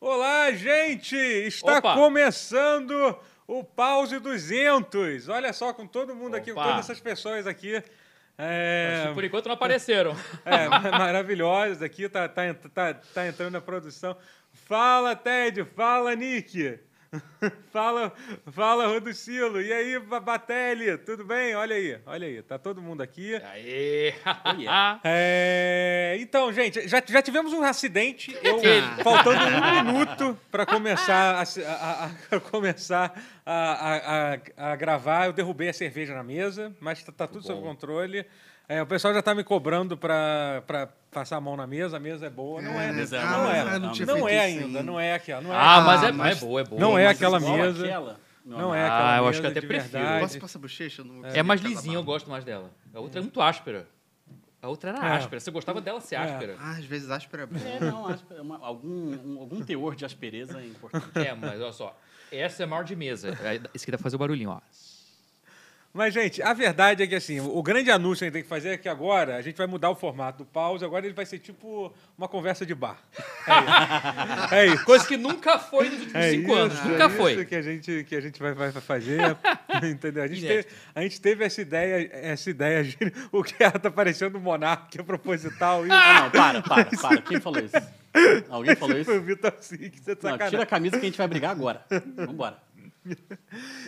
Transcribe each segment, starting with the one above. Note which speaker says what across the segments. Speaker 1: Olá, gente! Está
Speaker 2: Opa!
Speaker 1: começando o Pause 200. Olha só, com todo mundo aqui, com
Speaker 2: Opa!
Speaker 1: todas essas pessoas aqui. É,
Speaker 2: Por enquanto não apareceram.
Speaker 1: é, ma- maravilhosas aqui, tá, tá, ent- tá- tá entrando na produção. Fala, Ted! Fala, Nick! fala, fala, Rodocilo! E aí, Ba- Batelli? Tudo bem? Olha aí, olha aí, tá todo mundo aqui.
Speaker 2: Aê!
Speaker 1: Ah, É, então, gente, já, já tivemos um acidente. Eu, faltando um minuto para começar a, se- a- a- a- começar a, a- a- a gravar, eu derrubei a cerveja na mesa, mas tá, tá tudo sob controle. É, o pessoal já tá me cobrando para passar a mão na mesa. A mesa é boa, não é?
Speaker 3: mas
Speaker 1: não,
Speaker 3: é,
Speaker 1: é,
Speaker 3: ah, não tinha
Speaker 1: não
Speaker 3: feito
Speaker 1: é
Speaker 3: isso
Speaker 1: ainda,
Speaker 3: ainda.
Speaker 1: não é aquela. Não é,
Speaker 2: Ah, mas é,
Speaker 3: Ah, mas-
Speaker 2: mas é boa, é boa.
Speaker 1: não é
Speaker 3: mas
Speaker 1: aquela
Speaker 3: igual
Speaker 1: mesa.
Speaker 3: aquela, meu
Speaker 1: não
Speaker 3: amigo.
Speaker 1: é
Speaker 2: Ah,
Speaker 1: aquela
Speaker 2: eu
Speaker 1: mesa
Speaker 2: acho que eu até
Speaker 1: de
Speaker 2: prefiro.
Speaker 1: verdade.
Speaker 3: Posso passar a bochecha? Eu não vou
Speaker 2: É mais
Speaker 3: ficar
Speaker 2: lisinha, eu
Speaker 3: barba.
Speaker 2: gosto mais dela. A outra é muito áspera. A outra era
Speaker 1: É.
Speaker 2: áspera. Você gostava dela ser áspera.
Speaker 3: Ah, às vezes áspera é bom.
Speaker 4: É, não, acho que é uma- algum, um- algum teor de aspereza é importante.
Speaker 2: É, mas olha só. Essa é maior de mesa. É, Esse aqui dá pra fazer o barulhinho, ó.
Speaker 1: Mas, gente, a verdade é que, assim, o grande anúncio que a gente tem que fazer é que agora a gente vai mudar o formato do pause, agora ele vai ser tipo uma conversa de bar. É isso. É isso.
Speaker 2: Coisa que nunca foi nos últimos
Speaker 1: É
Speaker 2: cinco
Speaker 1: isso,
Speaker 2: anos. Nunca
Speaker 1: é
Speaker 2: foi.
Speaker 1: Isso que a gente, que a gente vai, vai fazer, entendeu? A gente, teve,
Speaker 2: Inédito.
Speaker 1: a gente teve essa ideia, essa ideia, gente, o que ela tá parecendo um monarca, é proposital, isso.
Speaker 4: Ah, não, para, para, para. Quem falou isso? Alguém falou isso?
Speaker 1: Foi o Vitor Six, você é de
Speaker 4: Não, tira a
Speaker 1: sacanagem.
Speaker 4: camisa que a gente vai brigar agora. Vambora.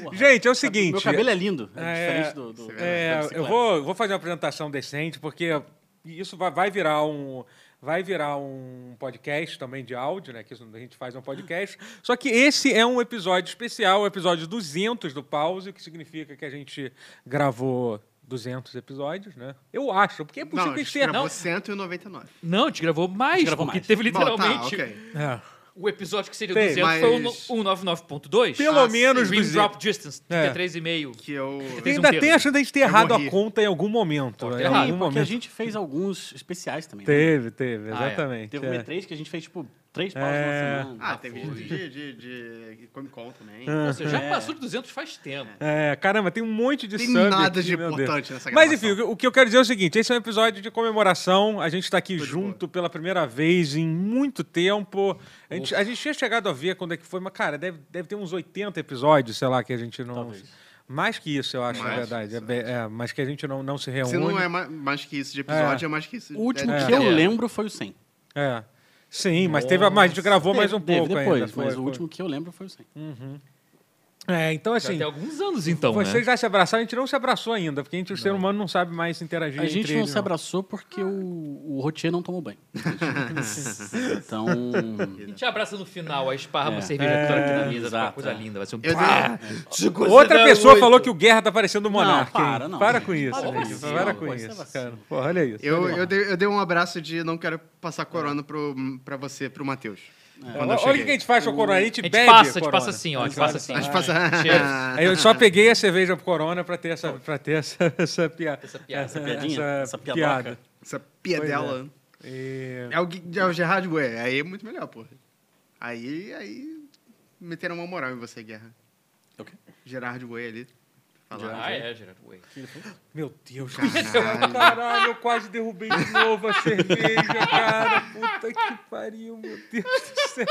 Speaker 4: Porra.
Speaker 1: Gente, é o seguinte...
Speaker 4: Meu cabelo é lindo. É,
Speaker 1: É,
Speaker 4: diferente do. do-
Speaker 1: É,
Speaker 4: da bicicleta.
Speaker 1: eu vou, vou fazer uma apresentação decente, porque isso vai, vai virar um. Vai virar um podcast também de áudio, né? Que isso- a gente faz um podcast. Só que esse é um episódio especial, o episódio 200 do Pause, o que significa que a gente gravou 200 episódios, né? Eu acho, porque é possível
Speaker 3: Não,
Speaker 1: que
Speaker 3: a
Speaker 1: a gente
Speaker 3: gente
Speaker 1: tenha...
Speaker 3: gravou 199.
Speaker 2: Não, a gente gravou mais,
Speaker 4: A gente gravou
Speaker 2: porque
Speaker 4: mais.
Speaker 2: teve
Speaker 3: Bom, tá,
Speaker 2: literalmente...
Speaker 3: ok.
Speaker 1: É.
Speaker 2: O episódio que seria o
Speaker 1: Tem,
Speaker 2: 200
Speaker 3: mas-
Speaker 2: foi o no- 199.2.
Speaker 1: Pelo
Speaker 3: Ah,
Speaker 1: menos
Speaker 2: Dream
Speaker 1: 200.
Speaker 2: Drop Distance,
Speaker 1: É.
Speaker 2: 33,5.
Speaker 3: Que eu...
Speaker 2: Tem-
Speaker 1: Ainda
Speaker 2: um
Speaker 1: tem
Speaker 2: terço.
Speaker 1: a chance de a gente ter
Speaker 3: Eu
Speaker 1: errado a
Speaker 3: morri.
Speaker 1: conta em algum momento.
Speaker 2: Pode
Speaker 1: né?
Speaker 2: ter
Speaker 1: Em
Speaker 2: errado,
Speaker 4: Sim,
Speaker 1: algum
Speaker 4: porque a
Speaker 1: momento.
Speaker 4: gente fez alguns especiais também. né?
Speaker 1: Teve, teve,
Speaker 2: Ah, é.
Speaker 1: exatamente.
Speaker 4: Teve um
Speaker 1: é.
Speaker 4: E3 que a gente fez, tipo, três paus
Speaker 1: É.
Speaker 4: na semana.
Speaker 3: Ah, teve
Speaker 2: foi.
Speaker 3: gente de, de, de Comic Con também.
Speaker 2: Ou seja, já
Speaker 4: É.
Speaker 2: passou de 200 faz tempo.
Speaker 1: É, caramba, tem um monte de
Speaker 3: Tem
Speaker 1: sub
Speaker 3: nada
Speaker 1: aqui,
Speaker 3: de
Speaker 1: meu Deus.
Speaker 3: importante nessa
Speaker 1: Mas
Speaker 3: gravação.
Speaker 1: enfim, o que- o que eu quero dizer é o seguinte: esse é um episódio de comemoração. A gente está aqui
Speaker 3: Foi de
Speaker 1: junto pela primeira vez em muito tempo. A gente, a gente tinha chegado a ver quando é que foi, mas, cara, deve, deve ter uns 80 episódios, sei lá, que a gente não. Mais que isso, eu acho, na
Speaker 3: Mais
Speaker 1: verdade.
Speaker 3: que
Speaker 1: É,
Speaker 3: isso,
Speaker 1: be- é, mas que a gente não, não se reúne.
Speaker 3: Se não é ma- mais que isso de episódio, é, mais que isso.
Speaker 4: O último
Speaker 3: é,
Speaker 4: que eu
Speaker 2: É.
Speaker 4: lembro foi o 100.
Speaker 1: É. Sim, mas teve a, mas a gente gravou mais um
Speaker 4: Teve
Speaker 1: pouco
Speaker 4: depois,
Speaker 1: ainda. foi-
Speaker 4: mas
Speaker 1: foi.
Speaker 4: o último que eu lembro foi o 100.
Speaker 1: É, então
Speaker 2: Já
Speaker 1: assim.
Speaker 2: tem alguns anos, então,
Speaker 1: Vocês
Speaker 2: né?
Speaker 1: já se abraçaram, a gente não se abraçou ainda, porque a gente, o ser humano não sabe mais interagir
Speaker 4: A gente
Speaker 1: entre
Speaker 4: não
Speaker 1: eles,
Speaker 4: se abraçou porque o, o Rotier não tomou banho. então.
Speaker 2: A gente abraça no final, aí esparra uma
Speaker 4: É.
Speaker 2: cerveja toda aqui na mesa, vai ficar uma
Speaker 4: Exato,
Speaker 2: coisa
Speaker 4: é.
Speaker 2: linda. Vai ser um...
Speaker 3: Eu
Speaker 2: Pá!
Speaker 1: Outra pessoa falou que o Guerra tá parecendo o Monark.
Speaker 4: Não,
Speaker 1: hein?
Speaker 4: para, não,
Speaker 1: Para
Speaker 4: gente.
Speaker 1: com isso.
Speaker 4: Para com
Speaker 1: gente.
Speaker 4: isso,
Speaker 1: Para
Speaker 4: não,
Speaker 1: com
Speaker 4: pô, isso é
Speaker 1: isso,
Speaker 4: vacilo.
Speaker 1: cara. Porra, olha isso.
Speaker 3: Eu, eu, dei, eu dei um abraço de não quero passar corona pro, pra você, pro Matheus. Quando eu
Speaker 1: olha o que a
Speaker 3: cheguei.
Speaker 1: gente faz com o Corona. A gente,
Speaker 2: A gente
Speaker 1: bebe
Speaker 2: passa, a gente
Speaker 1: corona.
Speaker 2: passa assim, ó. A gente passa assim.
Speaker 3: A gente passa...
Speaker 2: Cheers.
Speaker 1: Aí eu só peguei a cerveja pro Corona pra ter essa, pra ter essa, essa piada.
Speaker 2: Essa piada, essa
Speaker 4: piadinha, essa piadoca.
Speaker 1: piada.
Speaker 3: Essa piadela.
Speaker 1: E-
Speaker 3: É o, Gui- é o Gerard Way. Aí é muito melhor, porra. Aí, aí meteram uma moral em você, Guerra.
Speaker 4: Ok.
Speaker 3: Gerard Way ali. Falaram.
Speaker 2: Ah, é, Gerard. Ué.
Speaker 1: Meu Deus,
Speaker 3: Caralho.
Speaker 1: caralho, eu quase derrubei de novo a cerveja, cara. Puta que pariu, meu Deus do céu.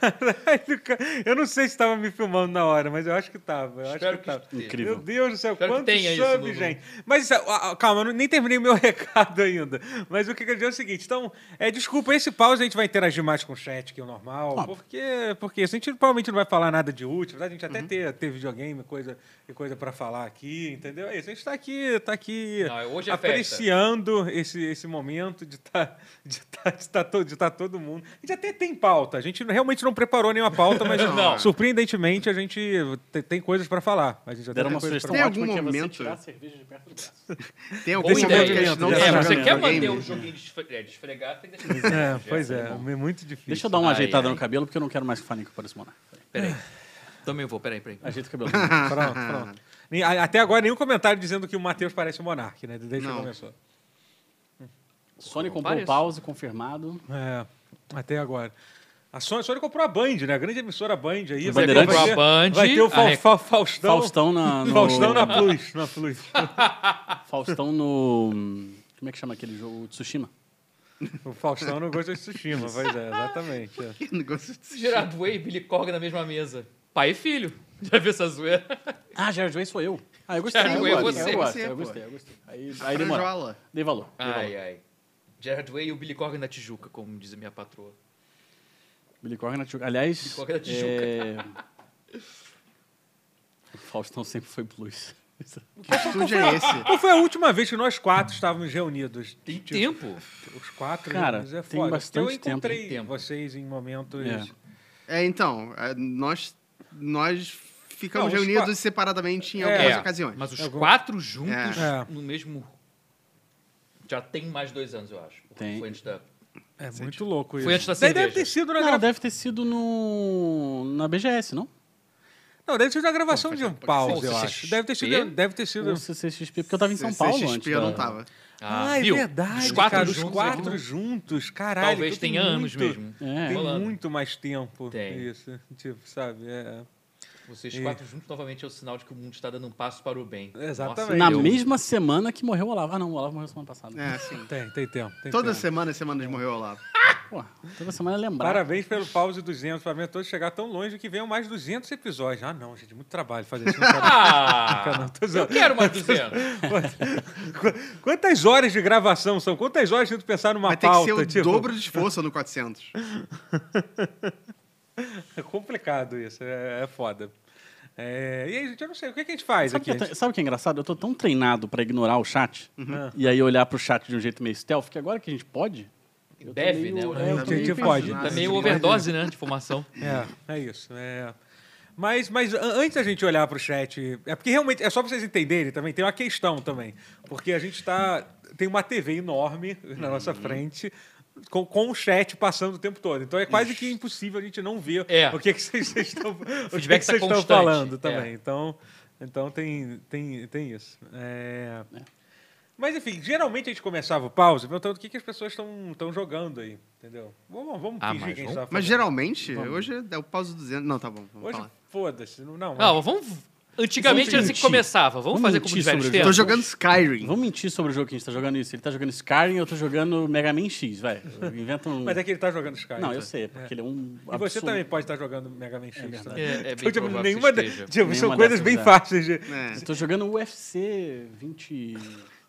Speaker 1: Caralho, cara. Eu não sei se tava me filmando na hora, mas eu acho que tava. Eu acho
Speaker 2: Espero
Speaker 1: que
Speaker 2: que tá.
Speaker 1: tava.
Speaker 2: esteja.
Speaker 4: Incrível.
Speaker 1: Meu Deus do céu,
Speaker 2: Espero que
Speaker 1: quanto
Speaker 2: tenha isso
Speaker 1: sub,
Speaker 2: no- no-
Speaker 1: gente. Mas isso- ah, ah, calma, eu não- nem terminei meu recado ainda. Mas o que eu quero dizer é o seguinte: então, é, desculpa, esse pause a gente vai interagir mais com o chat que o normal.
Speaker 4: Óbvio.
Speaker 1: Porque, porque assim, a gente provavelmente não vai falar nada de útil. na verdade, A gente até ter, ter videogame coisa, e coisa pra falar aqui, entendeu? É isso. A gente tá aqui, tá aqui
Speaker 2: Não, hoje é
Speaker 1: apreciando esse, esse momento de tá, de tá, de tá todo, de tá todo mundo. A gente até tem pauta. A gente realmente não preparou nenhuma pauta, mas
Speaker 2: Não.
Speaker 1: surpreendentemente a gente te- tem coisas pra falar. A gente até
Speaker 4: Deram
Speaker 1: tem
Speaker 4: uma
Speaker 1: coisas pra
Speaker 4: sugestão
Speaker 3: Tem
Speaker 4: ótima
Speaker 3: algum
Speaker 4: que é você
Speaker 3: momento?
Speaker 4: tirar a cerveja de perto do braço.
Speaker 3: né? Tem algum
Speaker 2: Boa
Speaker 3: momento que
Speaker 2: ideia.
Speaker 3: a gente não
Speaker 1: É,
Speaker 3: tá
Speaker 2: É,
Speaker 1: mas
Speaker 2: você
Speaker 3: jogando
Speaker 2: quer
Speaker 3: videogame?
Speaker 2: manter o joguinho desfre- é, desfregado, tem que deixar
Speaker 1: É,
Speaker 2: desfregado.
Speaker 1: pois é, é muito difícil.
Speaker 4: Deixa eu dar uma
Speaker 2: Ai,
Speaker 4: ajeitada
Speaker 2: ai.
Speaker 4: no cabelo, porque eu não quero mais que o Fanico pareça monar.
Speaker 2: Peraí. Também vou, peraí, peraí.
Speaker 4: Ajeita o cabelo.
Speaker 1: Pronto, pronto. Nem- a- Até agora nenhum comentário dizendo que o Matheus parece o Monark, né? Desde que
Speaker 3: Não.
Speaker 1: começou.
Speaker 4: Sony
Speaker 2: Não
Speaker 4: comprou
Speaker 2: parece.
Speaker 4: o pause, confirmado.
Speaker 1: É, até agora. A Sony, a Sony comprou a Band, né? A grande emissora Band aí.
Speaker 4: O
Speaker 1: Vai ter, vai
Speaker 4: Bandeirantes.
Speaker 1: ter,
Speaker 2: Comprou a Band,
Speaker 1: vai ter o Fau-
Speaker 2: a Re-
Speaker 1: Fau- Faustão.
Speaker 4: Faustão na. No,
Speaker 1: Faustão na Plus. Na Plus.
Speaker 4: Faustão no. Como é que chama aquele jogo? O Tsushima.
Speaker 1: O Faustão não gosta de sushi, mas pois é, exatamente. é.
Speaker 3: Que negócio de sushi.
Speaker 2: Gerard Way e Billy Corgan na mesma mesa. Pai e filho. Já viu essa zoeira?
Speaker 4: Ah, Gerard Way sou eu. Ah, eu gostei.
Speaker 2: Gerard
Speaker 4: eu
Speaker 2: Way é
Speaker 4: gosto,
Speaker 2: você,
Speaker 4: eu gosto,
Speaker 3: você,
Speaker 4: eu
Speaker 3: pô.
Speaker 4: gostei, eu gostei. Aí, aí dei moral.
Speaker 3: Franjola.
Speaker 4: Dei valor. dei valor.
Speaker 2: Ai, ai. Gerard Way e o Billy Corgan da Tijuca, como diz a minha patroa.
Speaker 4: Billy Corgan na Tijuca. Aliás,
Speaker 2: Billy Corgan na Tijuca.
Speaker 4: é, o Faustão sempre foi blues.
Speaker 3: Que estúdio é esse?
Speaker 1: Qual foi a última vez que nós quatro estávamos reunidos?
Speaker 2: Tem
Speaker 1: Tipo,
Speaker 2: tempo.
Speaker 1: Os quatro
Speaker 4: Cara,
Speaker 1: mas é
Speaker 4: tem
Speaker 1: foda.
Speaker 4: bastante
Speaker 1: Eu encontrei
Speaker 2: tempo. Tem tempo.
Speaker 1: vocês em momentos.
Speaker 4: É.
Speaker 3: É, então, é, nós, nós ficamos
Speaker 1: Não, os
Speaker 3: reunidos
Speaker 1: quatro-
Speaker 3: separadamente em
Speaker 1: É.
Speaker 3: algumas
Speaker 2: É,
Speaker 3: ocasiões.
Speaker 2: Mas os
Speaker 1: Eu vou-
Speaker 2: quatro juntos
Speaker 1: É.
Speaker 2: no mesmo. Já tem mais de dois anos, eu acho.
Speaker 4: Tem.
Speaker 2: Foi antes da.
Speaker 1: É muito louco isso.
Speaker 2: Foi antes da
Speaker 1: Daí deve
Speaker 2: cerveja.
Speaker 1: ter sido na
Speaker 4: Não,
Speaker 1: grava-
Speaker 4: deve ter sido no, na BGS, não?
Speaker 1: Não, deve ter sido na gravação de um pau,
Speaker 2: ser.
Speaker 1: eu
Speaker 2: Ou
Speaker 1: acho.
Speaker 2: CCXP?
Speaker 1: Deve ter sido. Deve ter sido.
Speaker 4: Ou CCXP, porque eu tava em São Paulo
Speaker 3: CCXP
Speaker 4: antes. né?
Speaker 3: eu não
Speaker 4: da-
Speaker 3: tava.
Speaker 1: Ah, é
Speaker 2: viu?
Speaker 1: verdade.
Speaker 2: Os quatro
Speaker 1: cara,
Speaker 2: juntos.
Speaker 1: os quatro
Speaker 2: é muito-
Speaker 1: juntos, caralho.
Speaker 2: Talvez
Speaker 1: tudo
Speaker 2: tenha
Speaker 1: muito-
Speaker 2: anos mesmo.
Speaker 4: É.
Speaker 1: Tem
Speaker 2: Rolando.
Speaker 1: muito mais tempo.
Speaker 2: Tem.
Speaker 1: Isso, tipo, sabe? É.
Speaker 2: Vocês
Speaker 1: E-
Speaker 2: quatro juntos novamente é o sinal de que o mundo está dando um passo para o bem.
Speaker 1: Exatamente.
Speaker 2: Nossa,
Speaker 4: Na
Speaker 2: deu-
Speaker 4: mesma semana que morreu o Olavo. Ah, não, o Olavo morreu semana passada.
Speaker 3: É, assim.
Speaker 1: Tem, tem tempo. Tem
Speaker 3: Toda
Speaker 1: tempo.
Speaker 3: semana é semana de morrer o Olavo.
Speaker 4: Pô, toda semana é lembrar.
Speaker 1: Parabéns pelo pause 200. Para mim, é todo chegar tão longe que venham mais 200 episódios. Ah, não, gente, muito trabalho fazer isso. Não quero-
Speaker 2: Ah!
Speaker 1: Tô
Speaker 2: eu
Speaker 1: zoando.
Speaker 2: quero mais 200.
Speaker 1: Qu- Quantas horas de gravação são? Quantas horas tento pensar numa
Speaker 3: Vai ter que
Speaker 1: pauta?
Speaker 3: ser o
Speaker 1: tipo,
Speaker 3: dobro de esforço no 400.
Speaker 1: É complicado isso, é, é foda. É, e aí, gente, eu não sei, o que, é que a gente faz
Speaker 4: Sabe o
Speaker 1: aqui?
Speaker 4: que,
Speaker 1: A
Speaker 4: é-
Speaker 1: gente-
Speaker 4: sabe o que é engraçado? Eu tô tão treinado pra ignorar o chat e aí olhar pro chat de um jeito meio stealth que agora que a gente pode. eu tô
Speaker 2: Deve,
Speaker 4: meio-
Speaker 2: né?
Speaker 4: é,
Speaker 2: Hoje
Speaker 4: eu
Speaker 1: a
Speaker 4: tô
Speaker 1: gente
Speaker 4: meio
Speaker 1: pode.
Speaker 4: perdido.
Speaker 2: Tá
Speaker 3: Nossa,
Speaker 2: meio
Speaker 3: que
Speaker 2: overdose, né? De formação.
Speaker 1: É, é isso. é. Mas, mas an- antes da gente olhar para o chat, é porque realmente, é só para vocês entenderem também, tem uma questão também. Porque a gente está. Tem uma TV enorme na nossa
Speaker 2: Uhum.
Speaker 1: frente. Com, com o chat passando o tempo todo. Então é quase que impossível a gente não ver
Speaker 2: É.
Speaker 1: o que, que vocês vocês estão, o que é que
Speaker 2: feedback tá
Speaker 1: vocês estão
Speaker 2: constante,
Speaker 1: falando
Speaker 2: é.
Speaker 1: também. Então, então tem, tem, tem isso. É, Mas enfim, geralmente a gente começava o pause perguntando o que, que as pessoas estão jogando aí, entendeu? Vamos, vamos
Speaker 2: Ah,
Speaker 1: fingir
Speaker 2: mas
Speaker 1: que a gente
Speaker 2: vamos-
Speaker 1: tava
Speaker 3: Mas
Speaker 1: falando.
Speaker 3: geralmente, hoje é o pause 200. Não, tá bom, vamos
Speaker 1: Hoje,
Speaker 3: falar.
Speaker 1: foda-se. Não, não,
Speaker 2: Não, Ah, vamos. Antigamente
Speaker 4: Vamos
Speaker 2: era assim que
Speaker 4: mentir.
Speaker 2: começava. Vamos,
Speaker 4: Vamos
Speaker 2: fazer como
Speaker 4: mentir
Speaker 2: os velhos
Speaker 4: sobre o
Speaker 3: Tô
Speaker 2: tempos.
Speaker 3: jogando Skyrim.
Speaker 4: Vamos mentir sobre o jogo que a gente tá jogando isso. Ele tá jogando Skyrim, eu tô jogando Mega Man X, vai. Inventa um.
Speaker 1: mas é que ele tá jogando Skyrim.
Speaker 4: Não, eu sei, porque ele é um.
Speaker 1: E você também pode estar jogando Mega Man X.
Speaker 4: verdade.
Speaker 1: também.
Speaker 2: É, é bem
Speaker 1: Então, tipo,
Speaker 2: provável
Speaker 1: nenhuma
Speaker 2: que
Speaker 1: de-
Speaker 2: esteja.
Speaker 1: tipo, são
Speaker 4: Nenhuma
Speaker 1: coisas
Speaker 4: dessas,
Speaker 1: bem
Speaker 4: é.
Speaker 1: fáceis de.
Speaker 3: É.
Speaker 4: Eu tô jogando UFC 20.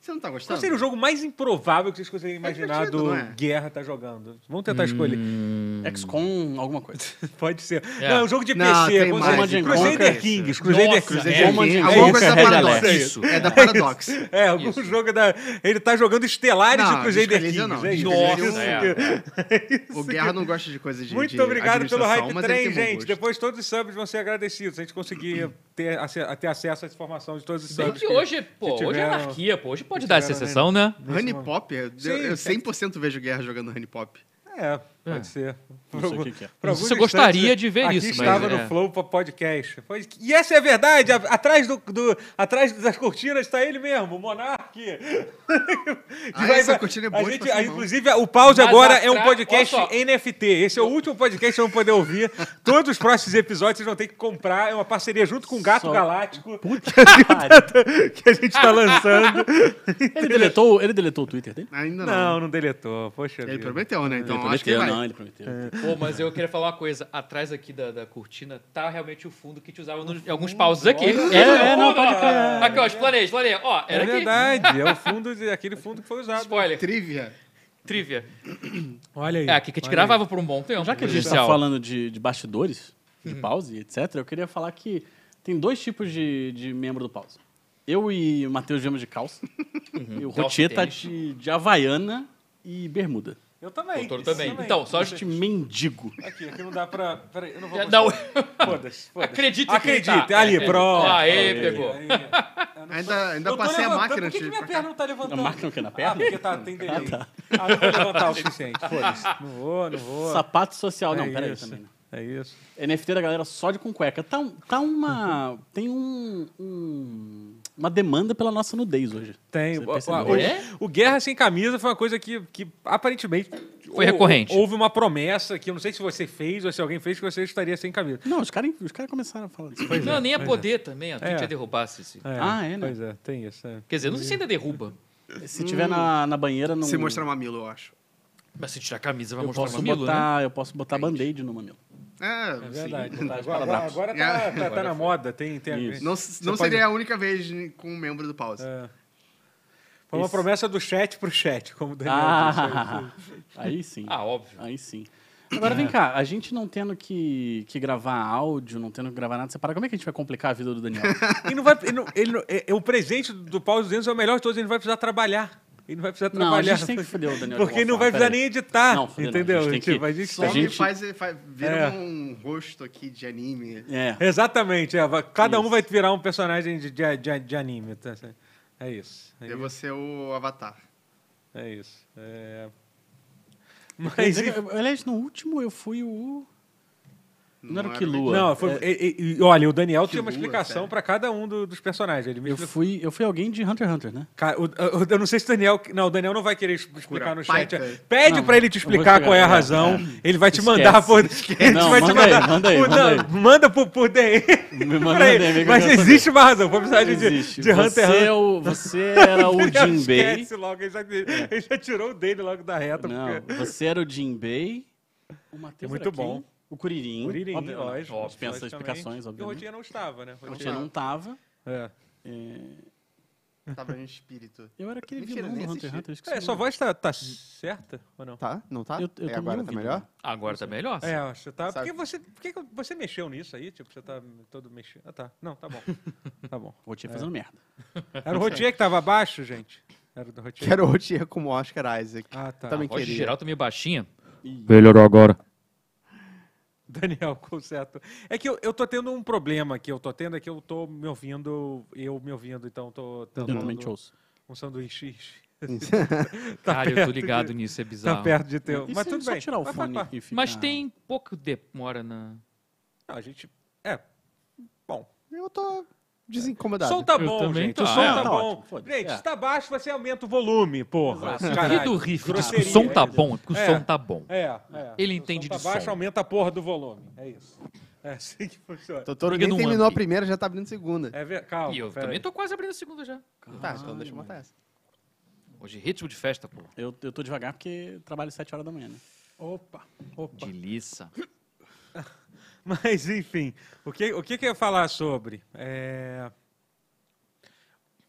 Speaker 3: Você não tá gostando?
Speaker 1: Qual seria Tipo assim, o jogo mais improvável que vocês conseguem imaginar
Speaker 3: divertido,
Speaker 1: do
Speaker 3: não é?
Speaker 1: Guerra tá jogando? Vamos tentar escolher.
Speaker 4: XCOM, alguma coisa.
Speaker 1: Pode ser.
Speaker 2: É.
Speaker 1: Não, é um jogo de
Speaker 3: Não,
Speaker 1: PC.
Speaker 3: tem
Speaker 1: com
Speaker 3: mais.
Speaker 1: certeza.
Speaker 4: Command and
Speaker 1: assim, Crusader
Speaker 3: Conquer.
Speaker 1: Kings. Crusader
Speaker 2: Nossa,
Speaker 1: Kings.
Speaker 2: é.
Speaker 3: É,
Speaker 4: Command
Speaker 3: é,
Speaker 4: and
Speaker 3: alguma
Speaker 4: Conquer,
Speaker 3: coisa da
Speaker 4: Red
Speaker 3: Paradox.
Speaker 1: Alert.
Speaker 2: Isso.
Speaker 3: É da Paradox.
Speaker 1: É, algum
Speaker 2: Isso.
Speaker 1: jogo da. Ele tá jogando Estelares
Speaker 3: Não,
Speaker 1: de Crusader
Speaker 3: Disco
Speaker 1: Kings.
Speaker 3: Elysium não.
Speaker 1: é isso.
Speaker 3: Disco Elysium
Speaker 1: Isso
Speaker 2: é.
Speaker 1: que- é isso
Speaker 3: O
Speaker 1: que-
Speaker 3: Guerra não gosta de coisa de de
Speaker 1: Muito obrigado pelo
Speaker 3: administração,
Speaker 1: Hype
Speaker 3: mas ele
Speaker 1: Trem,
Speaker 3: tem bom Uhum.
Speaker 1: gente.
Speaker 3: gosto.
Speaker 1: Depois todos os subs vão ser agradecidos. Se a gente conseguir ter, ace- ter acesso à informação de todos os
Speaker 2: Bem
Speaker 1: subs.
Speaker 2: que hoje, pô,
Speaker 1: tiver-
Speaker 2: hoje é anarquia, pô. Hoje pode dar essa
Speaker 1: tiver-
Speaker 2: exceção, né?
Speaker 3: Honey Pop, eu,
Speaker 1: Sim,
Speaker 3: eu
Speaker 1: é.
Speaker 3: 100% vejo Guerra jogando Honey Pop.
Speaker 1: É, pode ser.
Speaker 4: Não
Speaker 1: Por
Speaker 4: sei o
Speaker 1: algum-
Speaker 4: que que é.
Speaker 1: por
Speaker 2: Não sei
Speaker 1: alguns
Speaker 2: se eu gostaria
Speaker 1: instantes,
Speaker 2: de ver
Speaker 1: aqui
Speaker 2: isso, mas
Speaker 1: estava
Speaker 2: é.
Speaker 1: no Flow pa- Podcast. Foi- E essa é a verdade. a- Atrás, do, do- atrás das cortinas está ele mesmo, o Monark.
Speaker 3: Ah, essa cortina é boa
Speaker 1: a
Speaker 3: de
Speaker 1: gente,
Speaker 3: passar
Speaker 1: a-
Speaker 3: mal.
Speaker 1: Inclusive, o Pause
Speaker 2: Mas
Speaker 1: agora é um
Speaker 2: atrás-
Speaker 1: podcast
Speaker 2: olha só.
Speaker 1: NFT. Esse é o último podcast que vocês vão poder ouvir. Todos os próximos episódios vocês vão ter que comprar. É uma parceria junto com o Gato
Speaker 4: Só-
Speaker 1: Galáctico.
Speaker 4: Puta que pariu.
Speaker 1: que a gente tá lançando.
Speaker 4: Ele deletou, ele deletou o Twitter dele?
Speaker 3: Ainda não.
Speaker 1: Não, não deletou. Poxa
Speaker 3: Ele
Speaker 1: vida.
Speaker 3: prometeu, né? Então
Speaker 4: ele
Speaker 3: eu acho que ele
Speaker 4: prometeu,
Speaker 3: vai.
Speaker 4: não, ele prometeu.
Speaker 2: Pô, mas eu queria falar uma coisa. Atrás aqui da, da cortina tá realmente o fundo que te usava nos- em
Speaker 1: Hum,
Speaker 2: alguns pausos aqui.
Speaker 4: É, é, não, pode crer.
Speaker 2: Aqui, ó, explanei, explanei. Ó,
Speaker 1: É
Speaker 2: era aqui.
Speaker 1: verdade. É o fundo, de- aquele fundo que foi usado.
Speaker 2: Spoiler,
Speaker 3: Trivia.
Speaker 2: trivia.
Speaker 1: Olha aí.
Speaker 2: É aqui que a gente
Speaker 1: olha aí.
Speaker 2: gravava por um bom tempo.
Speaker 4: Já que a gente está
Speaker 2: Comercial.
Speaker 4: tá falando de, de bastidores, de pause, etc., eu queria falar que tem dois tipos de, de membro do pause. Eu e o Matheus viemos de calça. E o
Speaker 2: Calça
Speaker 4: Rotier
Speaker 2: e
Speaker 4: tá
Speaker 2: tênis.
Speaker 4: de, de Havaiana e Bermuda.
Speaker 1: Eu também.
Speaker 2: O Toro
Speaker 1: isso
Speaker 2: também. Então, só
Speaker 4: Este mendigo.
Speaker 1: Aqui, aqui não dá pra. Peraí, eu não vou.
Speaker 2: É,
Speaker 1: mostrar.
Speaker 2: Não,
Speaker 1: Foda-se. foda-se.
Speaker 2: acredita em quem
Speaker 1: Acredita.
Speaker 2: tá.
Speaker 1: Ali,
Speaker 2: É,
Speaker 1: pronto.
Speaker 2: Aê,
Speaker 1: Aí,
Speaker 2: pegou.
Speaker 1: aí. Eu não
Speaker 3: Ainda- ainda
Speaker 1: eu tô
Speaker 3: passei a
Speaker 1: levantando-
Speaker 3: máquina
Speaker 1: Por que, que
Speaker 3: antes de
Speaker 1: minha
Speaker 3: ir pra
Speaker 1: perna não tá levantando?
Speaker 4: A máquina o quê? Na perna?
Speaker 1: Ah, porque tá, tem delay. Ah, não vou levantar o suficiente. Foda-se. Não vou, não vou.
Speaker 4: Sapato social. Não,
Speaker 1: É
Speaker 4: peraí
Speaker 1: isso.
Speaker 4: também. Né?
Speaker 1: É isso.
Speaker 4: NFT da galera só de com cueca. Tá, um- tá uma... Tem um, um- Uma demanda pela nossa nudez hoje.
Speaker 1: Tem.
Speaker 4: Você
Speaker 1: O,
Speaker 4: percebeu?
Speaker 1: o-
Speaker 2: É?
Speaker 1: o Guerra Sem Camisa foi uma coisa que, que aparentemente. hou-
Speaker 2: recorrente.
Speaker 1: Houve uma promessa que eu não sei se você fez ou se alguém fez que você estaria sem camisa.
Speaker 4: Não, os caras os cara começaram a falar disso.
Speaker 2: Não, nem ia poder também. A Twitch
Speaker 1: É.
Speaker 2: ia derrubar Cici.
Speaker 1: É,
Speaker 4: Ah, é, né?
Speaker 1: Pois é, tem isso. é.
Speaker 2: Quer dizer, não sei se ainda derruba.
Speaker 4: Se tiver na, na banheira... Não...
Speaker 3: Se mostrar mamilo, eu acho.
Speaker 2: Mas se tirar a camisa, vai
Speaker 4: Eu
Speaker 2: mostrar
Speaker 4: posso,
Speaker 2: o mamilo, né?
Speaker 4: botar, eu posso botar band-aid no mamilo.
Speaker 3: Ah,
Speaker 1: É
Speaker 3: sim.
Speaker 1: verdade.
Speaker 4: Botar as
Speaker 1: Agora,
Speaker 4: paradrapos.
Speaker 1: agora tá,
Speaker 3: É.
Speaker 1: tá- tá
Speaker 2: Agora
Speaker 1: na
Speaker 2: foi.
Speaker 1: moda. Tem, tem
Speaker 4: Isso.
Speaker 3: Não,
Speaker 1: Você
Speaker 3: não
Speaker 1: pode-
Speaker 3: seria a única vez com um membro do pause.
Speaker 1: É. Foi uma
Speaker 4: Isso.
Speaker 1: promessa do chat pro chat, como o Daniel
Speaker 4: Ah, aí sim.
Speaker 2: Ah, óbvio.
Speaker 4: Aí sim. Agora vem cá, a gente não tendo que, que gravar áudio, não tendo que gravar nada separado, como é que a gente vai complicar a vida do Daniel?
Speaker 1: disse. Ele não vai, ele não- ele não- é- é o presente do Paulo dos Dentes é o melhor de todos, ele não vai precisar trabalhar. Ele não vai precisar
Speaker 4: não, a
Speaker 1: trabalhar.
Speaker 4: gente tem que foder o Daniel. de
Speaker 1: Porque ele não
Speaker 4: alguma
Speaker 1: vai
Speaker 4: forma,
Speaker 1: precisar nem
Speaker 4: peraí.
Speaker 1: editar.
Speaker 4: Não, fudeu, não,
Speaker 1: entendeu?
Speaker 4: a gente tem que-
Speaker 1: Tipo, a gente
Speaker 3: Só
Speaker 1: tem-
Speaker 4: a gente-
Speaker 3: me faz, faz vira
Speaker 1: É.
Speaker 3: um rosto aqui de anime.
Speaker 4: É.
Speaker 1: Exatamente. é, vai- cada um
Speaker 4: Isso.
Speaker 1: vai virar um personagem de, de, de, de anime. tá certo? É isso. É
Speaker 3: Eu
Speaker 1: isso.
Speaker 3: vou ser o Avatar.
Speaker 1: É isso. É.
Speaker 4: Quer
Speaker 1: Mas. é
Speaker 4: dizer que, Aliás, no último eu fui o. Não, era o
Speaker 3: era
Speaker 4: que
Speaker 3: o
Speaker 4: lua.
Speaker 1: Não, foi, e- e- e, olha, o Daniel tinha uma
Speaker 3: lua,
Speaker 1: explicação
Speaker 3: sério.
Speaker 1: para cada um do- dos personagens. Ele me
Speaker 4: Eu
Speaker 1: explicou.
Speaker 4: fui, eu fui alguém de Hunter x Hunter, né?
Speaker 1: Cara, o- o- eu não sei se o Daniel. Não, o Daniel não vai querer es- explicar
Speaker 3: Procura
Speaker 1: no chat.
Speaker 3: Python.
Speaker 1: Pede
Speaker 4: Não,
Speaker 1: pra ele te
Speaker 4: eu vou
Speaker 1: explicar qual é a
Speaker 4: explicar, é,
Speaker 1: razão.
Speaker 4: é.
Speaker 1: Ele vai te
Speaker 4: Esquece.
Speaker 1: mandar por. Ele
Speaker 4: Não,
Speaker 1: vai te
Speaker 4: manda
Speaker 1: mandar.
Speaker 4: aí, manda aí,
Speaker 1: por,
Speaker 4: manda
Speaker 1: não, manda por, por DM.
Speaker 4: Me manda
Speaker 1: pra
Speaker 4: no
Speaker 1: ele.
Speaker 4: DM que é eu
Speaker 1: Mas
Speaker 4: quero saber.
Speaker 1: existe uma razão. Vou precisar de, de,
Speaker 4: Existe.
Speaker 1: de Hunter
Speaker 4: você,
Speaker 1: x Hunter.
Speaker 4: é o- você era o
Speaker 1: Ele
Speaker 4: Jinbei.
Speaker 1: esquece logo, ele já, ele já tirou o dele logo da reta.
Speaker 4: Não,
Speaker 1: porque-
Speaker 4: você era o Jinbei. O Matheus
Speaker 1: É Muito
Speaker 4: era
Speaker 1: bom.
Speaker 4: quem? O Curirim.
Speaker 1: Curirim,
Speaker 4: óbvio,
Speaker 1: lógico,
Speaker 4: Dispensa
Speaker 1: logicamente.
Speaker 4: explicações,
Speaker 1: E o
Speaker 4: obviamente.
Speaker 1: Rotinha não estava, né?
Speaker 4: O Rotinha não tava.
Speaker 1: É.
Speaker 3: Tava em espírito.
Speaker 4: Eu era aquele
Speaker 3: Mentira,
Speaker 4: vilão do
Speaker 3: nem
Speaker 4: Hunter x
Speaker 3: assisti.
Speaker 4: Hunter. eu esqueci
Speaker 1: É,
Speaker 4: o
Speaker 1: sua
Speaker 4: nome.
Speaker 1: voz tá, tá certa ou não?
Speaker 5: Tá? Não tá?
Speaker 4: Eu- eu
Speaker 5: É
Speaker 4: tô me
Speaker 5: agora, tá
Speaker 4: ouvindo,
Speaker 5: melhor?
Speaker 4: né?
Speaker 2: Agora tá melhor. sim.
Speaker 1: É, eu acho que tá. Por
Speaker 5: Sabe-
Speaker 1: que você, por que que você mexeu nisso aí? Tipo, você tá todo mexendo. Ah, tá. Não, tá bom. Tá bom.
Speaker 4: O Rotinha fazendo merda.
Speaker 1: Era o Rotier que tava abaixo, gente? Era do Rotier?
Speaker 5: Quero o Rotier como Oscar Isaac.
Speaker 1: Ah, tá.
Speaker 5: Também
Speaker 2: A voz de
Speaker 5: queria.
Speaker 2: geral tá meio baixinha.
Speaker 1: Daniel, conserta. É que eu, eu tô tendo um problema aqui. Eu tô tendo é que eu tô me ouvindo, eu me ouvindo, então tô
Speaker 4: Eu
Speaker 1: tentando
Speaker 4: normalmente ouço.
Speaker 1: um sanduíche. Tá
Speaker 2: Cara, eu tô
Speaker 1: perto de-
Speaker 2: ligado nisso, é bizarro.
Speaker 1: Tá perto de ter.
Speaker 4: E
Speaker 1: Mas
Speaker 4: se
Speaker 1: tudo
Speaker 4: é só
Speaker 1: bem.
Speaker 4: tirar o
Speaker 1: Mas faz
Speaker 4: fone
Speaker 1: parte.
Speaker 4: e ficar-
Speaker 2: Mas tem pouco demora na.
Speaker 1: Não, a gente. É. Bom.
Speaker 5: Eu tô desincomodado.
Speaker 1: Som tá
Speaker 2: Eu
Speaker 1: bom,
Speaker 2: também
Speaker 1: gente.
Speaker 2: tô.
Speaker 1: O som
Speaker 2: Ah,
Speaker 1: tá
Speaker 4: tá
Speaker 1: bom.
Speaker 4: ótimo, foda-se.
Speaker 1: gente,
Speaker 4: É.
Speaker 1: se tá baixo, você aumenta o volume, porra.
Speaker 4: Exato.
Speaker 1: Caralho.
Speaker 2: E do riff, tipo,
Speaker 1: Grosseria,
Speaker 2: o som tá
Speaker 1: é.
Speaker 2: bom, é porque o
Speaker 1: É.
Speaker 2: som tá bom.
Speaker 1: É, é.
Speaker 2: Ele
Speaker 1: Se o
Speaker 2: entende
Speaker 1: som tá
Speaker 2: de
Speaker 1: baixo,
Speaker 2: som.
Speaker 1: aumenta a porra do volume. É isso. É assim que funciona.
Speaker 5: Totoro
Speaker 2: Liga
Speaker 5: nem
Speaker 2: no
Speaker 5: terminou
Speaker 2: One
Speaker 5: a
Speaker 2: Piece.
Speaker 5: primeira, já tá abrindo a segunda.
Speaker 1: É ver... Calma.
Speaker 2: E eu
Speaker 1: pera
Speaker 2: também
Speaker 1: aí.
Speaker 2: tô quase abrindo a segunda já.
Speaker 5: Tá, então deixa eu matar essa.
Speaker 2: Hoje, ritmo de festa, pô.
Speaker 4: Eu, eu tô devagar porque trabalho 7 horas da manhã, né?
Speaker 1: Opa, opa.
Speaker 2: Delícia.
Speaker 1: Mas, enfim, o que, o que, que eu ia falar sobre? É...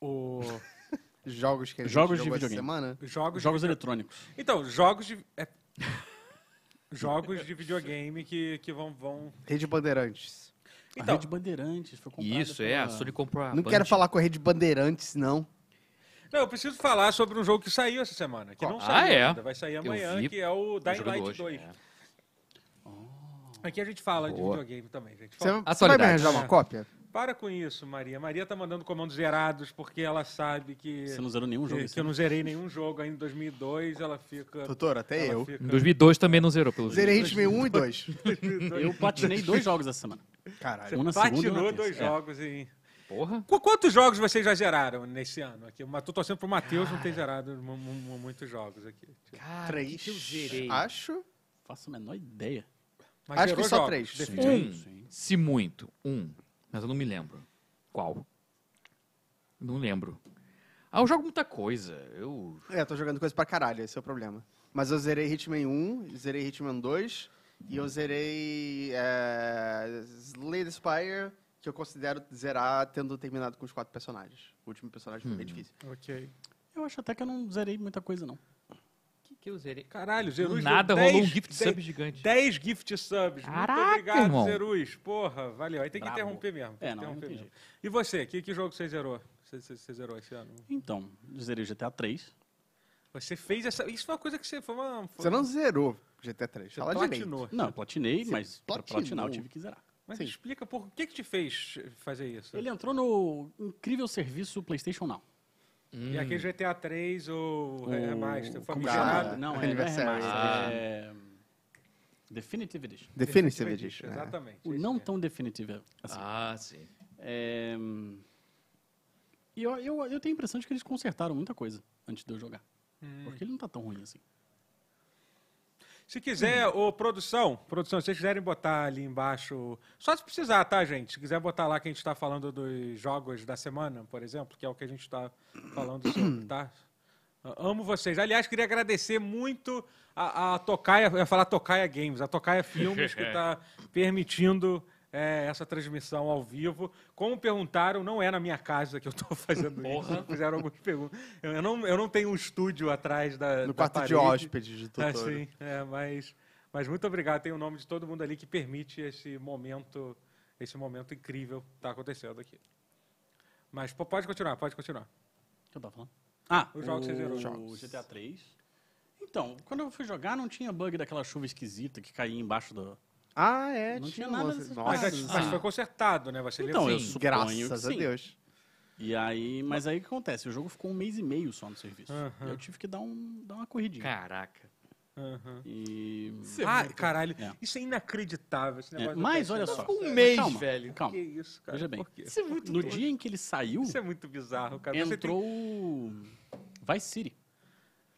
Speaker 1: O...
Speaker 5: Jogos que a gente
Speaker 4: Jogos de
Speaker 5: jogou essa
Speaker 4: videogame.
Speaker 5: semana.
Speaker 1: Jogos,
Speaker 4: Jogos eletrônicos.
Speaker 1: Então, jogos de... é- Jogos de videogame que, que vão... vão...
Speaker 5: Rede Bandeirantes.
Speaker 1: Então,
Speaker 4: a Rede Bandeirantes foi comprada
Speaker 2: Isso, é, a
Speaker 4: pela-
Speaker 2: Sony comprou a
Speaker 5: não
Speaker 2: Band.
Speaker 5: quero falar com a Rede Bandeirantes, não.
Speaker 1: não, eu preciso falar sobre um jogo que saiu essa semana, que não
Speaker 2: Ah,
Speaker 1: saiu
Speaker 2: é?
Speaker 1: ainda, vai sair
Speaker 2: Eu
Speaker 1: amanhã,
Speaker 2: vi,
Speaker 1: que é o
Speaker 2: Eu
Speaker 1: Dying
Speaker 2: joguei
Speaker 1: Light
Speaker 2: hoje,
Speaker 1: 2.
Speaker 2: é.
Speaker 1: Aqui a gente fala de
Speaker 2: Boa.
Speaker 1: videogame também, gente.
Speaker 5: Você,
Speaker 1: Fala-
Speaker 5: você vai
Speaker 2: Atualidades.
Speaker 5: me arranjar
Speaker 1: É.
Speaker 5: uma cópia?
Speaker 1: Para com isso, Maria. Maria tá mandando comandos zerados porque ela sabe que...
Speaker 4: Você não zerou nenhum jogo.
Speaker 1: que, É,
Speaker 4: esse
Speaker 1: que eu
Speaker 4: ano.
Speaker 1: não zerei nenhum jogo ainda em 2002, ela fica...
Speaker 5: Totoro, até
Speaker 1: ela
Speaker 5: eu.
Speaker 1: fica-
Speaker 2: Em 2002 também não zerou, pelo
Speaker 5: Zerei
Speaker 2: jeito.
Speaker 5: Hitman 1 e 2.
Speaker 4: Eu platinei dois jogos essa semana.
Speaker 5: Caralho.
Speaker 4: Um na segunda e um na
Speaker 1: Platinou
Speaker 4: terça.
Speaker 1: dois
Speaker 4: É.
Speaker 1: jogos em...
Speaker 2: Porra.
Speaker 1: Qu- Quantos jogos vocês já zeraram nesse ano? Aqui, eu tô torcendo pro Matheus não ter zerado mu- mu- muitos jogos aqui.
Speaker 2: Cara, o que
Speaker 5: Três.
Speaker 2: que eu zerei?
Speaker 5: Acho.
Speaker 4: Faço a menor ideia.
Speaker 1: Mas
Speaker 5: Acho
Speaker 1: zerou
Speaker 5: que só
Speaker 1: jogos,
Speaker 5: três.
Speaker 1: definitivamente.
Speaker 2: Um,
Speaker 4: Sim.
Speaker 2: se muito. Um. Mas eu não me lembro. Qual? Não lembro. Ah, eu jogo muita coisa. Eu.
Speaker 5: É, eu tô jogando coisa pra caralho, esse é o problema. Mas eu zerei Hitman 1, zerei Hitman 2 e eu zerei é, Slay the Spire, que eu considero zerar tendo terminado com os quatro personagens. O último personagem foi
Speaker 4: Hum.
Speaker 5: bem difícil.
Speaker 1: Ok.
Speaker 4: Eu acho até que eu não zerei muita coisa, não.
Speaker 2: O que, que eu zerei?
Speaker 1: Caralho,
Speaker 2: Do
Speaker 1: Zerus
Speaker 2: nada
Speaker 1: deu
Speaker 2: rolou um
Speaker 1: 10
Speaker 2: gift
Speaker 1: dez-
Speaker 2: sub gigante.
Speaker 1: 10 gift subs. Muito
Speaker 2: Caraca,
Speaker 1: obrigado,
Speaker 2: irmão.
Speaker 1: Zerus. Porra, valeu. Aí tem que
Speaker 4: Bravo.
Speaker 1: interromper mesmo. tem
Speaker 4: É,
Speaker 1: que
Speaker 4: não, não
Speaker 1: interromper
Speaker 4: tem
Speaker 1: mesmo. E você, que, que jogo você zerou? Você, você- você zerou esse ano?
Speaker 4: Então, zerei o GTA 3.
Speaker 1: Você fez essa. Isso foi uma coisa que você. Foi uma, foi-
Speaker 5: Você não zerou GTA 3,
Speaker 1: você
Speaker 5: fala direito.
Speaker 1: platinou.
Speaker 4: Não, eu platinei, mas pra
Speaker 5: platinou.
Speaker 4: platinar eu tive que zerar.
Speaker 1: Mas
Speaker 5: Sim.
Speaker 1: explica por que, que te fez fazer isso?
Speaker 4: Ele entrou no incrível serviço PlayStation Now.
Speaker 1: E
Speaker 2: Hum.
Speaker 1: aquele GTA 3 ou é, Remaster? Foi
Speaker 4: como
Speaker 1: miserável.
Speaker 4: chama?
Speaker 5: Ah,
Speaker 4: Não, é, não é
Speaker 5: Anniversary.
Speaker 4: remaster.
Speaker 2: Ah.
Speaker 4: É... Definitive Edition.
Speaker 5: Definitive Edition. né?
Speaker 1: Exatamente. é.
Speaker 4: O
Speaker 1: isso
Speaker 4: não
Speaker 1: mesmo.
Speaker 4: tão definitive assim.
Speaker 2: Ah, sim.
Speaker 4: É, hum, E eu, eu, eu tenho a impressão de que eles consertaram muita coisa antes de eu jogar.
Speaker 1: Hum.
Speaker 4: Porque ele não tá tão ruim assim.
Speaker 1: Se quiser, ô produção, produção, se vocês quiserem botar ali embaixo, só se precisar, tá, gente? Se quiser botar lá que a gente está falando dos jogos da semana, por exemplo, que é o que a gente está falando tá sobre, tá? Amo vocês. Aliás, queria agradecer muito a, a Tocaia, eu ia falar Tocaia Games, a Tocaia Filmes, que está permitindo é, essa transmissão ao vivo. Como perguntaram, não é na minha casa que eu estou fazendo isso. Fizeram algumas perguntas. Eu, eu não, eu não tenho um estúdio atrás da. da
Speaker 5: No quarto
Speaker 1: parede.
Speaker 5: de hóspedes de tutor.
Speaker 1: Ah, sim, é, mas, mas muito obrigado. Tem o nome de todo mundo ali que permite esse momento, esse momento incrível que está acontecendo aqui. Mas pô, pode continuar, pode continuar.
Speaker 4: O que eu tava falando? Ah,
Speaker 1: Os jogos que você zerou.
Speaker 4: o
Speaker 1: Jogos.
Speaker 4: GTA 3. Então, quando eu fui jogar, não tinha bug daquela chuva esquisita que caía embaixo do...
Speaker 5: Ah, é.
Speaker 4: Não tinha nada
Speaker 5: nossa-
Speaker 1: Mas,
Speaker 4: dessas
Speaker 1: é
Speaker 5: Nossa,
Speaker 4: paradas.
Speaker 1: já- mas foi consertado, né? Você
Speaker 4: Então,
Speaker 1: lembra?
Speaker 4: eu
Speaker 1: Sim.
Speaker 4: suponho
Speaker 5: graças
Speaker 4: que
Speaker 5: a
Speaker 4: sim.
Speaker 5: Deus.
Speaker 4: E aí, mas aí o que acontece? O jogo ficou um mês e meio só no serviço.
Speaker 1: Aham.
Speaker 4: Eu tive que dar, um, dar uma corridinha.
Speaker 2: Caraca.
Speaker 1: Aham.
Speaker 4: E...
Speaker 1: Ah, caralho,
Speaker 4: É.
Speaker 1: isso é inacreditável. Esse
Speaker 4: É,
Speaker 1: negócio
Speaker 4: mas
Speaker 1: do
Speaker 4: olha
Speaker 1: PS.
Speaker 4: só.
Speaker 2: um mês,
Speaker 4: calma,
Speaker 2: velho.
Speaker 1: Que
Speaker 4: Calma.
Speaker 1: isso, cara?
Speaker 4: Veja bem.
Speaker 1: Por quê?
Speaker 2: Isso é muito
Speaker 4: No
Speaker 2: doido.
Speaker 4: dia em que ele saiu,
Speaker 1: Isso é muito bizarro, cara. Você tem-
Speaker 4: entrou o Vice City.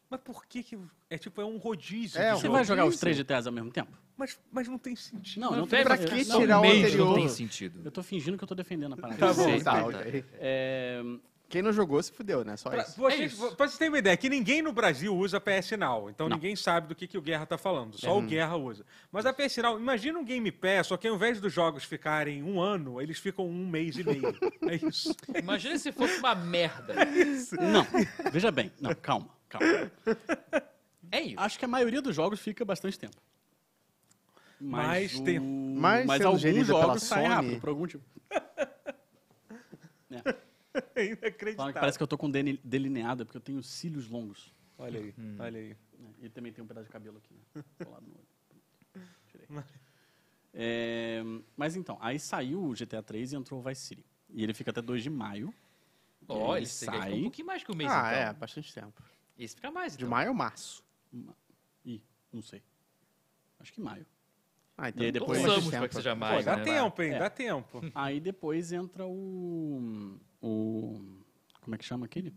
Speaker 1: Mas por que que... É tipo, é um rodízio. de
Speaker 5: É, um
Speaker 4: Você
Speaker 1: jogo.
Speaker 4: vai jogar os três GTAs ao mesmo tempo?
Speaker 1: Mas, mas não tem sentido.
Speaker 4: Não, não
Speaker 2: velho,
Speaker 4: tem
Speaker 5: pra
Speaker 4: sentido.
Speaker 5: que
Speaker 4: Não,
Speaker 5: tirar o
Speaker 2: mês
Speaker 5: anterior?
Speaker 2: Não tem sentido.
Speaker 4: Eu tô fingindo que eu tô defendendo a parada.
Speaker 2: Tá bom.
Speaker 5: Sim, tá,
Speaker 2: tá.
Speaker 5: ok.
Speaker 4: É,
Speaker 5: Quem não jogou se fudeu, né? Só
Speaker 1: Pra,
Speaker 5: isso.
Speaker 1: vocês-
Speaker 2: É isso.
Speaker 1: pra vocês terem uma ideia, que ninguém no Brasil usa PS Now, então
Speaker 4: Não. É.
Speaker 1: ninguém sabe do que, que o Guerra tá falando, só o Guerra usa. Mas a PS Now, imagina um Game Pass, só que ao invés dos jogos ficarem um ano, eles ficam um mês e meio. é isso.
Speaker 2: Imagina se fosse uma merda.
Speaker 4: Não, veja bem. Não, calma, calma.
Speaker 2: É isso.
Speaker 4: Acho que a maioria dos jogos fica bastante tempo.
Speaker 1: Mais
Speaker 4: o-
Speaker 1: tempo.
Speaker 5: Mas
Speaker 4: mas
Speaker 5: sendo gerida
Speaker 4: alguns
Speaker 5: pela
Speaker 4: jogos saem
Speaker 5: Sony-
Speaker 4: rápido, por algum tipo.
Speaker 1: É inacreditável.
Speaker 4: Parece que eu tô com dene- delineada, porque eu tenho cílios longos.
Speaker 1: Olha aí, olha aí.
Speaker 4: né? E também tem um pedaço de cabelo aqui, né? Colado no olho. Tirei. É, mas então, aí saiu o GTA 3 e entrou o Vice City. E ele fica até 2 de maio.
Speaker 2: Ó,
Speaker 4: Ele
Speaker 2: ele sai.
Speaker 4: sai.
Speaker 2: um pouquinho mais que um mês,
Speaker 5: Ah, é,
Speaker 2: então.
Speaker 5: bastante tempo.
Speaker 2: Esse fica mais,
Speaker 5: De
Speaker 2: então.
Speaker 5: maio a março.
Speaker 4: Ma- Ih, não sei. Acho que maio.
Speaker 5: Ah, então
Speaker 4: E aí depois-
Speaker 5: bastante
Speaker 2: Torçamos pra que
Speaker 5: tempo.
Speaker 2: seja
Speaker 1: Pô, um-
Speaker 2: mais,
Speaker 1: dá
Speaker 2: né?
Speaker 1: tempo, hein?
Speaker 4: É.
Speaker 1: Dá tempo.
Speaker 4: Aí depois entra o. O. Como é que chama aquele?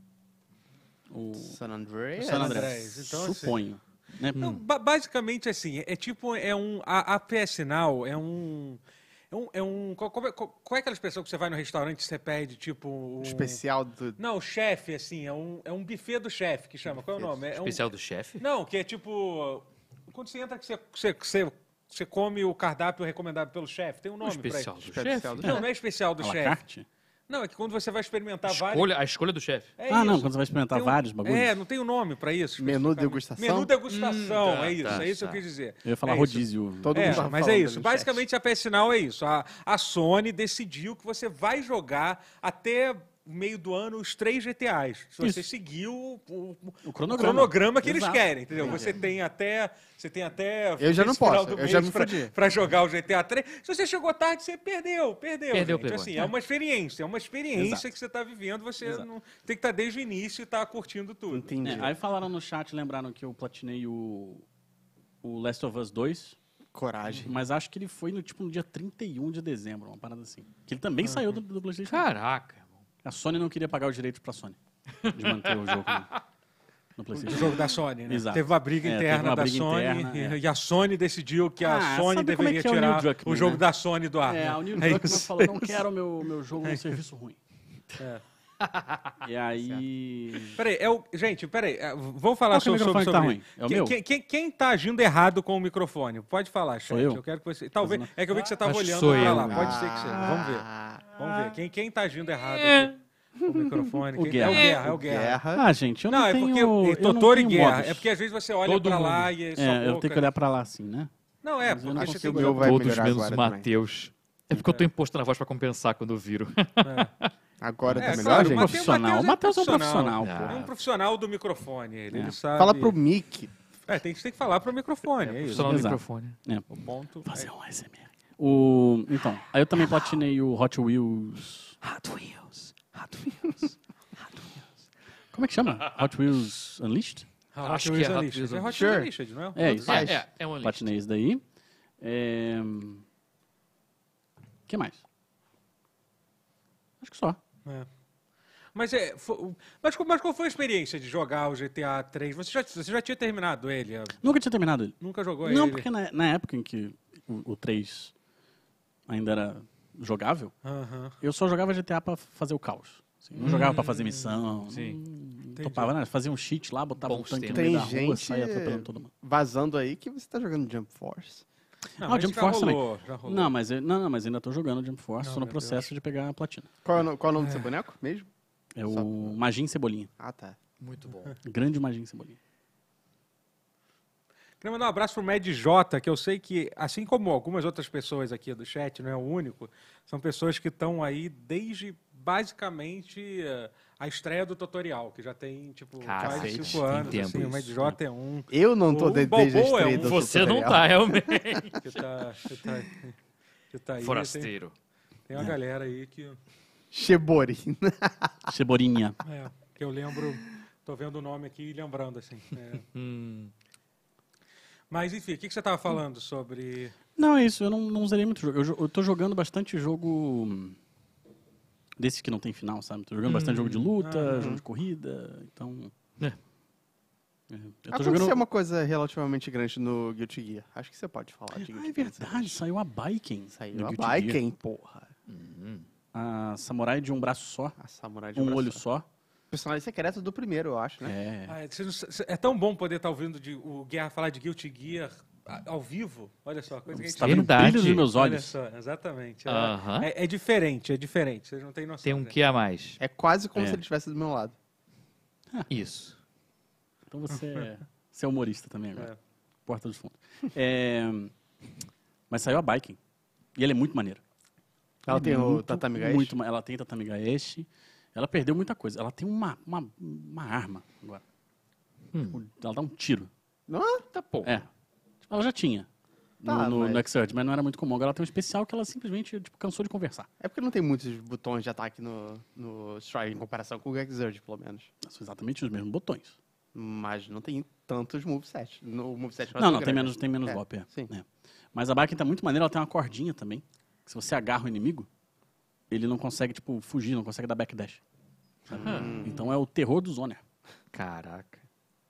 Speaker 4: O.
Speaker 5: San Andreas.
Speaker 4: San Andrés.
Speaker 1: Andreas, É, então, assim-
Speaker 4: Suponho. Né?
Speaker 1: Não, ba- basicamente assim, é tipo, é um. A, a PS Now é um. É um. É um qual, qual é, qual- qual é aquela expressão que você vai no restaurante e você pede, tipo. Um,
Speaker 5: O especial do...
Speaker 1: Não, o chefe, assim, é um, é um buffet do chefe que chama. Qual é o nome? É um-
Speaker 2: Especial do chefe?
Speaker 1: Não, que é tipo. Quando você entra, que você, que você, que você, que você come o cardápio recomendado pelo chefe. Tem um
Speaker 2: Um
Speaker 1: nome pra
Speaker 2: especial
Speaker 1: isso.
Speaker 2: do
Speaker 5: Especial
Speaker 2: chefe?
Speaker 5: do
Speaker 1: Não, não é especial do
Speaker 4: A la
Speaker 1: chefe.
Speaker 4: carte?
Speaker 1: Não, é que quando você vai experimentar vários.
Speaker 2: Escolha, a escolha do chefe.
Speaker 1: É
Speaker 4: ah, não,
Speaker 1: isso.
Speaker 4: quando você vai experimentar
Speaker 1: Tem um-
Speaker 4: vários bagulhos.
Speaker 1: É, não tem o um nome pra isso.
Speaker 5: Menu
Speaker 1: especificamente.
Speaker 5: degustação?
Speaker 1: Menu degustação,
Speaker 2: Hum, tá,
Speaker 1: é isso.
Speaker 2: tá,
Speaker 1: é isso que
Speaker 2: tá.
Speaker 1: eu quis dizer.
Speaker 4: Eu ia falar
Speaker 1: é isso.
Speaker 4: rodízio.
Speaker 5: Todo
Speaker 1: É,
Speaker 5: mundo tava
Speaker 1: mas é
Speaker 5: falando
Speaker 1: isso.
Speaker 5: ali no chat.
Speaker 1: Basicamente, a PS Now é isso. A, a Sony decidiu que você vai jogar até meio do ano os três GTAs. Se você
Speaker 4: Isso.
Speaker 1: seguiu o, o-
Speaker 4: O
Speaker 1: o
Speaker 4: cronograma.
Speaker 1: cronograma que eles
Speaker 4: Exato.
Speaker 1: querem, entendeu? Você tem até. Você tem até.
Speaker 5: Eu já não
Speaker 1: esse final
Speaker 5: posso,
Speaker 1: do
Speaker 5: eu
Speaker 1: mês
Speaker 5: já me
Speaker 1: pra-
Speaker 5: fudi.
Speaker 1: Pra jogar o GTA 3. Se você chegou tarde, você perdeu, perdeu.
Speaker 2: Perdeu,
Speaker 1: gente.
Speaker 2: pegou.
Speaker 1: Assim, é uma experiência, é uma experiência
Speaker 4: Exato.
Speaker 1: que você está vivendo. Você
Speaker 4: Exato.
Speaker 1: não- tem que estar desde o início e estar curtindo tudo.
Speaker 5: Entendi.
Speaker 4: É, aí falaram no chat, lembraram que eu platinei o, o Last of Us 2,
Speaker 5: Coragem.
Speaker 4: mas acho que ele foi no tipo no dia 31 de dezembro, uma parada assim. Que ele também saiu do, do PlayStation.
Speaker 2: Caraca, irmão.
Speaker 4: A Sony não queria pagar os direitos pra Sony de manter o jogo no, no
Speaker 1: O
Speaker 4: PlayStation.
Speaker 1: jogo da Sony, né?
Speaker 4: Exato.
Speaker 1: Teve uma briga
Speaker 4: É,
Speaker 1: interna
Speaker 4: teve uma
Speaker 1: da
Speaker 4: briga
Speaker 1: Sony
Speaker 4: interna,
Speaker 1: e-
Speaker 4: é.
Speaker 1: e a Sony decidiu que a
Speaker 4: Ah,
Speaker 1: Sony
Speaker 4: sabe como é
Speaker 1: deveria
Speaker 4: que é o
Speaker 1: tirar
Speaker 4: Neil Druckmann,
Speaker 1: o jogo
Speaker 4: né?
Speaker 1: da Sony do ar.
Speaker 4: É,
Speaker 1: né?
Speaker 4: o Neil
Speaker 1: É
Speaker 4: Druckmann
Speaker 1: isso.
Speaker 4: falou, não quero meu, meu jogo no serviço ruim. É. E aí...
Speaker 1: Peraí, é o... gente, peraí, é, vamos falar
Speaker 4: Qual que é o
Speaker 1: sobre, sobre,
Speaker 4: microfone que tá
Speaker 1: sobre
Speaker 4: ruim? É o
Speaker 1: quem,
Speaker 4: meu?
Speaker 1: quem, quem, quem tá agindo errado com o microfone? Pode falar, chat.
Speaker 4: Sou eu?
Speaker 1: quero que você. Talvez. É que eu vi que você estava
Speaker 2: Acho que
Speaker 1: olhando
Speaker 2: sou
Speaker 1: pra
Speaker 2: eu,
Speaker 1: lá.
Speaker 2: né?
Speaker 1: Pode ser que seja. Vamos ver.
Speaker 5: Ah,
Speaker 1: Vamos ver. Quem, quem tá agindo errado
Speaker 2: É.
Speaker 1: aqui com o microfone?
Speaker 4: O
Speaker 1: Quem-
Speaker 4: Guerra.
Speaker 1: É o Guerra, é o Guerra.
Speaker 5: guerra.
Speaker 4: Ah, gente, eu não,
Speaker 1: Não, é
Speaker 4: tenho...
Speaker 1: porque.
Speaker 4: eu
Speaker 1: é
Speaker 4: não
Speaker 1: Doutor e
Speaker 4: tenho
Speaker 1: Guerra.
Speaker 4: modos.
Speaker 1: É porque às vezes você olha
Speaker 2: Todo
Speaker 1: pra lá
Speaker 2: mundo.
Speaker 1: e. sua
Speaker 4: É, eu
Speaker 1: boca-
Speaker 4: tenho que olhar pra lá assim, né?
Speaker 1: Não, é,
Speaker 4: Mas
Speaker 1: porque
Speaker 4: eu não
Speaker 1: você
Speaker 5: Acho que
Speaker 1: tem
Speaker 5: o
Speaker 1: que
Speaker 5: meu
Speaker 1: olhar.
Speaker 5: vai
Speaker 2: Todos
Speaker 5: melhorar
Speaker 2: menos
Speaker 5: agora
Speaker 2: o
Speaker 5: também.
Speaker 2: Matheus. É porque eu tô impostando a voz pra compensar quando eu viro.
Speaker 5: Agora
Speaker 1: É,
Speaker 5: tá melhor,
Speaker 1: claro,
Speaker 5: gente?
Speaker 1: o Matheus-
Speaker 4: profissional. O Matheus é um profissional,
Speaker 2: Ah.
Speaker 4: pô.
Speaker 1: É um profissional do microfone, ele,
Speaker 4: É.
Speaker 1: ele sabe.
Speaker 5: Fala pro Mick.
Speaker 1: É, tem, tem que falar pro microfone, é, isso.
Speaker 2: Só no
Speaker 4: Exato.
Speaker 2: microfone.
Speaker 4: É,
Speaker 1: O ponto.
Speaker 4: Fazer um SMR. O, então, aí eu também platinei o Hot Wheels. Hot Wheels. Hot Wheels. Como é que chama? Hot Wheels Unleashed?
Speaker 1: É. Hot
Speaker 2: Acho
Speaker 1: Wheels
Speaker 2: que é Hot
Speaker 1: Unleashed.
Speaker 2: Wheels
Speaker 1: É Hot
Speaker 5: Sure.
Speaker 1: Wheels Unleashed, não é?
Speaker 4: É isso.
Speaker 5: Faz.
Speaker 2: É, é, é um lixo.
Speaker 4: Platinei isso daí. É, que mais? Acho que só.
Speaker 1: É. Mas, é, fo- mas, co- mas qual foi a experiência de jogar o GTA 3? Você já, você já tinha terminado ele? é?
Speaker 4: Nunca tinha terminado ele.
Speaker 1: Nunca jogou ele?
Speaker 4: Não, porque na, na época em que o, o 3 ainda era jogável,
Speaker 1: Aham. Hum.
Speaker 4: eu só jogava GTA pra fazer o caos. assim. não jogava pra fazer missão.
Speaker 2: Sim.
Speaker 4: não- topava nada. Fazia um cheat lá, botava um
Speaker 2: Bons
Speaker 4: tanque no
Speaker 2: tempos.
Speaker 4: meio da
Speaker 5: Tem
Speaker 4: rua,
Speaker 5: gente-
Speaker 4: saia atropelando todo mundo.
Speaker 5: Vazando aí que você tá jogando Jump Force.
Speaker 4: Ah, o
Speaker 1: mas
Speaker 4: Jump
Speaker 1: já
Speaker 4: Force
Speaker 1: rolou, Já rolou.
Speaker 4: Não mas, eu- não, não, mas ainda tô jogando Jump Force,
Speaker 1: Não,
Speaker 4: tô no
Speaker 1: meu
Speaker 4: processo de pegar a platina.
Speaker 5: Qual é o, no- qual é o nome do seu boneco mesmo?
Speaker 4: É o Magin Cebolinha.
Speaker 5: Ah, tá.
Speaker 2: Muito bom.
Speaker 4: Grande Magin Cebolinha.
Speaker 1: Queria mandar um abraço pro Med J, que eu sei que, assim como algumas outras pessoas aqui do chat, não é o único, são pessoas que estão aí desde basicamente eh, a estreia do tutorial, que já tem, tipo,
Speaker 2: Cacete,
Speaker 1: quase
Speaker 2: tem
Speaker 1: cinco anos.
Speaker 2: tempo
Speaker 1: assim, o
Speaker 2: isso,
Speaker 1: Med J é um.
Speaker 5: Eu não tô
Speaker 1: O
Speaker 5: desde
Speaker 1: Balboa
Speaker 5: desde a
Speaker 1: é
Speaker 5: estreia
Speaker 1: um-
Speaker 5: do
Speaker 2: Você não
Speaker 5: tutorial.
Speaker 2: tá, realmente.
Speaker 1: que tá, que tá, que tá aí. Tem,
Speaker 2: Forasteiro.
Speaker 1: tem
Speaker 2: né?
Speaker 1: uma galera aí que,
Speaker 5: Shibori. Ah.
Speaker 4: Cebolinha.
Speaker 1: é, que eu lembro, tô vendo o nome aqui e lembrando, assim. é.
Speaker 2: Hum,
Speaker 1: Mas, enfim, o que, que você tava falando sobre...
Speaker 4: Não, é isso. Eu não, não zerei muito jogo. Eu, jo- eu tô jogando bastante jogo. hum, Desses que não tem final, sabe? Tô jogando bastante
Speaker 1: Hum.
Speaker 4: jogo de luta,
Speaker 1: Ah,
Speaker 4: jogo de corrida. Então.
Speaker 2: É.
Speaker 4: É, Eu tô
Speaker 5: Aconteceu
Speaker 4: jogando.
Speaker 5: uma coisa relativamente grande no Guilty Gear. Acho que você pode falar de
Speaker 4: Ah,
Speaker 5: Guilty
Speaker 4: é verdade, saiu a Biking.
Speaker 5: Saiu
Speaker 4: do
Speaker 5: a
Speaker 4: Guilty Gear.
Speaker 5: Biken, porra.
Speaker 4: A Samurai de um braço só,
Speaker 5: A Samurai de
Speaker 4: um
Speaker 5: Braço.
Speaker 4: olho só.
Speaker 5: Personagem secreto do primeiro, eu acho, né?
Speaker 4: É.
Speaker 1: Ah, você não sa- é tão bom poder estar ouvindo de, o Guerra falar de Guilty Gear a- ao vivo. Olha só, coisa que a
Speaker 4: Você
Speaker 1: gente
Speaker 4: tá vendo o
Speaker 2: Verdade.
Speaker 4: brilho dos meus
Speaker 1: Olha
Speaker 4: olhos.
Speaker 1: só, exatamente. É-
Speaker 2: Aham.
Speaker 1: É, é diferente, é diferente. Vocês não têm noção.
Speaker 2: Tem um
Speaker 1: né?
Speaker 2: que a mais.
Speaker 5: É quase como
Speaker 4: É.
Speaker 5: se ele estivesse do meu lado.
Speaker 2: Isso.
Speaker 4: Então você é, você é humorista também agora.
Speaker 1: É.
Speaker 4: Porta de fundo. É, mas saiu a Biking. E ele é muito maneiro.
Speaker 5: Ela
Speaker 4: É
Speaker 5: Tá, tem o
Speaker 4: muito,
Speaker 5: Tatami Gaeshi?
Speaker 4: Muito, ma- ela tem Tatami Gaeshi. Ela perdeu muita coisa. Ela tem uma, uma, uma arma agora. O- Ela dá um tiro.
Speaker 5: Não é?
Speaker 2: Tá bom.
Speaker 4: É. Tipo, Ela já tinha no,
Speaker 5: Tá,
Speaker 4: no,
Speaker 5: mas-
Speaker 4: no Exurge, mas não era muito comum. Agora ela tem um especial que ela simplesmente tipo, cansou de conversar.
Speaker 5: É porque não tem muitos botões de ataque no, no Strike em comparação com o Gexurge, pelo menos.
Speaker 4: São exatamente os mesmos botões.
Speaker 5: Mas não tem tantos moveset. No o moveset é
Speaker 4: Não,
Speaker 5: tão
Speaker 4: não, tem
Speaker 5: grande.
Speaker 4: menos, tem menos
Speaker 5: É,
Speaker 4: golpe. é.
Speaker 5: sim.
Speaker 4: É. Mas a Bakken tá muito maneira, ela tem uma cordinha também. Que se você agarra o inimigo, ele não consegue, tipo, fugir, não consegue dar backdash. sabe?
Speaker 5: Hum.
Speaker 4: Então é o terror do zoner.
Speaker 2: Caraca.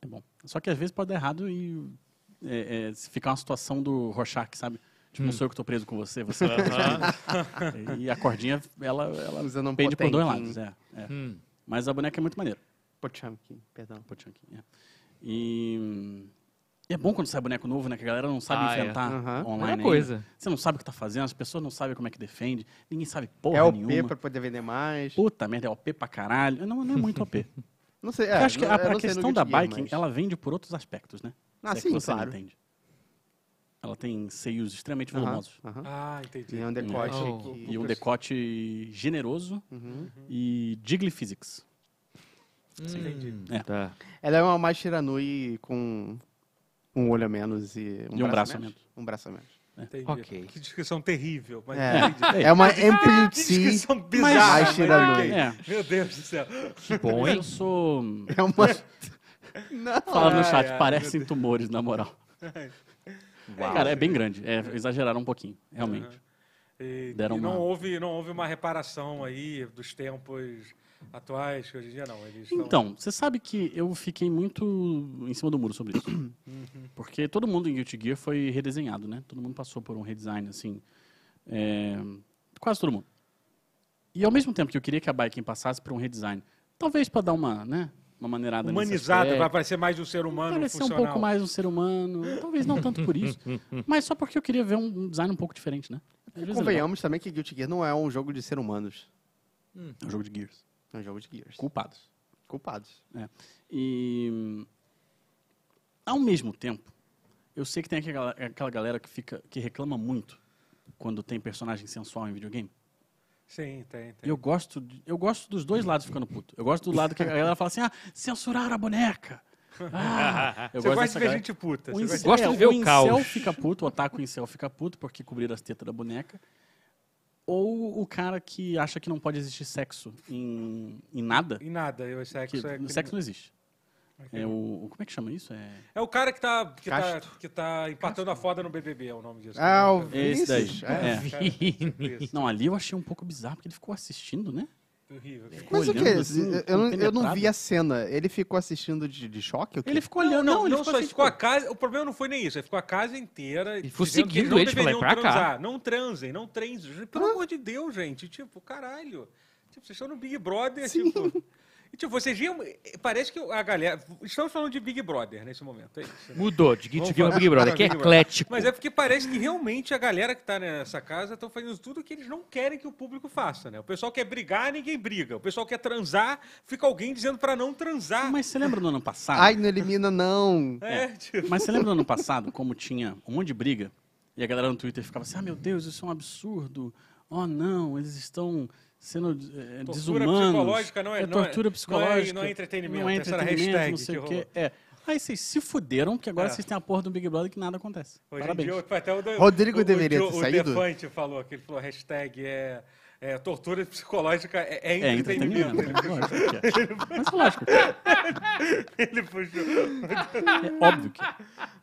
Speaker 4: É bom. Só que às vezes pode dar errado e é, é, se ficar uma situação do Rorschach, sabe? Tipo,
Speaker 2: Hum.
Speaker 4: não sou eu que tô preso com você, você é preso comigo. E a cordinha, ela, ela
Speaker 5: Usando um
Speaker 4: pende por dois
Speaker 5: Potemkin.
Speaker 4: lados. É, é.
Speaker 2: Hum.
Speaker 4: Mas a boneca é muito maneira.
Speaker 5: Potemkin, perdão.
Speaker 4: Potemkin, é. E, e é bom quando sai boneco novo, né? Que a galera não sabe
Speaker 2: Ah, é.
Speaker 4: enfrentar
Speaker 5: Aham.
Speaker 4: online. ainda.
Speaker 2: Mesma coisa.
Speaker 4: Você não sabe o que tá fazendo, as pessoas não sabem como é que defende, ninguém sabe porra
Speaker 5: é OP
Speaker 4: nenhuma.
Speaker 5: pra poder vender mais.
Speaker 4: Puta merda, é OP pra caralho. Não, não é muito OP.
Speaker 5: Não sei,
Speaker 4: Eu
Speaker 5: é,
Speaker 4: acho que
Speaker 5: não-
Speaker 4: a,
Speaker 5: eu
Speaker 4: a
Speaker 5: não sei no
Speaker 4: questão da
Speaker 5: Guilty Gear,
Speaker 4: biking,
Speaker 5: mas-
Speaker 4: ela vende por outros aspectos, né? Se
Speaker 5: Ah,
Speaker 4: é que
Speaker 5: sim,
Speaker 4: você
Speaker 5: claro.
Speaker 4: não entende. Ela tem seios extremamente
Speaker 5: Aham,
Speaker 4: volumosos.
Speaker 5: aham.
Speaker 1: Ah, entendi.
Speaker 5: E é um decote
Speaker 2: Oh.
Speaker 5: que...
Speaker 4: E um decote generoso
Speaker 5: Uhum.
Speaker 4: e Jigglyphysics.
Speaker 1: Entendi.
Speaker 2: Hum,
Speaker 4: É.
Speaker 2: Tá.
Speaker 5: Ela é uma mais Shiranui com um olho a menos e um,
Speaker 4: E um braço a
Speaker 5: Um braço a menos.
Speaker 4: é.
Speaker 1: entendi.
Speaker 2: Ok.
Speaker 1: Que descrição terrível. Mas
Speaker 5: É.
Speaker 1: entendi.
Speaker 5: É uma
Speaker 1: Que
Speaker 5: NPC.
Speaker 1: descrição bizarra. mas
Speaker 5: Shiranui.
Speaker 1: ok.
Speaker 4: É.
Speaker 1: Meu Deus do céu.
Speaker 2: Que bom, hein?
Speaker 4: Eu sou.
Speaker 5: É uma... Não.
Speaker 4: Fala no
Speaker 1: Ai,
Speaker 4: chat,
Speaker 1: ai,
Speaker 4: parecem tumores, na moral. Cara, é bem grande. É, exageraram um pouquinho, realmente.
Speaker 1: E,
Speaker 4: Deram
Speaker 1: e não,
Speaker 4: uma-
Speaker 1: houve, não houve uma reparação aí dos tempos atuais, que hoje em dia não. Eles tão-
Speaker 4: Então, você sabe que eu fiquei muito em cima do muro sobre isso.
Speaker 1: Uhum.
Speaker 4: Porque todo mundo em Guilty Gear foi redesenhado, né? Todo mundo passou por um redesign, assim. é, Quase todo mundo. E ao mesmo tempo que eu queria que a Biking passasse por um redesign, talvez para dar uma, né? Uma maneirada nesse
Speaker 1: humanizada,
Speaker 4: aspecto,
Speaker 1: vai parecer mais um ser humano
Speaker 4: Parecer um
Speaker 1: funcional.
Speaker 4: pouco mais um ser humano. Talvez não tanto por isso. mas só porque eu queria ver um design um pouco diferente, né? Às vezes é legal.
Speaker 5: Convenhamos também que Guilty Gear não é um jogo de ser humanos.
Speaker 4: É um jogo de Gears.
Speaker 5: É um jogo de Gears.
Speaker 4: Culpados.
Speaker 5: Culpados.
Speaker 4: E hum, ao mesmo tempo, eu sei que tem aquela, aquela galera que fica que reclama muito quando tem personagem sensual em videogame.
Speaker 1: Sim, tem,
Speaker 4: E
Speaker 1: tem.
Speaker 4: eu gosto de- eu gosto dos dois lados ficando puto. Eu gosto do lado que a galera fala assim: "Ah, censuraram a boneca". Ah, eu
Speaker 1: Você
Speaker 4: gosto
Speaker 1: gosta
Speaker 4: dessa
Speaker 1: de ver
Speaker 4: galera.
Speaker 1: gente puta.
Speaker 4: O
Speaker 1: você
Speaker 4: incel,
Speaker 1: gosta-
Speaker 2: gosta de ver
Speaker 4: o
Speaker 2: o
Speaker 4: incel
Speaker 2: caos.
Speaker 4: fica puto, o otaku incel fica puto porque cobriram as tetas da boneca. Ou o cara que acha que não pode existir sexo em, em nada.
Speaker 1: Em nada, eu, sexo
Speaker 4: que
Speaker 1: é... crime-
Speaker 4: sexo não existe. É o, o- Como é que chama isso? É...
Speaker 1: É o cara que tá, que tá,
Speaker 5: Casto.
Speaker 1: que tá empatando a foda no BBB, é o nome disso.
Speaker 5: Ah, o
Speaker 4: Esse
Speaker 5: Vinícius.
Speaker 4: daí.
Speaker 5: É.
Speaker 4: É. Não, ali eu achei um pouco bizarro, porque ele ficou assistindo, né?
Speaker 1: Horrível. cara.
Speaker 5: Mas o
Speaker 4: Olhando
Speaker 5: que?
Speaker 4: assim,
Speaker 5: eu, não- eu não
Speaker 4: penetrado.
Speaker 5: vi a cena. Ele ficou assistindo de, de choque? ou quê?
Speaker 4: Ele ficou olhando, não,
Speaker 1: não,
Speaker 4: ele
Speaker 1: não
Speaker 4: ficou
Speaker 1: só
Speaker 4: assim,
Speaker 1: isso, ficou a casa. O problema não foi nem isso, ele ficou a casa inteira.
Speaker 2: Ele ficou
Speaker 1: dizendo que
Speaker 2: seguindo
Speaker 1: não
Speaker 2: eles, falei,
Speaker 1: deveriam
Speaker 2: pra cá.
Speaker 1: transar. Não transem, não transem. Pelo amor de Deus, gente. Tipo, caralho. Tipo, vocês estão no Big Brother, tipo. E, tipo, vocês iam. Parece que a galera. Estamos falando de Big Brother nesse momento. É isso, né?
Speaker 2: Mudou de Git
Speaker 1: Vamos
Speaker 2: Game
Speaker 1: falar-
Speaker 2: Big Brother,
Speaker 1: Ah,
Speaker 2: que é
Speaker 1: Big Brother.
Speaker 2: eclético.
Speaker 1: Mas é porque parece que realmente a galera que tá nessa casa estão fazendo tudo que eles não querem que o público faça, né? O pessoal quer brigar, ninguém briga. O pessoal quer transar, fica alguém dizendo pra não transar.
Speaker 4: Mas você lembra do ano passado?
Speaker 5: Ai, não elimina, não.
Speaker 1: É, tipo.
Speaker 4: Mas você lembra do ano passado, como tinha um monte de briga? E a galera no Twitter ficava assim: ah, meu Deus, isso é um absurdo. Oh, não, eles estão sendo é,
Speaker 1: Tortura
Speaker 4: desumanos.
Speaker 1: psicológica não é-
Speaker 4: É
Speaker 1: não é-
Speaker 4: tortura
Speaker 1: não é-
Speaker 4: psicológica.
Speaker 1: não é entretenimento,
Speaker 4: Não é
Speaker 1: essa era a
Speaker 4: entretenimento,
Speaker 1: hashtag
Speaker 4: não sei
Speaker 1: que
Speaker 4: o quê. É. Aí vocês se fuderam, que agora
Speaker 1: É.
Speaker 4: vocês têm a porra do Big Brother que nada acontece.
Speaker 1: Hoje
Speaker 4: Parabéns.
Speaker 1: em dia, até o
Speaker 5: Rodrigo
Speaker 1: o,
Speaker 5: deveria
Speaker 1: o,
Speaker 5: ter
Speaker 1: o
Speaker 5: saído?
Speaker 1: Defante falou que ele falou hashtag é, é tortura psicológica é, é
Speaker 4: É
Speaker 1: entretenimento.
Speaker 4: entretenimento. Mas lógico que é. Mas lógico que é.
Speaker 1: ele puxou.
Speaker 4: É óbvio que é.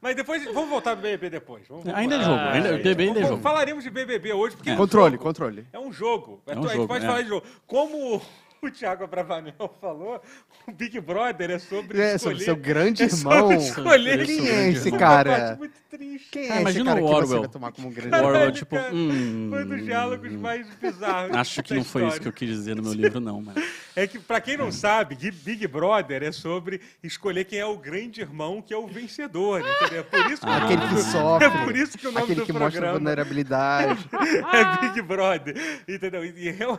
Speaker 1: Mas depois, vamos voltar do BBB depois. Vamos, vamos
Speaker 4: Ainda é
Speaker 1: falar.
Speaker 4: jogo. Ainda,
Speaker 2: gente.
Speaker 4: o BBB ainda é
Speaker 1: Bom,
Speaker 4: jogo.
Speaker 1: Falaremos de BBB hoje, porque é um
Speaker 5: Controle,
Speaker 1: jogo.
Speaker 5: controle.
Speaker 1: É um jogo.
Speaker 4: É um
Speaker 1: a gente
Speaker 4: jogo,
Speaker 1: pode
Speaker 4: é.
Speaker 1: falar de jogo. Como o Thiago Abravanel falou, o Big Brother é sobre
Speaker 5: É,
Speaker 1: escolher...
Speaker 5: sobre seu grande
Speaker 1: é sobre
Speaker 5: irmão.
Speaker 1: escolher
Speaker 4: Sobre
Speaker 5: Quem
Speaker 4: seu
Speaker 5: é
Speaker 4: grande
Speaker 5: esse
Speaker 1: Uma
Speaker 5: cara?
Speaker 1: parte muito triste.
Speaker 5: Quem é
Speaker 4: Cara,
Speaker 5: esse
Speaker 4: Ah, imagina
Speaker 5: cara
Speaker 4: o
Speaker 5: que você
Speaker 4: Orwell.
Speaker 5: vai tomar como um grande
Speaker 4: O Orwell,
Speaker 1: Caralho,
Speaker 4: tipo,
Speaker 1: cara.
Speaker 4: hum,
Speaker 1: Foi um dos diálogos mais bizarros.
Speaker 4: Acho que
Speaker 1: da
Speaker 4: não foi isso que eu
Speaker 1: história.
Speaker 4: quis dizer no meu livro, não, mano.
Speaker 1: É que, pra quem não sabe, Gui- Big Brother é sobre escolher quem é o grande irmão que é o vencedor, entendeu? É Por isso que o nome
Speaker 5: Ah, Aquele que
Speaker 1: do-
Speaker 5: sofre.
Speaker 1: É por isso que o nome
Speaker 5: Aquele
Speaker 1: do
Speaker 5: que mostra
Speaker 1: programa
Speaker 5: vulnerabilidade.
Speaker 1: é Big Brother, entendeu? E eu...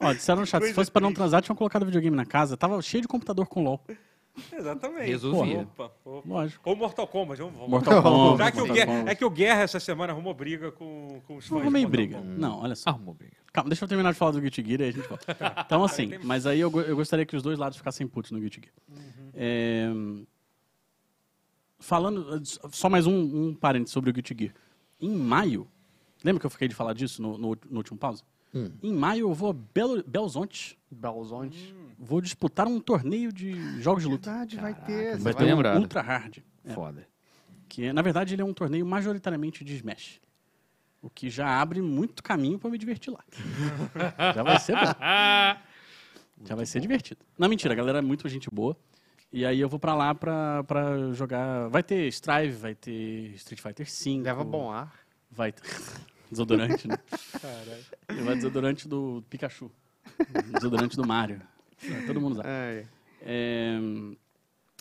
Speaker 4: Ó, disseram no chat, se
Speaker 1: Coisa
Speaker 4: fosse pra não
Speaker 1: triste.
Speaker 4: transar, tinham colocado videogame na casa. Tava cheio de computador com LOL.
Speaker 1: Exatamente.
Speaker 2: Resolvia.
Speaker 1: Opa, opa.
Speaker 4: Lógico. Então,
Speaker 1: Ou Mortal Kombat, vamos, vamos.
Speaker 4: Mortal Kombat,
Speaker 1: Já que o
Speaker 4: Mortal
Speaker 1: Guerra,
Speaker 4: Kombat.
Speaker 1: é que o Guerra essa semana arrumou briga com, com os fãs.
Speaker 4: Não
Speaker 1: de
Speaker 4: arrumei
Speaker 1: Mortal
Speaker 4: briga.
Speaker 1: Kombat.
Speaker 4: Não, olha só.
Speaker 2: Arrumou briga.
Speaker 4: Calma, deixa eu terminar de falar do Guilty Gear e aí a gente volta. Então, assim, mas aí eu, go- eu gostaria que os dois lados ficassem putos no Guilty Gear.
Speaker 1: Uhum.
Speaker 4: É, falando, eh, s- só mais um, um parênteses sobre o Guilty Gear. Em maio, lembra que eu fiquei de falar disso no, no- no último pause? Em maio eu vou a Belo, Belzonte,
Speaker 5: Belzonte.
Speaker 4: vou disputar um torneio de jogos de luta.
Speaker 5: Verdade, vai ter.
Speaker 2: vai
Speaker 5: vai-
Speaker 2: ter- lembrado.
Speaker 4: Um Ultra Hard. É,
Speaker 2: Foda.
Speaker 4: que é- na verdade ele é um torneio majoritariamente de Smash. O que já abre muito caminho pra eu me divertir lá. já vai ser bom.
Speaker 2: Ah,
Speaker 4: Já vai ser divertido. Não, mentira, a galera é muito gente boa. E aí eu vou pra lá pra, pra jogar. Vai ter Strive, vai ter Street Fighter V.
Speaker 5: Leva bom ar.
Speaker 4: Vai ter. Desodorante, né?
Speaker 1: Caralho.
Speaker 4: E vai desodorante do Pikachu. Desodorante do Mario. Vai Todo mundo usa.
Speaker 5: Ai.
Speaker 4: É,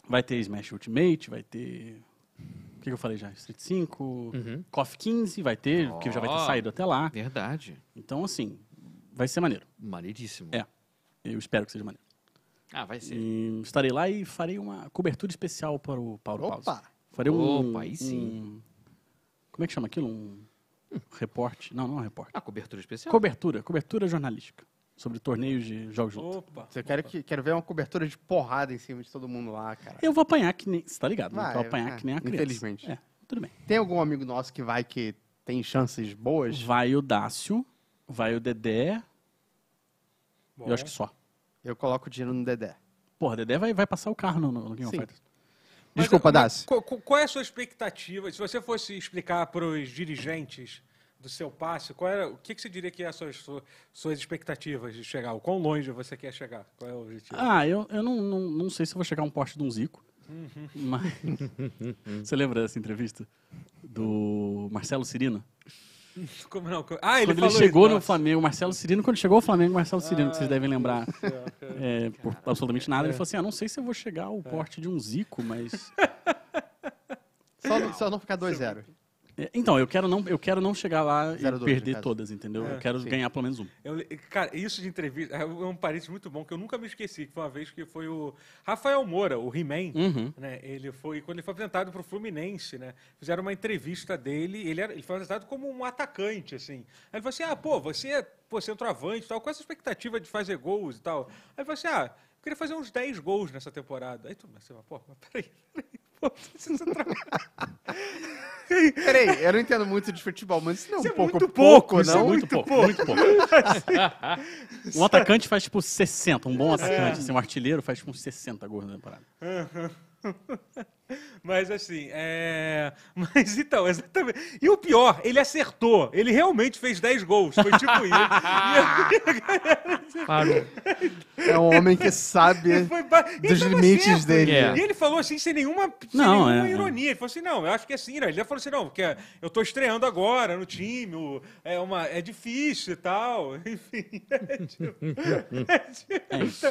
Speaker 4: Vai ter Smash Ultimate, vai ter. O que, que eu falei já? Street 5, KOF 15 vai ter, porque já vai ter
Speaker 2: Ó.
Speaker 4: saído até lá.
Speaker 2: verdade.
Speaker 4: Então, assim, vai ser maneiro.
Speaker 2: Maneiríssimo.
Speaker 4: É. Eu espero que seja maneiro.
Speaker 2: Ah, vai ser.
Speaker 4: E estarei lá e farei uma cobertura especial para o Paulo Paulo.
Speaker 5: Opa!
Speaker 4: Farei um.
Speaker 2: Opa, aí sim.
Speaker 4: um- como é que chama aquilo? Um reporte. Não, não é um reporte.
Speaker 2: A Ah, cobertura especial.
Speaker 4: Cobertura, cobertura jornalística. Sobre torneios de jogos de luta.
Speaker 1: Opa.
Speaker 5: Eu quero, que, quero ver uma cobertura de porrada em cima de todo mundo lá, cara.
Speaker 4: Eu vou apanhar que nem. Você tá ligado? né? Que
Speaker 5: Vai,
Speaker 4: eu vou apanhar
Speaker 5: é,
Speaker 4: que nem a criança.
Speaker 5: infelizmente.
Speaker 4: É, tudo bem.
Speaker 5: Tem algum amigo nosso que vai que tem chances boas?
Speaker 4: Vai o Dácio, vai o Dedé,
Speaker 1: Bom,
Speaker 4: eu acho que só.
Speaker 5: Eu coloco o dinheiro no Dedé.
Speaker 4: Porra, Dedé vai, vai passar o carro no, no King of
Speaker 5: Sim.
Speaker 4: Fighters.
Speaker 1: Mas,
Speaker 5: Desculpa,
Speaker 1: mas
Speaker 5: Dácio.
Speaker 1: qu- qu- Qual é a sua expectativa? Se você fosse explicar para os dirigentes do seu passe, qual era, o que, que você diria que é as suas, su- suas expectativas de chegar? O quão longe você quer chegar? Qual é o objetivo?
Speaker 4: Ah, eu, eu não, não, não sei se eu vou chegar a um poste de um Zico. Mas... Você lembra dessa entrevista? Do Marcelo Cirino?
Speaker 1: Como não? Ah, ele
Speaker 4: quando ele
Speaker 1: falou
Speaker 4: chegou
Speaker 1: isso,
Speaker 4: no
Speaker 1: nossa.
Speaker 4: Flamengo, Marcelo Cirino, quando chegou ao Flamengo, Marcelo Cirino, que vocês devem lembrar
Speaker 1: É, cara.
Speaker 4: é, por absolutamente nada, ele falou assim: ah, não sei se eu vou chegar ao porte de um Zico, mas.
Speaker 5: Só, não- só não ficar 2-0.
Speaker 4: É, Então, eu quero não, eu quero não chegar lá
Speaker 5: Zero
Speaker 4: e
Speaker 5: dois, no
Speaker 4: perder
Speaker 5: caso.
Speaker 4: todas, entendeu?
Speaker 1: É,
Speaker 4: eu quero
Speaker 5: sim.
Speaker 4: ganhar pelo menos um.
Speaker 1: Eu le- cara, isso de entrevista é um parênteses muito bom que eu nunca me esqueci, que foi uma vez que foi o Rafael Moura, o He-Man,
Speaker 4: Uhum.
Speaker 1: né? Ele foi, quando ele foi apresentado para o Fluminense, né? Fizeram uma entrevista dele, ele, era- ele foi apresentado como um atacante, assim. Aí ele falou assim: ah, pô, você é pô, centroavante e tal, qual é a sua expectativa de fazer gols e tal? Aí ele falou assim: ah, eu queria fazer uns 10 gols nessa temporada. Aí tu, mas você fala, pô, mas peraí, peraí, pô, você é centroavante.
Speaker 5: Peraí, eu não entendo muito de futebol, mas isso não é um
Speaker 1: Isso é
Speaker 5: pouco,
Speaker 1: muito pouco,
Speaker 5: pouco,
Speaker 1: isso
Speaker 4: Isso é
Speaker 5: não?
Speaker 4: muito pouco, muito pouco. um atacante faz tipo
Speaker 5: É.
Speaker 4: assim, 60, um bom atacante, assim, um artilheiro faz tipo uns 60 gols na temporada.
Speaker 1: Mas assim, é. Mas então, exatamente. E o pior, ele acertou. Ele realmente fez 10 gols. Foi tipo isso.
Speaker 2: Parou.
Speaker 5: É um homem que
Speaker 1: E ele
Speaker 5: sabe.
Speaker 1: foi ba- ele
Speaker 5: Dos
Speaker 1: tava
Speaker 5: limites
Speaker 1: certo.
Speaker 5: dele.
Speaker 2: É.
Speaker 1: E ele falou assim, sem nenhuma, sem
Speaker 4: Não,
Speaker 1: nenhuma
Speaker 4: é, é.
Speaker 1: ironia. Ele falou assim: não, eu acho que é assim, né? Ele já falou assim: não, porque eu tô estreando agora no time, o- é, uma, é difícil e tal. Enfim. é tipo-
Speaker 4: É isso.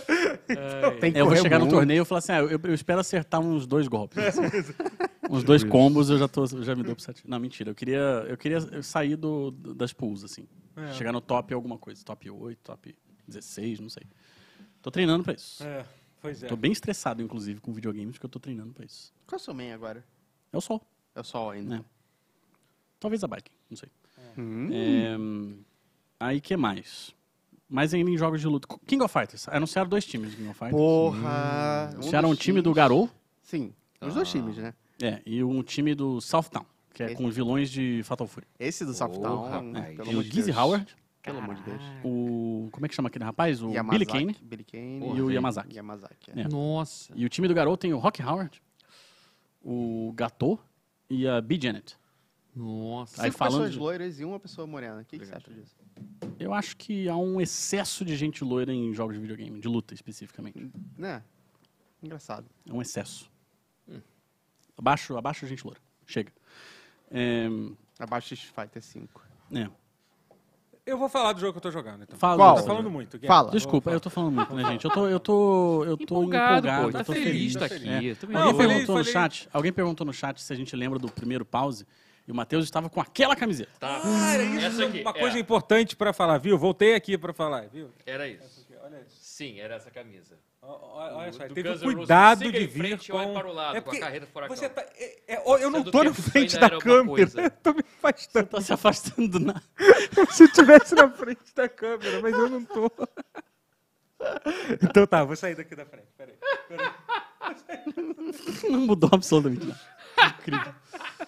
Speaker 5: Tem que
Speaker 4: É, eu vou
Speaker 5: correr
Speaker 4: chegar no
Speaker 5: muito.
Speaker 4: torneio e falar assim, ah, eu, eu espero acertar uns dois golpes. assim. uns dois combos eu já, tô, eu já me dou pro satisfação. Não, mentira. Eu queria, eu queria sair do, do- das pools, assim.
Speaker 1: É.
Speaker 4: Chegar no top alguma coisa. Top 8, top 16, não sei. Tô treinando pra isso.
Speaker 1: É, pois é.
Speaker 4: Tô bem estressado, inclusive, com videogames, porque eu tô treinando pra isso.
Speaker 5: Qual é o seu main agora?
Speaker 4: É o sol,
Speaker 5: É o sol ainda.
Speaker 4: né? Talvez a bike, não sei.
Speaker 5: Hum.
Speaker 4: É, hum, aí, que mais? Mas ainda em jogos de luta. King of Fighters. Anunciaram dois times de King of Fighters.
Speaker 5: Porra!
Speaker 4: Anunciaram um
Speaker 5: dos
Speaker 4: time do
Speaker 5: times.
Speaker 4: Garou.
Speaker 5: Sim, os dois times, né?
Speaker 4: É, e um time do Southtown, que é
Speaker 5: Esse.
Speaker 4: com os vilões de Fatal Fury.
Speaker 5: Esse do Softdown,
Speaker 2: rapaz.
Speaker 5: pelo
Speaker 4: Tem o
Speaker 5: amor de
Speaker 4: Gizzy
Speaker 5: Deus.
Speaker 4: Howard,
Speaker 5: Pelo amor de Deus.
Speaker 4: o. Como é que chama aquele rapaz? O
Speaker 5: Yamazaki-
Speaker 4: Billy Kane né?
Speaker 5: Billy Kane
Speaker 4: e o
Speaker 2: velho.
Speaker 4: Yamazaki.
Speaker 5: Yamazaki.
Speaker 4: É.
Speaker 2: Nossa.
Speaker 4: E o time do garoto tem o Rock Howard, o Gatô e a B. Janet.
Speaker 2: Nossa.
Speaker 4: É. Aí
Speaker 5: Cinco
Speaker 4: falando
Speaker 5: pessoas
Speaker 4: de-
Speaker 5: loiras e uma pessoa morena. O que, que você acha disso?
Speaker 4: Eu acho que há um excesso de gente loira em jogos de videogame, de luta especificamente.
Speaker 5: Né? Engraçado.
Speaker 4: É um excesso. Abaixo, abaixo a gente loira. Chega. É,
Speaker 5: Abaixo de Fighter 5.
Speaker 4: é.
Speaker 1: Eu vou falar do jogo que eu tô jogando, então.
Speaker 4: Fala,
Speaker 5: Qual?
Speaker 1: Tá
Speaker 4: Zé.
Speaker 1: falando muito. Guilherme.
Speaker 5: Fala.
Speaker 4: Desculpa, eu tô falando muito, né, gente? Eu tô, eu tô, eu tô empolgado,
Speaker 2: pô. Tá
Speaker 4: eu tô
Speaker 2: feliz,
Speaker 4: feliz.
Speaker 2: tá aqui.
Speaker 4: É.
Speaker 2: Tô
Speaker 1: Não,
Speaker 4: Alguém
Speaker 1: eu falei-
Speaker 2: feliz.
Speaker 4: perguntou no
Speaker 1: falei-
Speaker 4: chat. Alguém perguntou no chat se a gente lembra do primeiro pause. E o Matheus estava com aquela camiseta.
Speaker 2: Tá.
Speaker 1: Ah, era isso.
Speaker 2: Essa aqui,
Speaker 1: uma
Speaker 2: é.
Speaker 1: coisa importante pra falar, viu? Voltei aqui pra falar, viu?
Speaker 2: Era isso.
Speaker 1: Olha isso.
Speaker 2: Sim, era essa camisa.
Speaker 1: Olha olha só,
Speaker 2: do
Speaker 1: teve
Speaker 2: Guns
Speaker 1: um
Speaker 2: N' Roses,
Speaker 1: cuidado
Speaker 2: siga
Speaker 1: de
Speaker 2: em
Speaker 1: vir
Speaker 2: frente e olhe
Speaker 1: com... É
Speaker 2: para o lado, com a
Speaker 1: porque
Speaker 2: carreira do furacão.
Speaker 1: Você tá... é- é- ó, eu não
Speaker 2: Sendo
Speaker 1: tô na
Speaker 2: tempo, isso
Speaker 1: frente
Speaker 2: ainda
Speaker 1: da
Speaker 2: era alguma
Speaker 1: câmera,
Speaker 2: coisa. tá-
Speaker 1: eu tô me
Speaker 4: Você
Speaker 1: afastando.
Speaker 4: tá se afastando do nada.
Speaker 1: Se eu tivesse na frente da câmera, mas eu não tô. Então tá, vou sair daqui da frente, peraí.
Speaker 4: Não mudou absolutamente nada.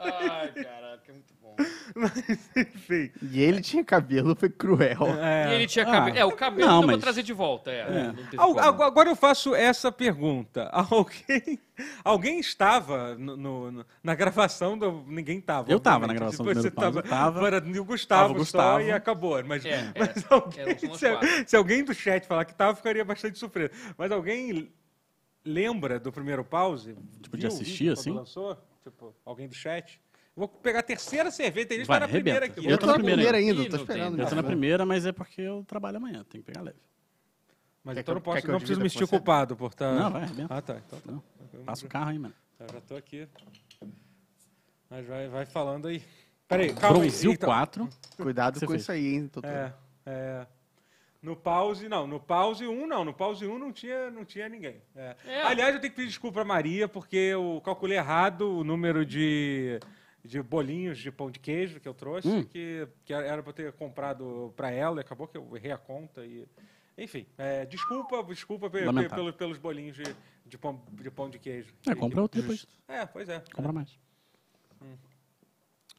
Speaker 2: Ai, caraca, é muito bom.
Speaker 1: Mas, enfim.
Speaker 5: E ele tinha cabelo, foi cruel.
Speaker 2: E ele tinha
Speaker 4: Ah.
Speaker 2: cabelo. É, o cabelo
Speaker 4: Não,
Speaker 2: dá pra
Speaker 4: mas-
Speaker 2: trazer de volta. É,
Speaker 4: É.
Speaker 2: Não teve
Speaker 1: Al-
Speaker 2: como.
Speaker 1: al- Agora eu faço essa pergunta. Alguém, alguém estava no- no- no- na gravação do. Ninguém estava.
Speaker 4: Eu tava
Speaker 1: obviamente.
Speaker 4: na gravação do
Speaker 1: Depois
Speaker 4: primeiro
Speaker 1: você
Speaker 4: pause, eu tava.
Speaker 1: Era o Gustavo,
Speaker 4: Tava o
Speaker 1: só
Speaker 4: Gustavo.
Speaker 1: e acabou. Mas,
Speaker 2: É, é.
Speaker 1: mas
Speaker 2: Eram
Speaker 1: alguém.
Speaker 2: só nós
Speaker 1: Se, al-
Speaker 2: quatro.
Speaker 1: se alguém do chat falar que estava, eu ficaria bastante surpreso. Mas alguém lembra do primeiro pause?
Speaker 4: Tipo, de
Speaker 1: Viu o
Speaker 4: assistir,
Speaker 1: vídeo quando
Speaker 4: assim?
Speaker 1: Lançou? Tipo, alguém do chat? Vou pegar a terceira cerveja, tem gente que
Speaker 4: Vai,
Speaker 1: tá na primeira
Speaker 4: arrebenta.
Speaker 1: aqui.
Speaker 4: Eu tô na primeira
Speaker 5: ainda,
Speaker 2: Ih,
Speaker 5: tô
Speaker 2: não tem,
Speaker 5: esperando.
Speaker 2: não.
Speaker 4: Eu tô na
Speaker 5: cara.
Speaker 4: primeira, mas é porque eu trabalho amanhã, tem que pegar leve.
Speaker 1: Mas
Speaker 5: Quer
Speaker 1: então
Speaker 5: que
Speaker 1: não
Speaker 5: eu-
Speaker 1: posso,
Speaker 5: quer que eu
Speaker 1: não preciso
Speaker 5: divida
Speaker 1: me
Speaker 5: com
Speaker 1: sentir
Speaker 5: você?
Speaker 1: culpado por estar.
Speaker 4: Não, vai, arrebenta.
Speaker 1: Ah, tá. Então tá.
Speaker 4: Não, Passa o carro aí, mano.
Speaker 1: Eu já tô aqui. Mas vai, vai falando aí. Peraí, calma
Speaker 4: Bronzil
Speaker 1: aí. Então,
Speaker 4: 4.
Speaker 5: Cuidado
Speaker 4: Você
Speaker 5: com
Speaker 4: fez.
Speaker 5: isso aí, hein, Totoro.
Speaker 1: É, é. No pause, não. No pause 1, não. No pause 1 não tinha, não tinha ninguém. É.
Speaker 2: É.
Speaker 1: Aliás, eu tenho que pedir desculpa a Maria, porque eu calculei errado o número de, de bolinhos de pão de queijo que eu trouxe,
Speaker 4: Hum.
Speaker 1: que, que era pra eu ter comprado pra ela, e acabou que eu errei a conta e... Enfim, é, desculpa, desculpa pe- pe-
Speaker 4: Lamentável.
Speaker 1: pelo- pelos bolinhos de, de, pão, de pão de queijo.
Speaker 4: É,
Speaker 1: Que-
Speaker 4: compra outro depois.
Speaker 1: É, pois é.
Speaker 4: Compra mais.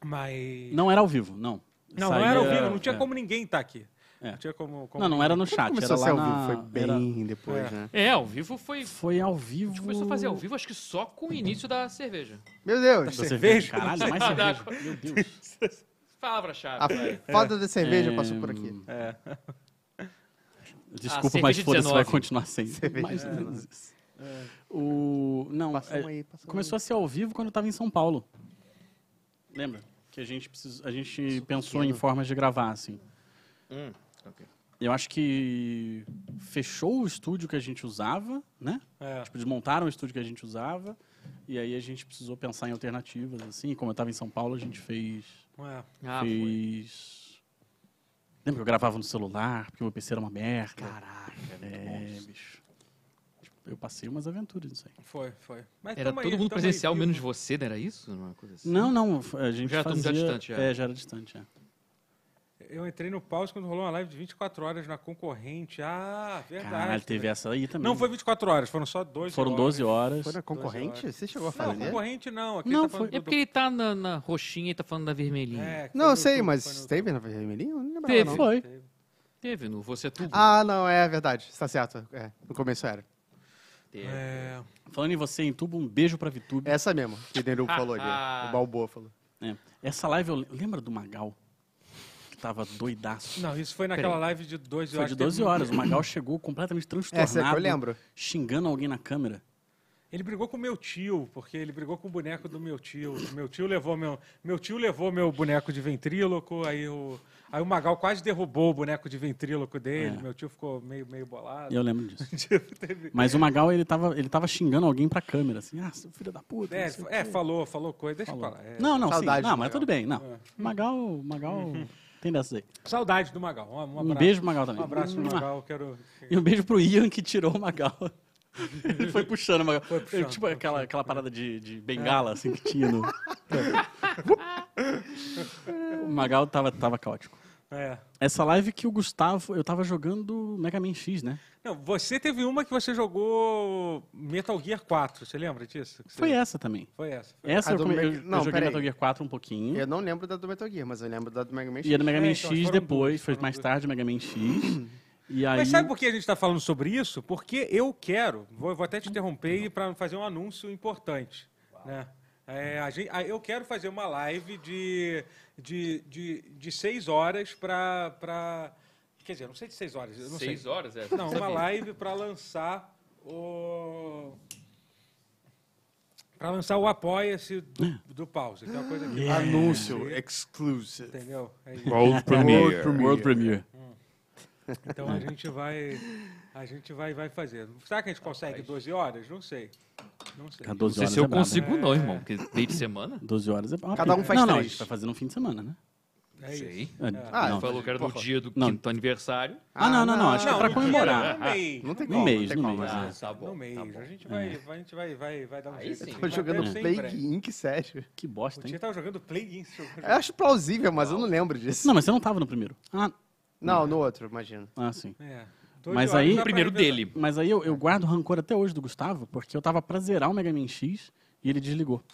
Speaker 1: Mas.
Speaker 4: Não era ao vivo, não.
Speaker 1: Não, não era ao
Speaker 4: Saía-
Speaker 1: vivo, não tinha
Speaker 4: é.
Speaker 1: como ninguém estar aqui.
Speaker 4: É.
Speaker 1: Não tinha como. como
Speaker 4: Não, não era no
Speaker 5: Quando
Speaker 4: chat, era
Speaker 5: começou a
Speaker 4: lá
Speaker 5: ser ao
Speaker 4: na-
Speaker 5: vivo, foi
Speaker 4: era-
Speaker 5: bem depois,
Speaker 1: É.
Speaker 5: né?
Speaker 2: É, ao vivo foi.
Speaker 4: Foi ao
Speaker 2: A gente
Speaker 4: vivo.
Speaker 2: começou a fazer ao vivo, acho que só com o início da cerveja.
Speaker 5: Meu Deus,
Speaker 4: Da cerveja,
Speaker 1: Cerveja?
Speaker 4: caralho, mais
Speaker 2: Não.
Speaker 4: cerveja. Meu Deus.
Speaker 5: a
Speaker 2: Palavra-chave. vai.
Speaker 5: foda da cerveja
Speaker 4: É,
Speaker 5: passou por aqui.
Speaker 1: É.
Speaker 4: Desculpa,
Speaker 2: Ah, cerveja
Speaker 4: mas foda-se, vai
Speaker 2: 19.
Speaker 4: continuar sem.
Speaker 5: Cerveja
Speaker 4: Mais ou
Speaker 5: 19.
Speaker 4: menos isso. O... Não,
Speaker 5: Passa
Speaker 4: é-
Speaker 5: uma aí, passa uma
Speaker 4: Começou a ser ao vivo quando eu tava em São Paulo. Lembra? Que a gente, precis- a gente pensou em formas de gravar, assim.
Speaker 2: Hum, ok.
Speaker 4: Eu acho que fechou o estúdio que a gente usava, né?
Speaker 1: É.
Speaker 4: Tipo, desmontaram o estúdio que a gente usava. E aí a gente precisou pensar em alternativas, assim. Como eu tava em São Paulo, a gente fez...
Speaker 1: é.
Speaker 2: Ah, foi.
Speaker 4: fez... Lembra que eu gravava no celular, porque o meu PC era uma merda.
Speaker 2: Caraca, é muito bom
Speaker 4: É,
Speaker 2: isso.
Speaker 4: bicho. Tipo, Eu passei umas aventuras nisso aí.
Speaker 1: Foi, foi. Mas
Speaker 2: Era
Speaker 1: tamo
Speaker 2: todo
Speaker 1: É, aí,
Speaker 2: mundo
Speaker 1: tamo aí,
Speaker 2: presencial,
Speaker 1: viu?
Speaker 2: menos você, não era isso? Uma coisa assim?
Speaker 4: Não, não, a gente
Speaker 2: Já era todo mundo
Speaker 4: fazia...
Speaker 2: já distante, já.
Speaker 4: É, já era distante, é.
Speaker 1: Eu entrei no pause quando rolou uma live de 24 horas na concorrente. Ah, verdade.
Speaker 4: Caralho,
Speaker 5: né?
Speaker 4: teve essa aí também.
Speaker 1: Não foi 24 horas, foram só 12
Speaker 4: Foram 12 horas.
Speaker 5: Foi na concorrente?
Speaker 1: horas.
Speaker 5: Você chegou a
Speaker 1: Não,
Speaker 5: fazer?
Speaker 1: concorrente não. Aqui
Speaker 4: Não,
Speaker 1: tá falando
Speaker 4: foi-
Speaker 1: do-
Speaker 2: É porque ele tá na, na roxinha e tá falando da
Speaker 1: do-
Speaker 2: vermelhinha.
Speaker 1: É, que foi
Speaker 5: Não, eu
Speaker 1: no
Speaker 5: sei,
Speaker 1: YouTube,
Speaker 5: mas
Speaker 1: foi no
Speaker 5: teve na vermelhinha? Eu Não lembrava,
Speaker 2: Teve.
Speaker 5: não.
Speaker 4: Foi.
Speaker 1: YouTube.
Speaker 2: Teve no Você Tudo.
Speaker 5: Tá Ah, não, é verdade. Está certo. É, no começo É, era.
Speaker 2: Teve.
Speaker 1: É,
Speaker 4: Falando em você, em tubo, um beijo pra Vitube.
Speaker 5: Essa mesmo, que o Deru falou ali. O Balboa falou.
Speaker 4: É. Essa live, eu le- lembra do Magal? Que tava doidaço.
Speaker 1: Não, isso foi naquela
Speaker 2: Peraí.
Speaker 1: live de 12
Speaker 4: Foi
Speaker 1: horas.
Speaker 4: de
Speaker 1: Teve
Speaker 4: 12
Speaker 1: um-
Speaker 4: horas. O Magal chegou completamente transtornado.
Speaker 5: Essa é que eu lembro.
Speaker 4: Xingando alguém na câmera.
Speaker 1: Ele brigou com meu tio, porque ele brigou com o boneco do meu tio. Meu tio levou meu, meu tio levou meu boneco de ventríloco, aí o, aí o Magal quase derrubou o boneco de ventríloco dele.
Speaker 4: É.
Speaker 1: Meu tio ficou meio, meio bolado.
Speaker 4: E eu lembro disso. Mas o Magal, ele tava, ele tava xingando alguém pra câmera, assim, ah, seu filho da puta.
Speaker 1: É,
Speaker 4: não
Speaker 1: ele
Speaker 4: sei
Speaker 1: fa-
Speaker 4: o
Speaker 1: é,
Speaker 4: quê."
Speaker 1: falou, falou coisa. Deixa
Speaker 4: Falou.
Speaker 1: eu falar. É,
Speaker 4: Não, não, sim.
Speaker 5: Saudade
Speaker 4: Não,
Speaker 5: do
Speaker 4: mas
Speaker 5: Magal.
Speaker 4: tudo bem. Não. Magal, Magal tem dessas aí.
Speaker 1: Saudade do Magal. Uhum. Um, um
Speaker 4: Um
Speaker 1: abraço.
Speaker 4: beijo Hum. pro Magal também.
Speaker 1: Um abraço pro
Speaker 4: Mua.
Speaker 1: Magal. Quero...
Speaker 4: E um beijo pro Ian que tirou o Magal. Ele foi puxando o Magal.
Speaker 1: Foi puxando, É.
Speaker 4: tipo
Speaker 1: foi
Speaker 4: aquela, aquela parada de, de bengala, assim, que tinha no. o Magal tava, tava caótico.
Speaker 1: É.
Speaker 4: Essa live que o Gustavo. Eu tava jogando Mega Man X, né?
Speaker 1: Não, você teve uma que você jogou Metal Gear 4. Você lembra disso? Que você-
Speaker 4: Foi essa também.
Speaker 1: Foi essa. Foi
Speaker 4: Essa
Speaker 5: A
Speaker 4: eu,
Speaker 5: do
Speaker 4: come-
Speaker 5: Mega-
Speaker 4: eu,
Speaker 5: Não,
Speaker 4: eu joguei
Speaker 5: peraí.
Speaker 4: Metal Gear 4 um pouquinho.
Speaker 5: Eu não lembro da do Metal Gear, mas eu lembro da do Mega Man X.
Speaker 4: E a do Mega Man
Speaker 1: É, então,
Speaker 4: X
Speaker 1: foram
Speaker 4: depois,
Speaker 1: duas,
Speaker 4: foi
Speaker 1: foram
Speaker 4: mais
Speaker 1: duas.
Speaker 4: tarde Mega Man X. e aí.
Speaker 1: Mas sabe por que a gente está falando sobre isso? Porque eu quero, vou, vou até te interromper para fazer um anúncio importante. Né? É, a gente- a- eu quero fazer uma live de, de, de, de seis horas para. Quer dizer, não sei de seis horas. Eu não
Speaker 2: Seis
Speaker 1: sei.
Speaker 2: horas, é.
Speaker 1: Não, uma
Speaker 2: Sabia.
Speaker 1: live para lançar o. Para lançar o Apoia-se do, do Pause, que é uma coisa que.
Speaker 5: Anúncio é exclusive.
Speaker 1: Entendeu? É isso.
Speaker 6: World Premiere.
Speaker 4: World Premiere.
Speaker 1: Então a gente vai. A gente vai, vai fazer. Será que a gente consegue 12 horas? Não sei. Não sei.
Speaker 4: Tá
Speaker 2: Não
Speaker 4: 12
Speaker 2: sei
Speaker 4: horas
Speaker 2: se eu
Speaker 4: é brabo,
Speaker 2: consigo,
Speaker 4: né?
Speaker 2: não, irmão. Porque meio de semana.
Speaker 4: 12 horas é brabo.
Speaker 5: Cada um faz
Speaker 4: Não, não, a
Speaker 5: três.
Speaker 4: gente vai fazer no fim de semana, né?
Speaker 1: É isso.
Speaker 2: Sei.
Speaker 4: É,
Speaker 5: Ah,
Speaker 4: não.
Speaker 2: Ele falou que era no
Speaker 5: Porra.
Speaker 2: dia do
Speaker 4: Não.
Speaker 2: quinto aniversário.
Speaker 4: Ah, não, não, não. Acho que é
Speaker 1: Não,
Speaker 4: pra
Speaker 1: no
Speaker 2: um
Speaker 4: comemorar.
Speaker 1: dia, No mês.
Speaker 5: Não tem
Speaker 4: No
Speaker 5: como,
Speaker 4: mês,
Speaker 5: não tem
Speaker 4: no
Speaker 5: como.
Speaker 4: mês,
Speaker 5: né?
Speaker 4: Ah,
Speaker 2: tá bom.
Speaker 1: No mês.
Speaker 2: tá bom.
Speaker 1: A gente
Speaker 4: É.
Speaker 1: vai, vai, a gente vai, vai, vai dar um
Speaker 2: Aí
Speaker 1: jeito.
Speaker 2: sim.
Speaker 5: Tô
Speaker 1: Vai
Speaker 5: jogando
Speaker 1: ter
Speaker 5: Plague
Speaker 1: sempre.
Speaker 5: Inc, sério.
Speaker 4: Que bosta,
Speaker 1: O Tia
Speaker 4: hein? É?
Speaker 1: tava jogando Plague Inc.
Speaker 5: Eu acho plausível, mas eu não lembro disso.
Speaker 4: Não, mas você não tava no primeiro. Ah,
Speaker 5: Não, no outro, imagino.
Speaker 4: ah sim.
Speaker 1: É.
Speaker 4: Mas
Speaker 1: Doze
Speaker 4: aí-
Speaker 1: horas dá
Speaker 2: O
Speaker 1: pra
Speaker 2: primeiro
Speaker 1: revezar.
Speaker 2: dele.
Speaker 4: Mas aí eu, eu guardo rancor até hoje do Gustavo, porque eu tava pra zerar o Mega Man X e ele desligou.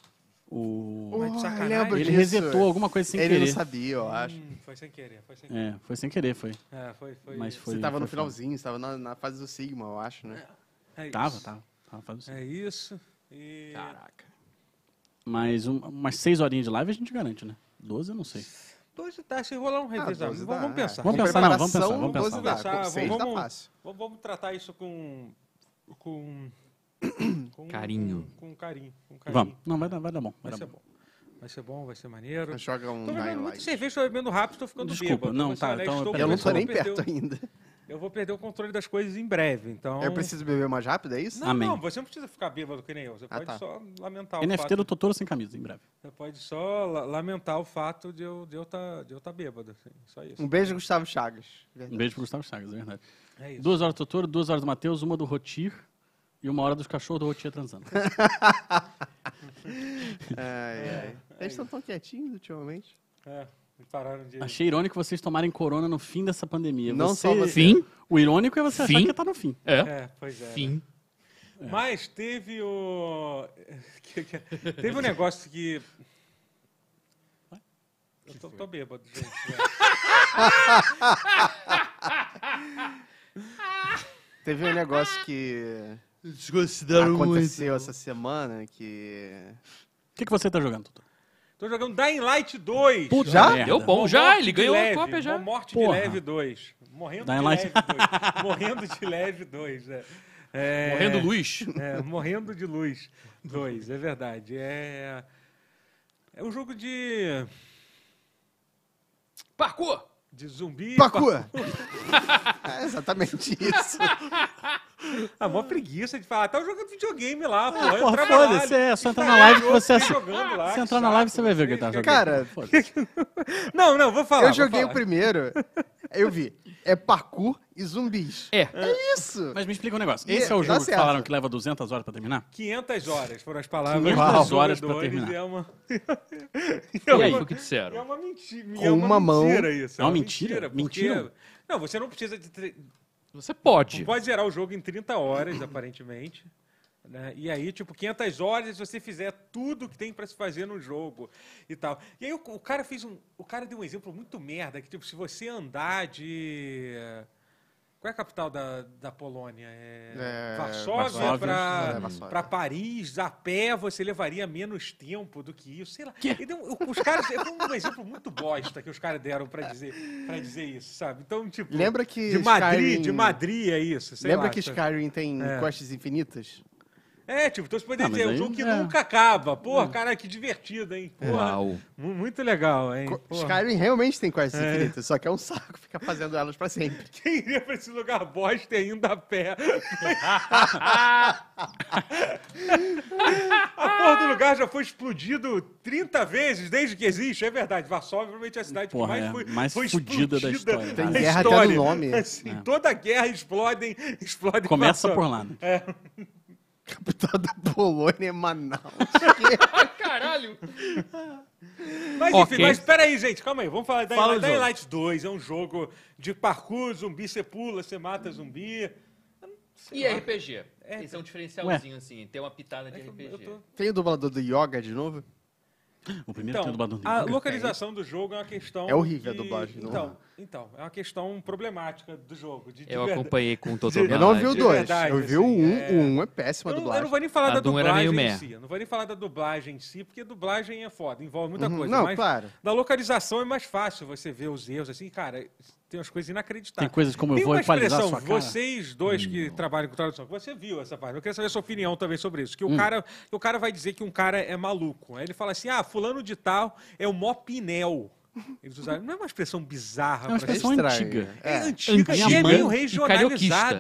Speaker 4: O...
Speaker 1: Mas de
Speaker 5: Oh, eu
Speaker 1: sacanagem.
Speaker 5: lembro
Speaker 4: Ele
Speaker 5: disso.
Speaker 4: resetou alguma coisa sem
Speaker 5: Ele
Speaker 4: querer.
Speaker 5: não sabia, eu acho.
Speaker 1: Hum, foi sem querer. Foi sem querer.
Speaker 4: É, foi sem querer, foi.
Speaker 1: É, foi, foi.
Speaker 4: Mas foi.
Speaker 5: Você tava
Speaker 4: foi
Speaker 5: no
Speaker 4: foda.
Speaker 5: finalzinho, você tava na, na fase do Sigma, eu acho, né?
Speaker 1: É isso.
Speaker 4: Tava, tava. tava fazendo isso.
Speaker 1: É isso. E...
Speaker 2: Caraca.
Speaker 4: Mas um, umas seis horinhas de live a gente garante, né? 12 eu não sei.
Speaker 1: Doze tá, se rolar um revezamento.
Speaker 5: doze
Speaker 1: vamos,
Speaker 5: dá,
Speaker 1: vamos
Speaker 5: é.
Speaker 1: pensar.
Speaker 4: Ah, Vamos
Speaker 5: Com
Speaker 4: pensar, não, vamos
Speaker 5: preparação,
Speaker 4: pensar, vamos pensar.
Speaker 5: doze dá,
Speaker 1: Vamos
Speaker 5: com
Speaker 1: pensar,
Speaker 5: seis
Speaker 1: vamos-
Speaker 5: tá fácil.
Speaker 1: Vamos, vamos tratar isso com. com. com-
Speaker 2: Carinho.
Speaker 1: Com, com carinho. Com carinho.
Speaker 4: Vamos. Não, vai dar, vai dar bom. Vai
Speaker 1: Vai
Speaker 4: dar
Speaker 1: ser
Speaker 4: bom.
Speaker 1: bom. Vai ser bom, vai ser maneiro.
Speaker 5: Mas Joga um
Speaker 1: Tô bebendo
Speaker 5: Dying
Speaker 1: muita
Speaker 5: Light.
Speaker 1: cerveja, tô bebendo rápido, tô ficando
Speaker 4: Desculpa,
Speaker 1: bêbado.
Speaker 4: não,
Speaker 1: Vou ser
Speaker 4: tá,
Speaker 1: honesto,
Speaker 4: então, peraí,
Speaker 5: Eu não tô
Speaker 1: começando a
Speaker 5: nem
Speaker 1: perder
Speaker 5: perto
Speaker 1: o-
Speaker 5: ainda.
Speaker 1: Eu vou perder o controle das coisas em breve, então...
Speaker 5: Eu preciso beber mais rápido, é isso?
Speaker 1: Não,
Speaker 4: Amém.
Speaker 1: não, você não precisa ficar bêbado que nem eu. Você
Speaker 5: Ah,
Speaker 1: pode
Speaker 5: tá.
Speaker 1: só lamentar o
Speaker 4: NFT
Speaker 1: fato...
Speaker 4: do Totoro sem camisa, em breve.
Speaker 1: Você pode só la- lamentar o fato de eu estar de eu tá, de eu tá bêbado, assim, Só isso.
Speaker 5: Um beijo, Gustavo Chagas.
Speaker 4: Um beijo pro Gustavo Chagas, é verdade.
Speaker 1: É isso.
Speaker 4: Duas horas do Totoro, duas horas do Matheus, uma do Rotir e uma hora dos cachorros do Rotir transando.
Speaker 5: Ai, ai. Eles estão tão quietinhos ultimamente.
Speaker 1: É, me pararam de...
Speaker 4: Achei irônico vocês tomarem corona no fim dessa pandemia.
Speaker 5: Não
Speaker 4: Você-
Speaker 5: só você.
Speaker 2: Fim?
Speaker 4: O irônico é você achar
Speaker 2: Fim?
Speaker 4: que tá no fim.
Speaker 2: É.
Speaker 1: É, pois é.
Speaker 2: Fim.
Speaker 1: Mas teve o. que- que- teve um negócio que. Eu tô, tô bêbado, gente. né?
Speaker 5: Teve um negócio que
Speaker 2: Desconsideraram
Speaker 5: aconteceu essa semana que.
Speaker 4: O que, que você tá jogando, Totoro?
Speaker 1: Tô jogando Dying Light 2.
Speaker 4: Puta
Speaker 5: Já?
Speaker 4: merda.
Speaker 2: Deu bom
Speaker 1: Uma
Speaker 2: já,
Speaker 1: morte
Speaker 2: ele
Speaker 1: de
Speaker 2: ganhou a
Speaker 1: leve,
Speaker 2: cópia já.
Speaker 1: uma Morte
Speaker 4: Porra.
Speaker 1: de leve 2. Morrendo
Speaker 4: Dying
Speaker 1: de
Speaker 4: Light.
Speaker 1: leve 2. Morrendo de leve 2. É. É,
Speaker 2: Morrendo luz.
Speaker 1: É, morrendo de luz 2, é verdade. É. É um jogo de.
Speaker 2: Parkour.
Speaker 1: De zumbi.
Speaker 5: Parkour! é exatamente isso.
Speaker 1: Ah, mó preguiça de falar. Ah, Tá jogando videogame lá, pô.
Speaker 4: Ah,
Speaker 1: eu
Speaker 4: porra,
Speaker 1: trabalho.
Speaker 4: foda-se, é só entrar na live que você
Speaker 1: Tá
Speaker 4: assi-
Speaker 1: jogando lá,
Speaker 4: Se
Speaker 1: que
Speaker 4: entrar na
Speaker 1: saco.
Speaker 4: live, você vai ver o que ele tá jogando.
Speaker 5: Cara,
Speaker 4: Foda-se.
Speaker 1: Não, não, vou falar.
Speaker 5: eu joguei
Speaker 1: vou
Speaker 5: o
Speaker 1: falar.
Speaker 5: primeiro, eu vi. É parkour e zumbis.
Speaker 2: É.
Speaker 5: É isso!
Speaker 4: mas me explica um negócio.
Speaker 5: E-
Speaker 4: Esse é o
Speaker 5: tá
Speaker 4: jogo que
Speaker 5: certo.
Speaker 4: falaram que leva 200 horas pra terminar?
Speaker 1: 500 horas foram as palavras.
Speaker 4: 500
Speaker 1: dos
Speaker 4: horas pra
Speaker 1: jogadores,
Speaker 4: terminar.
Speaker 1: e É uma,
Speaker 2: E aí,
Speaker 4: aí?
Speaker 2: foi o que
Speaker 1: é
Speaker 2: disseram?
Speaker 1: uma mentira.
Speaker 5: Com uma mão.
Speaker 1: Mentira isso,
Speaker 4: É uma mentira?
Speaker 1: porque-
Speaker 4: Mentiram?
Speaker 1: Não, você não precisa de. tre-
Speaker 2: Você pode.
Speaker 1: Pode zerar o jogo em 30 horas, aparentemente. Né? E aí, tipo, 500 horas se você fizer tudo que tem pra se fazer no jogo e tal. E aí o, o cara fez um. O cara deu um exemplo muito merda, que tipo, se você andar de. Qual é a capital da, da Polônia? É,
Speaker 5: É,
Speaker 1: Varsóvia
Speaker 4: Varsóvia.
Speaker 5: É,
Speaker 1: para
Speaker 5: Varsóvia.
Speaker 1: para Paris, a pé você levaria menos tempo do que isso, sei lá.
Speaker 2: Quê?
Speaker 1: Então, eu- os caras, é um exemplo muito bosta que os caras deram para dizer para dizer isso, sabe? Então, tipo,
Speaker 5: Lembra que
Speaker 1: de Madrid,
Speaker 5: Skyrim-
Speaker 1: de Madrid é isso, sei
Speaker 5: Lembra
Speaker 1: lá,
Speaker 5: que
Speaker 1: sabe?
Speaker 5: Skyrim tem
Speaker 1: É.
Speaker 5: quests infinitas?
Speaker 1: É, tipo, então você pode
Speaker 4: Ah,
Speaker 1: dizer,
Speaker 4: mas
Speaker 1: um
Speaker 4: aí-
Speaker 1: jogo que
Speaker 4: é.
Speaker 1: nunca acaba. Porra, cara, que divertido, hein? Porra,
Speaker 2: Uau.
Speaker 1: mu- Muito legal, hein?
Speaker 5: Co-
Speaker 1: Porra.
Speaker 5: Skyrim realmente tem quests infinitas, só que é um saco ficar fazendo elas pra sempre.
Speaker 1: Quem iria pra esse lugar bosta e ainda a pé? a porra do lugar já foi explodido 30 vezes desde que existe, é verdade. Varsóvia provavelmente é a cidade
Speaker 4: Porra,
Speaker 1: que mais
Speaker 4: é,
Speaker 1: foi,
Speaker 4: mais
Speaker 1: foi
Speaker 4: fudida da
Speaker 1: explodida
Speaker 4: história,
Speaker 1: da
Speaker 4: né?
Speaker 5: Tem guerra até no
Speaker 1: história.
Speaker 5: nome.
Speaker 1: Assim,
Speaker 4: É.
Speaker 1: Toda guerra explodem, explodem.
Speaker 4: Começa por
Speaker 1: Varsóvia.
Speaker 4: lá, né?
Speaker 5: Capital da Polônia é Manaus.
Speaker 2: Caralho!
Speaker 1: Mas
Speaker 2: Ok.
Speaker 1: enfim, mas peraí, gente, calma aí. Vamos falar da
Speaker 2: Fala
Speaker 1: Dying,
Speaker 2: do
Speaker 1: Dying
Speaker 2: jogo.
Speaker 1: Light 2. É um jogo de parkour, zumbi, você pula, você mata zumbi.
Speaker 2: E RPG?
Speaker 1: É.
Speaker 2: Esse é um diferencialzinho, assim, tem uma pitada de
Speaker 1: Eu
Speaker 2: RPG.
Speaker 1: tô-
Speaker 5: Tem o dublador do Yoga de novo?
Speaker 4: O primeiro tem
Speaker 1: Então,
Speaker 4: o dublador
Speaker 1: a
Speaker 4: negro.
Speaker 1: localização do jogo é uma questão.
Speaker 5: É horrível a
Speaker 1: que-
Speaker 5: dublagem, não
Speaker 1: Então,
Speaker 5: é?
Speaker 1: então, é uma questão problemática do jogo. De, de
Speaker 2: Eu
Speaker 1: verdade.
Speaker 2: acompanhei com o Toto
Speaker 1: Eu
Speaker 5: Eu não vi o
Speaker 2: Bernardi.
Speaker 5: dois.
Speaker 1: Ah, é verdade,
Speaker 5: eu vi o
Speaker 1: assim,
Speaker 5: um,
Speaker 1: é.
Speaker 5: o um é péssima
Speaker 1: Eu não, eu não
Speaker 5: dublagem.
Speaker 1: vou nem falar
Speaker 2: A
Speaker 1: da
Speaker 2: Doom era
Speaker 1: dublagem
Speaker 2: meio
Speaker 1: em
Speaker 2: meh.
Speaker 1: si. Eu não vou nem falar da dublagem em si, porque dublagem é foda, envolve muita
Speaker 5: Uhum,
Speaker 1: coisa.
Speaker 5: não,
Speaker 1: mas
Speaker 5: claro.
Speaker 1: da localização é mais fácil você ver os erros, assim, cara, tem umas coisas inacreditáveis.
Speaker 4: Tem coisas como eu
Speaker 1: Tem
Speaker 4: vou
Speaker 1: uma
Speaker 4: equalizar
Speaker 1: expressão,
Speaker 4: sua cara.
Speaker 1: vocês dois que trabalham com tradução, que você viu essa parte. Eu queria saber a sua opinião também sobre isso. Que o, cara, o cara vai dizer que um cara é maluco. Aí ele fala assim: ah, fulano de tal é o mó pinel. Eles usaram. Não é uma expressão bizarra
Speaker 4: É uma
Speaker 1: pra
Speaker 4: expressão
Speaker 5: estranho.
Speaker 4: antiga.
Speaker 1: É,
Speaker 5: É.
Speaker 1: antiga e é
Speaker 2: Antiga
Speaker 1: meio
Speaker 2: e
Speaker 1: regionalizada.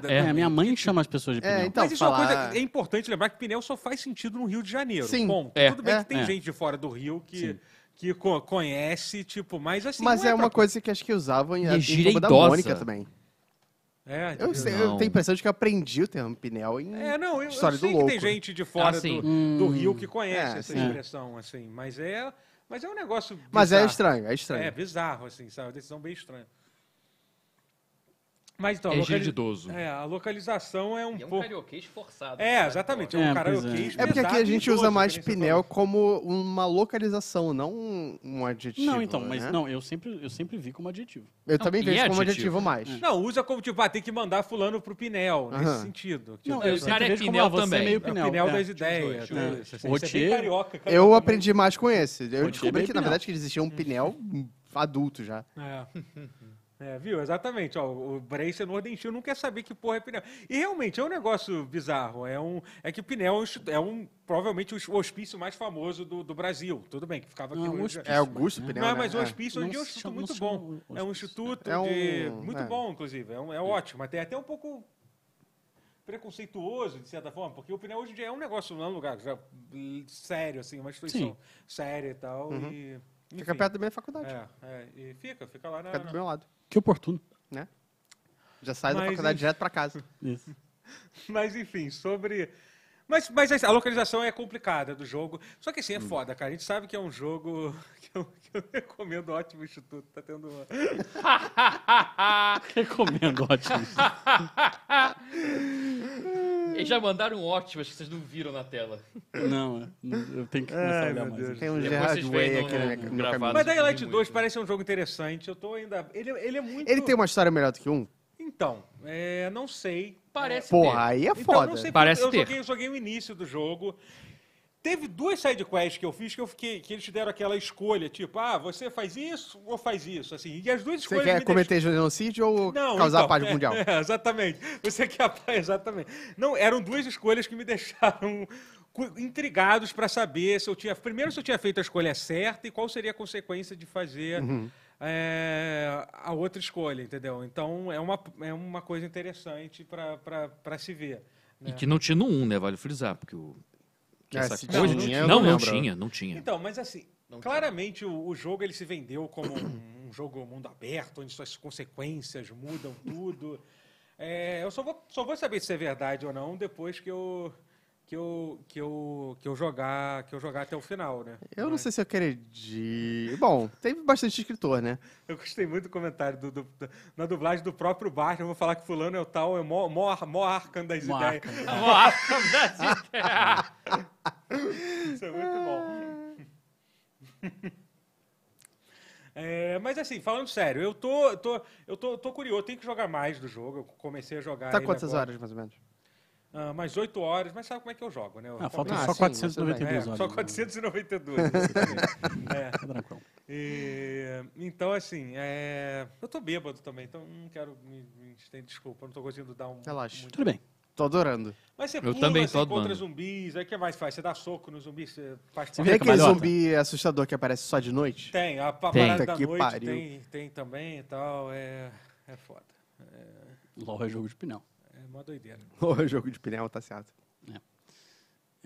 Speaker 2: carioquista,
Speaker 4: É,
Speaker 1: né?
Speaker 4: a minha mãe chama as pessoas de
Speaker 5: É,
Speaker 4: pinel.
Speaker 5: então,
Speaker 1: Mas isso é uma
Speaker 5: falar-
Speaker 1: coisa. É importante lembrar que pneu só faz sentido no Rio de Janeiro.
Speaker 5: Sim.
Speaker 1: Ponto.
Speaker 2: É.
Speaker 1: Tudo bem
Speaker 5: É.
Speaker 1: que tem
Speaker 4: É.
Speaker 1: gente de fora do Rio que, que co- conhece, tipo, mas assim.
Speaker 5: Mas
Speaker 1: não
Speaker 5: é uma
Speaker 1: pra-
Speaker 5: coisa que acho que usavam
Speaker 2: E
Speaker 5: em, em Turma da
Speaker 2: gireidosa.
Speaker 5: Mônica também.
Speaker 1: É,
Speaker 5: Eu,
Speaker 1: entendeu?
Speaker 5: sei, eu
Speaker 2: Não.
Speaker 5: tenho a impressão de que eu aprendi o termo Pinel em
Speaker 1: É, não, eu, eu
Speaker 5: História
Speaker 1: sei
Speaker 5: do
Speaker 1: que
Speaker 5: Louco. né?
Speaker 1: tem gente de fora
Speaker 2: Ah, sim.
Speaker 1: do, do Rio que conhece
Speaker 5: É,
Speaker 1: essa
Speaker 5: sim.
Speaker 1: expressão, assim, mas é, mas é um negócio
Speaker 5: Mas é
Speaker 1: bizarro.
Speaker 5: estranho, é estranho.
Speaker 1: É, bizarro, assim, sabe? Uma decisão bem estranha. Mas então, a,
Speaker 2: É
Speaker 1: locali-
Speaker 2: geridoso.
Speaker 1: é, a localização é um
Speaker 2: E é um né?
Speaker 1: pouco...
Speaker 2: carioquês forçado.
Speaker 1: É, exatamente, é um
Speaker 4: É, pois é.
Speaker 1: karaokê
Speaker 5: É porque aqui a
Speaker 1: pesado e
Speaker 5: gente
Speaker 1: idoso,
Speaker 5: usa
Speaker 1: que
Speaker 5: mais
Speaker 1: nem você
Speaker 5: Pinel
Speaker 1: falou.
Speaker 5: como uma localização, não um um adjetivo.
Speaker 4: Não, então, mas
Speaker 5: né?
Speaker 4: não, eu sempre, eu sempre vi como adjetivo.
Speaker 5: Eu
Speaker 2: Não,
Speaker 5: também
Speaker 2: e
Speaker 5: vejo
Speaker 2: é
Speaker 5: como
Speaker 2: adjetivo.
Speaker 5: adjetivo mais.
Speaker 1: Não, usa como, tipo, ah, tem que mandar fulano pro Pinel, nesse
Speaker 5: Aham.
Speaker 1: sentido. Tipo,
Speaker 4: Não,
Speaker 1: é
Speaker 4: eu
Speaker 2: o
Speaker 4: sempre
Speaker 2: cara é
Speaker 4: vejo como
Speaker 2: pinel
Speaker 4: ah, você é
Speaker 2: também.
Speaker 4: meio
Speaker 1: o
Speaker 4: pinel.
Speaker 1: Pinel
Speaker 4: é.
Speaker 1: das ideias.
Speaker 2: tipo,
Speaker 1: né?
Speaker 2: tipo,
Speaker 1: Isso, assim,
Speaker 4: é.
Speaker 1: isso é bem
Speaker 4: Rotier-
Speaker 1: carioca,
Speaker 5: Eu
Speaker 1: carioca
Speaker 5: aprendi mais com esse. Eu
Speaker 4: Pode
Speaker 5: descobri
Speaker 4: ser
Speaker 5: que, na
Speaker 4: bem
Speaker 5: verdade, que eles existiam um
Speaker 1: Uhum.
Speaker 5: Pinel hum, adulto já.
Speaker 1: É. É, viu? Exatamente. Ó, o Bracer Nordentil não quer saber que porra é pneu. E realmente é um negócio bizarro. É, um, é que pneu é, um, institu- é um- provavelmente o hospício mais famoso do, do Brasil. Tudo bem, que ficava aqui
Speaker 4: Não,
Speaker 1: no Rio de
Speaker 4: hospício.
Speaker 1: Janeiro.
Speaker 5: É Augusto Pinel,
Speaker 1: Não é
Speaker 5: né?
Speaker 1: mais um
Speaker 5: É.
Speaker 1: hospício, hoje em dia é um
Speaker 4: Não
Speaker 1: instituto
Speaker 4: chama-
Speaker 1: muito
Speaker 4: não
Speaker 1: bom.
Speaker 4: chama o-
Speaker 1: É um
Speaker 4: hospício.
Speaker 1: instituto
Speaker 5: É um-
Speaker 1: de- muito
Speaker 5: é.
Speaker 1: bom, inclusive. É, um- é ótimo. Até, até um pouco preconceituoso, de certa forma, porque o pneu hoje em dia é um negócio, não é um lugar já, hum, sério, assim, uma instituição
Speaker 4: Sim.
Speaker 1: séria e tal. E,
Speaker 5: Fica
Speaker 1: enfim.
Speaker 5: perto da minha faculdade.
Speaker 1: É, é, e fica, fica lá na.
Speaker 5: Fica do
Speaker 1: na-
Speaker 5: meu lado.
Speaker 4: Que oportuno.
Speaker 5: Já saio da
Speaker 1: Mas,
Speaker 5: faculdade
Speaker 1: enfim.
Speaker 5: direto pra casa.
Speaker 4: Isso.
Speaker 1: Mas enfim, sobre. Mas, mas assim, a localização é complicada do jogo. Só que assim,
Speaker 5: Hum.
Speaker 1: é foda, cara. A gente sabe que é um jogo que eu, que eu recomendo ótimo instituto. Tá tendo uma.
Speaker 5: Ah,
Speaker 4: Recomendo, ótimo.
Speaker 2: Eles já mandaram um ótimo, acho que vocês não viram na tela.
Speaker 4: Não, é, não, eu tenho que começar a olhar mais.
Speaker 5: Tem um
Speaker 2: Depois
Speaker 5: Gerard
Speaker 2: vocês
Speaker 5: Way
Speaker 2: veem no-
Speaker 5: aqui na minha,
Speaker 2: no
Speaker 5: no meu
Speaker 2: gravado.
Speaker 1: Mas
Speaker 5: caminho.
Speaker 2: Mas eu
Speaker 1: Dying Light
Speaker 2: vi
Speaker 1: 2
Speaker 2: muito.
Speaker 1: parece um jogo interessante. Eu tô ainda. Ele, ele é muito.
Speaker 5: Ele tem uma história melhor do que um?
Speaker 1: Então, é, não sei.
Speaker 2: Parece
Speaker 5: Porra,
Speaker 2: ter.
Speaker 5: aí é
Speaker 1: Então,
Speaker 5: foda.
Speaker 1: não sei
Speaker 2: Parece
Speaker 1: porque eu
Speaker 2: ter.
Speaker 1: joguei, eu joguei o início do jogo. Teve duas sidequests que eu fiz que eu fiquei que eles te deram aquela escolha, tipo, ah, você faz isso ou faz isso, assim. E as duas
Speaker 5: Você
Speaker 1: escolhas me
Speaker 5: quer
Speaker 1: deixaram-
Speaker 5: cometer genocídio ou
Speaker 1: então,
Speaker 5: causar a paz
Speaker 1: é,
Speaker 5: mundial?
Speaker 1: é, exatamente. Você quer a paz, exatamente. Não, eram duas escolhas que me deixaram cu- intrigados para saber se eu tinha. Primeiro, se eu tinha feito a escolha certa e qual seria a consequência de fazer
Speaker 5: Uhum.
Speaker 1: é, a outra escolha, entendeu? Então, é uma, é uma coisa interessante para se ver.
Speaker 2: E que não tinha no 1, né? Vale frisar, porque o... que
Speaker 5: É,
Speaker 2: essa
Speaker 5: se
Speaker 2: coisa...
Speaker 1: tinha,
Speaker 5: eu
Speaker 2: não, não,
Speaker 5: não lembro.
Speaker 2: tinha, não tinha.
Speaker 1: Então, mas assim,
Speaker 2: Não tinha.
Speaker 1: claramente o, o jogo ele se vendeu como um, um jogo mundo aberto, onde suas consequências mudam tudo. É, eu só vou, só vou saber se é verdade ou não depois que eu que eu, que eu, que eu jogar que eu jogar até o final, né?
Speaker 5: Eu não sei se eu acredito. Bom, teve bastante escritor, né?
Speaker 1: Eu gostei muito do comentário do, do- do- na dublagem do próprio Batman. Eu vou falar que fulano é o tal, é mó, mó, ar- mó arcan das
Speaker 4: Mó
Speaker 1: ideias.
Speaker 4: Arkham.
Speaker 2: Vamos lá, das ideias.
Speaker 1: Isso é muito bom. É, mas assim, falando sério, eu tô, eu tô, eu tô, eu tô curioso, tenho que jogar mais do jogo. Eu comecei a jogar.
Speaker 5: Tá
Speaker 1: ele
Speaker 5: quantas
Speaker 1: agora.
Speaker 5: horas, mais ou menos?
Speaker 1: Ah, mais 8 horas, mas sabe como é que eu jogo, né? Eu
Speaker 4: Ah, faltam
Speaker 5: Ah,
Speaker 4: só
Speaker 5: sim,
Speaker 4: 493
Speaker 1: é,
Speaker 4: horas.
Speaker 1: só
Speaker 4: né?
Speaker 1: 492. é.
Speaker 4: Tá tranquilo.
Speaker 1: E, então, assim, é, eu tô bêbado também, então não quero me, me estender, desculpa, não tô conseguindo dar um.
Speaker 5: Relaxa.
Speaker 1: muito-
Speaker 4: Tudo bem.
Speaker 5: Tô adorando.
Speaker 1: Mas você
Speaker 2: Eu
Speaker 1: pula,
Speaker 2: também
Speaker 1: você
Speaker 2: tô
Speaker 1: encontra
Speaker 2: adorando.
Speaker 1: zumbis, aí o que mais faz? Você dá soco no zumbi, você faz
Speaker 5: Você
Speaker 4: vê
Speaker 1: parte-
Speaker 5: vê aquele
Speaker 4: cambalhota?
Speaker 5: zumbi assustador que aparece só de noite?
Speaker 1: Tem, a pa-
Speaker 2: Tem.
Speaker 1: parada
Speaker 5: Puta
Speaker 1: da
Speaker 5: que
Speaker 1: noite
Speaker 5: pariu.
Speaker 1: tem, tem também e tal, é, é foda.
Speaker 4: LOL é jogo de pinal.
Speaker 1: É uma doideira.
Speaker 5: Ou é jogo de pneu, tá certo.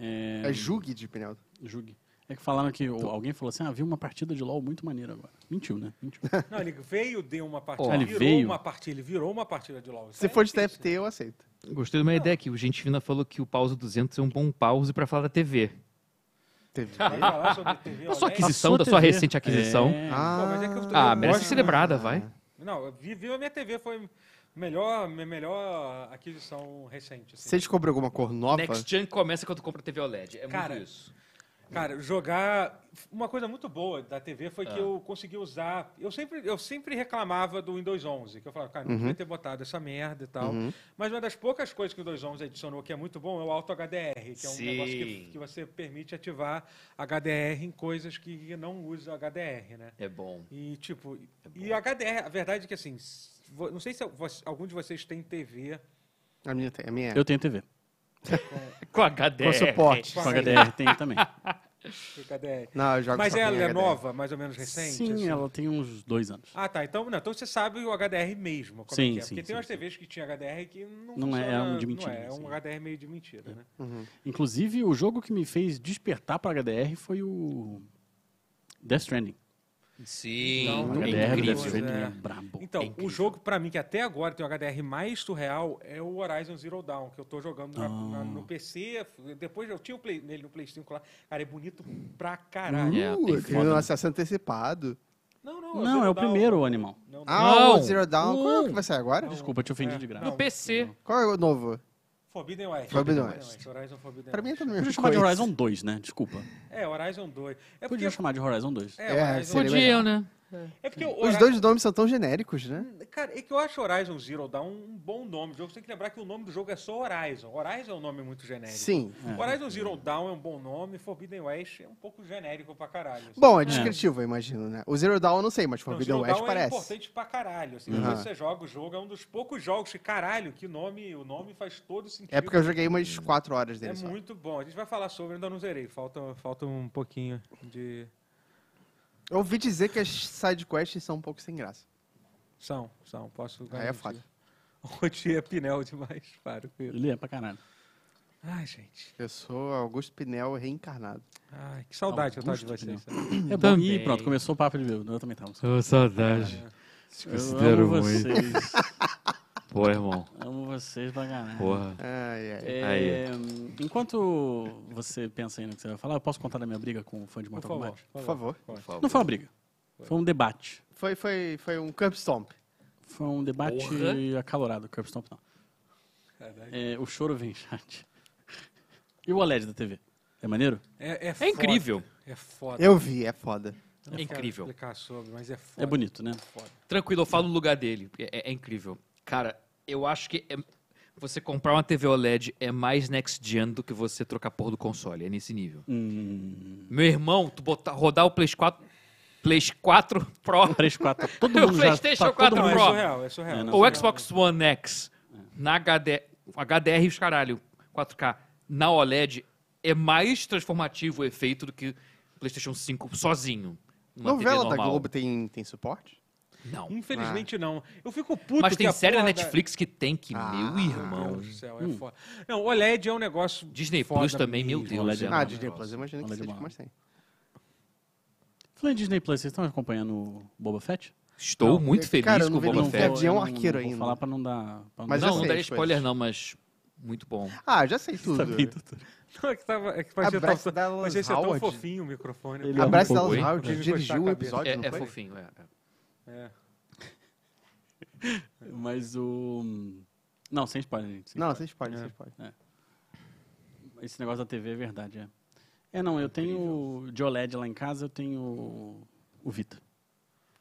Speaker 4: É,
Speaker 5: É jugue de pneu.
Speaker 4: Julgue. É que falaram que ou alguém falou assim: ah, vi uma partida de LOL muito maneira agora. Mentiu, né? Mentiu.
Speaker 1: Não, ele veio, deu uma partida,
Speaker 4: Ah, ele
Speaker 1: virou
Speaker 4: veio?
Speaker 1: uma partida, ele virou uma partida de LoL. Isso
Speaker 5: Se
Speaker 1: é
Speaker 5: for de
Speaker 1: difícil.
Speaker 5: TFT, eu aceito.
Speaker 2: Gostei de uma ideia que o Gente Fina falou que o Pause 200 é um bom pause pra falar da TV.
Speaker 5: Teve.
Speaker 1: Vai falar sobre TV
Speaker 2: Da sua
Speaker 1: online?
Speaker 2: aquisição,
Speaker 4: sua
Speaker 2: da sua
Speaker 4: TV.
Speaker 2: recente aquisição.
Speaker 4: É,
Speaker 1: Pô, mas é que eu tô-
Speaker 2: Ah,
Speaker 1: eu
Speaker 2: merece
Speaker 1: gosto-
Speaker 2: ser celebrada, vai.
Speaker 1: Não, eu vi, viu a minha TV, foi melhor, minha melhor aquisição recente. assim.
Speaker 5: Você descobriu alguma cor nova?
Speaker 2: Next Gen começa quando compra TV OLED. É
Speaker 1: Cara,
Speaker 2: muito isso.
Speaker 1: Cara, jogar. Uma coisa muito boa da TV foi
Speaker 2: É.
Speaker 1: que eu consegui usar. Eu sempre, eu sempre reclamava do Windows 11, que eu falava, cara,
Speaker 5: Uhum.
Speaker 1: não devia ter botado essa merda e tal. Mas uma das poucas coisas que o Windows 11 adicionou que é muito bom é o Auto HDR, que é um negócio que,
Speaker 2: Sim.
Speaker 1: que você permite ativar HDR em coisas que não usa HDR, né?
Speaker 2: É bom.
Speaker 1: E tipo, e HDR, a verdade é que assim, s- vo- não sei se vo- algum de vocês tem TV
Speaker 5: A minha tem. A minha é.
Speaker 4: Eu tenho TV.
Speaker 2: Com HDR.
Speaker 5: Com suporte.
Speaker 4: Com HDR tem também.
Speaker 1: com HDR.
Speaker 5: Não, eu jogo
Speaker 1: Mas
Speaker 5: só com
Speaker 1: ela é
Speaker 5: HDR.
Speaker 1: nova, mais ou menos recente?
Speaker 4: Sim,
Speaker 1: assim?
Speaker 4: ela tem uns dois anos.
Speaker 1: Ah, tá. Então, não, então você sabe o HDR mesmo. Como
Speaker 4: Sim,
Speaker 1: é que é.
Speaker 4: sim,
Speaker 1: Porque tem
Speaker 4: sim,
Speaker 1: umas
Speaker 4: sim.
Speaker 1: TVs que tinha HDR que não,
Speaker 4: Não é, é um
Speaker 1: funciona-
Speaker 4: de mentira,
Speaker 1: Não é, é um
Speaker 4: assim.
Speaker 1: HDR meio de mentira, né?
Speaker 4: Inclusive, o jogo que me fez despertar para HDR foi o Death Stranding.
Speaker 2: Sim,
Speaker 1: Não,
Speaker 4: O
Speaker 1: não
Speaker 2: é
Speaker 1: tem
Speaker 4: HDR do
Speaker 2: incrível.
Speaker 4: Death
Speaker 1: como,
Speaker 4: Stranding
Speaker 1: né?
Speaker 4: é brabo.
Speaker 1: Então,
Speaker 2: É
Speaker 1: o
Speaker 2: incrível.
Speaker 1: jogo, pra mim, que até agora tem um o HDR mais surreal, é o Horizon Zero Dawn, que eu tô jogando na-
Speaker 4: Ah.
Speaker 1: na- no PC. Depois eu tinha o Play, nele no Play 5 lá. Cara, é bonito pra
Speaker 4: Hum?
Speaker 1: caralho.
Speaker 2: É,
Speaker 5: Uh,
Speaker 2: tem
Speaker 5: aquele
Speaker 2: foda, né?
Speaker 5: acesso antecipado.
Speaker 1: Não, não.
Speaker 4: Não, é
Speaker 1: Zero Dawn.
Speaker 4: o primeiro animal.
Speaker 1: Não,
Speaker 5: Ah,
Speaker 2: Não.
Speaker 5: o Zero Dawn. Qual é o que vai sair agora?
Speaker 4: Desculpa, te ofendi
Speaker 1: É,
Speaker 4: de graça.
Speaker 1: não.
Speaker 2: No PC.
Speaker 5: Qual é o novo?
Speaker 1: Forbidden West.
Speaker 5: Forbidden West.
Speaker 1: Horizon Forbidden
Speaker 5: Pra mim é
Speaker 1: West.
Speaker 5: tudo
Speaker 4: Podia
Speaker 5: mesmo.
Speaker 4: chamar de Horizon 2, né? Desculpa.
Speaker 1: É, Horizon 2. É porque,
Speaker 4: Podia chamar de Horizon 2.
Speaker 1: é,
Speaker 5: É,
Speaker 1: Horizon
Speaker 5: seria
Speaker 2: Podiam, né?
Speaker 1: É porque o
Speaker 5: Os
Speaker 1: Horizon-
Speaker 5: dois nomes são tão genéricos, né?
Speaker 1: Cara, é que eu acho Horizon Zero Dawn um bom nome. de jogo. Você tem que lembrar que o nome do jogo é só Horizon. Horizon é um nome muito genérico.
Speaker 5: Sim.
Speaker 1: Horizon Zero Dawn é um bom nome, Forbidden West é um pouco genérico pra caralho. assim.
Speaker 5: Bom, é descritivo, eu imagino, né? O Zero Dawn eu não sei, mas
Speaker 1: Não,
Speaker 5: Forbidden
Speaker 1: Zero
Speaker 5: West
Speaker 1: Dawn é
Speaker 5: parece.
Speaker 1: importante pra caralho. Assim,
Speaker 5: Uhum.
Speaker 1: Quando você joga o jogo, é um dos poucos jogos que, caralho, que nome, o nome faz todo sentido.
Speaker 5: É porque eu joguei umas 4 horas dele
Speaker 1: É
Speaker 5: só.
Speaker 1: muito bom. A gente vai falar sobre, ainda não zerei. Falta, falta um pouquinho de.
Speaker 5: Eu ouvi dizer que as sidequests são um pouco sem graça.
Speaker 1: São, são, posso
Speaker 5: Aí
Speaker 1: garantir.
Speaker 5: é foda.
Speaker 1: O dia é pinel demais, para com isso.
Speaker 4: Ele é pra caralho.
Speaker 1: Ai, gente.
Speaker 5: Eu sou Augusto Pinel reencarnado.
Speaker 1: Ai, que saudade que eu tava de
Speaker 4: Augusto
Speaker 1: vocês. sabe?
Speaker 4: É bom.
Speaker 2: Também.
Speaker 4: Ih, pronto, começou o papo de bêbado. Eu também tava.
Speaker 2: Ô, saudade. Te
Speaker 4: Eu amo vocês.
Speaker 2: Pô, irmão.
Speaker 4: amo vocês pra caralho.
Speaker 2: Porra.
Speaker 5: Ai, ai.
Speaker 4: É, enquanto você pensa aí no que você vai falar, eu posso contar da minha briga com o fã de
Speaker 1: Por
Speaker 4: Mortal
Speaker 1: favor.
Speaker 4: Kombat?
Speaker 5: Por favor.
Speaker 4: Não foi uma briga. Foi um debate.
Speaker 5: Foi, foi, foi um Cup Stomp.
Speaker 4: Foi um debate
Speaker 2: Porra.
Speaker 4: acalorado. Curb Stomp não.
Speaker 1: Caralho.
Speaker 4: É, o choro vem, chat. E o OLED da TV? É maneiro?
Speaker 1: É,
Speaker 2: É incrível.
Speaker 1: É foda.
Speaker 5: Eu vi, é foda.
Speaker 1: Não
Speaker 2: É
Speaker 1: quero
Speaker 2: incrível.
Speaker 1: explicar sobre, mas é foda.
Speaker 4: É bonito, né?
Speaker 1: Foda.
Speaker 2: Tranquilo, eu falo no lugar dele. porque É, é incrível. Cara, eu acho que é- você comprar uma TV OLED é mais next gen do que você trocar porra do console. É nesse nível.
Speaker 4: Hum,
Speaker 2: Meu irmão, tu botar, rodar o Play 4, Play 4 Pro
Speaker 4: 3, 4, todo
Speaker 2: E o
Speaker 4: mundo já...
Speaker 2: PlayStation
Speaker 4: tá, todo
Speaker 2: 4
Speaker 1: Não,
Speaker 4: mundo
Speaker 1: é
Speaker 2: Pro?
Speaker 1: surreal, é surreal.
Speaker 4: É, não.
Speaker 2: ou Xbox One X na HD, HDR e os caralho, 4K, na OLED, é mais transformativo o efeito do que PlayStation 5 sozinho. Numa
Speaker 5: Novela
Speaker 2: TV
Speaker 5: da
Speaker 2: normal.
Speaker 5: Globo tem, tem suporte?
Speaker 2: Não.
Speaker 1: Infelizmente não. Eu fico puto
Speaker 2: Mas
Speaker 1: que
Speaker 2: tem
Speaker 1: a
Speaker 2: série da
Speaker 1: porra
Speaker 2: Netflix Hum. que tem que,
Speaker 5: Ah,
Speaker 2: meu
Speaker 1: Meu
Speaker 2: irmão.
Speaker 1: Deus do céu, é foda. Não, OLED é um negócio
Speaker 2: Disney
Speaker 1: foda
Speaker 2: Plus também, meu
Speaker 1: mesmo.
Speaker 2: Deus.
Speaker 4: OLED
Speaker 2: é
Speaker 4: é
Speaker 5: ah,
Speaker 2: uma-
Speaker 5: Disney Plus, eu imagino que
Speaker 4: Olha de
Speaker 5: seja
Speaker 4: mal.
Speaker 5: mas tem.
Speaker 4: Falando em Disney Plus, vocês estão acompanhando o Boba Fett?
Speaker 2: Estou
Speaker 5: Não,
Speaker 2: muito
Speaker 5: eu-
Speaker 2: feliz
Speaker 5: cara, eu
Speaker 2: com
Speaker 5: não
Speaker 2: o
Speaker 5: vi
Speaker 2: Boba
Speaker 5: nenhum
Speaker 2: Fett.
Speaker 5: Fett. Guardião
Speaker 4: eu não-
Speaker 5: Arqueiro
Speaker 4: não
Speaker 5: ainda.
Speaker 4: Vou falar pra não dar... Pra não
Speaker 5: Mas
Speaker 4: dar
Speaker 2: não,
Speaker 5: eu
Speaker 2: não
Speaker 5: sei
Speaker 2: daria
Speaker 5: as
Speaker 2: spoiler
Speaker 5: coisas.
Speaker 2: não, mas muito bom.
Speaker 5: Ah, já sei tudo.
Speaker 4: Também, doutor.
Speaker 1: Não, é que, tava, é que parecia,
Speaker 5: Abraço
Speaker 1: tão,
Speaker 5: da
Speaker 1: parecia ser tão
Speaker 5: Howard. é
Speaker 1: fofinho o microfone.
Speaker 4: Ele
Speaker 5: A um Bryce
Speaker 4: Oi?
Speaker 5: Dallas
Speaker 1: Porque
Speaker 5: Howard
Speaker 1: ele
Speaker 5: dirigiu
Speaker 1: cortou
Speaker 5: um
Speaker 1: a cabeça.
Speaker 5: episódio,
Speaker 2: É, é
Speaker 5: não foi?
Speaker 2: fofinho. é, é.
Speaker 1: É.
Speaker 4: Mas o... Não, sem spoiler, gente. sem
Speaker 5: Não,
Speaker 4: spoiler.
Speaker 5: vocês podem,
Speaker 1: É.
Speaker 5: vocês podem.
Speaker 4: Esse negócio da TV é verdade, é. É, não, eu tenho de OLED lá em casa, eu tenho o Vita.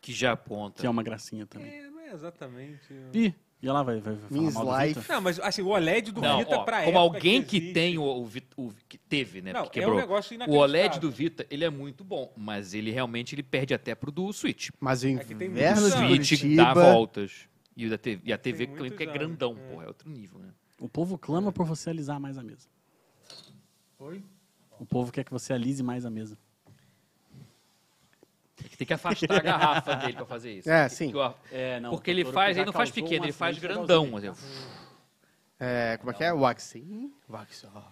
Speaker 2: que já aponta.
Speaker 4: que é uma gracinha também.
Speaker 1: É, não é exatamente.
Speaker 4: Ih, e ela vai, vai, vai falar
Speaker 5: Means
Speaker 4: mal do Vita?
Speaker 5: life.
Speaker 1: Não, mas assim, o OLED
Speaker 5: um
Speaker 1: do
Speaker 2: Não,
Speaker 1: Vita
Speaker 2: ó,
Speaker 1: pra
Speaker 2: como
Speaker 1: época
Speaker 2: alguém que,
Speaker 1: existe-
Speaker 2: tem o, o Vit- o que teve, né?
Speaker 1: Não,
Speaker 2: porque
Speaker 1: é um
Speaker 2: quebrou.
Speaker 1: negócio
Speaker 2: o OLED do
Speaker 1: inacreditável.
Speaker 2: Vita, ele é muito bom, mas ele realmente ele perde até pro do Switch.
Speaker 5: Mas o
Speaker 1: que tem
Speaker 5: inverno
Speaker 1: muitos
Speaker 2: o
Speaker 5: de
Speaker 1: anos.
Speaker 2: Switch dá
Speaker 5: Curitiba...
Speaker 2: voltas. E, o da TV, e a
Speaker 1: Tem
Speaker 2: TV que eu lembro que é
Speaker 1: muitos anos,
Speaker 2: grandão,
Speaker 1: é.
Speaker 2: porra, é outro nível, né?
Speaker 4: O povo clama por você alisar mais a mesa.
Speaker 1: Oi?
Speaker 4: O povo quer que você alise mais a mesa.
Speaker 2: É que Tem que afastar a garrafa dele pra fazer isso.
Speaker 5: É,
Speaker 2: Que-
Speaker 5: sim.
Speaker 2: que o-
Speaker 4: É, não,
Speaker 2: porque ele faz, ele não faz pequeno, ele faz grandão. assim,
Speaker 5: É, como é que é? Wax in, wax off.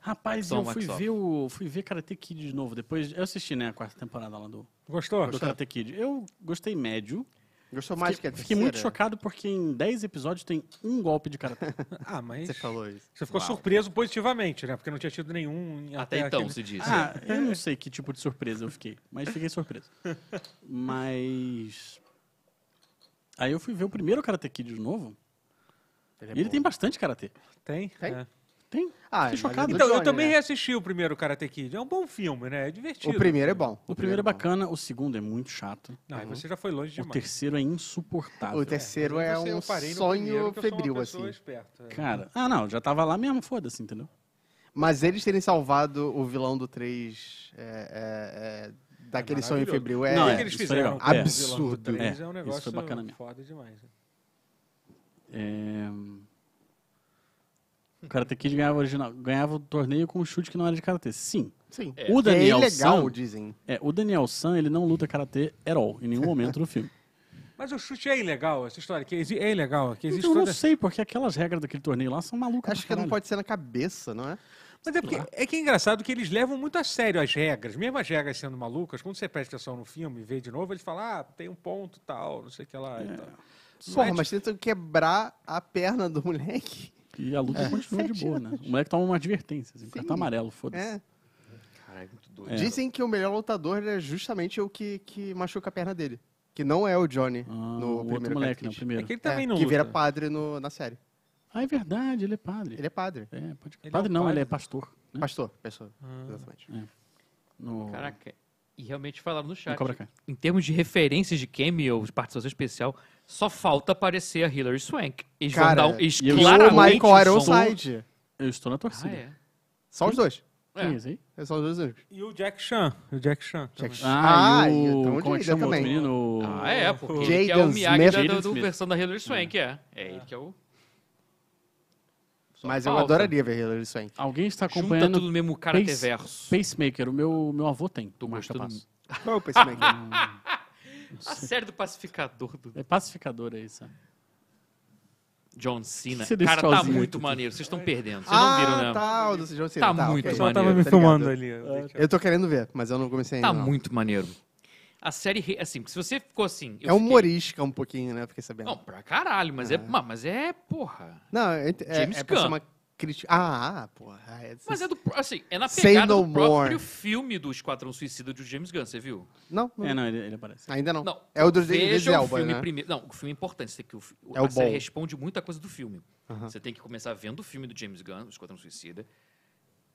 Speaker 4: Rapaz,
Speaker 2: São
Speaker 4: eu fui
Speaker 2: Microsoft.
Speaker 4: ver, o, fui ver Karate Kid de novo. Depois, eu assisti né, a quarta temporada lá do,
Speaker 1: Gostou?
Speaker 4: do Karate Kid. Eu gostei médio.
Speaker 5: Gostou mais que
Speaker 4: fiquei,
Speaker 5: a
Speaker 4: fiquei muito
Speaker 5: terceira?
Speaker 4: chocado porque em 10 episódios tem um golpe de karatê.
Speaker 1: Ah, mas.
Speaker 5: Você falou isso.
Speaker 1: Você ficou
Speaker 2: Uau.
Speaker 1: surpreso positivamente, né? Porque não tinha tido nenhum em-
Speaker 5: É,
Speaker 2: até então,
Speaker 1: aquele-
Speaker 2: se diz.
Speaker 4: ah, eu não sei que tipo de surpresa eu fiquei, mas fiquei surpreso. Mas aí eu fui ver o primeiro Karate Kid de novo.
Speaker 5: Ele é
Speaker 4: e ele
Speaker 5: bom.
Speaker 4: tem bastante karatê.
Speaker 1: Tem?
Speaker 5: Tem?
Speaker 1: É.
Speaker 4: Tem.
Speaker 5: Ah,
Speaker 4: Fiquei
Speaker 5: mas
Speaker 4: chocado.
Speaker 5: ele é do
Speaker 1: Então, eu
Speaker 5: Johnny,
Speaker 1: também
Speaker 5: né?
Speaker 1: reassisti o primeiro Karate Kid. É um bom filme, né? É divertido.
Speaker 5: O primeiro é bom.
Speaker 4: O primeiro é
Speaker 5: bom.
Speaker 4: bacana, o segundo é muito chato.
Speaker 1: Não, aí você já foi longe
Speaker 4: O
Speaker 1: demais.
Speaker 4: terceiro é insuportável.
Speaker 5: O terceiro é,
Speaker 1: Você-
Speaker 5: um
Speaker 1: eu parei no
Speaker 5: sonho
Speaker 1: primeiro, que eu sou uma
Speaker 5: febril,
Speaker 1: pessoa
Speaker 5: assim.
Speaker 1: esperta, é.
Speaker 4: Cara, ah não, já tava lá mesmo, foda-se, entendeu?
Speaker 5: Mas eles terem salvado o vilão do 3 é, é, é, daquele sonho
Speaker 1: maravilhoso.
Speaker 5: febril é,
Speaker 4: Não,
Speaker 1: O
Speaker 4: é,
Speaker 1: que eles
Speaker 4: isso é
Speaker 1: fizeram? com
Speaker 4: legal.
Speaker 1: o vilão do
Speaker 5: Absurdo.
Speaker 1: três
Speaker 4: É,
Speaker 1: É um
Speaker 4: isso
Speaker 1: negócio
Speaker 4: foi bacana mesmo.
Speaker 1: foda demais. né?
Speaker 4: O Karate Kid ganhava, o original, ganhava o torneio com um chute que não era de karatê. Sim.
Speaker 5: Sim.
Speaker 4: É. O
Speaker 5: O
Speaker 4: Daniel
Speaker 5: é ilegal,
Speaker 4: San-
Speaker 5: dizem.
Speaker 4: É, o Daniel San, ele não luta karatê at all, em nenhum momento do filme.
Speaker 1: Mas o chute é ilegal, essa história. Que exi- é ilegal. Que existe
Speaker 4: Então eu não
Speaker 1: toda-
Speaker 4: sei, porque aquelas regras daquele torneio lá são malucas.
Speaker 5: Acho
Speaker 4: pra
Speaker 5: que não
Speaker 4: caralho.
Speaker 5: pode ser na cabeça, não é?
Speaker 1: Mas é, porque, é que é engraçado que eles levam muito a sério as regras, mesmo as regras sendo malucas, quando você presta atenção no filme e vê de novo, eles falam, ah, tem um ponto tal, não sei o que lá.
Speaker 5: É.
Speaker 1: e tal. É
Speaker 4: é
Speaker 5: Porra, mas tentam quebrar a perna do moleque.
Speaker 4: E a
Speaker 2: É.
Speaker 4: luta continua de
Speaker 5: sete
Speaker 4: boa, né? O moleque toma uma advertência, assim, cartão amarelo, foda-se.
Speaker 5: É.
Speaker 2: Caralho, muito
Speaker 4: É.
Speaker 2: doido.
Speaker 5: Dizem que o melhor lutador é justamente o que, que machuca a perna dele. Que não é o Johnny
Speaker 4: Ah,
Speaker 5: no
Speaker 4: o outro
Speaker 5: primeiro
Speaker 4: moleque, não, o
Speaker 5: Karate Kid.
Speaker 1: É
Speaker 4: primeiro.
Speaker 1: que ele também
Speaker 5: É,
Speaker 1: não
Speaker 5: que
Speaker 1: luta.
Speaker 5: vira padre no- na série.
Speaker 4: Ah, é verdade, ele é padre.
Speaker 5: Ele é padre.
Speaker 4: É, pode...
Speaker 1: Ele é
Speaker 4: padre
Speaker 1: um
Speaker 4: não,
Speaker 1: padre.
Speaker 4: ele é Ah. pastor. Né?
Speaker 5: Pastor, pessoa. Exatamente.
Speaker 4: No...
Speaker 2: Caraca, e realmente falaram no
Speaker 4: no
Speaker 2: chat.
Speaker 4: Cobra Kai.
Speaker 2: Em termos de referências de cameo, de participação especial, só falta aparecer a Hilary Swank. Eles
Speaker 5: Cara,
Speaker 2: vão dar um, eles
Speaker 4: e o
Speaker 5: Claro, o
Speaker 2: claramente
Speaker 5: Michael
Speaker 2: são-
Speaker 5: Ironside.
Speaker 4: Eu estou na
Speaker 2: Ah,
Speaker 4: torcida.
Speaker 2: é.
Speaker 5: Só os dois.
Speaker 4: Quem é esse aí?
Speaker 5: São os dois únicos.
Speaker 1: E o Jack Chan. O Jack Chan. também.
Speaker 5: Jack-
Speaker 4: Ah,
Speaker 5: Ah,
Speaker 4: e o...
Speaker 5: então
Speaker 4: Como é
Speaker 5: diria
Speaker 4: que chama o outro
Speaker 5: também.
Speaker 4: menino?
Speaker 2: Ah, é, porque ele que é o
Speaker 5: Jaden
Speaker 2: Miyagi
Speaker 5: Smith.
Speaker 2: da, da,
Speaker 4: Jaden
Speaker 2: do
Speaker 4: Smith.
Speaker 2: versão da Hilary Swank, é. É ele que é o... Só
Speaker 5: Mas eu
Speaker 2: falta.
Speaker 5: adoraria ver Hilary Swank.
Speaker 4: Alguém está
Speaker 2: Junta
Speaker 4: acompanhando
Speaker 2: tudo no mesmo cara é
Speaker 4: Pace-
Speaker 2: verso.
Speaker 4: Pacemaker, o meu, meu avô tem.
Speaker 2: Tô
Speaker 4: o
Speaker 2: gostando
Speaker 4: marca-passo.
Speaker 5: Qual é o pacemaker?
Speaker 2: A série do pacificador do
Speaker 4: É pacificador aí, sabe?
Speaker 2: John Cena.
Speaker 4: Você
Speaker 2: Cara, tá
Speaker 4: descalzinho,
Speaker 2: muito
Speaker 4: Tutu.
Speaker 2: maneiro. Vocês estão perdendo. Vocês não viram,
Speaker 5: ah,
Speaker 2: né?
Speaker 5: tá, o do John Cena.
Speaker 2: Tá muito
Speaker 5: ok.
Speaker 1: O pessoal
Speaker 2: maneiro,
Speaker 1: tava me
Speaker 5: tá
Speaker 1: filmando
Speaker 5: ligado. tipo,
Speaker 1: ali. eu deixei-
Speaker 5: Eu tô querendo ver, mas eu não comecei ainda.
Speaker 2: Tá
Speaker 5: não.
Speaker 2: muito maneiro. A série, re- assim, se você ficou assim... eu
Speaker 5: É
Speaker 2: fiquei-
Speaker 5: humorística um Ah. pouquinho, né? Eu Fiquei sabendo.
Speaker 2: Não, pra caralho, mas é... ma- Mas é, porra...
Speaker 5: Não, é, é,
Speaker 2: James
Speaker 5: é pra ser
Speaker 2: Gunn.
Speaker 5: uma crítica. Ah, ah, porra. É,
Speaker 2: Mas é do... pro- Assim, é na
Speaker 5: Say
Speaker 2: pegada
Speaker 5: no
Speaker 2: do próprio
Speaker 5: more.
Speaker 2: filme do Esquadrão Suicida de James Gunn, você viu?
Speaker 5: Não, não.
Speaker 4: É, não, ele, ele aparece.
Speaker 5: ainda não.
Speaker 2: Não.
Speaker 5: É o do Idris
Speaker 2: Veja o
Speaker 5: Elba,
Speaker 2: filme
Speaker 5: né?
Speaker 2: primeiro. Não, o filme é importante. Você tem que, o, fi-
Speaker 5: É
Speaker 2: a
Speaker 5: o
Speaker 2: série
Speaker 5: bom.
Speaker 2: responde muita coisa do filme.
Speaker 5: Aham.
Speaker 2: Você tem que começar vendo o filme do James Gunn, O Esquadrão Suicida,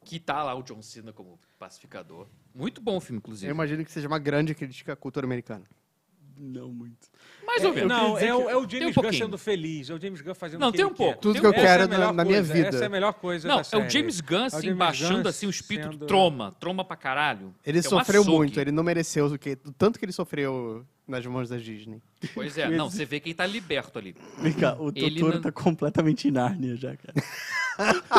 Speaker 2: que tá lá o John Cena como pacificador. Muito bom o filme, inclusive.
Speaker 5: Eu imagino que seja uma grande crítica à cultura americana.
Speaker 4: Não muito.
Speaker 2: Mais ou menos.
Speaker 1: Não, é o, é o
Speaker 2: Tem um
Speaker 1: James Gunn
Speaker 2: pouquinho.
Speaker 1: sendo feliz. É o James Gunn fazendo
Speaker 2: Não,
Speaker 1: o que
Speaker 2: tem
Speaker 1: ele
Speaker 2: um pouco.
Speaker 1: quer.
Speaker 5: Tudo
Speaker 2: Tem
Speaker 5: que eu
Speaker 2: um- Essa
Speaker 5: quero
Speaker 1: é a
Speaker 5: na,
Speaker 1: melhor
Speaker 5: na minha
Speaker 1: coisa,
Speaker 5: vida.
Speaker 1: Essa é a melhor coisa
Speaker 2: Não,
Speaker 1: da
Speaker 2: é
Speaker 1: série.
Speaker 2: o James Gunn,
Speaker 1: o
Speaker 2: assim,
Speaker 1: James
Speaker 2: baixando
Speaker 1: Gunn
Speaker 2: assim o espírito
Speaker 1: sendo-
Speaker 2: troma, troma pra caralho.
Speaker 5: Ele
Speaker 2: É um
Speaker 5: sofreu
Speaker 2: açougue.
Speaker 5: muito, ele não mereceu o, que, o tanto que ele sofreu nas mãos da Disney.
Speaker 2: Pois é, não, você vê que ele tá liberto ali.
Speaker 4: Vem cá, o
Speaker 2: Ele
Speaker 4: Totoro
Speaker 2: não-
Speaker 4: tá completamente em Nárnia já, cara.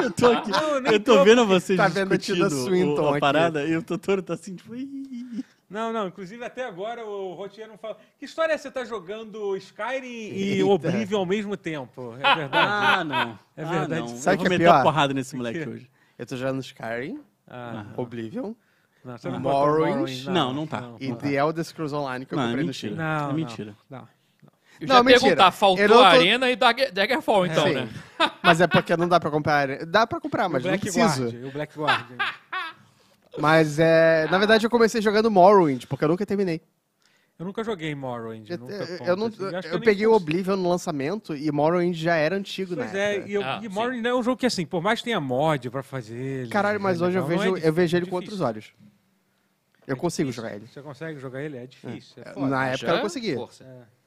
Speaker 4: eu tô aqui,
Speaker 1: nem
Speaker 4: eu tô
Speaker 1: tô,
Speaker 4: vendo vocês
Speaker 5: tá vendo a
Speaker 4: discutindo
Speaker 5: Tilda Swinton
Speaker 4: o- a
Speaker 5: aqui.
Speaker 4: parada e o Totoro tá assim, tipo... "Ih".
Speaker 1: Não, não. Inclusive, até agora o Rotier não fala. Que história é essa? Você tá jogando Skyrim e
Speaker 5: Eita.
Speaker 1: Oblivion ao mesmo tempo? É verdade.
Speaker 4: Ah, não.
Speaker 1: É verdade.
Speaker 4: Ah, não.
Speaker 5: Sabe
Speaker 4: eu vou
Speaker 5: que é
Speaker 4: meter uma
Speaker 5: pior?
Speaker 4: porrada nesse moleque
Speaker 1: quê?
Speaker 4: hoje.
Speaker 5: Eu tô jogando Skyrim,
Speaker 1: Ah,
Speaker 5: Oblivion
Speaker 1: não, você não
Speaker 5: Ah.
Speaker 1: botou
Speaker 5: Morrowind?
Speaker 4: Não, não tá.
Speaker 5: e The Elder Scrolls Online que eu
Speaker 4: Não, é
Speaker 5: comprei no
Speaker 4: mentira.
Speaker 5: Steam.
Speaker 1: Não,
Speaker 4: É
Speaker 1: não,
Speaker 4: mentira.
Speaker 1: não.
Speaker 2: Eu
Speaker 5: Não,
Speaker 2: já ia
Speaker 5: mentira.
Speaker 2: perguntar, faltou
Speaker 5: Eu não tô-
Speaker 2: a Arena e Dagger- Daggerfall, então,
Speaker 5: Sim.
Speaker 2: né?
Speaker 5: Mas é porque não dá pra comprar. Dá pra comprar,
Speaker 1: O
Speaker 5: mas não
Speaker 1: Black
Speaker 5: preciso.
Speaker 1: Guard. O Black Guard.
Speaker 5: Mas é. Na verdade, eu comecei jogando Morrowind, porque eu nunca terminei.
Speaker 1: Eu nunca joguei Morrowind.
Speaker 5: Eu,
Speaker 1: nunca,
Speaker 5: eu-
Speaker 1: ponto,
Speaker 5: eu não,
Speaker 1: assim. acho que
Speaker 5: eu
Speaker 1: nem
Speaker 5: peguei o
Speaker 1: consigo.
Speaker 5: Oblivion no lançamento e Morrowind já era antigo, né?
Speaker 1: Pois é, e, eu,
Speaker 2: Ah,
Speaker 1: e
Speaker 2: sim.
Speaker 1: Morrowind é um jogo que, assim, por mais que tenha mod pra fazer. ele,
Speaker 5: Caralho, mas
Speaker 1: né,
Speaker 5: hoje eu
Speaker 1: não é
Speaker 5: vejo,
Speaker 1: difícil, É
Speaker 5: eu vejo ele com
Speaker 1: difícil.
Speaker 5: outros olhos. Eu consigo jogar ele.
Speaker 1: Você consegue jogar ele? É difícil. É,
Speaker 5: É,
Speaker 1: foda.
Speaker 5: Na época
Speaker 2: Já?
Speaker 5: eu consegui.
Speaker 2: Força.
Speaker 1: É.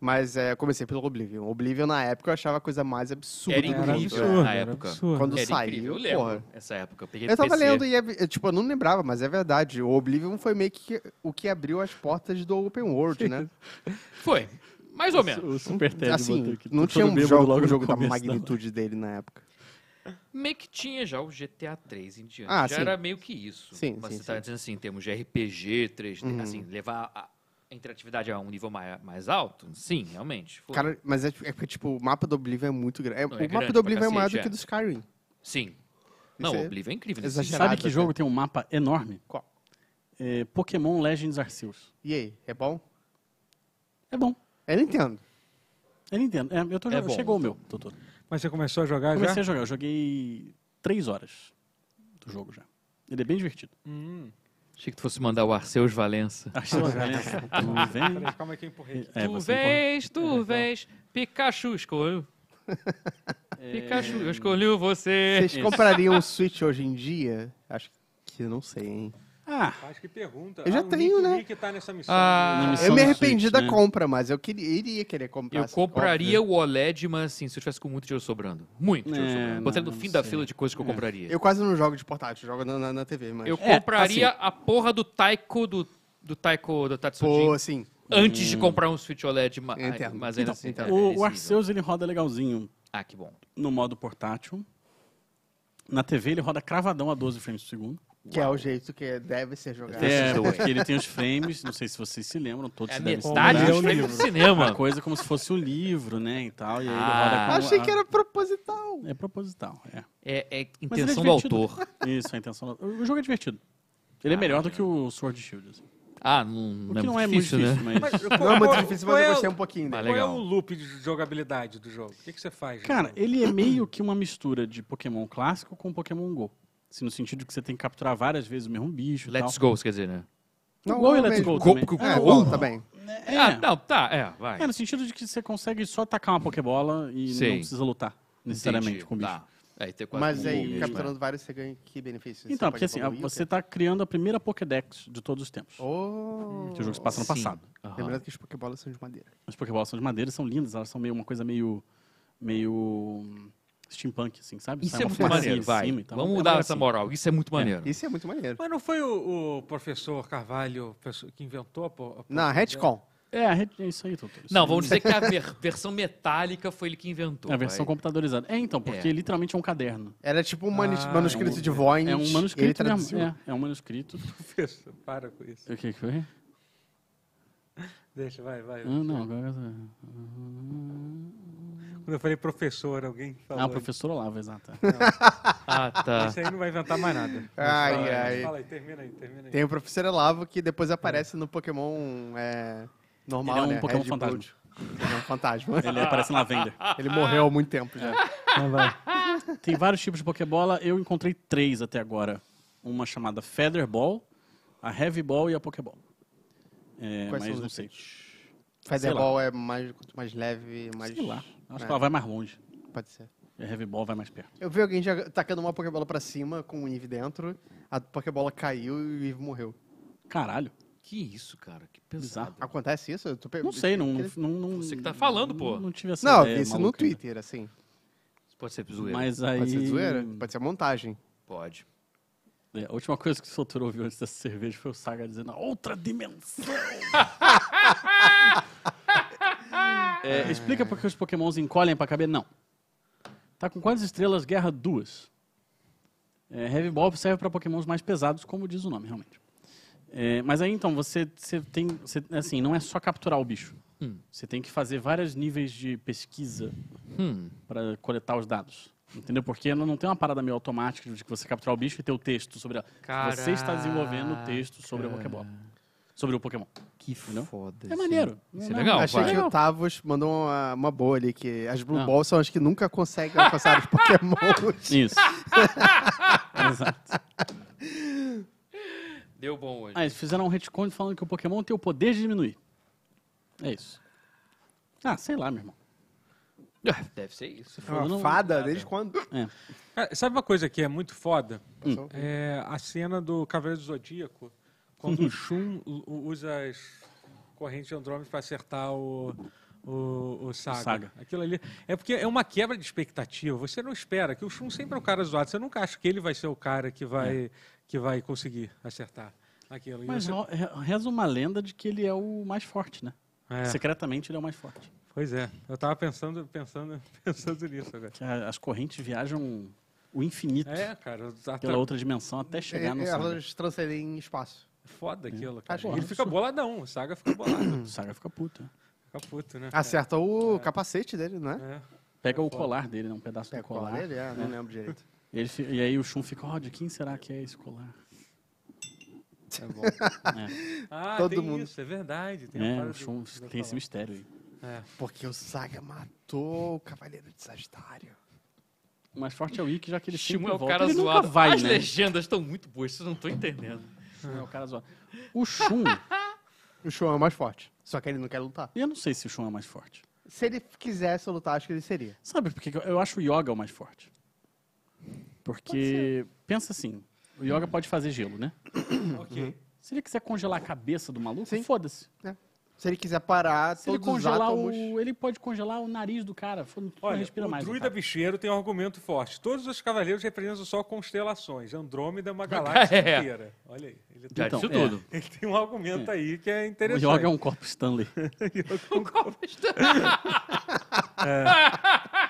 Speaker 5: Mas é, eu comecei pelo Oblivion. Oblivion, na época, eu achava a coisa mais absurda.
Speaker 2: Era
Speaker 5: do
Speaker 1: Era
Speaker 5: mundo.
Speaker 2: incrível.
Speaker 1: É absurdo,
Speaker 2: na
Speaker 1: era
Speaker 2: época.
Speaker 1: absurdo.
Speaker 5: né? Quando
Speaker 2: Era
Speaker 5: saiu,
Speaker 2: incrível, eu lembro
Speaker 5: porra.
Speaker 2: essa época. Eu, peguei
Speaker 5: Eu tava
Speaker 2: PC.
Speaker 5: lendo e, é ve- tipo, eu não lembrava, mas é verdade. O Oblivion foi meio que o que abriu as portas do Open World, né?
Speaker 2: Foi, mais ou menos.
Speaker 4: O Super Ted botou
Speaker 5: assim,
Speaker 4: aqui.
Speaker 5: não
Speaker 4: Tô
Speaker 5: tinha
Speaker 4: todo
Speaker 5: um
Speaker 4: bêbado
Speaker 5: jogo,
Speaker 4: logo
Speaker 5: um
Speaker 4: no
Speaker 5: jogo da
Speaker 4: começo live.
Speaker 5: magnitude dele na época.
Speaker 2: Meio que tinha já o GTA 3 em diante.
Speaker 5: Ah,
Speaker 2: já
Speaker 5: sim.
Speaker 2: era meio que isso.
Speaker 5: Sim,
Speaker 2: Mas
Speaker 5: sim,
Speaker 2: você tá
Speaker 5: sim.
Speaker 2: dizendo assim, em termos de RPG, 3D,
Speaker 5: Uhum.
Speaker 2: assim, levar a a interatividade a um nível mais, mais alto? Sim, realmente. Foi.
Speaker 5: Cara, mas é, é porque, tipo, o mapa do Oblivion é muito grande. É,
Speaker 2: Não,
Speaker 5: o
Speaker 2: é
Speaker 5: mapa
Speaker 2: grande
Speaker 5: do
Speaker 2: pra
Speaker 5: Oblivion é maior do
Speaker 2: cacete,
Speaker 5: que
Speaker 2: é.
Speaker 5: do Skyrim.
Speaker 2: Sim. Não,
Speaker 5: é
Speaker 2: o Oblivion é incrível. nesse
Speaker 5: exagerado.
Speaker 4: Sabe
Speaker 5: Gerado,
Speaker 4: que
Speaker 5: até.
Speaker 4: jogo tem um mapa enorme?
Speaker 5: Qual?
Speaker 4: É, Pokémon Legends Arceus.
Speaker 5: E aí, é bom?
Speaker 4: É bom.
Speaker 5: É Nintendo.
Speaker 4: Eu entendo. É, eu tô
Speaker 2: É
Speaker 4: jogando.
Speaker 2: bom,
Speaker 4: Chegou o
Speaker 2: então.
Speaker 4: meu, doutor.
Speaker 1: Mas você começou a jogar já?
Speaker 4: Comecei a jogar. Eu joguei três horas do jogo já. Ele é bem divertido.
Speaker 1: Hum.
Speaker 2: sentido. Achei que tu fosse mandar o Arceus Valença.
Speaker 4: Arceus Valença. Tu
Speaker 5: Ah.
Speaker 1: Peraí,
Speaker 4: vem.
Speaker 1: calma aí que eu empurrei aqui.
Speaker 4: É, então.
Speaker 2: tu
Speaker 4: você
Speaker 2: vês, tu vês, Pikachu escolheu.
Speaker 4: É.
Speaker 2: Pikachu, eu escolhi você.
Speaker 5: Vocês comprariam um Switch hoje em dia? Acho que não sei, hein?
Speaker 4: Ah,
Speaker 1: Acho que pergunta.
Speaker 5: Eu já
Speaker 1: Ah, o
Speaker 5: tenho,
Speaker 1: Nick,
Speaker 5: né?
Speaker 1: O Nick tá nessa missão.
Speaker 2: Ah,
Speaker 1: né?
Speaker 4: Na missão
Speaker 5: Eu me
Speaker 4: do
Speaker 5: arrependi
Speaker 4: Switch,
Speaker 5: da
Speaker 4: né?
Speaker 5: compra, mas eu queria, iria querer comprar.
Speaker 2: Eu
Speaker 5: assim,
Speaker 2: compraria o OLED, mas assim, se eu tivesse com muito dinheiro sobrando. Muito dinheiro
Speaker 4: É,
Speaker 2: sobrando.
Speaker 4: não,
Speaker 2: Botaria no
Speaker 4: não
Speaker 2: fim da
Speaker 4: sei.
Speaker 2: fila de coisas que eu compraria.
Speaker 5: óbvio. Eu quase não jogo de portátil, jogo na, na, na TV, mas...
Speaker 2: Eu
Speaker 4: É,
Speaker 2: compraria a porra do Taiko do, do Taiko do
Speaker 5: Pô,
Speaker 2: Tatsujin
Speaker 5: assim...
Speaker 2: antes de comprar um Switch OLED, ma- ai,
Speaker 5: Entendo.
Speaker 2: mas ainda
Speaker 4: então,
Speaker 2: assim.
Speaker 5: entendo.
Speaker 2: é
Speaker 4: o, o
Speaker 2: risível.
Speaker 4: Arceus ele roda legalzinho
Speaker 2: Ah, que bom.
Speaker 4: no modo portátil. Na TV ele roda cravadão a 12 frames por segundo.
Speaker 5: Que é o jeito que deve ser jogado.
Speaker 4: É,
Speaker 2: Dois.
Speaker 4: porque ele tem os frames, não sei se vocês se lembram, todos
Speaker 2: É a
Speaker 4: se devem se
Speaker 2: metade
Speaker 1: comprar
Speaker 2: dos
Speaker 1: um
Speaker 2: frames
Speaker 1: livro.
Speaker 2: do
Speaker 4: Uma
Speaker 2: cinema.
Speaker 4: coisa como se fosse um livro, né, e tal. E aí
Speaker 2: Ah.
Speaker 4: ele roda com
Speaker 5: Achei
Speaker 4: a-
Speaker 5: que era um proposital.
Speaker 4: É proposital, é.
Speaker 2: É, é
Speaker 4: Mas ele é
Speaker 2: intenção do
Speaker 4: divertido.
Speaker 2: autor.
Speaker 4: Isso, a intenção do... O jogo é divertido. Ele é
Speaker 2: Ah,
Speaker 4: melhor do que o Sword Shield, assim.
Speaker 2: Ah, não,
Speaker 4: O
Speaker 2: não,
Speaker 4: que não
Speaker 2: é
Speaker 4: é
Speaker 2: muito difícil, né?
Speaker 4: muito difícil, mas...
Speaker 1: qual-
Speaker 5: Não é muito
Speaker 1: qual-
Speaker 5: difícil,
Speaker 1: qual
Speaker 5: mas
Speaker 1: é
Speaker 5: eu
Speaker 1: o-
Speaker 5: gostei um pouquinho
Speaker 2: Mas
Speaker 1: Qual
Speaker 5: dele.
Speaker 1: é
Speaker 2: Ah, legal.
Speaker 1: o loop de jogabilidade do jogo? O que, que você faz?
Speaker 4: Cara,
Speaker 1: Jogo?
Speaker 4: ele é meio que uma mistura de Pokémon clássico com Pokémon GO. Assim, no sentido que você tem que capturar várias vezes o mesmo bicho e
Speaker 2: Let's
Speaker 4: tal.
Speaker 2: go, isso quer dizer, né?
Speaker 5: Não,
Speaker 4: o Gol e
Speaker 5: eu
Speaker 4: Let's Go
Speaker 5: mesmo.
Speaker 2: Go-
Speaker 4: também.
Speaker 2: go-
Speaker 5: É,
Speaker 4: o
Speaker 5: bom,
Speaker 4: Go.
Speaker 5: tá bem.
Speaker 4: É,
Speaker 2: Ah, não, tá, é, vai.
Speaker 4: é, no sentido de que você consegue só tacar uma Pokébola e
Speaker 2: Sim.
Speaker 4: não precisa lutar necessariamente
Speaker 2: Entendi,
Speaker 4: com o bicho.
Speaker 2: tá. É, e ter quase
Speaker 5: Mas
Speaker 2: um gol
Speaker 5: aí,
Speaker 2: mesmo,
Speaker 5: capturando vários, você ganha que benefício?
Speaker 4: Então,
Speaker 5: Você
Speaker 4: porque
Speaker 5: pode
Speaker 4: assim, a-
Speaker 5: evoluir,
Speaker 4: você
Speaker 5: quer-
Speaker 4: tá criando a primeira Pokédex de todos os tempos.
Speaker 5: Oh.
Speaker 4: Que o jogo se passa no
Speaker 2: Sim.
Speaker 4: passado.
Speaker 2: é. Aham.
Speaker 5: Lembrando que as Pokébolas são de madeira.
Speaker 4: As Pokébolas são de madeira, são lindas, elas são meio uma coisa meio. meio. hum, steampunk, assim, sabe?
Speaker 2: Isso
Speaker 4: Sai
Speaker 2: é
Speaker 4: uma
Speaker 2: muito
Speaker 4: fumacinha
Speaker 2: maneiro,
Speaker 4: de
Speaker 2: vai.
Speaker 4: cima e tal. É
Speaker 2: Vamos
Speaker 4: uma
Speaker 2: mudar
Speaker 4: coisa
Speaker 2: essa
Speaker 4: assim.
Speaker 2: moral, isso é muito maneiro.
Speaker 5: Isso é muito maneiro.
Speaker 1: Mas não foi o, o professor Carvalho pessoa- que inventou a. po- a
Speaker 5: Na
Speaker 1: po-
Speaker 5: retcon.
Speaker 4: É, a rede- é isso aí, doutor. Isso
Speaker 2: Não,
Speaker 4: aí.
Speaker 2: vamos dizer que é a ver- versão metálica foi ele que inventou.
Speaker 4: É a versão
Speaker 2: vai.
Speaker 4: computadorizada. É, então, porque
Speaker 2: É.
Speaker 4: literalmente é um caderno.
Speaker 5: Era tipo um mani-
Speaker 1: Ah,
Speaker 5: manuscrito de Voynich.
Speaker 4: É um
Speaker 5: Ele
Speaker 4: manuscrito mesmo.
Speaker 5: traduziu.
Speaker 4: É, é um manuscrito.
Speaker 1: Professor, para com isso.
Speaker 4: O que que foi?
Speaker 1: Deixa, vai, vai.
Speaker 4: Ah, não, agora...
Speaker 1: Quando eu falei professor, alguém
Speaker 5: Tá
Speaker 1: falou.
Speaker 4: Ah, o professor Olavo, exato.
Speaker 2: Ah, tá.
Speaker 1: Isso aí não vai inventar mais nada.
Speaker 5: Ai,
Speaker 1: Fala aí,
Speaker 5: ai.
Speaker 1: Fala aí, termina aí, termina aí.
Speaker 5: Tem o professor Elavo que depois aparece no Pokémon é, normal,
Speaker 4: É. Ele é um
Speaker 5: né?
Speaker 4: Pokémon
Speaker 5: Red Gold. Ele é um fantasma.
Speaker 4: Ele aparece na venda.
Speaker 5: Ele morreu há muito tempo já.
Speaker 4: Tem vários tipos de Pokébola. Eu encontrei três até agora. Uma chamada Feather Ball, a Heavy Ball e a Pokéball. É,
Speaker 5: Quais são
Speaker 4: mas
Speaker 5: os
Speaker 4: não sei.
Speaker 5: Featherball é mais, quanto mais leve, mais...
Speaker 4: Sei lá. Acho
Speaker 5: É,
Speaker 4: que ela vai mais longe.
Speaker 5: Pode ser.
Speaker 4: E a Heavy Ball vai mais perto.
Speaker 5: Eu vi alguém já tacando uma Pokébola pra cima com o Eve dentro. A Pokébola caiu e o Eve morreu.
Speaker 4: Caralho.
Speaker 2: Que isso, cara? Que pesado.
Speaker 4: Bizarro.
Speaker 5: Acontece isso? Eu tô pe-
Speaker 4: Não sei, não.
Speaker 5: Aquele-
Speaker 4: não, não-
Speaker 2: Você que tá falando, pô.
Speaker 4: Não, não tive essa
Speaker 5: Não, eu
Speaker 4: ideia
Speaker 5: vi isso no
Speaker 4: maluca ainda.
Speaker 5: Twitter, assim.
Speaker 2: Isso pode ser zoeira.
Speaker 4: Mas aí.
Speaker 5: Pode ser zoeira, pode ser montagem.
Speaker 2: Pode.
Speaker 4: É, a última coisa que o Sotoro ouviu antes dessa cerveja foi o Saga dizendo outra dimensão. É, explica por que os pokémons encolhem pra caber? Não. Tá com quantas estrelas? Guerra duas. É, Heavy Ball serve pra pokémons mais pesados, como diz o nome, realmente. É, mas aí então, você, você tem. você- assim, não é só capturar o bicho.
Speaker 2: Hum.
Speaker 4: Você tem que fazer vários níveis de pesquisa
Speaker 2: Hum.
Speaker 4: para coletar os dados. Entendeu? Porque não não tem uma parada meio automática de que você capturar o bicho e ter o texto sobre ela. Você está desenvolvendo o texto sobre a Pokébola. Sobre o Pokémon.
Speaker 2: Que
Speaker 4: Não?
Speaker 2: foda.
Speaker 4: É maneiro.
Speaker 2: Isso é
Speaker 4: Não,
Speaker 2: legal,
Speaker 5: Achei
Speaker 2: vai.
Speaker 5: que o Tavos mandou uma, uma boa ali, que as Blue
Speaker 4: Não.
Speaker 5: Balls são as que nunca conseguem alcançar os Pokémons.
Speaker 4: Isso. Exato.
Speaker 2: Deu bom hoje.
Speaker 4: Ah, eles fizeram um retcon falando que o Pokémon tem o poder de diminuir. É isso. Ah, sei lá, meu irmão.
Speaker 2: Ah, Deve ser isso.
Speaker 4: Fogo não-
Speaker 5: É Uma fada, desde quando?
Speaker 1: Ah, Cara, sabe uma coisa que é muito foda?
Speaker 5: Hum.
Speaker 1: É a cena do Cavaleiro do Zodíaco Quando
Speaker 5: Uhum.
Speaker 1: o Shun u- u- usa as correntes de Andrômeda para acertar o, o, o saga.
Speaker 4: Saga.
Speaker 1: Aquilo ali. É porque é uma quebra de expectativa. Você não espera, que o Shun sempre é o cara zoado. Você nunca acha que ele vai ser o cara que vai, que vai conseguir acertar aquilo. E
Speaker 4: É. Mas
Speaker 1: você-
Speaker 4: ro- re- reza uma lenda de que ele é o mais forte, né?
Speaker 1: É,
Speaker 4: Secretamente ele é o mais forte.
Speaker 1: Pois é. Eu tava pensando, pensando, pensando nisso agora.
Speaker 4: Que a- as correntes viajam o infinito
Speaker 1: É, cara. tá-
Speaker 4: pela
Speaker 1: tá
Speaker 4: outra dimensão até chegar no
Speaker 5: É,
Speaker 4: Saga.
Speaker 5: Elas transcendem espaço.
Speaker 4: É.
Speaker 1: Foda aquilo, cara.
Speaker 5: Acho
Speaker 1: ele
Speaker 5: que
Speaker 1: fica boladão. O Saga fica bolado.
Speaker 4: O Saga fica puto. né?
Speaker 1: fica puto, né?
Speaker 5: Acerta o capacete dele, não é?
Speaker 1: É.
Speaker 4: Pega o colar dele, né? Um pedaço
Speaker 5: É
Speaker 4: do colar.
Speaker 5: colar dele? É, não lembro direito.
Speaker 4: Ele fi- e aí o Shun fica, ó, de quem será que é esse colar?
Speaker 1: É bom.
Speaker 4: É.
Speaker 1: Ah,
Speaker 5: Todo
Speaker 1: tem
Speaker 5: mundo.
Speaker 1: isso, é verdade. Tem, a
Speaker 4: É,
Speaker 1: parada
Speaker 4: o Shun
Speaker 1: do- do
Speaker 4: tem esse
Speaker 1: falar.
Speaker 4: mistério aí.
Speaker 5: Porque o Saga matou o Cavaleiro de Sagitário.
Speaker 4: O mais forte é o Ikki, já que ele
Speaker 2: Shimon
Speaker 4: sempre
Speaker 2: é o
Speaker 4: volta.
Speaker 2: cara
Speaker 4: ele
Speaker 2: zoado.
Speaker 4: nunca vai,
Speaker 2: As
Speaker 4: né?
Speaker 2: legendas estão muito boas, vocês não estão entendendo.
Speaker 4: É o cara zoado. O Shun,
Speaker 5: O Shun é o mais forte. Só que ele não quer lutar.
Speaker 4: eu não sei se o Shun é o mais forte.
Speaker 5: Se ele quisesse lutar, acho que ele seria.
Speaker 4: Sabe por que que eu- eu acho o Yoga o mais forte? Porque, pensa assim, o Yoga pode fazer gelo, né?
Speaker 1: Ok.
Speaker 4: Se ele quiser congelar a cabeça do maluco,
Speaker 5: Sim.
Speaker 4: foda-se.
Speaker 5: Se ele quiser parar
Speaker 4: Se ele
Speaker 5: todos os
Speaker 4: congelar
Speaker 5: átomos...
Speaker 4: o... Ele pode congelar o nariz do cara. foda- Não
Speaker 1: Olha,
Speaker 4: respira
Speaker 1: o
Speaker 4: mais. o
Speaker 1: druida
Speaker 4: cara.
Speaker 1: bicheiro tem um argumento forte. Todos os cavaleiros representam só constelações. Andrômeda é uma galáxia
Speaker 2: É.
Speaker 1: inteira. Olha aí. Ele,
Speaker 2: Já
Speaker 4: Então,
Speaker 2: disse
Speaker 4: é.
Speaker 2: tudo.
Speaker 1: ele tem um argumento aí que é
Speaker 4: O
Speaker 1: interessante.
Speaker 4: Yoga é um corpo Stanley.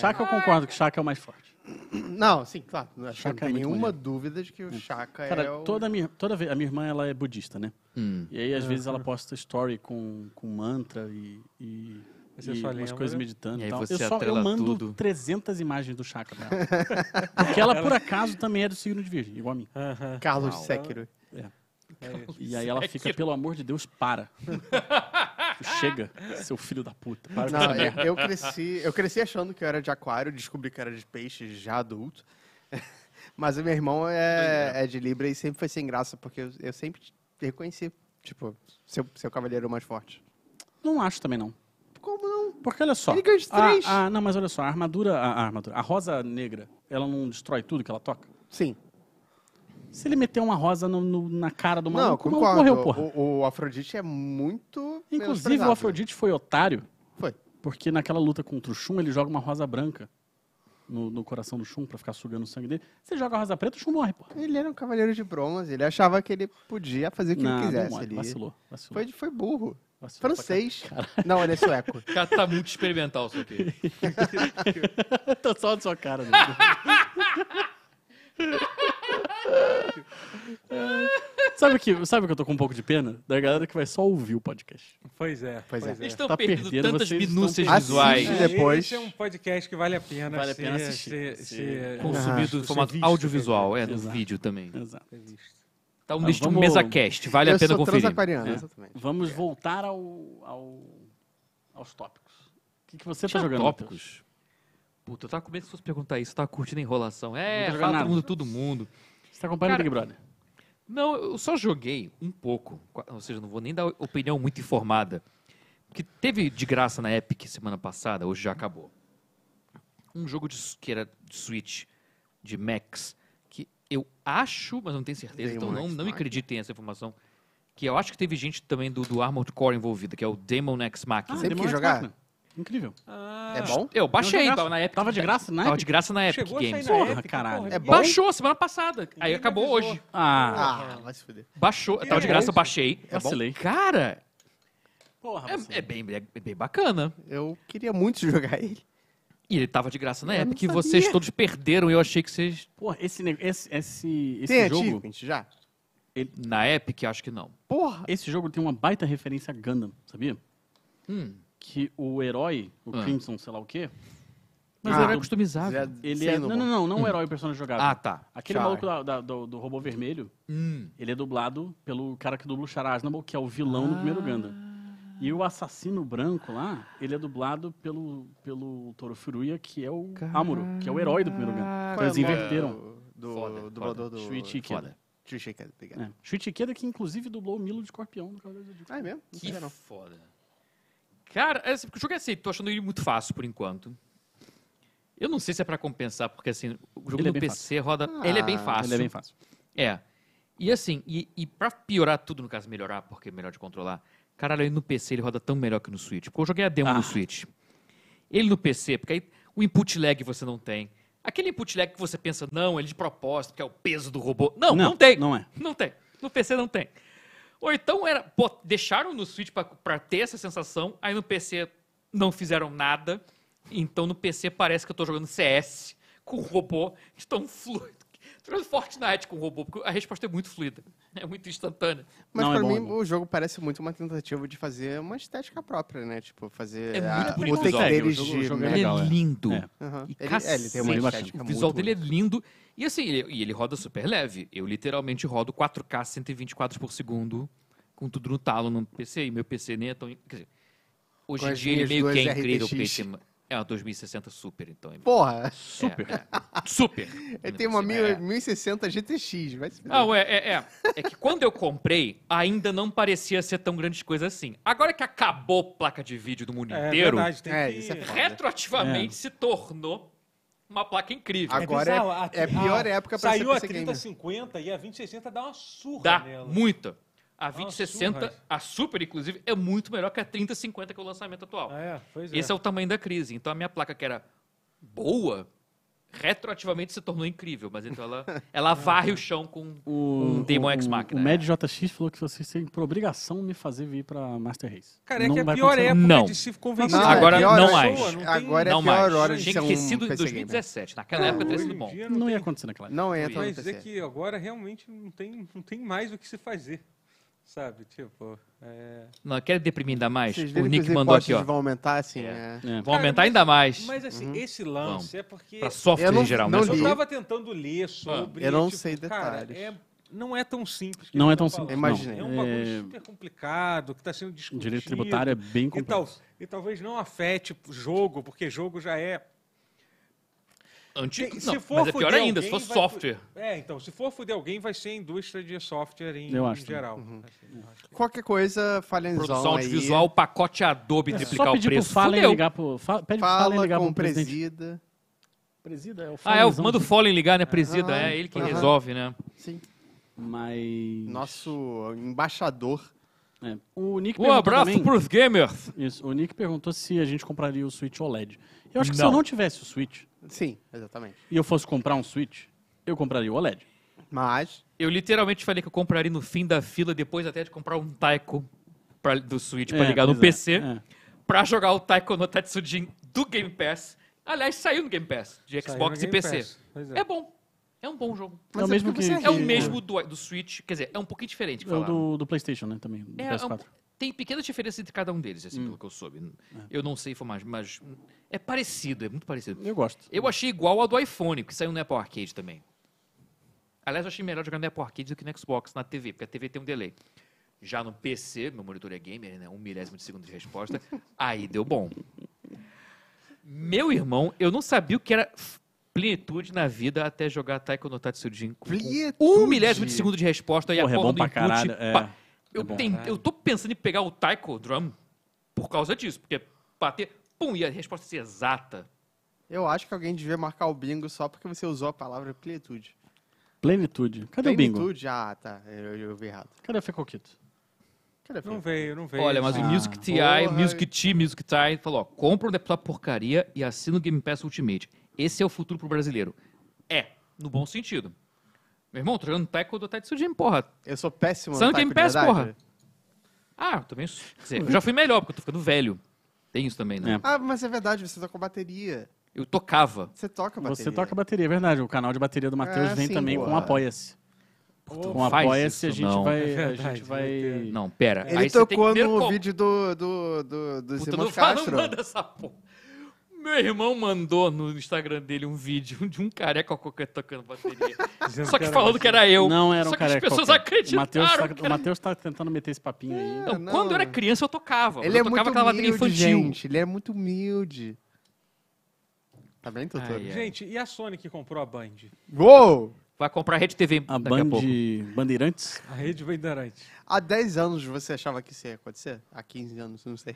Speaker 4: Chaka eu concordo que Chaka é o mais forte.
Speaker 5: Não, sim, claro. Acho que não
Speaker 4: Chaka é
Speaker 5: tem
Speaker 4: muito
Speaker 5: nenhuma dúvida de que o Chaka
Speaker 4: Cara,
Speaker 5: é o...
Speaker 4: toda, a minha, toda vez, a minha irmã ela é budista, né?
Speaker 2: Hum.
Speaker 4: E aí,
Speaker 5: É,
Speaker 4: às vezes, ela posta story com, com mantra e, e,
Speaker 1: Mas você
Speaker 4: e
Speaker 1: só
Speaker 4: umas
Speaker 1: lembra.
Speaker 4: coisas meditando
Speaker 2: E
Speaker 4: e,
Speaker 2: aí
Speaker 4: tal.
Speaker 2: você
Speaker 4: eu, só, eu
Speaker 2: atrela
Speaker 4: mando
Speaker 2: tudo.
Speaker 4: 300 imagens do chakra pra ela. Porque ela, por acaso, também é do signo de virgem, igual a mim.
Speaker 1: Aham,
Speaker 5: Carlos Sekiro.
Speaker 1: é isso.
Speaker 4: E aí ela fica, pelo amor de Deus, para. Chega, seu filho da puta. Para com
Speaker 5: Não,
Speaker 4: essa merda.
Speaker 5: eu, eu cresci, eu cresci achando que eu era de aquário, descobri que era de peixe já adulto. Mas o meu irmão é, é de Libra e sempre foi sem graça, porque eu, eu sempre reconheci, tipo, seu, seu cavaleiro mais forte.
Speaker 4: Não acho também, não.
Speaker 5: Como não?
Speaker 4: Porque olha só.
Speaker 5: Ele ganha de
Speaker 4: a-
Speaker 5: três.
Speaker 4: a- não, mas olha só, a armadura, a, a armadura, a rosa negra, ela não destrói tudo que ela toca?
Speaker 5: Sim.
Speaker 4: Se ele meter uma rosa no- no- na cara do
Speaker 5: Não,
Speaker 4: maluco, o maluco
Speaker 5: concordo.
Speaker 4: morreu, porra.
Speaker 5: O, o Afrodite é muito.
Speaker 4: Inclusive,
Speaker 5: menosprezado.
Speaker 4: o Afrodite foi otário.
Speaker 5: Foi.
Speaker 4: Porque naquela luta contra o Shun, ele joga uma rosa branca no, no coração do Shun pra ficar sugando o sangue dele. Você joga a rosa preta, o Shun morre, pô.
Speaker 5: Ele era um cavaleiro de bronze, ele achava que ele podia fazer o que ele quisesse
Speaker 4: morre.
Speaker 5: ali.
Speaker 4: Vacilou, vacilou.
Speaker 5: Foi, foi burro.
Speaker 4: vacilou pra
Speaker 5: Francês. Não, ele é sueco.
Speaker 2: O cara tá muito experimental isso aqui.
Speaker 4: caralho. Tô só de sua cara. Né? sabe, o que, sabe o que eu tô com um pouco de pena? Da galera que vai só ouvir o podcast.
Speaker 1: Pois é.
Speaker 5: Pois é.
Speaker 2: Eles estão
Speaker 4: Tá
Speaker 2: perdendo,
Speaker 4: perdendo,
Speaker 2: tantas
Speaker 4: vocês
Speaker 2: minúcias
Speaker 5: estão
Speaker 2: visuais.
Speaker 5: perdendo. depois.
Speaker 1: Esse é um podcast que vale a pena,
Speaker 4: Vale a
Speaker 1: ser-
Speaker 4: pena assistir.
Speaker 1: ser-
Speaker 4: Sim.
Speaker 1: ser-
Speaker 2: Consumido em
Speaker 1: ser
Speaker 2: formato
Speaker 1: visto,
Speaker 2: audiovisual, é, no
Speaker 4: Exato.
Speaker 2: vídeo também.
Speaker 4: Exato.
Speaker 1: ser visto.
Speaker 2: Tá um
Speaker 4: Ah,
Speaker 2: lixo de
Speaker 4: vamos-
Speaker 2: MesaCast, vale
Speaker 5: eu
Speaker 2: a pena
Speaker 5: sou
Speaker 2: conferir.
Speaker 5: transaquariano,
Speaker 4: É.
Speaker 5: exatamente.
Speaker 4: Vamos voltar ao, ao- aos tópicos. O que, que você tá
Speaker 2: Tinha
Speaker 4: jogando? Matheus?
Speaker 2: tópicos. Puta, eu tava com medo que fosse perguntar isso, tava curtindo a enrolação. É,
Speaker 4: Não tá jogando
Speaker 2: fala todo
Speaker 4: nada.
Speaker 2: mundo, todo mundo.
Speaker 4: Você tá acompanhando o
Speaker 2: Cara,
Speaker 4: Big Brother?
Speaker 2: Não, eu só joguei um pouco, qua- ou seja, não vou nem dar opinião muito informada. Porque teve de graça na Epic semana passada, hoje já acabou. Um jogo de s- que era de Switch, de Max, que eu acho, mas não tenho certeza,
Speaker 5: Demon
Speaker 2: então não,
Speaker 5: X
Speaker 2: não me
Speaker 5: Machina.
Speaker 2: acreditem nessa informação. Que eu acho que teve gente também do, do Armored Core envolvida, que é o Demon X Machina.
Speaker 5: Sempre
Speaker 4: Demon
Speaker 5: quis
Speaker 4: X
Speaker 5: jogar?
Speaker 4: Machina. Incrível.
Speaker 1: Ah,
Speaker 5: É bom?
Speaker 2: Eu baixei,
Speaker 4: jogaço.
Speaker 2: tava na Epic.
Speaker 4: Tava de graça, né?
Speaker 2: Tava de graça na Epic
Speaker 1: Chegou a sair
Speaker 2: Games.
Speaker 1: na
Speaker 4: Porra,
Speaker 1: época,
Speaker 4: caralho.
Speaker 1: porra,
Speaker 5: É
Speaker 1: ninguém-
Speaker 5: bom?
Speaker 2: Baixou semana passada. Aí
Speaker 1: me
Speaker 2: acabou
Speaker 1: avisou.
Speaker 2: hoje.
Speaker 4: Ah,
Speaker 5: Ah, vai se fuder.
Speaker 2: Baixou,
Speaker 1: Que
Speaker 2: tava de graça,
Speaker 1: isso?
Speaker 2: eu baixei.
Speaker 4: É bom? Vacilei.
Speaker 2: Cara,
Speaker 4: porra. assim.
Speaker 2: é, é bem, é bem bacana.
Speaker 5: Eu queria muito jogar ele.
Speaker 2: E ele tava de graça na
Speaker 5: Eu não
Speaker 2: Epic e
Speaker 5: sabia.
Speaker 2: vocês todos perderam. Eu achei que vocês.
Speaker 4: Porra, esse, nego- esse, esse, esse
Speaker 5: Tem
Speaker 4: jogo,
Speaker 5: achievement já?
Speaker 2: Na Epic, acho que não.
Speaker 5: Porra!
Speaker 4: esse jogo tem uma baita referência a Gundam, sabia?
Speaker 2: Hum.
Speaker 4: Que o herói, o
Speaker 2: Ah.
Speaker 4: Crimson, sei lá o quê,
Speaker 2: Mas
Speaker 5: Ah,
Speaker 2: ele era customizável.
Speaker 4: ele é... Não, não, não, não o herói o personagem jogável.
Speaker 2: Ah, tá.
Speaker 4: Aquele
Speaker 5: Char.
Speaker 4: maluco da- da- do, do robô vermelho,
Speaker 2: Hum.
Speaker 4: ele é dublado pelo cara que dubla o Char Aznable, que é o vilão do primeiro Gundam. E o assassino branco lá, ele é dublado pelo, pelo Toro Furuya, que é o Amuro, que é o herói do primeiro Gundam.
Speaker 5: Qual é
Speaker 4: Eles
Speaker 5: o nome
Speaker 4: inverteram.
Speaker 5: Do,
Speaker 2: Foda,
Speaker 5: do dublador do.
Speaker 4: Shuichi Ikeda.
Speaker 2: Foda.
Speaker 5: Shuichi Ikeda, obrigado.
Speaker 4: É. Shuichi Ikeda, que inclusive dublou o Milo de Escorpião no Cavaleiro do Zodíaco.
Speaker 5: Ah, é mesmo? Não
Speaker 2: Que
Speaker 5: sabia, não.
Speaker 2: foda. Cara, é assim, porque o jogo é assim, tô achando ele muito fácil por enquanto. Eu não sei se é pra compensar, porque assim, o jogo
Speaker 4: Ele
Speaker 2: no
Speaker 4: é bem
Speaker 2: PC roda.
Speaker 5: Ah,
Speaker 2: ele é bem fácil.
Speaker 4: Ele é bem fácil.
Speaker 2: É. E assim, e, e pra piorar tudo, no caso, melhorar, porque é melhor de controlar, caralho, ele no PC ele roda tão melhor que no Switch. Porque eu joguei a demo
Speaker 4: Ah.
Speaker 2: no Switch. Ele no PC, porque aí o input lag você não tem. Aquele input lag que você pensa, não, ele de propósito, que é o peso do robô. Não, não, tem.
Speaker 4: Não é.
Speaker 2: Não tem. No PC não tem. Ou então era, bot- deixaram no Switch pra- pra ter essa sensação, aí no PC não fizeram nada. Então no PC parece que eu tô jogando CS com um robô de tão fluido. Tô Jogando Fortnite com robô, porque a resposta é muito fluida, é muito instantânea.
Speaker 5: Mas
Speaker 4: Não, é
Speaker 5: pra
Speaker 4: bom, é
Speaker 5: mim,
Speaker 4: bom.
Speaker 5: o jogo parece muito uma tentativa de fazer uma estética própria, né? Tipo, fazer
Speaker 2: É
Speaker 5: a-
Speaker 2: muito
Speaker 5: o take
Speaker 2: bonito.
Speaker 5: deles
Speaker 4: O jogo-
Speaker 5: de...
Speaker 4: o jogo é
Speaker 5: Aham.
Speaker 2: Ele
Speaker 4: legal,
Speaker 2: é
Speaker 4: é.
Speaker 2: lindo.
Speaker 4: É.
Speaker 2: E
Speaker 5: Ele, é, ele tem uma
Speaker 4: cacete,
Speaker 2: O
Speaker 5: estética muito
Speaker 2: visual dele é
Speaker 5: bonita.
Speaker 2: lindo. E assim, ele, e ele roda super leve. Eu literalmente rodo 4K 120 quadros por segundo com tudo no talo no PC. E meu PC nem é tão. in- Quer dizer, hoje
Speaker 5: Com
Speaker 2: em
Speaker 5: as
Speaker 2: dia ele
Speaker 5: minhas
Speaker 2: meio que é
Speaker 5: duas
Speaker 2: incrível.
Speaker 5: RTX.
Speaker 2: porque esse É uma- é uma 2060 Super, então. é-
Speaker 5: Porra!
Speaker 4: Super.
Speaker 2: É, é. Super.
Speaker 5: Ele tem uma
Speaker 2: É.
Speaker 5: 1000 1060 GTX, vai se
Speaker 2: Não, é, é, é. É que quando eu comprei, ainda não parecia ser tão grande coisa assim. Agora que acabou placa de vídeo do mundo
Speaker 1: É
Speaker 2: inteiro,
Speaker 1: verdade, É. tem
Speaker 5: É,
Speaker 1: que...
Speaker 5: isso é foda.
Speaker 2: retroativamente se tornou uma placa incrível.
Speaker 5: Agora- é-
Speaker 1: bizarro, a-
Speaker 5: é a pior época pra
Speaker 1: Saiu
Speaker 5: ser
Speaker 1: a
Speaker 5: PC
Speaker 1: 3050 e a 2060 dá uma surra
Speaker 2: Dá
Speaker 1: nela.
Speaker 2: muita. A
Speaker 1: uma
Speaker 2: 2060,
Speaker 1: surra.
Speaker 2: a Super, inclusive, é muito melhor que a 3050, que é o lançamento atual.
Speaker 1: É, pois é.
Speaker 2: Esse é o tamanho da crise. Então a minha placa, que era boa, retroativamente se tornou incrível. Mas então ela,
Speaker 1: Ah,
Speaker 2: ela
Speaker 1: tá.
Speaker 2: varre o chão com.
Speaker 4: O,
Speaker 2: Um Demon
Speaker 4: o-
Speaker 2: X Machina,
Speaker 4: O
Speaker 2: é.
Speaker 4: Mad JX falou que vocês têm por obrigação me fazer vir pra Master Race.
Speaker 1: Cara, é
Speaker 4: Não
Speaker 1: que a
Speaker 4: vai
Speaker 1: pior
Speaker 4: acontecer,
Speaker 1: época
Speaker 4: não.
Speaker 2: Não.
Speaker 1: de se convencer.
Speaker 5: Não,
Speaker 2: Agora
Speaker 5: é pior
Speaker 2: não
Speaker 5: hora.
Speaker 2: acho.
Speaker 5: Agora é
Speaker 2: não
Speaker 5: a pior
Speaker 2: mais.
Speaker 5: hora de
Speaker 2: Tinha
Speaker 5: ser
Speaker 2: que ter
Speaker 5: um
Speaker 2: sido em
Speaker 5: PC
Speaker 2: 2017. Naquela época teria sido bom.
Speaker 4: Não ia acontecer naquela época.
Speaker 5: Não entra no
Speaker 1: Mas é
Speaker 5: PC.
Speaker 1: que agora realmente não tem, não tem mais o que se fazer. Sabe? Tipo. É...
Speaker 2: Não, quer deprimir ainda mais?
Speaker 5: Vocês
Speaker 2: o
Speaker 5: viram que os
Speaker 2: Nick mandou aqui,
Speaker 5: impostos
Speaker 2: ó.
Speaker 5: vão aumentar, assim,
Speaker 2: É.
Speaker 5: né?
Speaker 4: É.
Speaker 2: Vão
Speaker 1: Cara,
Speaker 2: aumentar
Speaker 1: mas-
Speaker 2: ainda mais.
Speaker 1: Mas assim,
Speaker 5: Uhum.
Speaker 1: esse lance é porque.
Speaker 2: Pra software
Speaker 5: Eu não-
Speaker 2: em geral,
Speaker 5: não
Speaker 2: né?
Speaker 1: Eu
Speaker 5: li.
Speaker 1: tava tentando
Speaker 4: Ah.
Speaker 1: ler sobre.
Speaker 5: Eu não
Speaker 1: tipo,
Speaker 5: sei
Speaker 1: cara,
Speaker 5: detalhes.
Speaker 1: é- Não é tão simples. que
Speaker 4: Não
Speaker 1: ele
Speaker 4: é
Speaker 1: tá
Speaker 4: tão simples,
Speaker 1: falando.
Speaker 5: não. Imaginei.
Speaker 1: É um bagulho
Speaker 4: É-
Speaker 1: super complicado, que está sendo discutido.
Speaker 4: Direito tributário é bem
Speaker 1: E, tal-
Speaker 4: complexo.
Speaker 1: e talvez não afete o jogo, porque jogo já é.
Speaker 2: Antigo,
Speaker 1: Se
Speaker 2: não.
Speaker 1: for
Speaker 2: Mas é
Speaker 1: fuder
Speaker 2: pior ainda,
Speaker 1: alguém,
Speaker 2: se fosse
Speaker 1: vai fu-
Speaker 2: software.
Speaker 1: É, então, se for fuder alguém, vai ser a indústria de software em,
Speaker 4: Eu
Speaker 1: em
Speaker 4: acho também.
Speaker 1: geral.
Speaker 5: Uhum.
Speaker 1: Assim, eu acho que-
Speaker 5: Qualquer coisa, Falenzão
Speaker 2: Produção
Speaker 5: aí.
Speaker 2: audiovisual, pacote Adobe triplicar
Speaker 4: É Só
Speaker 2: o
Speaker 4: pedir pro
Speaker 2: preço.
Speaker 4: Fallen
Speaker 2: Fudeu.
Speaker 4: ligar pro. Fa, pede pro Fallen
Speaker 5: Fala
Speaker 4: ligar
Speaker 5: com
Speaker 2: um
Speaker 4: pro
Speaker 5: o
Speaker 4: presidente.
Speaker 5: presida.
Speaker 4: Presida
Speaker 2: Ah,
Speaker 4: é o
Speaker 2: é, eu
Speaker 4: Falenzão.
Speaker 2: mando o Fallen ligar, né, presida?
Speaker 5: Aham,
Speaker 2: é ele que
Speaker 5: aham.
Speaker 2: resolve, né?
Speaker 5: Sim.
Speaker 4: Mas.
Speaker 5: Nosso embaixador.
Speaker 4: é. O Nick
Speaker 2: Um
Speaker 4: perguntou
Speaker 2: abraço
Speaker 4: também-
Speaker 2: pros gamers.
Speaker 4: Isso, o Nick perguntou se a gente compraria o Switch OLED. Eu acho que se
Speaker 2: Não.
Speaker 4: eu não tivesse o Switch
Speaker 5: Sim, exatamente.
Speaker 4: e eu fosse comprar um Switch, eu compraria o OLED.
Speaker 5: Mas,
Speaker 2: Eu literalmente falei que eu compraria no fim da fila, depois até de comprar um Taiko pra- do Switch pra
Speaker 4: É,
Speaker 2: ligar no
Speaker 4: pois é,
Speaker 2: PC,
Speaker 4: é.
Speaker 2: pra jogar o Taiko no Tatsujin do Game Pass. Aliás, saiu no Game Pass, de
Speaker 1: Saiu
Speaker 2: Xbox
Speaker 1: no
Speaker 2: e
Speaker 1: Game
Speaker 2: PC.
Speaker 1: Pass, pois é.
Speaker 2: É bom. É um bom jogo.
Speaker 5: mas
Speaker 4: o mesmo
Speaker 5: porque
Speaker 4: que-
Speaker 5: você
Speaker 2: É o
Speaker 4: Sim.
Speaker 2: mesmo do, do Switch, quer dizer, é um pouquinho diferente. que
Speaker 4: É o
Speaker 2: falaram.
Speaker 4: do, do PlayStation, né? Também, do
Speaker 2: É, é um-
Speaker 4: PS4.
Speaker 2: tem pequenas diferenças entre cada um deles,
Speaker 4: Hum.
Speaker 2: assim, pelo que eu soube.
Speaker 4: É.
Speaker 2: Eu não sei informar, mas é parecido, é muito parecido.
Speaker 4: Eu gosto.
Speaker 2: Eu achei igual ao do iPhone, que saiu no Apple Arcade também. Aliás, eu achei melhor jogar no Apple Arcade do que no Xbox, na TV, porque a TV tem um delay. Já no PC, meu monitor é gamer, né? Um milésimo de segundo de resposta. aí deu bom. Meu irmão, eu não sabia o que era f- plenitude na vida até jogar Taiko no Tatsujin. com- com Um
Speaker 5: Plenitude.
Speaker 2: milésimo de segundo de resposta e a
Speaker 4: Porra, é
Speaker 2: porra
Speaker 4: bom
Speaker 2: do
Speaker 4: pra
Speaker 2: input,
Speaker 4: caralho. é.
Speaker 2: pá. Eu,
Speaker 4: É bom.
Speaker 2: ten- eu tô pensando em pegar o Taiko Drum por causa disso, porque bater, pum, e a resposta ser exata.
Speaker 5: eu acho que alguém devia marcar o bingo só porque você usou a palavra plenitude.
Speaker 4: Plenitude. Cadê o bingo?
Speaker 5: Plenitude? Ah, tá. Eu, eu vi errado.
Speaker 4: Cadê o Fecoquito?
Speaker 5: Cadê a
Speaker 1: Não
Speaker 5: Fê?
Speaker 1: veio, não veio.
Speaker 2: Olha, mas o
Speaker 4: Ah,
Speaker 2: Music TI,
Speaker 5: porra.
Speaker 2: Music T, Music TI, falou, ó, compra o laptop porcaria e assina o Game Pass Ultimate. Esse é o futuro pro brasileiro. É, no bom sentido. Meu irmão, tô jogando Taiko do Taitsujin, porra.
Speaker 5: Eu sou péssimo.
Speaker 2: Saiu
Speaker 5: no
Speaker 2: no Game
Speaker 5: Taiko de
Speaker 2: Pass,
Speaker 5: verdade.
Speaker 2: Ah, eu também... sou- Quer dizer, eu já fui melhor, porque eu tô ficando velho. Tem isso também, né?
Speaker 4: É.
Speaker 5: Ah, mas é verdade, você toca bateria.
Speaker 2: Eu tocava.
Speaker 5: Você toca bateria.
Speaker 4: Você toca bateria, é verdade. O canal de bateria do Matheus
Speaker 5: Ah,
Speaker 4: vem
Speaker 5: sim,
Speaker 4: também com
Speaker 5: boa.
Speaker 4: Apoia-se. Com
Speaker 2: não faz
Speaker 4: Apoia-se a
Speaker 2: isso,
Speaker 4: gente
Speaker 2: não. É
Speaker 4: vai. a
Speaker 1: verdade,
Speaker 4: gente vai.
Speaker 2: Não, pera.
Speaker 5: Ele
Speaker 2: aí você tem que
Speaker 5: tocou
Speaker 2: primeiro
Speaker 5: no
Speaker 2: comprar.
Speaker 5: vídeo do, do, do, dos
Speaker 2: Puta, não
Speaker 5: irmãos
Speaker 2: fala, não
Speaker 5: Castro.
Speaker 2: manda essa porra. Meu irmão mandou no Instagram dele um vídeo de um careca qualquer tocando bateria.
Speaker 1: Dizendo
Speaker 2: Só que
Speaker 1: era
Speaker 2: falando
Speaker 1: você.
Speaker 2: que era eu.
Speaker 4: Não era um
Speaker 2: Só que
Speaker 4: careca.
Speaker 2: as pessoas
Speaker 4: qualquer. O Matheus
Speaker 2: acreditaram. É,
Speaker 4: tá-
Speaker 2: que
Speaker 4: O
Speaker 2: era-
Speaker 4: Matheus tá tentando meter esse papinho aí.
Speaker 2: Não,
Speaker 5: Não.
Speaker 2: quando eu era criança eu tocava. mas
Speaker 5: Ele é
Speaker 2: eu tocava
Speaker 5: muito
Speaker 2: aquela bateria
Speaker 5: humilde,
Speaker 2: infantil.
Speaker 5: gente. Ele é muito humilde. Tá bem, doutor?
Speaker 2: Ai, ai.
Speaker 1: Gente, e a Sony que comprou a Band?
Speaker 5: Uou!
Speaker 2: Vai comprar a Rede TV
Speaker 4: A
Speaker 2: daqui a
Speaker 4: Band
Speaker 2: pouco.
Speaker 4: Bandeirantes.
Speaker 1: A Rede Bandeirante.
Speaker 5: Há 10 anos você achava que isso ia acontecer? Há 15 anos, não sei.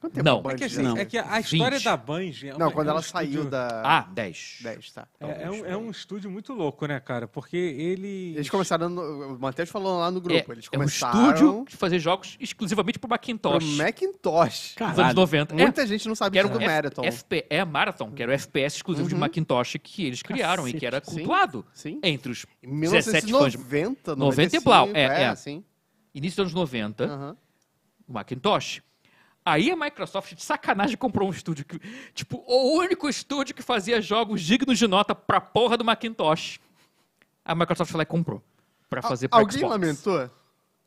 Speaker 5: Quanto tempo
Speaker 2: Não.
Speaker 5: a Band
Speaker 1: É que, assim,
Speaker 5: já-
Speaker 4: Não.
Speaker 1: é que a história
Speaker 2: 20.
Speaker 1: da Bungie... É
Speaker 5: Não,
Speaker 1: uma-
Speaker 5: quando
Speaker 1: é um
Speaker 5: ela
Speaker 1: estúdio-
Speaker 5: saiu da...
Speaker 2: Ah, 10.
Speaker 5: 10, tá.
Speaker 1: É, é
Speaker 2: Talvez,
Speaker 1: um, é um estúdio muito louco, né, cara? Porque ele...
Speaker 5: Eles começaram... No... O Matheus falou lá no grupo.
Speaker 2: é,
Speaker 5: eles
Speaker 2: é um
Speaker 5: começaram...
Speaker 2: estúdio de fazer jogos exclusivamente pro
Speaker 5: pro
Speaker 2: Macintosh.
Speaker 5: Macintosh.
Speaker 2: Nos anos
Speaker 4: Caralho.
Speaker 2: 90. É,
Speaker 5: Muita gente não sabe
Speaker 2: que era
Speaker 5: disso
Speaker 2: um
Speaker 5: do Marathon.
Speaker 2: F, FP, é Marathon, que era o FPS exclusivo de
Speaker 5: Uhum.
Speaker 2: Macintosh que eles criaram e que era
Speaker 5: Cacete, sim.
Speaker 2: cultuado
Speaker 5: Sim.
Speaker 2: entre os
Speaker 5: Em
Speaker 2: 17 fãs. de- 90
Speaker 5: 1990,
Speaker 2: e
Speaker 5: 95,
Speaker 2: blau, é, é.
Speaker 5: assim.
Speaker 2: Início dos anos 90,
Speaker 5: Aham.
Speaker 2: o Macintosh. Aí a Microsoft de sacanagem comprou um estúdio que, tipo, o único estúdio que fazia jogos dignos de nota pra porra do Macintosh. A Microsoft foi lá e comprou pra
Speaker 5: Al-
Speaker 2: fazer pro
Speaker 5: Alguém
Speaker 2: Xbox.
Speaker 5: lamentou?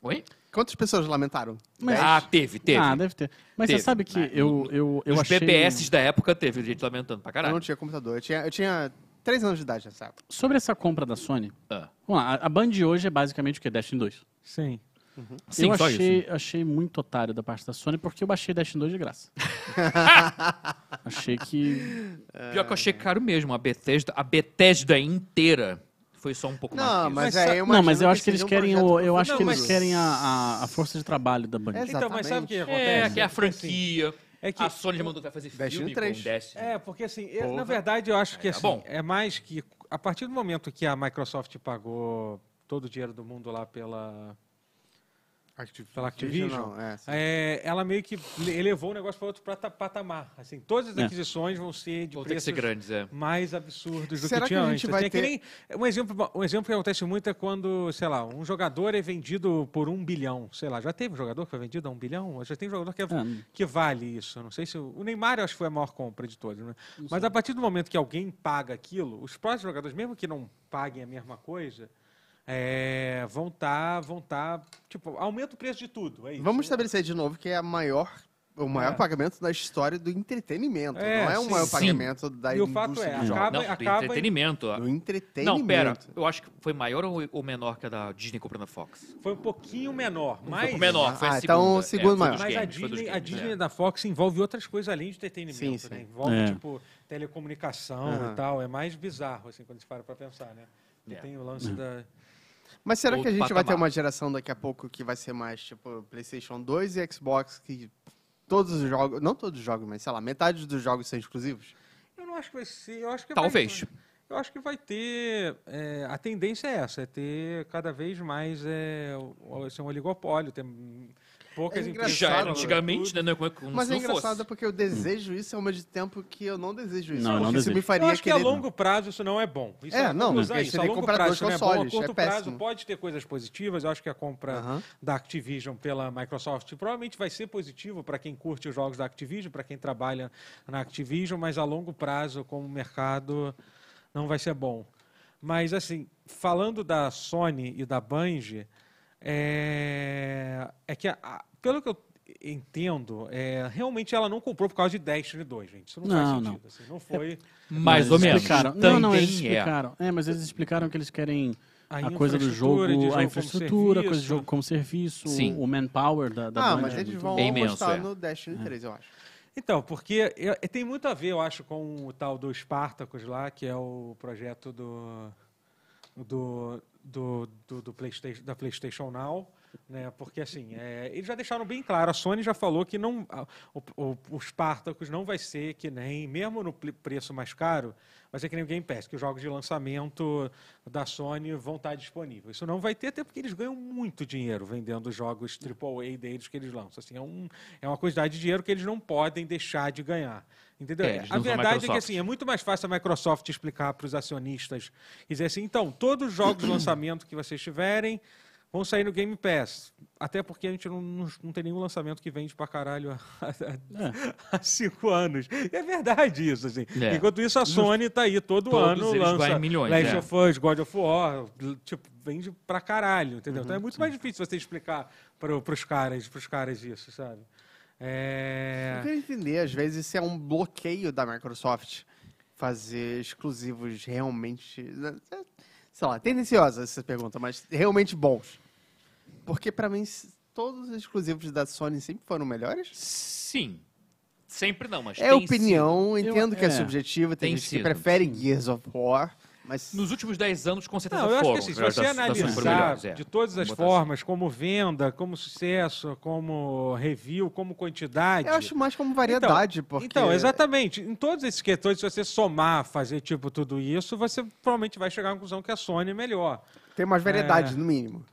Speaker 2: Oi?
Speaker 5: Quantas pessoas lamentaram?
Speaker 4: Mas-
Speaker 5: Dez?
Speaker 2: Ah, teve, teve.
Speaker 4: Ah, deve ter. Mas
Speaker 2: Teve. Ah,
Speaker 4: você sabe que eu, eu, eu
Speaker 2: Os
Speaker 4: achei...
Speaker 2: BBS da época teve gente lamentando pra
Speaker 5: eu
Speaker 2: caralho.
Speaker 5: não tinha computador. Eu tinha, eu tinha 3 anos de idade nessa época.
Speaker 4: Sobre essa compra da Sony,
Speaker 2: Ah.
Speaker 4: vamos lá, a- a Band hoje é basicamente o quê? Destiny 2.
Speaker 1: Sim.
Speaker 2: Sim,
Speaker 4: eu
Speaker 2: só
Speaker 4: achei,
Speaker 2: isso.
Speaker 4: achei muito otário da parte da Sony porque eu baixei Destiny 2 de graça. achei que.
Speaker 5: É.
Speaker 2: Pior que eu achei caro mesmo. A Bethesda, a Bethesda inteira foi só um pouco mais.
Speaker 5: Não,
Speaker 2: que
Speaker 1: Mas
Speaker 5: mas,
Speaker 1: é,
Speaker 5: aí
Speaker 1: sa-
Speaker 5: eu
Speaker 4: não, mas
Speaker 5: imagino
Speaker 4: eu acho que eles
Speaker 5: seja um É,
Speaker 4: querem
Speaker 5: projeto
Speaker 4: o, eu acho que
Speaker 1: Não,
Speaker 4: eles
Speaker 1: mas-
Speaker 4: querem a, a, a força de trabalho da Band.
Speaker 5: Exato.
Speaker 1: Então, mas sabe o que
Speaker 2: isso. É,
Speaker 1: acontece?
Speaker 2: que é a franquia.
Speaker 1: É que,
Speaker 2: A Sony já mandou vai fazer
Speaker 5: Destiny
Speaker 2: filme com
Speaker 5: três.
Speaker 2: Destiny.
Speaker 1: é, porque assim, eu-
Speaker 5: Porra.
Speaker 1: na verdade eu acho que
Speaker 2: Aí tá
Speaker 1: assim,
Speaker 2: bom.
Speaker 1: é mais que a partir do momento que a Microsoft pagou todo o dinheiro do mundo lá pela pela Activision,
Speaker 5: Não, é.
Speaker 1: é, ela meio que le- elevou o negócio para outro prata- patamar. Assim, todas as
Speaker 4: É.
Speaker 1: aquisições vão ser de
Speaker 2: Vão ter que
Speaker 1: preços
Speaker 2: ser grandes, é.
Speaker 1: mais absurdos do
Speaker 5: Será
Speaker 1: que
Speaker 5: que
Speaker 1: tinha
Speaker 5: a gente
Speaker 1: antes.
Speaker 5: vai
Speaker 1: assim, é que
Speaker 5: ter-
Speaker 1: nem- um, exemplo, um exemplo que acontece muito é quando, sei lá, um jogador é vendido por um bilhão. Sei lá, já teve jogador que foi vendido a um bilhão? Já tem jogador que é
Speaker 4: Ah,
Speaker 1: que vale isso. Eu não sei se o, o Neymar eu acho que foi a maior compra de todos, né? Mas a partir do momento que alguém paga aquilo, os próprios jogadores, mesmo que não paguem a mesma coisa, é, vão estar, vão tá, tipo, aumenta o preço de tudo, é isso.
Speaker 5: Vamos estabelecer de novo que é a maior, o maior
Speaker 1: É.
Speaker 5: pagamento da história do entretenimento.
Speaker 1: É,
Speaker 5: não é o
Speaker 1: sim.
Speaker 5: maior
Speaker 2: Sim.
Speaker 5: pagamento da
Speaker 1: E o fato
Speaker 5: indústria
Speaker 1: é,
Speaker 5: de jogos.
Speaker 1: acaba-
Speaker 2: Não, do entretenimento. ó.
Speaker 5: Do entretenimento.
Speaker 2: Não, pera. Eu acho que foi maior ou ou menor que a da Disney comprando a Fox?
Speaker 1: Foi um pouquinho menor, mas
Speaker 2: Foi um menor, foi a
Speaker 5: Ah,
Speaker 2: segunda.
Speaker 5: então o
Speaker 2: É,
Speaker 5: segundo
Speaker 2: foi
Speaker 5: maior.
Speaker 2: dos
Speaker 1: Mas a
Speaker 2: games, foi dos
Speaker 1: Disney, a
Speaker 2: games,
Speaker 1: Disney
Speaker 2: é.
Speaker 1: da Fox envolve outras coisas além de entretenimento,
Speaker 5: Sim,
Speaker 1: né?
Speaker 5: sim.
Speaker 1: Envolve,
Speaker 4: É.
Speaker 1: tipo, telecomunicação
Speaker 5: Aham.
Speaker 1: e tal. É mais bizarro, assim, quando a gente para pra pensar, né? Porque
Speaker 2: É.
Speaker 1: Tem o lance da...
Speaker 5: Mas será que
Speaker 2: Outro
Speaker 5: a gente vai ter
Speaker 2: patamar.
Speaker 5: uma geração daqui a pouco que vai ser mais, tipo, PlayStation 2 e Xbox, que todos os jogos, não todos os jogos, mas sei lá, metade dos jogos são exclusivos?
Speaker 1: Eu não acho que vai ser... Eu acho que vai-
Speaker 2: Talvez.
Speaker 1: Eu acho que vai ter. é, a tendência é essa, é ter cada vez mais é, o- o- esse é um oligopólio, tem poucas
Speaker 5: É
Speaker 1: empresas.
Speaker 2: Já era
Speaker 5: Engraçado,
Speaker 2: antigamente, né? Não é como, como
Speaker 5: Mas
Speaker 2: se
Speaker 5: é
Speaker 2: não
Speaker 5: engraçado
Speaker 2: fosse.
Speaker 5: porque eu desejo isso ao mesmo tempo que eu não desejo isso.
Speaker 4: Não, eu
Speaker 5: porque
Speaker 4: não
Speaker 5: isso me
Speaker 4: desejo.
Speaker 5: faria
Speaker 1: Eu acho que a
Speaker 5: querer-
Speaker 1: longo prazo isso não é bom. Isso
Speaker 5: É, não,
Speaker 1: vamos usar
Speaker 5: porque
Speaker 1: isso. A
Speaker 5: seria
Speaker 1: longo
Speaker 5: comprar
Speaker 1: prazo
Speaker 5: dois
Speaker 1: isso não é bom. A
Speaker 5: consoles, é
Speaker 1: curto prazo
Speaker 5: péssimo.
Speaker 1: pode ter coisas positivas. Eu acho que a compra
Speaker 5: Aham.
Speaker 1: da Activision pela Microsoft provavelmente vai ser positivo para quem curte os jogos da Activision, para quem trabalha na Activision, mas a longo prazo, como mercado, não vai ser bom. Mas, assim, falando da Sony e da Bungie, é, é que, a- a- pelo que eu entendo, é, realmente ela não comprou por causa de Destiny 2, gente. Isso não, faz
Speaker 4: Não, É
Speaker 1: sentido. assim, não foi
Speaker 2: Mais
Speaker 4: eles
Speaker 2: ou menos.
Speaker 4: Explicaram.
Speaker 2: Também
Speaker 4: Não, não, eles
Speaker 2: é.
Speaker 4: explicaram. É. mas eles explicaram que eles querem
Speaker 1: a,
Speaker 4: a, coisa do jogo,
Speaker 1: infraestrutura de jogo
Speaker 4: a
Speaker 1: como
Speaker 4: infraestrutura, a coisa de
Speaker 1: serviço.
Speaker 4: jogo como serviço,
Speaker 2: Sim.
Speaker 4: o manpower da, da
Speaker 5: Ah,
Speaker 4: Band
Speaker 5: mas
Speaker 4: é
Speaker 5: eles
Speaker 4: muito
Speaker 5: vão
Speaker 4: bom.
Speaker 2: É imenso,
Speaker 5: apostar
Speaker 2: é.
Speaker 5: no Destiny 3, eu acho.
Speaker 1: Então, porque eu- eu- tem muito a ver, eu acho, com o tal do Spartacus lá, que é o projeto do do, do, do, do PlayStation, da PlayStation Now, né? Porque assim, é, eles já deixaram bem claro, a Sony já falou que não, a- o, o, o Spartacus não vai ser que nem, mesmo no pl- preço mais caro, vai ser que nem o Game Pass, que os jogos de lançamento da Sony vão estar disponíveis. Isso não vai ter, até porque eles ganham muito dinheiro vendendo os jogos AAA deles que eles lançam. Assim, é, um, é uma quantidade de dinheiro que eles não podem deixar de ganhar. Entendeu?
Speaker 2: É, eles
Speaker 1: a
Speaker 2: não usam a
Speaker 1: verdade é que
Speaker 2: Microsoft.
Speaker 1: assim, é muito mais fácil a Microsoft explicar para os acionistas e dizer assim, então, todos os jogos de lançamento que vocês tiverem vão sair no Game Pass. Até porque a gente não, não, não tem nenhum lançamento que vende pra caralho há, há- há cinco anos. E é verdade isso, assim.
Speaker 2: É.
Speaker 1: Enquanto isso, a Sony tá aí todo
Speaker 2: Todos
Speaker 1: ano,
Speaker 2: eles
Speaker 1: lança
Speaker 2: valem milhões,
Speaker 1: Last
Speaker 2: é.
Speaker 1: of Us, God of War, tipo, vende pra caralho, entendeu?
Speaker 2: Uhum,
Speaker 1: então é muito mais difícil você explicar pro, pros, caras, pros caras isso, sabe? É...
Speaker 5: Eu queria entender, às vezes, se é um bloqueio da Microsoft fazer exclusivos realmente. né, Sei lá, tendenciosa essa pergunta, mas realmente bons. Porque, pra mim, se- todos os exclusivos da Sony sempre foram melhores.
Speaker 2: Sim. Sempre não, mas
Speaker 5: É
Speaker 2: tem
Speaker 5: opinião, entendo
Speaker 4: Eu-
Speaker 5: que é,
Speaker 4: é.
Speaker 5: subjetivo, tem,
Speaker 2: Tem
Speaker 5: gente
Speaker 2: sido.
Speaker 5: que prefere Gears of War. Mas
Speaker 2: Nos últimos 10 anos, com certeza
Speaker 1: Não, eu acho
Speaker 2: foram.
Speaker 1: que assim, se
Speaker 2: das-
Speaker 1: você
Speaker 2: das- das- das- das-
Speaker 1: analisar
Speaker 2: melhores, é.
Speaker 1: de todas as
Speaker 2: Vamos botar
Speaker 1: formas, como venda, como sucesso, como review, como quantidade.
Speaker 5: eu acho mais como variedade, porque...
Speaker 1: Então, exatamente. Em todos esses questões, se você somar, fazer tipo tudo isso, você provavelmente vai chegar à conclusão que a Sony é melhor.
Speaker 5: Tem mais
Speaker 2: É.
Speaker 5: variedade, no mínimo.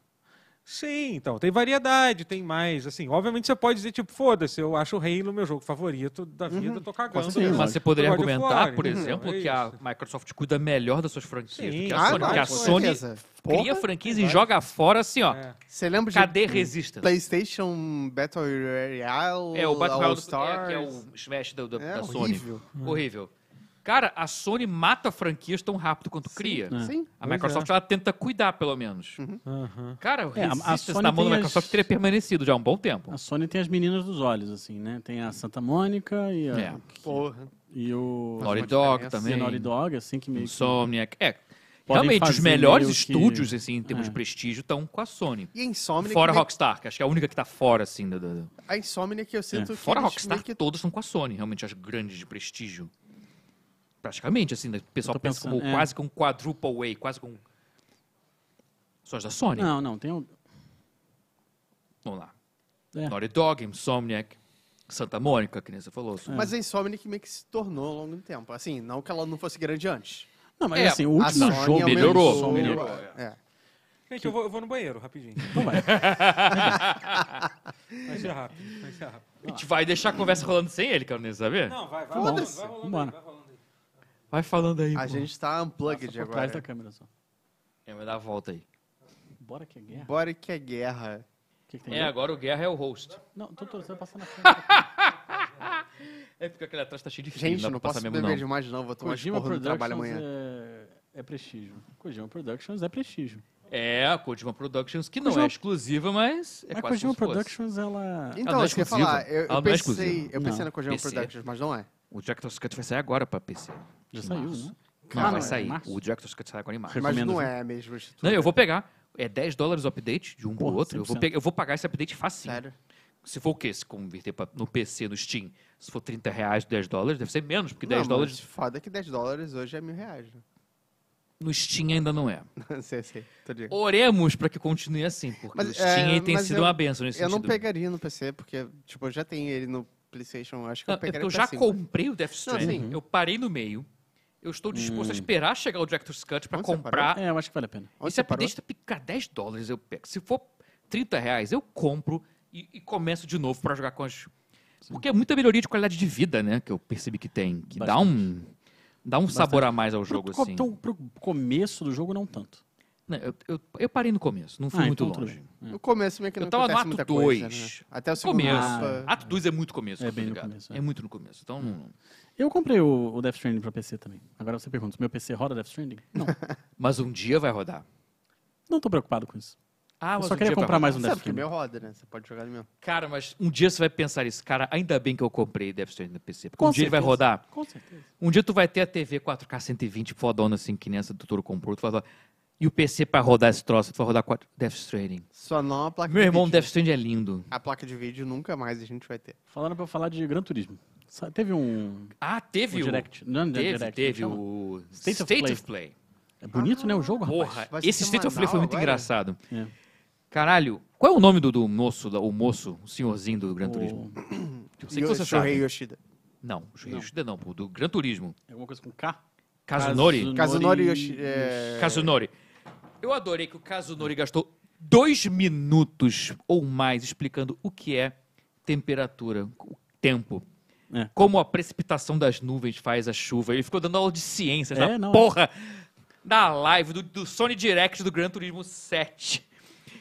Speaker 1: Sim, então, tem variedade, tem mais. Assim, obviamente você pode dizer, tipo, foda-se, eu acho o Halo meu jogo favorito da
Speaker 5: Uhum.
Speaker 1: vida, eu tô cagando.
Speaker 4: certeza.
Speaker 1: mesmo.
Speaker 2: Mas você poderia
Speaker 1: God of
Speaker 2: argumentar,
Speaker 1: War,
Speaker 2: por
Speaker 1: entendeu?
Speaker 2: exemplo,
Speaker 1: É
Speaker 2: que a
Speaker 1: isso.
Speaker 2: Microsoft cuida melhor das suas franquias
Speaker 1: Sim.
Speaker 2: do que a
Speaker 1: Ah,
Speaker 2: Sony.
Speaker 1: vai,
Speaker 2: Porque a
Speaker 1: com
Speaker 2: Sony
Speaker 5: certeza.
Speaker 2: cria
Speaker 5: Porra,
Speaker 2: franquias e joga fora assim, ó.
Speaker 1: É.
Speaker 5: Você lembra de
Speaker 2: Cadê Resistance?
Speaker 5: PlayStation Battle Royale?
Speaker 2: É, o Battle Royale do- é,
Speaker 5: All-Stars?
Speaker 2: que é o Smash da, da,
Speaker 5: É
Speaker 2: da Sony.
Speaker 5: horrível.
Speaker 2: Horrível. Cara, a Sony mata franquias tão rápido quanto
Speaker 4: É.
Speaker 2: cria.
Speaker 5: Sim.
Speaker 2: A Microsoft, ela tenta cuidar, pelo menos.
Speaker 5: Uhum.
Speaker 1: Aham.
Speaker 2: Cara, o
Speaker 4: É, a- a
Speaker 2: Resistance
Speaker 4: Sony
Speaker 2: na mão
Speaker 4: tem
Speaker 2: da
Speaker 4: as-
Speaker 2: Microsoft teria permanecido já há um bom tempo.
Speaker 4: A Sony tem as meninas dos olhos, assim, né? Tem a Santa Mônica e, a,
Speaker 2: É.
Speaker 5: Porra.
Speaker 4: e o.
Speaker 2: Naughty
Speaker 5: uma
Speaker 2: Dog
Speaker 5: diferença.
Speaker 4: e a
Speaker 2: também.
Speaker 4: Naughty Dog, assim, que meio que-
Speaker 2: Insomniac. É.
Speaker 4: Podem
Speaker 2: Realmente, os
Speaker 4: fazer
Speaker 2: melhores
Speaker 4: meio que-
Speaker 2: estúdios, assim, em termos
Speaker 4: É.
Speaker 2: de prestígio, estão com a Sony.
Speaker 5: E a Insomniac...
Speaker 2: Fora a
Speaker 5: meio-
Speaker 2: Rockstar, que acho que é a única que tá fora, assim. do- do- do-
Speaker 5: A Insomniac eu sinto que...
Speaker 2: Fora a
Speaker 5: eles
Speaker 2: Rockstar,
Speaker 5: meio que-
Speaker 2: todas são com a Sony, realmente, as grandes de prestígio. Praticamente, assim, né, o pessoal
Speaker 4: Eu tô
Speaker 2: pensa como
Speaker 4: pensando, é.
Speaker 2: quase com um quadruple A, quase com. Só as da Sony.
Speaker 4: Não, não, tem o.
Speaker 2: Vamos lá.
Speaker 4: É.
Speaker 2: Naughty Dog, Insomniac, Santa Mônica, que nem você falou.
Speaker 4: É.
Speaker 2: Assim.
Speaker 5: Mas a Insomniac meio que se tornou ao longo do tempo. Assim, não que ela não fosse grande antes.
Speaker 4: Não, mas
Speaker 2: É,
Speaker 4: assim, o
Speaker 5: A
Speaker 4: último
Speaker 5: Sony
Speaker 4: jogo.
Speaker 2: melhorou,
Speaker 5: aumentou-
Speaker 2: melhorou,
Speaker 5: É.
Speaker 1: Gente, eu vou, eu vou no banheiro, rapidinho.
Speaker 4: Então vai.
Speaker 1: Vai ser rápido, vai ser rápido.
Speaker 2: A gente vai deixar a conversa rolando sem ele, quero nem saber.
Speaker 1: Não, vai, vai rolando,
Speaker 5: Foda-se,
Speaker 1: vai rolando aí,
Speaker 4: vambora.
Speaker 1: vai rolando aí.
Speaker 2: Vai falando aí.
Speaker 5: A
Speaker 2: pô.
Speaker 5: gente tá
Speaker 4: Passa
Speaker 5: unplugged
Speaker 4: por trás da
Speaker 5: agora.
Speaker 4: câmera só.
Speaker 2: É, vai dar a volta aí.
Speaker 4: Bora que é guerra.
Speaker 5: Bora que é guerra.
Speaker 4: O que, que tem?
Speaker 2: É, agora o Guerra é o host.
Speaker 4: Não, doutor, você vai passar na frente.
Speaker 2: É porque aquele atrás tá cheio de fio,
Speaker 5: Gente,
Speaker 2: não dá
Speaker 5: eu não
Speaker 2: pra
Speaker 5: posso
Speaker 2: passar
Speaker 5: beber
Speaker 2: mesmo, não.
Speaker 5: demais não, vou tomar
Speaker 4: Kojima
Speaker 5: porra no trabalho
Speaker 4: Productions
Speaker 5: amanhã.
Speaker 4: é... é prestígio. Kojima Productions é prestígio.
Speaker 5: um.
Speaker 2: É, a Kojima Productions, que não
Speaker 4: Kojima-
Speaker 2: é exclusiva, mas é
Speaker 4: mas
Speaker 2: quase como
Speaker 4: Kojima
Speaker 2: se fosse.
Speaker 4: Productions, ela.
Speaker 5: Então,
Speaker 2: não é
Speaker 5: isso que eu ia
Speaker 2: exclusiva.
Speaker 5: falar. Eu, eu
Speaker 2: Ela não é
Speaker 5: pensei,
Speaker 2: exclusiva.
Speaker 5: eu pensei
Speaker 4: Não.
Speaker 5: na Kojima
Speaker 2: PC.
Speaker 5: Productions, mas não é.
Speaker 2: O Director's Cut vai sair agora pra PC.
Speaker 4: Já
Speaker 2: Em
Speaker 4: saiu,
Speaker 2: março.
Speaker 4: né?
Speaker 2: Não, vai
Speaker 4: Ah, não, é em
Speaker 2: sair.
Speaker 4: março?
Speaker 2: o Director's Cut sai agora em março.
Speaker 4: Recomendo,
Speaker 5: Mas não
Speaker 4: viu?
Speaker 5: é mesmo. isso tudo.
Speaker 2: Não, eu vou pegar. É 10 dólares o update de um pro
Speaker 4: Porra,
Speaker 2: outro. Eu vou,
Speaker 4: 100%.
Speaker 2: pegar, eu vou pagar esse update facinho.
Speaker 5: Sério.
Speaker 2: Se for o quê? Se converter pra- no PC, no Steam, se for 30 reais, 10 dólares, deve ser menos, porque 10
Speaker 5: Não,
Speaker 2: dólares
Speaker 5: mas Foda que 10 dólares hoje é mil reais. né?
Speaker 2: no Steam ainda não é.
Speaker 5: Não sei, sei. Tô ligado.
Speaker 2: Oremos pra que continue assim, porque
Speaker 5: Mas,
Speaker 2: o Steam
Speaker 5: é,
Speaker 2: tem
Speaker 5: mas
Speaker 2: sido
Speaker 5: eu-
Speaker 2: uma benção nesse
Speaker 5: Eu não
Speaker 2: sentido.
Speaker 5: pegaria no PC, porque, tipo, eu já tenho ele no PlayStation, eu acho que
Speaker 2: Não,
Speaker 5: eu
Speaker 2: é porque
Speaker 5: pegaria
Speaker 2: eu
Speaker 5: pra
Speaker 2: já
Speaker 5: cima.
Speaker 2: comprei o Death
Speaker 5: Não,
Speaker 2: Stranding,
Speaker 5: sim.
Speaker 2: eu parei no meio, eu estou
Speaker 4: Hum.
Speaker 2: disposto a esperar chegar o Director's Cut pra
Speaker 5: Onde você
Speaker 2: comprar.
Speaker 4: É, eu acho que vale a pena.
Speaker 5: Onde
Speaker 2: E se
Speaker 5: você
Speaker 2: a
Speaker 5: parou?
Speaker 2: pedestra picar 10 tá dólares, eu pego. Se for 30 reais, eu compro e, e começo de novo pra jogar com as... Porque é muita melhoria de qualidade de vida, né, que eu percebi que tem, que dá um... Dá um sabor a mais ao jogo,
Speaker 4: pro,
Speaker 2: assim.
Speaker 4: Então, pro começo do jogo, não tanto.
Speaker 2: Não, eu, eu- eu parei no começo, não fui
Speaker 4: é Ah,
Speaker 2: muito
Speaker 4: então tudo
Speaker 2: longe.
Speaker 5: No começo meio que
Speaker 2: Eu
Speaker 5: não
Speaker 2: tava no
Speaker 5: acontece
Speaker 2: ato
Speaker 5: muita
Speaker 2: 2.
Speaker 5: coisa, né? Até o segundo
Speaker 2: começo.
Speaker 5: mapa.
Speaker 2: Ato 2 é muito começo,
Speaker 4: É
Speaker 2: que eu tô
Speaker 4: bem no
Speaker 2: ligado.
Speaker 4: começo,
Speaker 2: É.
Speaker 4: é.
Speaker 2: muito no começo, então... não-
Speaker 4: Eu comprei o, o Death Stranding pra PC também. Agora você pergunta, meu PC roda Death Stranding? Não.
Speaker 2: Mas um dia vai rodar.
Speaker 4: não tô preocupado com isso.
Speaker 2: Ah,
Speaker 4: eu
Speaker 2: mas
Speaker 4: só
Speaker 2: um
Speaker 4: queria
Speaker 2: dia vai
Speaker 4: comprar
Speaker 2: rodar.
Speaker 4: mais um Death
Speaker 5: Sabe que
Speaker 4: Stranding.
Speaker 5: meu roda, né? Você pode jogar no meu.
Speaker 2: Cara, mas um dia você vai pensar isso. Cara, ainda bem que eu comprei Death Stranding no PC. Porque
Speaker 4: Com
Speaker 2: um dia ele vai
Speaker 4: certeza.
Speaker 2: rodar.
Speaker 4: Com certeza.
Speaker 2: Um dia tu vai ter a TV 4K 120 fodona assim, que nem essa do Toro comprou. Tu vai rodar... E o PC pra rodar esse troço, tu vai rodar quatro... Death Stranding.
Speaker 5: Só não a placa
Speaker 2: Meu
Speaker 5: de
Speaker 2: irmão,
Speaker 5: vídeo.
Speaker 2: Death Stranding é lindo.
Speaker 5: A placa de vídeo nunca mais a gente vai ter.
Speaker 4: Falaram pra eu falar de Gran Turismo. Sa- Teve um,
Speaker 2: Ah,
Speaker 4: um
Speaker 2: teve o...
Speaker 4: direct. Não, não é
Speaker 2: Teve,
Speaker 4: direct,
Speaker 2: teve
Speaker 4: chama?
Speaker 2: o
Speaker 4: State
Speaker 2: State,
Speaker 4: of
Speaker 2: of Play.
Speaker 4: É bonito, né, o jogo, rapaz?
Speaker 2: Porra,
Speaker 5: vai ser
Speaker 2: esse State of Play foi
Speaker 5: semanal
Speaker 2: muito
Speaker 5: agora?
Speaker 2: engraçado.
Speaker 4: É.
Speaker 2: Caralho, qual é o nome do, do moço, da- o moço, o senhorzinho do Gran Turismo?
Speaker 4: O-
Speaker 2: Eu sei que você
Speaker 5: Shohei
Speaker 2: sabe.
Speaker 5: Yoshida.
Speaker 2: Não, o Shohei Yoshida não, pô, do Gran Turismo.
Speaker 4: É Alguma coisa com K?
Speaker 2: Kazunori?
Speaker 5: Kazunori Yoshida. é,
Speaker 2: Kazunori. Eu adorei que o Kazunori gastou dois minutos ou mais explicando o que é temperatura, o tempo.
Speaker 4: É.
Speaker 2: Como a precipitação das nuvens faz a chuva. Ele ficou dando aula de ciência,
Speaker 4: É,
Speaker 2: essa
Speaker 4: não, é.
Speaker 2: porra da live do, do Sony Direct do Gran Turismo 7.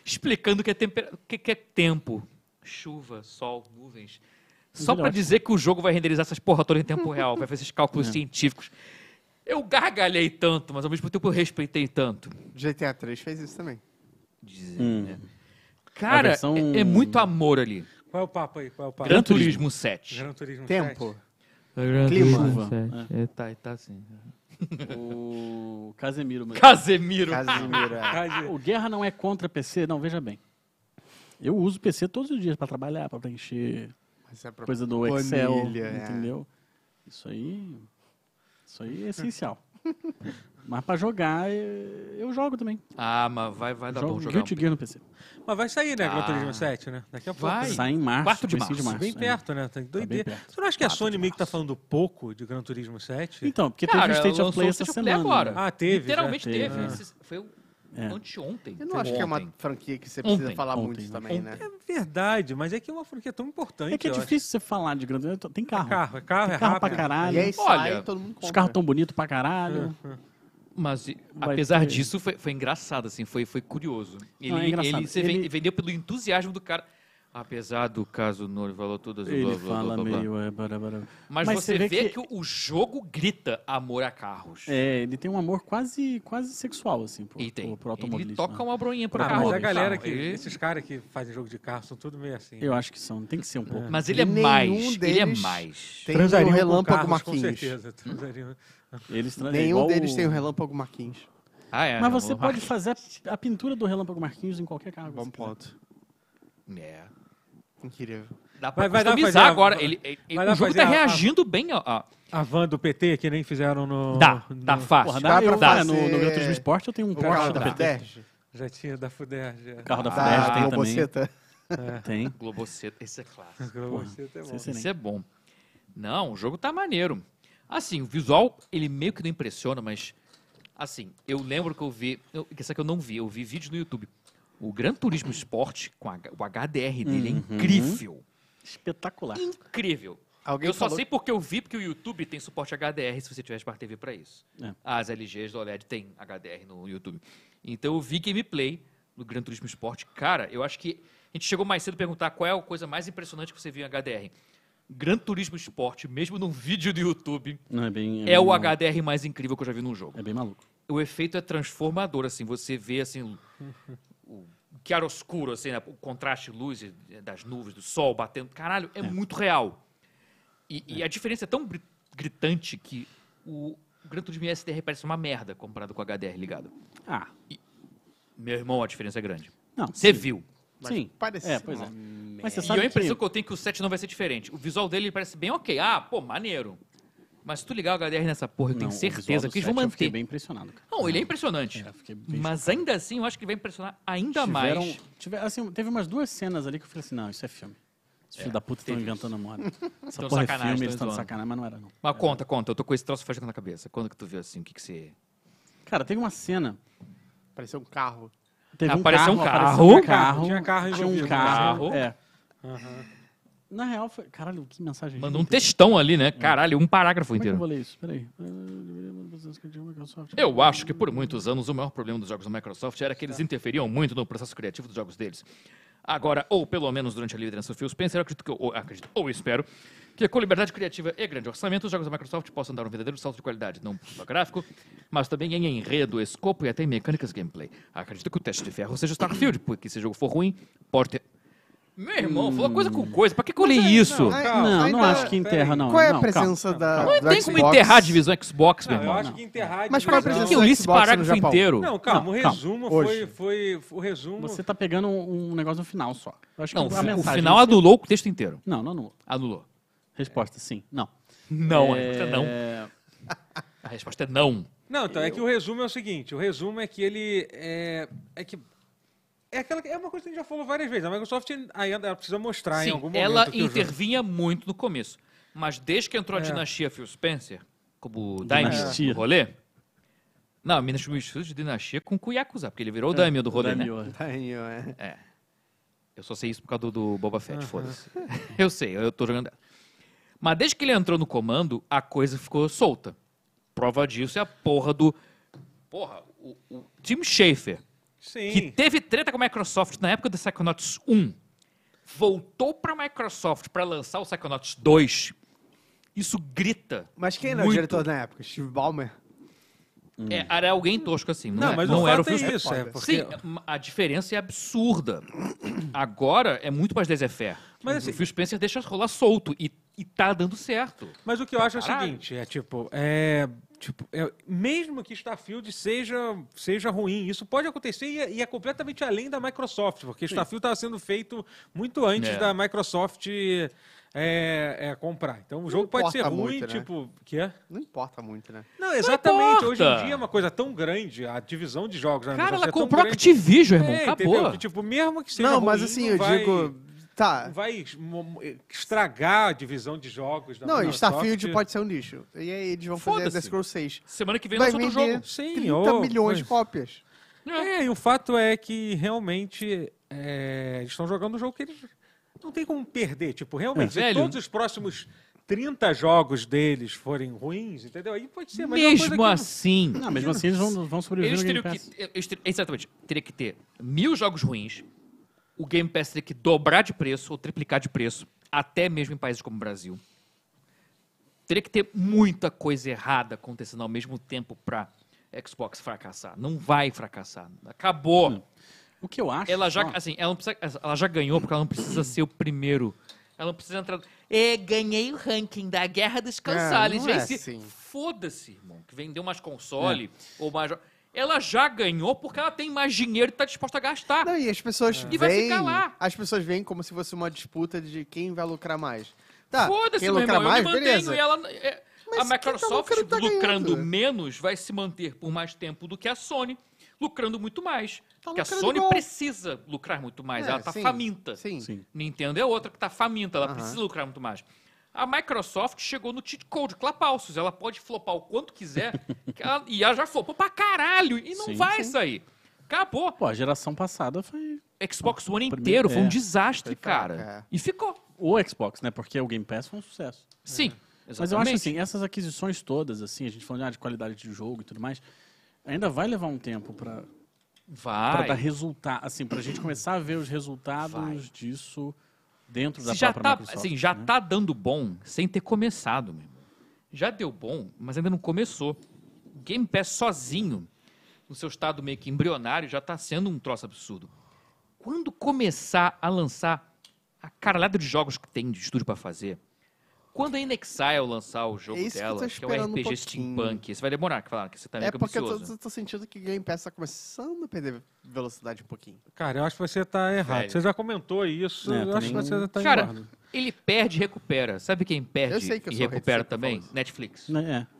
Speaker 2: Explicando o que é, tempera- o que que é tempo. Chuva, sol, nuvens. Só
Speaker 4: Ele é
Speaker 2: pra
Speaker 4: ótimo.
Speaker 2: dizer que o jogo vai renderizar essas porra toda em tempo real. Vai fazer esses
Speaker 4: É.
Speaker 2: cálculos científicos. Eu gargalhei tanto, mas ao mesmo tempo eu respeitei tanto.
Speaker 5: GTA 3 fez isso também.
Speaker 2: Dizer,
Speaker 4: Hum.
Speaker 2: né? Cara,
Speaker 4: A versão-
Speaker 2: é, é muito amor ali.
Speaker 1: Qual é o papo aí? Qual é o papo?
Speaker 2: Gran Turismo 7.
Speaker 1: Gran Turismo
Speaker 5: Tempo.
Speaker 1: 7.
Speaker 5: Clima.
Speaker 4: Chuva.
Speaker 2: É, tá, tá assim.
Speaker 4: O Casemiro. Mas...
Speaker 2: Casemiro.
Speaker 5: Casimiro. é.
Speaker 1: Case-
Speaker 4: O Guerra não é contra PC? Não, veja bem. Eu uso PC todos os dias pra trabalhar, pra preencher
Speaker 5: Mas é pra
Speaker 4: coisa do
Speaker 5: planilha,
Speaker 4: Excel,
Speaker 5: é.
Speaker 4: entendeu? Isso aí... Isso aí é essencial. Mas pra jogar, eh, eu jogo também.
Speaker 2: Ah, mas vai, vai dar bom
Speaker 4: jogo
Speaker 2: jogar. um
Speaker 4: Guilty Gear no PC.
Speaker 1: Mas vai sair, né, Gran
Speaker 2: Ah.
Speaker 1: Turismo 7, né? Daqui a pouco.
Speaker 2: Vai.
Speaker 4: Sai em março,
Speaker 2: 4 de
Speaker 4: PC
Speaker 2: março,
Speaker 1: Bem
Speaker 4: é.
Speaker 1: perto, né? Tá doideira.
Speaker 4: perto.
Speaker 1: Você não acha que a
Speaker 4: 4 de
Speaker 1: Sony meio que tá
Speaker 4: março.
Speaker 1: falando pouco de Gran Turismo 7?
Speaker 4: Então, porque
Speaker 2: Cara,
Speaker 4: teve o State
Speaker 2: lançou
Speaker 4: of Play
Speaker 2: o
Speaker 4: essa
Speaker 2: State of Play
Speaker 4: semana.
Speaker 2: agora.
Speaker 4: né?
Speaker 1: Ah, teve.
Speaker 2: Literalmente
Speaker 4: já
Speaker 2: teve.
Speaker 4: teve, né?
Speaker 2: Esses- Foi o-
Speaker 4: É.
Speaker 2: anteontem.
Speaker 5: Eu não
Speaker 2: foi
Speaker 5: acho que é uma
Speaker 2: ontem.
Speaker 5: franquia que você precisa
Speaker 2: Ontem,
Speaker 5: falar
Speaker 4: ontem,
Speaker 5: muito
Speaker 4: né?
Speaker 5: também, né?
Speaker 1: É verdade, mas é que é uma franquia tão importante.
Speaker 4: É que é
Speaker 1: eu acho.
Speaker 4: difícil você falar de grande. né? Tem carro.
Speaker 1: É carro, é carro, é
Speaker 4: Tem carro pra
Speaker 1: rápido.
Speaker 4: caralho.
Speaker 5: E aí sai
Speaker 2: Olha,
Speaker 5: todo mundo compra.
Speaker 4: Os carros tão bonitos pra caralho.
Speaker 2: Mas e,
Speaker 4: Vai
Speaker 2: apesar
Speaker 4: ter-
Speaker 2: disso, foi, foi engraçado, assim, foi, foi curioso. Ele,
Speaker 4: Não, é engraçado.
Speaker 2: ele, você ven-
Speaker 4: Ele-
Speaker 2: vendeu pelo entusiasmo do cara. Apesar do caso Nori falou todas
Speaker 4: Ele
Speaker 2: É, blá, blá,
Speaker 4: fala
Speaker 2: blá, blá, blá.
Speaker 4: meio. É, bara, bara.
Speaker 2: Mas, você vê, que... o jogo grita amor a carros.
Speaker 4: É, ele tem um amor quase, quase sexual, assim, pro,
Speaker 2: e tem.
Speaker 4: pro, pro automobilismo.
Speaker 2: ele toca uma bronhinha pro
Speaker 4: Ah,
Speaker 1: Ah,
Speaker 2: carro.
Speaker 1: mas a
Speaker 4: Automóvel,
Speaker 1: galera
Speaker 2: Tá,
Speaker 1: que.
Speaker 2: ele-
Speaker 1: Esses caras que fazem jogo de carro são tudo meio assim.
Speaker 4: Eu acho que são. Tem que ser um pouco.
Speaker 2: Mas ele é
Speaker 5: Nenhum
Speaker 2: mais. Ele é
Speaker 5: deles
Speaker 2: mais.
Speaker 5: Tem
Speaker 1: Transariam
Speaker 5: o
Speaker 1: com
Speaker 5: Relâmpago
Speaker 1: carros,
Speaker 5: Marquinhos.
Speaker 1: Com certeza. transariam.
Speaker 4: Eles tra- é
Speaker 5: Nenhum
Speaker 4: igual
Speaker 5: deles
Speaker 4: o-
Speaker 5: tem o Relâmpago Marquinhos.
Speaker 2: Ah, é,
Speaker 4: Mas
Speaker 2: não,
Speaker 4: você
Speaker 2: o
Speaker 4: pode
Speaker 2: Marquinhos.
Speaker 4: fazer a, a pintura do Relâmpago Marquinhos em qualquer carro.
Speaker 5: Bom
Speaker 4: você quiser.
Speaker 5: ponto.
Speaker 2: É.
Speaker 5: Incrível.
Speaker 2: Dá pra
Speaker 1: Vai- vai dar pra
Speaker 2: customizar
Speaker 1: fazer a-
Speaker 2: agora. Ele, ele-
Speaker 1: vai dar
Speaker 2: o jogo
Speaker 1: pra
Speaker 2: tá
Speaker 1: fazer a-
Speaker 2: reagindo bem. Ó, ó.
Speaker 1: A van do PT, que nem fizeram no.
Speaker 2: Dá,
Speaker 1: no-
Speaker 2: tá fácil.
Speaker 4: Porra,
Speaker 5: Dá
Speaker 4: dá, eu,
Speaker 5: pra
Speaker 4: ah, no, no Gran
Speaker 5: fazer-
Speaker 4: Turismo Sport eu tenho um
Speaker 5: O
Speaker 4: carro,
Speaker 5: carro
Speaker 4: da
Speaker 5: da Ah,
Speaker 4: PT.
Speaker 5: Federge?
Speaker 1: Já tinha da Fuderge. é.
Speaker 4: Carro da Federge
Speaker 5: Da
Speaker 4: tem também.
Speaker 5: Globoceta?
Speaker 4: Tem.
Speaker 2: Globoceta, esse é clássico.
Speaker 1: Você até bom.
Speaker 4: Esse-
Speaker 2: Isso é bom. Não, o jogo tá maneiro. Assim, o visual, ele meio que não impressiona, mas. Assim, eu lembro que eu vi. Eu, que essa que eu não vi, eu vi vídeo no YouTube. O Gran Turismo Sport, com a- o HDR dele, é incrível.
Speaker 4: Espetacular.
Speaker 2: Incrível.
Speaker 5: Alguém
Speaker 2: eu só
Speaker 5: falou-
Speaker 2: sei porque eu vi, porque o YouTube tem suporte HDR se você tiver Smart TV pra isso.
Speaker 4: É.
Speaker 2: As LGs do OLED tem HDR no YouTube. Então eu vi gameplay do Gran Turismo Sport. Cara, eu acho que a gente chegou mais cedo a perguntar qual é a coisa mais impressionante que você viu em HDR. Gran Turismo Sport, mesmo num vídeo do YouTube,
Speaker 4: Não, é bem,
Speaker 2: é,
Speaker 4: bem
Speaker 2: o
Speaker 5: Hum.
Speaker 4: maluco.
Speaker 2: HDR mais incrível que eu já vi num jogo.
Speaker 4: É bem maluco.
Speaker 2: O efeito é transformador, assim, você vê assim o o chiaroscuro, assim, né, o contraste de luz eh, das nuvens, do sol batendo. Caralho, é, muito real. E, e a diferença é tão gri- gritante que o Gran Turismo SDR parece uma merda comparado com o HDR ligado.
Speaker 4: Ah,
Speaker 2: Meu irmão, a diferença é grande.
Speaker 4: não.
Speaker 2: Você
Speaker 4: sim.
Speaker 2: viu.
Speaker 5: Mas
Speaker 4: Sim.
Speaker 5: Parecia
Speaker 4: É, pois é.
Speaker 5: uma
Speaker 4: Mas você
Speaker 2: E a
Speaker 4: sabe
Speaker 2: impressão que...
Speaker 4: que...
Speaker 2: eu tenho é que o 7 não vai ser diferente. O visual dele parece bem ok. Ah, pô, maneiro. Mas se tu ligar o HDR nessa porra, eu
Speaker 4: Não,
Speaker 2: tenho
Speaker 4: o visual
Speaker 2: certeza
Speaker 4: do
Speaker 2: que eles vão
Speaker 4: set Eu fiquei
Speaker 2: manter.
Speaker 4: bem impressionado. cara.
Speaker 2: Não, ele é impressionante.
Speaker 4: É, eu fiquei bem
Speaker 2: Mas ainda assim, eu acho que ele vai impressionar ainda
Speaker 4: Tiveram,
Speaker 2: mais.
Speaker 4: tiver- assim, teve umas duas cenas ali que eu falei assim, não, isso é filme. Os filhos da puta estão
Speaker 2: teve
Speaker 4: inventando a moda. Essa
Speaker 2: Tão
Speaker 4: porra é
Speaker 2: sacanagem,
Speaker 4: filme,
Speaker 2: tão
Speaker 4: eles estão de
Speaker 2: zoando.
Speaker 4: sacanagem, mas não era não.
Speaker 2: Mas conta, conta. Eu tô com esse troço fechado na cabeça. Quando que tu viu assim? O que que você.
Speaker 4: Cara, teve uma cena,
Speaker 5: Parecia um carro.
Speaker 4: teve um
Speaker 2: Apareceu
Speaker 4: carro,
Speaker 2: um
Speaker 4: apareceu
Speaker 2: carro.
Speaker 4: um carro,
Speaker 1: Tinha carro
Speaker 4: tinha um
Speaker 5: né?
Speaker 1: envolvido.
Speaker 4: carro,
Speaker 2: Carro.
Speaker 4: é. Na real, foi... Caralho, que mensagem.
Speaker 2: Mandou um textão ali,
Speaker 4: É.
Speaker 2: né? Caralho, um parágrafo
Speaker 4: Como é que eu
Speaker 2: inteiro.
Speaker 4: vou ler isso? Peraí. Ah, Microsoft.
Speaker 2: Eu acho que por muitos anos o maior problema dos jogos da Microsoft era que eles interferiam muito no processo criativo dos jogos deles. Agora, ou pelo menos durante a liderança do Phil Spencer, eu acredito, que, ou, acredito, ou espero, que com liberdade criativa e grande orçamento, os jogos da Microsoft possam dar um verdadeiro salto de qualidade, não só gráfico, mas também em enredo, escopo e até em mecânicas gameplay. Acredito que o teste de ferro seja o Starfield, porque se o jogo for ruim, pode ter... Meu irmão, falou coisa com coisa, pra que que eu li isso?
Speaker 5: não,
Speaker 1: calma.
Speaker 4: Não, não
Speaker 5: Ah, Ainda-
Speaker 4: acho que enterra, não.
Speaker 5: Qual é a
Speaker 4: Não,
Speaker 5: presença
Speaker 4: calma,
Speaker 5: da.
Speaker 4: calma.
Speaker 2: Não
Speaker 5: do
Speaker 2: tem como
Speaker 5: Xbox?
Speaker 2: enterrar a divisão Xbox, meu
Speaker 1: Não, eu
Speaker 2: irmão.
Speaker 1: acho que enterrar.
Speaker 5: Mas
Speaker 1: de um
Speaker 5: qual é a
Speaker 1: visão-
Speaker 5: presença
Speaker 2: Que eu li esse
Speaker 5: Xbox no
Speaker 2: parágrafo
Speaker 5: Japão.
Speaker 2: inteiro.
Speaker 1: Não, calma, o
Speaker 4: Não, calma.
Speaker 1: resumo
Speaker 5: Hoje.
Speaker 1: foi, foi. O resumo.
Speaker 4: Você tá pegando um, um negócio no final só. Eu acho que
Speaker 2: Não,
Speaker 4: a
Speaker 2: o fi- o
Speaker 4: mensagem-
Speaker 2: final é- adulou o texto inteiro.
Speaker 4: Não, não, não.
Speaker 2: Anulou.
Speaker 4: Resposta, sim. Não.
Speaker 2: Não, a
Speaker 4: É,
Speaker 2: resposta é não. A resposta é não.
Speaker 1: Não, então, é que o resumo é o seguinte: o resumo é que ele. É, é que. É, aquela, é uma coisa que a gente já falou várias vezes. A Microsoft ainda ela precisa mostrar Tá, em
Speaker 2: Sim,
Speaker 1: algum momento.
Speaker 2: ela
Speaker 1: que o jogo-
Speaker 2: intervinha muito no começo. Mas desde que entrou a
Speaker 1: É.
Speaker 2: dinastia Phil Spencer, como o Daimyo
Speaker 4: Dinastia.
Speaker 2: do rolê... Não, Minas Mistura de dinastia com o Yakuza, porque ele virou o Daimyo do rolê, né?
Speaker 4: Daimyo, é.
Speaker 5: Tenho, é.
Speaker 2: Eu só sei isso por causa do Boba Fett, foda-se. Eu sei, eu tô jogando. Mas desde que ele entrou no comando, a coisa ficou solta. Prova disso é a porra do. Porra, o, o Tim Schafer,
Speaker 1: Sim.
Speaker 2: que teve treta com a Microsoft na época do Psychonauts 1, voltou pra Microsoft pra lançar o Psychonauts 2. Isso grita.
Speaker 5: Mas quem era o
Speaker 2: muito.
Speaker 5: diretor na época? Steve Ballmer?
Speaker 4: Hum.
Speaker 2: É, era alguém tosco assim. Não,
Speaker 1: Não,
Speaker 2: é-
Speaker 1: mas
Speaker 2: não
Speaker 1: o
Speaker 2: era o
Speaker 1: fato
Speaker 2: Phil
Speaker 1: é isso. É
Speaker 5: Spencer.
Speaker 1: porque,
Speaker 2: Sim, a diferença é absurda. Agora é muito mais laissez-faire.
Speaker 1: Mas assim-
Speaker 2: o Phil Spencer deixa rolar solto e E tá dando certo.
Speaker 1: Mas o que eu acho é o
Speaker 2: Caralho.
Speaker 1: seguinte, é tipo, é, tipo é, mesmo que Starfield seja, seja ruim, isso pode acontecer e é, e é completamente além da Microsoft, porque Starfield estava sendo feito muito antes
Speaker 2: É.
Speaker 1: da Microsoft é, é, comprar. Então o jogo pode ser
Speaker 5: importa
Speaker 1: ruim,
Speaker 5: muito, né?
Speaker 1: tipo, que é?
Speaker 5: Não importa muito, né?
Speaker 1: Não, exatamente. Hoje em
Speaker 2: importa.
Speaker 1: dia é uma coisa tão grande, a divisão de jogos. na
Speaker 2: Cara,
Speaker 1: Microsoft
Speaker 2: ela
Speaker 1: é tão
Speaker 2: comprou a
Speaker 1: grande.
Speaker 2: Activision, irmão.
Speaker 1: É,
Speaker 2: acabou.
Speaker 1: entendeu? Tipo, mesmo que seja
Speaker 5: Não,
Speaker 1: ruim,
Speaker 5: mas assim,
Speaker 1: não
Speaker 5: eu
Speaker 1: vai-
Speaker 5: digo. Tá.
Speaker 1: não vai mo- eh, estragar a divisão de jogos da
Speaker 5: Não, e
Speaker 1: Microsoft.
Speaker 5: Starfield pode ser um nicho. E aí eles vão fazer
Speaker 2: Foda-se.
Speaker 5: The Scrolls 6.
Speaker 2: Semana que vem
Speaker 5: Vai
Speaker 2: lança outro
Speaker 5: vender
Speaker 2: jogo.
Speaker 1: Sim,
Speaker 5: 30
Speaker 1: ou-
Speaker 5: milhões de
Speaker 1: mas-
Speaker 5: cópias.
Speaker 1: É, e o fato é que realmente é, eles estão jogando um jogo que eles não tem como perder. Tipo, realmente,
Speaker 2: É,
Speaker 1: se
Speaker 2: velho.
Speaker 1: todos os próximos 30 jogos deles forem ruins, entendeu? Aí pode ser, mas é uma coisa
Speaker 2: Mesmo
Speaker 1: que-
Speaker 2: assim,
Speaker 4: Não, mesmo assim eles vão, vão sobreviver
Speaker 2: eles
Speaker 4: no Game
Speaker 2: teriam que.
Speaker 4: Pass.
Speaker 2: eles ter- exatamente. Teria que ter mil jogos ruins. O Game Pass teria que dobrar de preço ou triplicar de preço, até mesmo em países como o Brasil. Teria que ter muita coisa errada acontecendo ao mesmo tempo pra Xbox fracassar. Não vai fracassar. Acabou.
Speaker 4: O que eu acho...
Speaker 2: Ela já,
Speaker 4: só-
Speaker 2: assim, ela, não precisa- ela já ganhou porque ela não
Speaker 5: Hum.
Speaker 2: precisa ser o primeiro. Ela não precisa entrar. É, ganhei o ranking da guerra dos consoles.
Speaker 5: não é
Speaker 2: venci."
Speaker 5: assim. É.
Speaker 2: Foda-se, irmão, que vendeu mais console ou mais. jo- Ela já ganhou porque ela tem mais dinheiro e tá disposta a gastar.
Speaker 5: Não, e as pessoas
Speaker 2: E vai
Speaker 5: veem.
Speaker 2: ficar lá.
Speaker 5: As pessoas veem como se fosse uma disputa de quem vai lucrar mais. Tá,
Speaker 2: Foda-se,
Speaker 5: quem
Speaker 2: meu
Speaker 5: lucra
Speaker 2: irmão.
Speaker 5: mais,
Speaker 2: eu me mantenho.
Speaker 5: beleza.
Speaker 2: E ela, é,
Speaker 5: Mas
Speaker 2: a
Speaker 5: quem tá
Speaker 2: Microsoft
Speaker 5: lucrando tá
Speaker 2: lucrando
Speaker 5: ganhando.
Speaker 2: menos vai se manter por mais tempo do que a Sony, lucrando muito mais. porque a
Speaker 5: Tá lucrando
Speaker 2: Sony
Speaker 5: igual.
Speaker 2: precisa lucrar muito mais.
Speaker 5: É,
Speaker 2: ela tá
Speaker 5: sim,
Speaker 2: faminta.
Speaker 5: Sim.
Speaker 4: Sim.
Speaker 2: Nintendo é outra que tá faminta, ela
Speaker 5: Aham.
Speaker 2: precisa lucrar muito mais. A Microsoft chegou no cheat code, clapalços. Ela pode flopar o quanto quiser. que ela- e ela já flopou pra caralho. E não
Speaker 4: Sim,
Speaker 2: vai sair. Acabou.
Speaker 4: Pô, a geração passada foi
Speaker 2: Xbox One
Speaker 4: Primeiro-
Speaker 2: inteiro foi um
Speaker 4: é.
Speaker 2: desastre, cara.
Speaker 5: fraco, é.
Speaker 2: E ficou.
Speaker 4: o Xbox, né? Porque o Game Pass foi um sucesso.
Speaker 2: Sim.
Speaker 4: Mas eu acho
Speaker 2: exatamente.
Speaker 4: assim, essas aquisições todas, assim, a gente falando ah, de qualidade de jogo e tudo mais, ainda vai levar um tempo pra, pra dar
Speaker 2: Vai.
Speaker 4: resultado, assim, pra gente começar a ver os resultados
Speaker 2: Vai.
Speaker 4: disso dentro da
Speaker 2: Se já
Speaker 4: própria
Speaker 2: tá,
Speaker 4: Microsoft.
Speaker 2: assim, já
Speaker 4: né?
Speaker 2: tá dando bom sem ter começado, meu irmão. Já deu bom, mas ainda não começou. O Game Pass sozinho, no seu estado meio que embrionário, já tá sendo um troço absurdo. Quando começar a lançar a caralhada de jogos que tem de estúdio pra fazer, quando a InXile lançar o jogo
Speaker 5: É isso que eu tô
Speaker 2: dela, que, é o
Speaker 5: esperando um
Speaker 2: RPG
Speaker 5: pouquinho.
Speaker 2: Steampunk, isso vai demorar, que falaram que você tá meio
Speaker 5: É
Speaker 2: que
Speaker 5: porque eu
Speaker 2: ambicioso.
Speaker 5: tô, tô sentindo que Game Pass tá começando a perder velocidade um pouquinho.
Speaker 1: Cara, eu acho que você tá errado.
Speaker 2: Velho.
Speaker 1: Você já comentou isso.
Speaker 4: É,
Speaker 1: eu acho que
Speaker 4: também-
Speaker 1: você tá
Speaker 2: Cara,
Speaker 1: errado.
Speaker 2: Ele perde e recupera. Sabe quem perde
Speaker 5: Eu sei que eu
Speaker 2: e
Speaker 5: sou
Speaker 2: recupera
Speaker 5: reticente pra
Speaker 2: também?
Speaker 5: falar isso.
Speaker 2: Netflix.
Speaker 4: Né, é.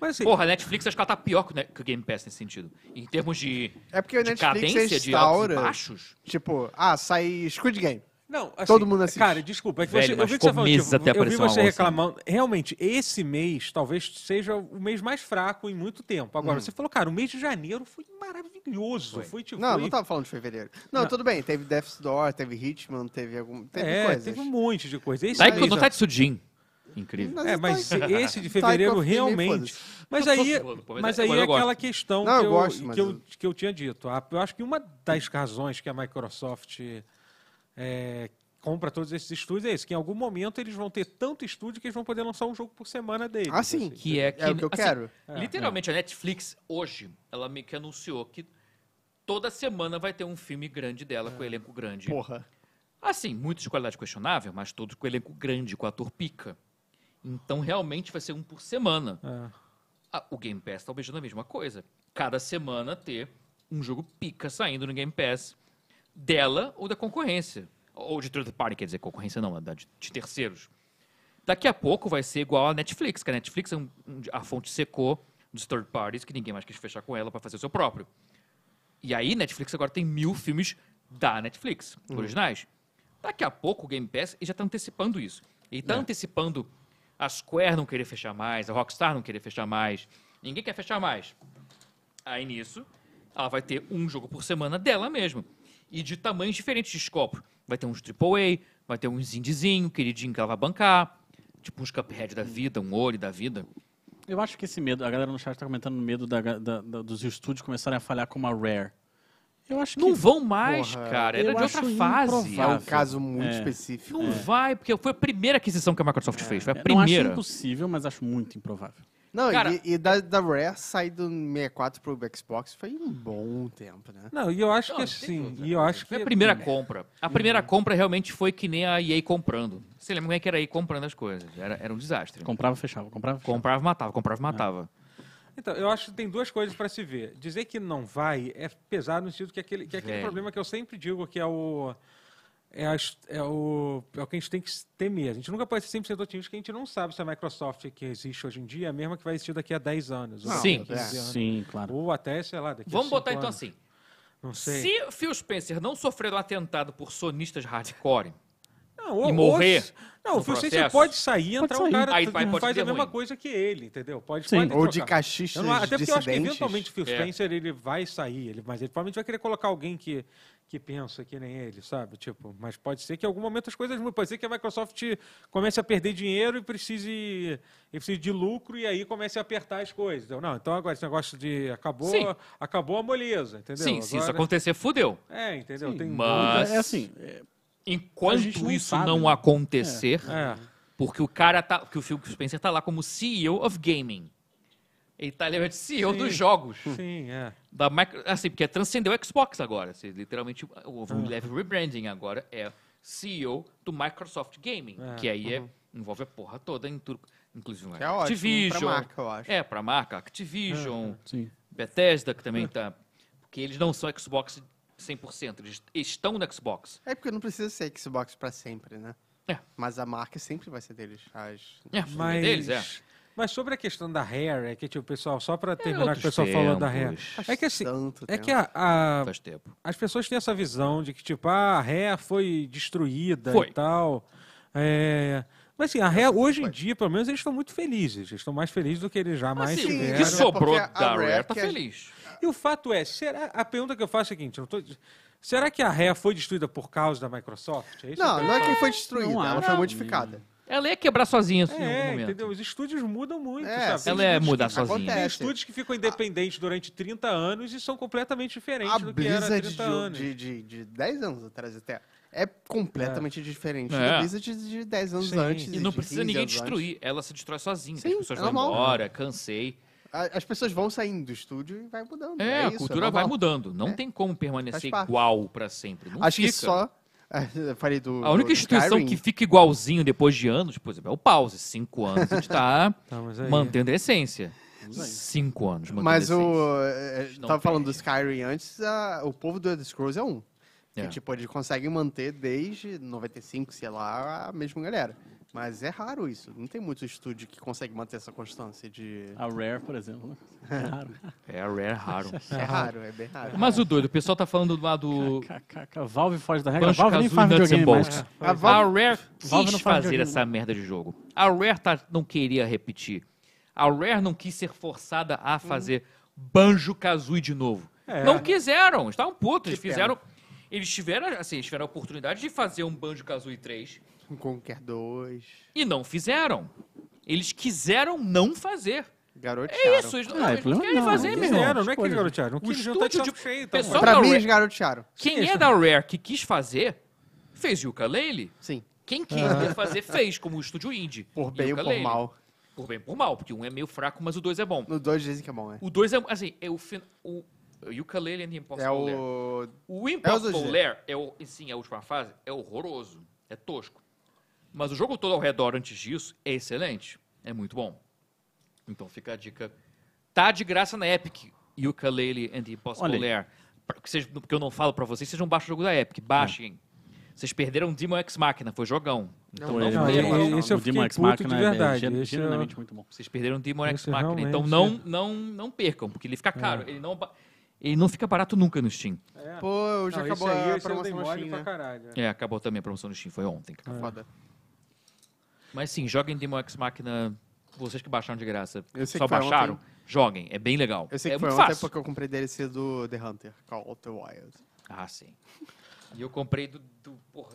Speaker 1: Mas assim,
Speaker 2: Porra, a Netflix acho que ela tá pior que o Ne- que o Game Pass nesse sentido. Em termos de,
Speaker 5: É porque o
Speaker 2: de cadência,
Speaker 5: Netflix
Speaker 2: de altos e
Speaker 5: instaura.
Speaker 2: baixos.
Speaker 5: Tipo, ah, sai Squid Game.
Speaker 1: Não, assim,
Speaker 5: Todo mundo assiste.
Speaker 1: Cara, desculpa, é que
Speaker 2: Velho,
Speaker 1: você, eu
Speaker 2: mas
Speaker 1: vi que
Speaker 2: ficou
Speaker 1: você falou,
Speaker 2: meses
Speaker 1: tipo,
Speaker 2: até
Speaker 1: eu vi
Speaker 2: aparecer uma
Speaker 1: você
Speaker 2: onça.
Speaker 1: reclamando. Realmente, esse mês talvez seja o mês mais fraco em muito tempo.
Speaker 5: Hum.
Speaker 1: Agora, você falou, cara, o mês de janeiro foi maravilhoso. Foi,
Speaker 2: Foi.
Speaker 1: tipo.
Speaker 5: Não, tá,
Speaker 1: foi-
Speaker 5: não tava falando de fevereiro. Não, tudo bem, teve Death's Door, teve Hitman, teve algum. Teve
Speaker 1: é,
Speaker 5: coisas.
Speaker 1: teve um monte de coisa. Esse
Speaker 2: Taiko
Speaker 1: mês-
Speaker 2: no Tatsujin. Incrível.
Speaker 5: Mas tá
Speaker 1: é, mas esse de fevereiro
Speaker 5: Taiko eu fiquei meio
Speaker 1: realmente. Mas
Speaker 2: Eu tô
Speaker 1: aí,
Speaker 2: zoando, pô, mas
Speaker 1: mas
Speaker 2: é-
Speaker 1: aí
Speaker 2: mas
Speaker 1: é
Speaker 2: eu gosto.
Speaker 1: aquela questão
Speaker 5: Não,
Speaker 1: que,
Speaker 5: eu
Speaker 1: eu,
Speaker 5: gosto, mas
Speaker 1: que, eu,
Speaker 5: eu-
Speaker 1: que eu tinha dito. Ah, Eu acho que uma das razões que a Microsoft é, compra todos esses estúdios é isso, que em algum momento eles vão ter tanto estúdio que eles vão poder lançar um jogo por semana deles.
Speaker 5: Ah, sim.
Speaker 2: Que é que.
Speaker 5: É o que eu
Speaker 2: assim,
Speaker 5: quero.
Speaker 2: Literalmente, a Netflix, hoje, ela meio que anunciou que toda semana vai ter um filme grande dela, com elenco grande.
Speaker 5: Porra.
Speaker 2: Assim, muitos de qualidade questionável, mas todos com elenco grande, com ator pica. Então, realmente, vai ser um por semana.
Speaker 1: É.
Speaker 2: Ah, o Game Pass tá beijando a mesma coisa. Cada semana ter um jogo pica saindo no Game Pass dela ou da concorrência. Ou de third party, quer dizer, concorrência não, da- de, de terceiros. Daqui a pouco vai ser igual a Netflix, que a Netflix, é um- um- a fonte secou dos third parties, que ninguém mais quis fechar com ela para fazer o seu próprio. E aí, Netflix agora tem mil filmes da Netflix,
Speaker 4: Uhum.
Speaker 2: originais. Daqui a pouco, o Game Pass ele já está antecipando isso. Ele
Speaker 4: É.
Speaker 2: está antecipando a Square não querer fechar mais, a Rockstar não querer fechar mais, ninguém quer fechar mais. Aí nisso, ela vai ter um jogo por semana dela mesma. E de tamanhos diferentes de escopo. Vai ter uns AAA, vai ter uns indiezinho, queridinho que ela vai bancar. Tipo uns Cuphead da vida, um olho da vida.
Speaker 4: Eu acho que esse medo, a galera no chat tá comentando o medo da, da- da- dos estúdios começarem a falhar como a Rare. Eu acho que...
Speaker 2: Não vão mais,
Speaker 5: Porra,
Speaker 2: cara. Era
Speaker 4: eu
Speaker 2: de outra
Speaker 4: acho
Speaker 2: fase.
Speaker 5: É um
Speaker 4: improvável.
Speaker 5: caso muito
Speaker 4: É.
Speaker 5: específico.
Speaker 2: Não vai, porque foi a primeira aquisição que a Microsoft fez. Foi a
Speaker 4: É, Não acho
Speaker 2: primeira.
Speaker 4: impossível, mas acho muito improvável.
Speaker 5: Não,
Speaker 2: Cara-
Speaker 5: e, e da, da Rare sair do 64 pro Xbox foi um bom tempo, né?
Speaker 1: Não, e eu acho
Speaker 2: Não,
Speaker 1: que
Speaker 2: não tem
Speaker 1: assim,
Speaker 2: outra
Speaker 1: e eu
Speaker 2: coisa.
Speaker 1: acho que assim,
Speaker 2: Foi a primeira compra. A primeira compra realmente foi que nem a EA comprando. Você lembra como é que era a EA comprando as coisas? Era, era um desastre.
Speaker 4: Comprava, fechava, comprava, fechava.
Speaker 2: Comprava, matava, comprava, matava.
Speaker 1: Então, eu acho que tem duas coisas para se ver. Dizer que não vai é pesado no sentido que é aquele, que é aquele
Speaker 2: Velho.
Speaker 1: problema que eu sempre digo, que é o. É, a es- é o, é o que a gente tem que temer. A gente nunca pode ser 100% otimista, que a gente não sabe se a Microsoft que existe hoje em dia é a mesma que vai existir daqui a 10 anos. ou
Speaker 5: Não,
Speaker 2: Sim.
Speaker 1: 15 anos.
Speaker 4: Sim, claro.
Speaker 1: Ou até, sei lá, daqui a
Speaker 2: Vamos
Speaker 1: cinco
Speaker 2: botar então
Speaker 1: anos.
Speaker 2: assim.
Speaker 1: Não sei.
Speaker 2: Se Phil Spencer não sofrer um atentado por sonistas hardcore,
Speaker 1: Não, ou-
Speaker 2: e morrer
Speaker 1: ou se- Não,
Speaker 2: no
Speaker 1: o Phil Spencer
Speaker 2: processo.
Speaker 1: pode sair e entrar
Speaker 4: sair.
Speaker 1: um cara
Speaker 2: Aí
Speaker 1: que
Speaker 2: vai- pode
Speaker 1: faz
Speaker 2: ser
Speaker 1: a mesma
Speaker 2: ruim.
Speaker 1: coisa que ele, entendeu? Pode,
Speaker 4: Sim.
Speaker 1: pode
Speaker 5: Ou de
Speaker 1: trocar. Eu
Speaker 5: cachistas
Speaker 1: não- até porque eu acho que
Speaker 5: dissidentes.
Speaker 1: eventualmente o Phil
Speaker 2: É.
Speaker 1: Spencer ele vai sair, ele, mas ele provavelmente vai querer colocar alguém que, que pensa que nem ele, sabe? Tipo, mas pode ser que em algum momento as coisas mudem. Pode ser que a Microsoft comece a perder dinheiro e precise, e precise de lucro e aí comece a apertar as coisas. entendeu? Não, então agora esse negócio de acabou,
Speaker 2: Sim.
Speaker 1: acabou a moleza, entendeu?
Speaker 2: sim, se isso
Speaker 1: Agora-
Speaker 2: acontecer, fudeu.
Speaker 1: É, entendeu?
Speaker 4: Sim,
Speaker 1: Tem-
Speaker 2: mas-
Speaker 4: É assim, é, A gente
Speaker 2: Enquanto
Speaker 4: não
Speaker 2: isso
Speaker 4: sabe,
Speaker 2: não
Speaker 4: né?
Speaker 2: acontecer,
Speaker 1: É.
Speaker 2: porque o cara tá. Porque o Phil Spencer tá lá como CEO of Gaming. Ele tá literalmente CEO
Speaker 1: Sim.
Speaker 2: dos jogos.
Speaker 1: Sim, é.
Speaker 2: Da micro, assim, porque transcendeu o Xbox agora. Assim, literalmente
Speaker 1: Ah.
Speaker 2: houve um leve rebranding agora. É CEO do Microsoft Gaming.
Speaker 1: É,
Speaker 2: Que aí é- envolve a porra toda em tudo. Inclusive
Speaker 5: Que é ótimo
Speaker 2: Activision.
Speaker 5: pra marca, eu acho.
Speaker 2: É, pra marca, Activision,
Speaker 1: Uhum.
Speaker 4: sim.
Speaker 2: Bethesda, que também tá. Porque eles não são Xbox 100%, eles estão no Xbox.
Speaker 5: É porque não precisa ser Xbox pra sempre, né?
Speaker 2: É.
Speaker 5: Mas a marca sempre vai ser deles. As...
Speaker 2: É, o
Speaker 1: Mas,
Speaker 2: deles, é.
Speaker 1: mas sobre a questão da Rare, é que, tipo, pessoal, só para terminar que o
Speaker 2: outros
Speaker 1: pessoal falou da Rare.
Speaker 2: tempos. Tá.
Speaker 1: É que assim,
Speaker 5: Tanto
Speaker 1: é
Speaker 5: tempo.
Speaker 1: que a- a,
Speaker 2: Faz tempo.
Speaker 1: as pessoas têm essa visão de que, tipo, ah, a Ré foi destruída
Speaker 2: Foi.
Speaker 1: e tal. É, Mas assim, a Ré, hoje em
Speaker 5: foi.
Speaker 1: dia, pelo menos, eles estão muito felizes. Eles estão mais felizes do que eles jamais
Speaker 2: Assim, o
Speaker 1: tiveram.
Speaker 2: que
Speaker 5: né?
Speaker 2: sobrou
Speaker 5: Porque a
Speaker 2: da
Speaker 5: Rare
Speaker 2: Rare tá
Speaker 5: que a-
Speaker 2: feliz.
Speaker 1: E o fato é, será. A pergunta que eu faço é a seguinte: eu não tô- será que a Ré foi destruída por causa da Microsoft? É isso
Speaker 5: Não,
Speaker 1: que eu
Speaker 5: não é
Speaker 1: falo?
Speaker 5: que foi destruída,
Speaker 4: Não
Speaker 5: ela
Speaker 4: acho.
Speaker 5: foi modificada.
Speaker 2: Ela ia quebrar sozinha assim, em algum
Speaker 1: É,
Speaker 2: momento.
Speaker 1: entendeu? Os estúdios mudam muito,
Speaker 5: É,
Speaker 1: sabe?
Speaker 5: sim.
Speaker 1: Tem
Speaker 2: Ela ia
Speaker 1: estúdios
Speaker 2: mudar
Speaker 1: que-
Speaker 2: sozinha.
Speaker 1: Tem um
Speaker 5: É,
Speaker 1: estúdios que ficam independentes durante 30 anos e são completamente diferentes
Speaker 5: A
Speaker 1: do que era há
Speaker 5: Blizzard
Speaker 1: 30
Speaker 5: de, um-
Speaker 1: anos.
Speaker 5: de, de, de 10 anos atrás até é completamente diferente
Speaker 2: É.
Speaker 5: da Blizzard de- de 10 anos
Speaker 1: Sim.
Speaker 5: antes.
Speaker 2: E não
Speaker 5: de
Speaker 2: precisa
Speaker 5: 15
Speaker 2: ninguém
Speaker 5: anos
Speaker 2: destruir, ela se destrói sozinha.
Speaker 5: Sim,
Speaker 2: As pessoas
Speaker 5: é
Speaker 2: vão
Speaker 5: normal.
Speaker 2: embora, cansei.
Speaker 5: antes. A- As pessoas vão saindo do estúdio e vai mudando.
Speaker 2: É,
Speaker 5: é
Speaker 2: a
Speaker 5: isso, é
Speaker 2: cultura vai
Speaker 5: normal.
Speaker 2: mudando. Não
Speaker 5: É.
Speaker 2: tem como permanecer
Speaker 5: Faz parte.
Speaker 2: igual pra sempre. Não
Speaker 5: Acho
Speaker 2: fica.
Speaker 5: que só. Eu Falei do.
Speaker 2: A única
Speaker 5: do
Speaker 2: instituição que
Speaker 5: Skyrim.
Speaker 2: fica igualzinho depois de anos, por exemplo, é o Pause. Cinco anos a gente tá
Speaker 1: Tá, mas aí-
Speaker 2: mantendo a essência.
Speaker 4: aí.
Speaker 2: Cinco anos mantendo
Speaker 5: Mas
Speaker 2: a essência.
Speaker 5: o. é,
Speaker 2: Eles não
Speaker 5: Tava falando do
Speaker 2: perdem.
Speaker 5: Skyrim antes, a- o povo do Elder Scrolls é um.
Speaker 2: É.
Speaker 5: Que, tipo, eles conseguem manter desde 95, sei lá, a mesma galera. Mas é raro isso. Não tem muito estúdio que consegue manter essa constância de.
Speaker 4: A Rare, por exemplo. É raro.
Speaker 2: É rare, raro.
Speaker 5: É raro, é bem raro.
Speaker 2: Mas o doido, o pessoal tá falando lá do...
Speaker 4: Ca- ca- ca- Valve foge da regra. É, Valve nem
Speaker 2: Banjo-Kazooie
Speaker 4: faz
Speaker 2: Nuts and
Speaker 4: videogame mais.
Speaker 2: Bolts.
Speaker 5: A
Speaker 2: A
Speaker 5: Valve-
Speaker 2: Rare
Speaker 4: Valve
Speaker 2: quis
Speaker 4: não faz
Speaker 2: fazer
Speaker 4: videogame,
Speaker 2: essa merda de jogo. A Rare tá- não queria repetir. A Rare não quis ser forçada a fazer Banjo Kazooie de novo.
Speaker 1: É.
Speaker 2: Não quiseram, estavam putos.
Speaker 5: Que
Speaker 2: Eles fizeram. Eles tiveram, assim, eles tiveram a oportunidade de fazer um Banjo Kazooie 3
Speaker 5: Um Conquer 2.
Speaker 2: e não fizeram. Eles quiseram não fazer.
Speaker 5: Garotearam.
Speaker 2: É isso, eles não,
Speaker 4: Ah, é
Speaker 2: eles não
Speaker 4: problema
Speaker 2: querem
Speaker 4: não,
Speaker 2: fazer,
Speaker 4: não
Speaker 2: meu
Speaker 4: quiseram.
Speaker 2: irmão.
Speaker 1: Fizeram, não é que eles garotearam. Não
Speaker 2: O
Speaker 1: quis jantar de
Speaker 2: estúdio
Speaker 1: saco
Speaker 2: de-
Speaker 1: cheio. então,
Speaker 2: pessoal-
Speaker 1: mas-
Speaker 5: Pra
Speaker 2: da
Speaker 5: mim,
Speaker 2: Rare-
Speaker 5: eles garotearam.
Speaker 2: Quem é da Rare que quis fazer, fez o ukulele.
Speaker 5: Sim.
Speaker 2: Quem queria fazer, fez, como o estúdio indie.
Speaker 5: Por bem ou por
Speaker 2: Yooka-Laylee.
Speaker 5: mal.
Speaker 2: Por bem ou por mal, porque um é meio fraco, mas o dois é bom.
Speaker 5: No 2 dizem que é bom, né?
Speaker 2: O dois é, assim, é o... Fin... o o ukulele and the Impossible
Speaker 5: É
Speaker 2: Lair.
Speaker 5: o.
Speaker 2: O
Speaker 5: É os
Speaker 2: Impossible
Speaker 5: dois,
Speaker 2: Lair, é o, e sim, a última fase, é horroroso. É tosco. Mas o jogo todo ao redor antes disso é excelente. É muito bom. Então fica a dica. Tá de graça na Epic, Yooka-Laylee and the Impossible
Speaker 4: Olha aí.
Speaker 2: Lair. Pra que vocês- Porque eu não falo pra vocês, vocês não baixam o jogo da Epic. Baixem.
Speaker 4: É.
Speaker 2: Vocês perderam Demon X Machina, foi jogão. Então
Speaker 4: Pô,
Speaker 2: não,
Speaker 4: ele-
Speaker 1: não,
Speaker 2: percam.
Speaker 1: não,
Speaker 4: ele-
Speaker 1: não. Esse eu
Speaker 4: o Demon
Speaker 1: fiquei
Speaker 4: Ex
Speaker 1: puto
Speaker 4: Machina
Speaker 1: de
Speaker 4: é,
Speaker 1: verdade,
Speaker 4: gen-
Speaker 1: esse eu-
Speaker 4: genuinamente muito bom.
Speaker 2: Vocês perderam Demon X
Speaker 1: Esse
Speaker 2: Machina. Então não,
Speaker 1: realmente- é.
Speaker 2: não, não percam, porque ele fica caro. Ele, não, ba- ele não fica barato nunca no Steam.
Speaker 1: É.
Speaker 5: Pô, hoje
Speaker 1: Não,
Speaker 5: acabou é
Speaker 1: esse aí,
Speaker 5: a
Speaker 1: esse eu dei
Speaker 5: promoção no
Speaker 1: mole
Speaker 5: Steam,
Speaker 1: pra
Speaker 5: né?
Speaker 1: caralho.
Speaker 2: É, acabou também a promoção do Steam, foi ontem. Cara.
Speaker 1: É.
Speaker 5: Foda.
Speaker 2: Mas sim, joguem Demon X Machina. Vocês que baixaram de graça.
Speaker 5: Eu sei
Speaker 2: Só
Speaker 5: que foi
Speaker 2: baixaram?
Speaker 5: ontem.
Speaker 2: Joguem, é bem legal.
Speaker 5: Eu sei
Speaker 2: é
Speaker 5: que foi
Speaker 2: muito
Speaker 5: ontem
Speaker 2: fácil.
Speaker 5: porque eu comprei DLC do The Hunter, Call of the Wild.
Speaker 2: Ah, sim. E eu comprei do. do porra.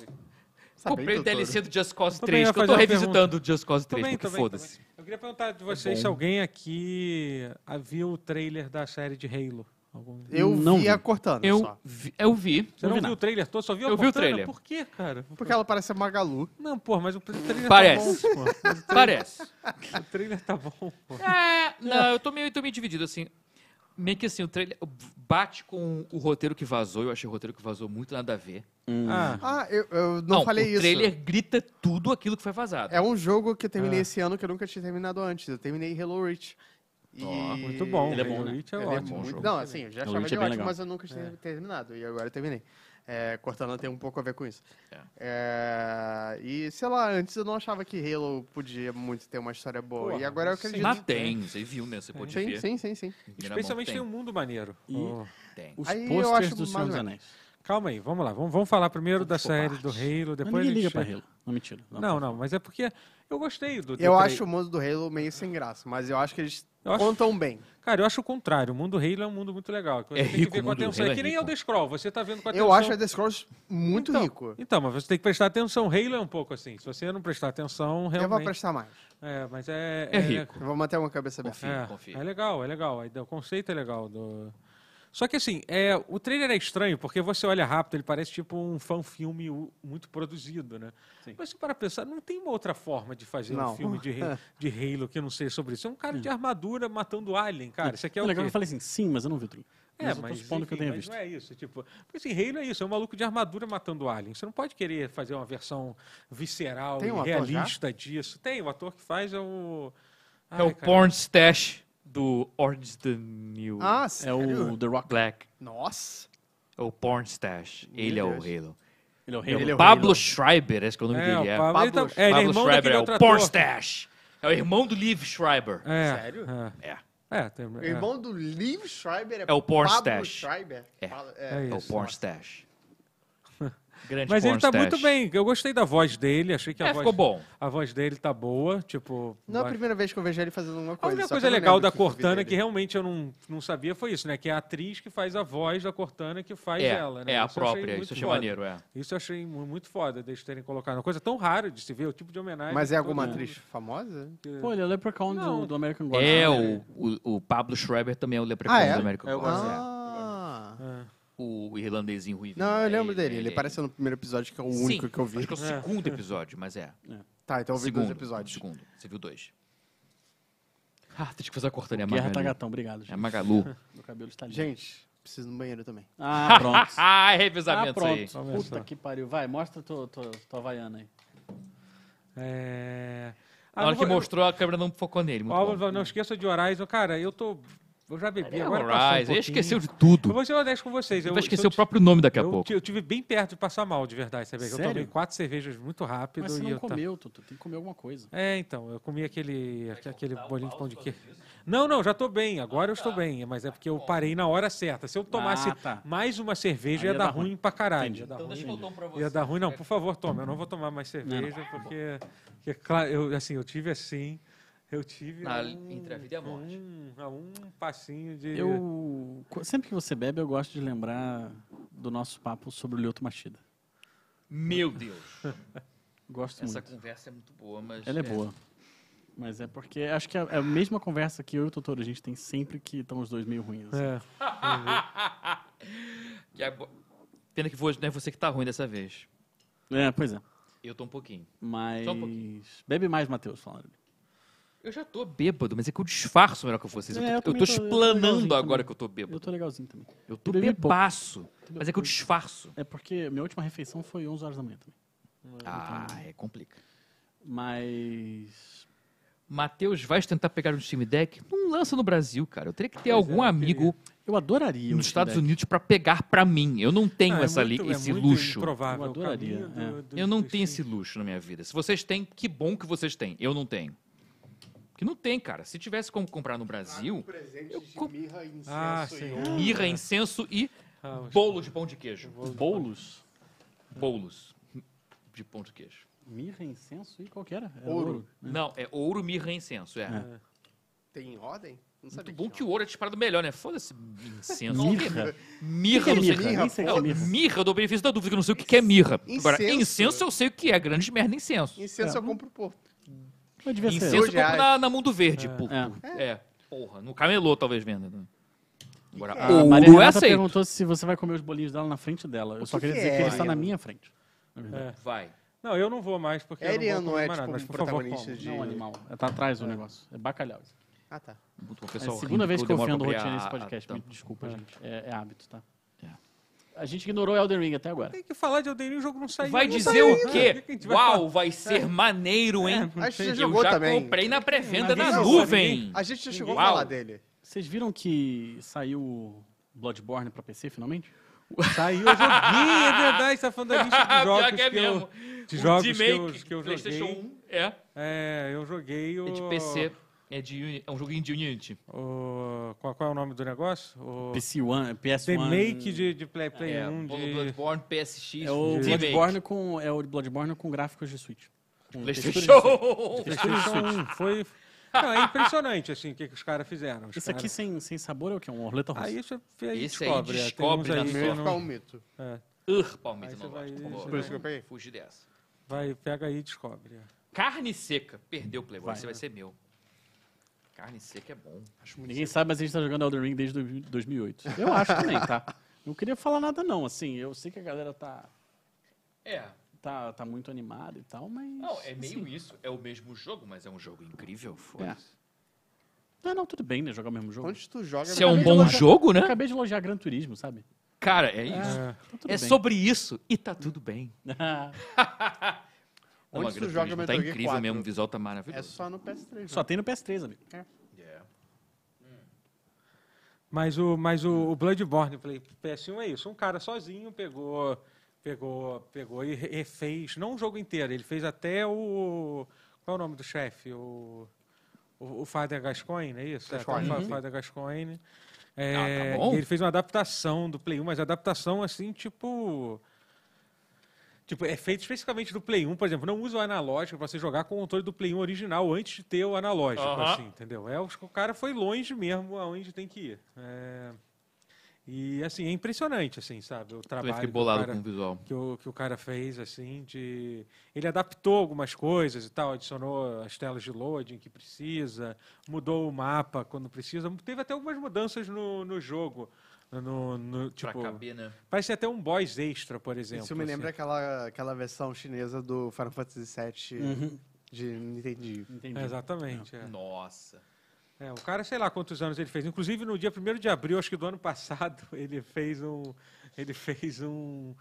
Speaker 5: Sabe,
Speaker 2: comprei o
Speaker 5: doutor?
Speaker 2: DLC do Just Cause
Speaker 1: Também
Speaker 2: 3,
Speaker 1: ia
Speaker 2: que eu tô
Speaker 1: fazer uma
Speaker 2: revisitando o Just Cause 3,
Speaker 1: Também,
Speaker 2: porque
Speaker 1: também,
Speaker 2: foda-se.
Speaker 1: também. Eu queria perguntar de vocês se alguém aqui ah, viu o trailer da série de Halo. Algum-
Speaker 5: Eu
Speaker 4: Não
Speaker 5: vi
Speaker 4: vi.
Speaker 5: a Cortana
Speaker 2: Eu
Speaker 5: só.
Speaker 2: vi, eu vi.
Speaker 1: Você não
Speaker 4: não vi
Speaker 1: viu
Speaker 4: nada.
Speaker 1: o trailer todo? Só viu a
Speaker 2: Eu vi o
Speaker 1: Cortana?
Speaker 2: trailer.
Speaker 1: Por quê, cara?
Speaker 5: Porque ela parece a Magalu.
Speaker 1: Não, pô, mas o trailer
Speaker 2: Parece.
Speaker 1: tá bom. pô. Mas o trailer-
Speaker 2: Parece.
Speaker 1: O trailer tá bom, pô.
Speaker 2: É, não, eu tô meio, tô meio dividido, assim. Meio que assim, o trailer bate com o roteiro que vazou. Eu achei o roteiro que vazou muito nada a ver.
Speaker 1: Ah,
Speaker 5: Ah, eu, eu não, falei
Speaker 2: o
Speaker 5: isso.
Speaker 2: trailer grita tudo aquilo que foi vazado.
Speaker 5: É um jogo que eu terminei
Speaker 1: Ah.
Speaker 5: esse ano que eu nunca tinha terminado antes. Eu terminei Halo Reach. E...
Speaker 2: Ó,
Speaker 1: muito bom.
Speaker 4: Ele é bom,
Speaker 1: O
Speaker 4: né?
Speaker 1: Reach é
Speaker 5: Ele é
Speaker 1: ótimo.
Speaker 5: muito-
Speaker 2: jogo.
Speaker 5: Não, assim, eu já
Speaker 4: Halo
Speaker 5: achava
Speaker 4: Reach
Speaker 5: ele
Speaker 4: é bem
Speaker 5: ótimo,
Speaker 4: legal.
Speaker 5: mas eu nunca tinha terminado. E agora eu terminei. É, Cortana tem um pouco a ver com isso.
Speaker 2: É.
Speaker 5: É, e, sei lá, antes eu não achava que Halo podia muito ter uma história boa.
Speaker 1: Porra,
Speaker 5: e agora eu
Speaker 1: sim.
Speaker 5: acredito.
Speaker 2: Mas tem, você viu, né? Você pode
Speaker 5: Sim,
Speaker 2: ver.
Speaker 5: sim, sim, sim.
Speaker 2: Em primeira mão,
Speaker 1: Especialmente tem um mundo maneiro.
Speaker 4: E-
Speaker 1: Pô.
Speaker 2: Tem.
Speaker 4: Os
Speaker 5: Aí eu
Speaker 4: posters
Speaker 5: acho
Speaker 4: do Senhor
Speaker 5: mais
Speaker 4: dos
Speaker 5: ou
Speaker 4: Anéis.
Speaker 1: Calma aí, vamos lá. Vamos, vamos falar primeiro da
Speaker 2: Vamos por
Speaker 1: série do
Speaker 2: partes.
Speaker 1: Halo,
Speaker 4: Mas
Speaker 1: depois
Speaker 4: ninguém
Speaker 1: a gente...
Speaker 4: liga pra Halo. Não, mentira.
Speaker 1: Não, não, mas é porque eu gostei do... do
Speaker 5: Eu
Speaker 1: trailer.
Speaker 5: acho o mundo do Halo meio sem graça, mas eu acho que eles
Speaker 1: Eu acho-
Speaker 5: contam bem.
Speaker 1: Cara, eu acho o contrário. O mundo Halo é um mundo muito legal. que Você
Speaker 2: É
Speaker 1: tem
Speaker 2: rico
Speaker 1: que ver
Speaker 2: o
Speaker 1: com
Speaker 2: mundo do
Speaker 1: atenção.
Speaker 2: Halo
Speaker 1: É
Speaker 2: é
Speaker 1: que nem
Speaker 2: rico.
Speaker 1: Elder Scrolls, você tá vendo com atenção.
Speaker 5: Eu acho a The Scrolls muito
Speaker 1: Então,
Speaker 5: rico.
Speaker 1: Então, mas você tem que prestar atenção. Halo é um pouco assim. Se você não prestar atenção,
Speaker 5: Eu vou
Speaker 1: realmente...
Speaker 5: prestar mais.
Speaker 1: É, mas é...
Speaker 2: É rico.
Speaker 5: Eu vou manter uma cabeça aberta.
Speaker 2: Confia,
Speaker 1: É,
Speaker 2: confia.
Speaker 1: é legal, é legal. A ideia- O conceito é legal. Do... Só que assim, é, o trailer é estranho, porque você olha rápido, ele parece tipo um fã-filme u- muito produzido, né? Mas se para pensar, não tem uma outra forma de fazer um
Speaker 5: Não.
Speaker 1: filme de, Halo- de Halo que não seja sobre isso. É um cara de armadura matando alien, cara. Isso aqui é o
Speaker 4: legal que
Speaker 1: quê?
Speaker 4: eu falei assim, sim, mas eu não vi o trailer.
Speaker 1: É,
Speaker 4: mas,
Speaker 1: mas,
Speaker 4: eu tô supondo que eu
Speaker 1: enfim,
Speaker 4: tenha
Speaker 1: mas
Speaker 4: visto.
Speaker 1: não é isso. Tipo, porque assim, Halo é isso, é um maluco de armadura matando alien. Você não pode querer fazer uma versão visceral
Speaker 5: Tem um
Speaker 1: e
Speaker 5: ator já?
Speaker 1: realista disso. Tem, o ator que faz é o...
Speaker 2: É
Speaker 1: Ai,
Speaker 2: o
Speaker 1: cara.
Speaker 2: Porn Stash do Orange is the New
Speaker 5: Ah,
Speaker 4: É
Speaker 5: sério?
Speaker 4: o The Rock.
Speaker 2: Black.
Speaker 5: Nossa!
Speaker 2: É o Porn Stash. Ele é o
Speaker 5: Deus.
Speaker 2: Halo.
Speaker 4: Ele é o Halo.
Speaker 5: Ele é o
Speaker 2: Pablo
Speaker 5: Halo.
Speaker 2: Schreiber, esse que é o nome
Speaker 1: É,
Speaker 2: dele.
Speaker 1: o
Speaker 2: É.
Speaker 1: Pablo, ele tá-
Speaker 5: Pablo
Speaker 1: é, ele é
Speaker 2: Pablo
Speaker 1: irmão
Speaker 2: Schreiber
Speaker 1: daquele
Speaker 2: é
Speaker 1: outro
Speaker 2: o
Speaker 1: ator.
Speaker 2: Porn Stash. É o irmão do Liv Schreiber.
Speaker 1: É,
Speaker 5: Sério?
Speaker 1: É.
Speaker 2: É.
Speaker 1: É, tem-
Speaker 5: O
Speaker 1: é.
Speaker 5: irmão do Liv Schreiber é,
Speaker 2: É o Porn
Speaker 5: Pablo
Speaker 2: Stash.
Speaker 5: Schreiber?
Speaker 2: É.
Speaker 5: Fala-
Speaker 1: É
Speaker 2: É o
Speaker 1: isso.
Speaker 2: Porn Stash. Grande
Speaker 1: Mas ele
Speaker 2: Porn
Speaker 1: tá
Speaker 2: Stash.
Speaker 1: muito bem. Eu gostei da voz dele. Achei que a
Speaker 2: É,
Speaker 1: voz...
Speaker 2: ficou bom.
Speaker 1: A voz dele tá boa, tipo...
Speaker 5: Não é a
Speaker 1: vai-
Speaker 5: primeira vez que eu vejo ele fazendo alguma
Speaker 1: A
Speaker 5: coisa.
Speaker 1: única
Speaker 5: só que
Speaker 1: coisa
Speaker 5: eu não
Speaker 1: legal
Speaker 5: lembro
Speaker 1: da
Speaker 5: que eu vi
Speaker 1: Cortana é
Speaker 5: dele.
Speaker 1: que realmente eu não, não sabia foi isso, né? Que é a atriz que faz a voz da Cortana que faz
Speaker 2: É,
Speaker 1: ela, né?
Speaker 2: é a
Speaker 1: Isso eu achei
Speaker 2: própria.
Speaker 1: muito
Speaker 2: Isso achei
Speaker 1: foda.
Speaker 2: maneiro, é.
Speaker 1: Isso eu achei mu- muito foda deles terem colocado. Uma coisa tão rara de se ver, o tipo de homenagem.
Speaker 5: Mas
Speaker 1: que
Speaker 5: é
Speaker 1: todo
Speaker 5: alguma
Speaker 1: mundo-
Speaker 5: atriz famosa?
Speaker 4: Pô, ele é o Leprechaun
Speaker 1: Não.
Speaker 4: do, do American Gods.
Speaker 2: É, o, o, o Pablo Schreiber também é o Leprechaun
Speaker 5: Ah, é?
Speaker 2: do American
Speaker 1: Eu
Speaker 2: Gods,
Speaker 1: gosto
Speaker 2: é.
Speaker 5: Ah.
Speaker 1: É.
Speaker 2: O irlandesinho ruim.
Speaker 5: Não, eu lembro dele. Ele aparece no primeiro episódio, que é o único que eu vi.
Speaker 2: Acho que é o
Speaker 1: É.
Speaker 2: segundo episódio, mas é.
Speaker 5: Tá, então eu vi
Speaker 2: segundo,
Speaker 5: dois episódios.
Speaker 2: Segundo. Você viu dois. Ah, tem que fazer a cortana. É a
Speaker 4: Guerra tá
Speaker 2: Magalu.
Speaker 4: Tagatão, obrigado,
Speaker 2: É a
Speaker 4: gente.
Speaker 2: Magalu.
Speaker 4: Meu cabelo está lindo.
Speaker 5: Gente, preciso ir no banheiro também.
Speaker 4: Ah, pronto.
Speaker 2: ah, é
Speaker 4: ah,
Speaker 2: revezamento aí.
Speaker 4: pronto.
Speaker 1: Olha só.
Speaker 4: Puta que pariu. Vai, mostra tua, tua, tua Havaiana aí.
Speaker 1: É... Ah,
Speaker 2: Na
Speaker 1: não
Speaker 2: hora que
Speaker 1: vou-
Speaker 2: mostrou, a câmera não focou nele. Muito
Speaker 1: Ó,
Speaker 2: bom.
Speaker 1: não esqueça de Horizon. Cara, eu tô... Eu já bebi,
Speaker 2: É,
Speaker 1: agora passou um
Speaker 2: Horizon, ele
Speaker 1: pouquinho.
Speaker 2: esqueceu de
Speaker 1: Eu
Speaker 2: tudo.
Speaker 1: vou ser honesto com vocês. Eu
Speaker 2: Vai
Speaker 1: se
Speaker 2: esquecer
Speaker 1: eu
Speaker 2: o próprio nome daqui a
Speaker 1: eu,
Speaker 2: pouco.
Speaker 1: Eu tive bem perto de passar mal, de verdade, sabe? Que Eu
Speaker 4: Sério?
Speaker 1: tomei quatro cervejas muito rápido
Speaker 4: Mas você
Speaker 1: e
Speaker 4: não
Speaker 1: eu ta-
Speaker 4: comeu, Tutu. Tem que comer alguma coisa.
Speaker 1: É, então, eu comi aquele, aque- aquele
Speaker 2: um
Speaker 1: bolinho de pão de queijo. Não, não, já tô bem, agora eu estou bem, mas é
Speaker 2: Tá
Speaker 1: porque eu parei na hora certa. Se eu tomasse
Speaker 4: Ah, tá.
Speaker 1: mais uma cerveja,
Speaker 4: Aí
Speaker 1: ia dar ruim, pra caralho.
Speaker 4: Entendi.
Speaker 1: Ia dar
Speaker 4: Então
Speaker 1: ruim.
Speaker 4: deixa eu
Speaker 2: pra
Speaker 1: Ia dar ruim, não, por favor, toma. Eu não vou tomar mais cerveja, porque, porque claro, eu, assim, eu tive assim, eu tive
Speaker 2: Na-
Speaker 1: um,
Speaker 2: entre a vida e a morte.
Speaker 1: um- a um passinho de...
Speaker 4: Eu. co- Sempre que você bebe, eu gosto de lembrar do nosso papo sobre o Lyoto Machida.
Speaker 2: Meu Deus.
Speaker 4: Gosto
Speaker 2: Essa
Speaker 4: muito.
Speaker 2: conversa é muito boa, mas...
Speaker 4: Ela é boa. Mas é porque acho que é é a mesma conversa que eu e o Totoro a gente tem sempre que estão os dois meio ruins. assim.
Speaker 1: É.
Speaker 2: Que é bo- Pena que foi- não é você que tá ruim dessa vez.
Speaker 4: É, pois é.
Speaker 2: Eu tô um pouquinho.
Speaker 4: Mas.
Speaker 2: Só um pouquinho.
Speaker 4: Bebe mais, Matheus, falando.
Speaker 2: Eu já tô bêbado, mas é que eu disfarço melhor que vocês.
Speaker 4: É, eu
Speaker 2: eu tô, eu
Speaker 4: também
Speaker 2: tô
Speaker 4: tô- eu tô
Speaker 2: explanando
Speaker 4: legalzinho
Speaker 2: agora
Speaker 4: também.
Speaker 2: que eu tô
Speaker 4: Eu
Speaker 2: bêbado.
Speaker 4: tô legalzinho também.
Speaker 2: Eu tô
Speaker 4: Bebi pouco.
Speaker 2: bebaço, mas é que eu disfarço.
Speaker 4: É porque minha última refeição foi 11 horas da manhã também.
Speaker 2: Ah, é complica.
Speaker 4: Mas.
Speaker 2: Matheus vai tentar pegar um Steam Deck? Não lança no Brasil, cara. Eu teria que ter algum
Speaker 1: é, eu
Speaker 2: amigo
Speaker 4: Eu adoraria. um
Speaker 2: nos Estados
Speaker 4: feedback.
Speaker 2: Unidos pra pegar pra mim. Eu não tenho
Speaker 1: Ah, é
Speaker 2: essa li-
Speaker 1: muito- é
Speaker 2: esse
Speaker 1: muito
Speaker 2: luxo.
Speaker 1: improvável
Speaker 4: Eu
Speaker 1: o
Speaker 4: adoraria,
Speaker 1: caminho
Speaker 4: é.
Speaker 1: do- do-
Speaker 2: Eu não
Speaker 1: do
Speaker 2: tenho
Speaker 1: Steam.
Speaker 2: esse luxo na minha vida. Se vocês têm, que bom que vocês têm. Eu não tenho. Que não tem, cara. Se tivesse como comprar no Brasil,
Speaker 5: Presente de
Speaker 2: com-
Speaker 5: mirra,
Speaker 1: Ah,
Speaker 5: incenso
Speaker 1: sim.
Speaker 5: e
Speaker 2: mirra, incenso e
Speaker 1: Ah, os-
Speaker 2: bolo de pão de queijo.
Speaker 4: Bolos.
Speaker 2: Bolos de pão de queijo.
Speaker 4: Mirra, incenso e qual que era? Era
Speaker 5: Ouro.
Speaker 2: Não, é ouro, mirra e incenso. É.
Speaker 4: É.
Speaker 5: Tem ordem? Não
Speaker 2: Muito
Speaker 5: sabia
Speaker 2: bom que
Speaker 5: tinha
Speaker 2: o ouro é disparado melhor, né? Foda-se incenso.
Speaker 4: Mirra?
Speaker 2: Mirra,
Speaker 4: Que
Speaker 2: eu não
Speaker 4: que
Speaker 2: sei.
Speaker 4: é mirra? Nem sei o que é
Speaker 2: Eu-
Speaker 4: mirra.
Speaker 2: mirra, eu dou benefício da dúvida, que eu não sei o que que é mirra. Agora,
Speaker 5: Incenso.
Speaker 2: incenso eu sei o que é, grande merda incenso.
Speaker 5: ordem.
Speaker 4: É.
Speaker 5: Incenso eu compro por.
Speaker 4: Mas devia ser.
Speaker 2: Incenso eu
Speaker 5: Hoje é
Speaker 2: compro na, na Mundo Verde. É.
Speaker 4: É.
Speaker 2: é. Porra, no camelô talvez venda. né? Agora,
Speaker 4: A
Speaker 2: a
Speaker 4: Maria
Speaker 2: Maria
Speaker 4: Renata
Speaker 2: Renata perguntou...
Speaker 4: perguntou se você vai comer os bolinhos dela na frente dela. Eu só
Speaker 5: que
Speaker 4: queria
Speaker 5: que
Speaker 4: dizer
Speaker 5: é,
Speaker 4: que ele está na
Speaker 5: Ariano?
Speaker 4: minha frente. É, na verdade.
Speaker 2: Vai.
Speaker 1: Não, eu não vou mais, porque eu
Speaker 5: Ariano
Speaker 1: não vou comer
Speaker 5: é
Speaker 1: mais
Speaker 5: tipo
Speaker 1: nada. Mas,
Speaker 5: um
Speaker 1: por favor,
Speaker 5: protagonista
Speaker 1: coma.
Speaker 5: de.
Speaker 4: Não, animal. Tá atrás do negócio. É bacalhau.
Speaker 5: Ah, tá.
Speaker 2: Muito bom,
Speaker 4: É a
Speaker 2: pessoal.
Speaker 4: segunda
Speaker 2: rindo,
Speaker 4: vez que eu
Speaker 2: demoro pra
Speaker 4: ofendo
Speaker 2: abrir
Speaker 4: rotina
Speaker 2: a-
Speaker 4: nesse
Speaker 2: a-
Speaker 4: podcast.
Speaker 2: a-
Speaker 4: Me desculpa,
Speaker 1: É.
Speaker 4: gente. É, é hábito, tá?
Speaker 2: É.
Speaker 4: A gente ignorou Elden Ring até agora.
Speaker 1: Tem que falar de Elden Ring, o jogo não saiu.
Speaker 2: Vai
Speaker 1: não
Speaker 2: dizer
Speaker 1: saiu,
Speaker 2: o
Speaker 1: né?
Speaker 2: quê?
Speaker 1: que a gente vai falar?
Speaker 2: Uau, vai É. ser maneiro, hein?
Speaker 5: A gente já
Speaker 2: Eu
Speaker 5: jogou
Speaker 2: já
Speaker 5: também.
Speaker 2: comprei na pré-venda
Speaker 1: Ninguém
Speaker 2: na
Speaker 1: jogou,
Speaker 2: nuvem.
Speaker 5: A gente já chegou
Speaker 2: Uau.
Speaker 5: a falar dele.
Speaker 4: Vocês viram que saiu o Bloodborne pra PC finalmente?
Speaker 1: Saiu, eu joguei, é verdade. Você tá falando da lista de jogos
Speaker 2: Pior que é
Speaker 1: que eu...
Speaker 2: mesmo.
Speaker 1: De
Speaker 2: O
Speaker 1: jogos que eu,
Speaker 2: remake,
Speaker 1: que eu
Speaker 2: PlayStation
Speaker 1: joguei.
Speaker 2: 1, é.
Speaker 1: É, eu joguei o...
Speaker 2: É de PC. É, de, uni- é um joguinho de Unity.
Speaker 1: o- qual, qual é o nome do negócio? O
Speaker 4: PC One, PS1.
Speaker 1: remake de, de Play, Play
Speaker 2: é,
Speaker 1: 1 de...
Speaker 2: Bloodborne, PSX,
Speaker 4: É o
Speaker 2: remake,
Speaker 4: Bloodborne com, é o Bloodborne com gráficos de Switch. Com textura de Switch.
Speaker 2: PlayStation.
Speaker 1: PlayStation 1. Foi... Não, é impressionante, assim, o que, que os caras fizeram. Os
Speaker 4: Isso
Speaker 1: caras-
Speaker 4: aqui sem, sem sabor é o quê? Um roleta russa.
Speaker 1: Aí você aí
Speaker 2: Esse aí
Speaker 1: descobre. é, tem uns
Speaker 2: descobre na
Speaker 1: aí
Speaker 2: sua-
Speaker 1: que
Speaker 5: Primeiro ficar
Speaker 1: não-
Speaker 5: um mito.
Speaker 1: é,
Speaker 2: Ur, Palmeiras,
Speaker 1: Aí você
Speaker 2: um. não
Speaker 1: vai-
Speaker 2: gosto, por favor.
Speaker 1: Por isso que
Speaker 5: eu peguei.
Speaker 2: Fugir dessa.
Speaker 1: vai, pega aí e descobre. é.
Speaker 2: Carne seca. Perdeu o Playboy,
Speaker 4: Vai.
Speaker 2: você vai né? ser meu. Carne seca é bom. Acho muito
Speaker 4: Ninguém sabe, mas a gente tá jogando Elden Ring desde dois- 2008. Eu acho também, tá? Não queria falar nada não, assim, eu sei que a galera tá,
Speaker 2: É.
Speaker 4: tá, tá muito animada e tal, mas...
Speaker 2: Não, é meio
Speaker 4: assim,
Speaker 2: isso. É o mesmo jogo, mas é um jogo incrível.
Speaker 4: É.
Speaker 2: foda-se.
Speaker 4: Não, não, tudo bem, né, jogar o mesmo jogo.
Speaker 5: Onde tu joga...
Speaker 2: Se é um
Speaker 5: Acabei de
Speaker 2: bom
Speaker 5: lançar-
Speaker 2: jogo,
Speaker 4: Eu
Speaker 2: né?
Speaker 4: acabei de elogiar Gran Turismo, sabe?
Speaker 2: Cara, é isso.
Speaker 1: É.
Speaker 4: Então, tudo
Speaker 2: É
Speaker 4: bem.
Speaker 2: sobre isso e tá tudo bem. Não,
Speaker 5: Onde
Speaker 2: mas
Speaker 5: tu
Speaker 2: Gran
Speaker 5: joga
Speaker 2: Turismo
Speaker 5: Metal
Speaker 2: Tá
Speaker 5: Gear
Speaker 2: incrível
Speaker 5: 4?
Speaker 2: mesmo, o visual tá
Speaker 5: É
Speaker 2: maravilhoso.
Speaker 5: só no PS3.
Speaker 4: Só
Speaker 5: Só...
Speaker 4: tem no PS3, amigo.
Speaker 2: É.
Speaker 1: Mas o, mas o, o Bloodborne Play PS1 é isso. Um cara sozinho pegou, pegou, pegou e, re- e fez, não o jogo inteiro, ele fez até o. Qual é o nome do chefe? O, o, o Father Gascoigne, é isso? É,
Speaker 5: Gascoigne,
Speaker 1: o Fa-
Speaker 5: sim.
Speaker 1: Father Gascoigne.
Speaker 2: Ah,
Speaker 1: É,
Speaker 2: Uhum. tá bom.
Speaker 1: e Ele fez uma adaptação do Play 1, mas adaptação assim, tipo. Tipo, é feito especificamente do Play 1, por exemplo, não usa o analógico pra você jogar com o controle do Play 1 original antes de ter o analógico,
Speaker 2: Aham.
Speaker 1: assim, entendeu? É, os- o cara foi longe mesmo aonde tem que ir. É, e, assim, é impressionante, assim, sabe? O
Speaker 2: Eu
Speaker 1: trabalho
Speaker 2: fiquei
Speaker 1: que o,
Speaker 2: bolado
Speaker 1: cara,
Speaker 2: com o visual.
Speaker 1: que, o, que o cara fez, assim, de... Ele adaptou algumas coisas e tal, adicionou as telas de loading que precisa, mudou o mapa quando precisa. Teve até algumas mudanças no, no jogo. No, no- tipo,
Speaker 2: pra caber, né?
Speaker 1: parece até um boss extra, por exemplo.
Speaker 5: Isso me lembra
Speaker 1: assim.
Speaker 5: aquela, aquela versão chinesa do Final Fantasy VII
Speaker 4: Uhum.
Speaker 5: de Nintendo.
Speaker 4: Entendi.
Speaker 1: É, Exatamente. é.
Speaker 2: Nossa.
Speaker 1: É, o cara, sei lá quantos anos ele fez. Inclusive, no dia 1 de abril, acho que do ano passado, ele fez um. Ele fez um.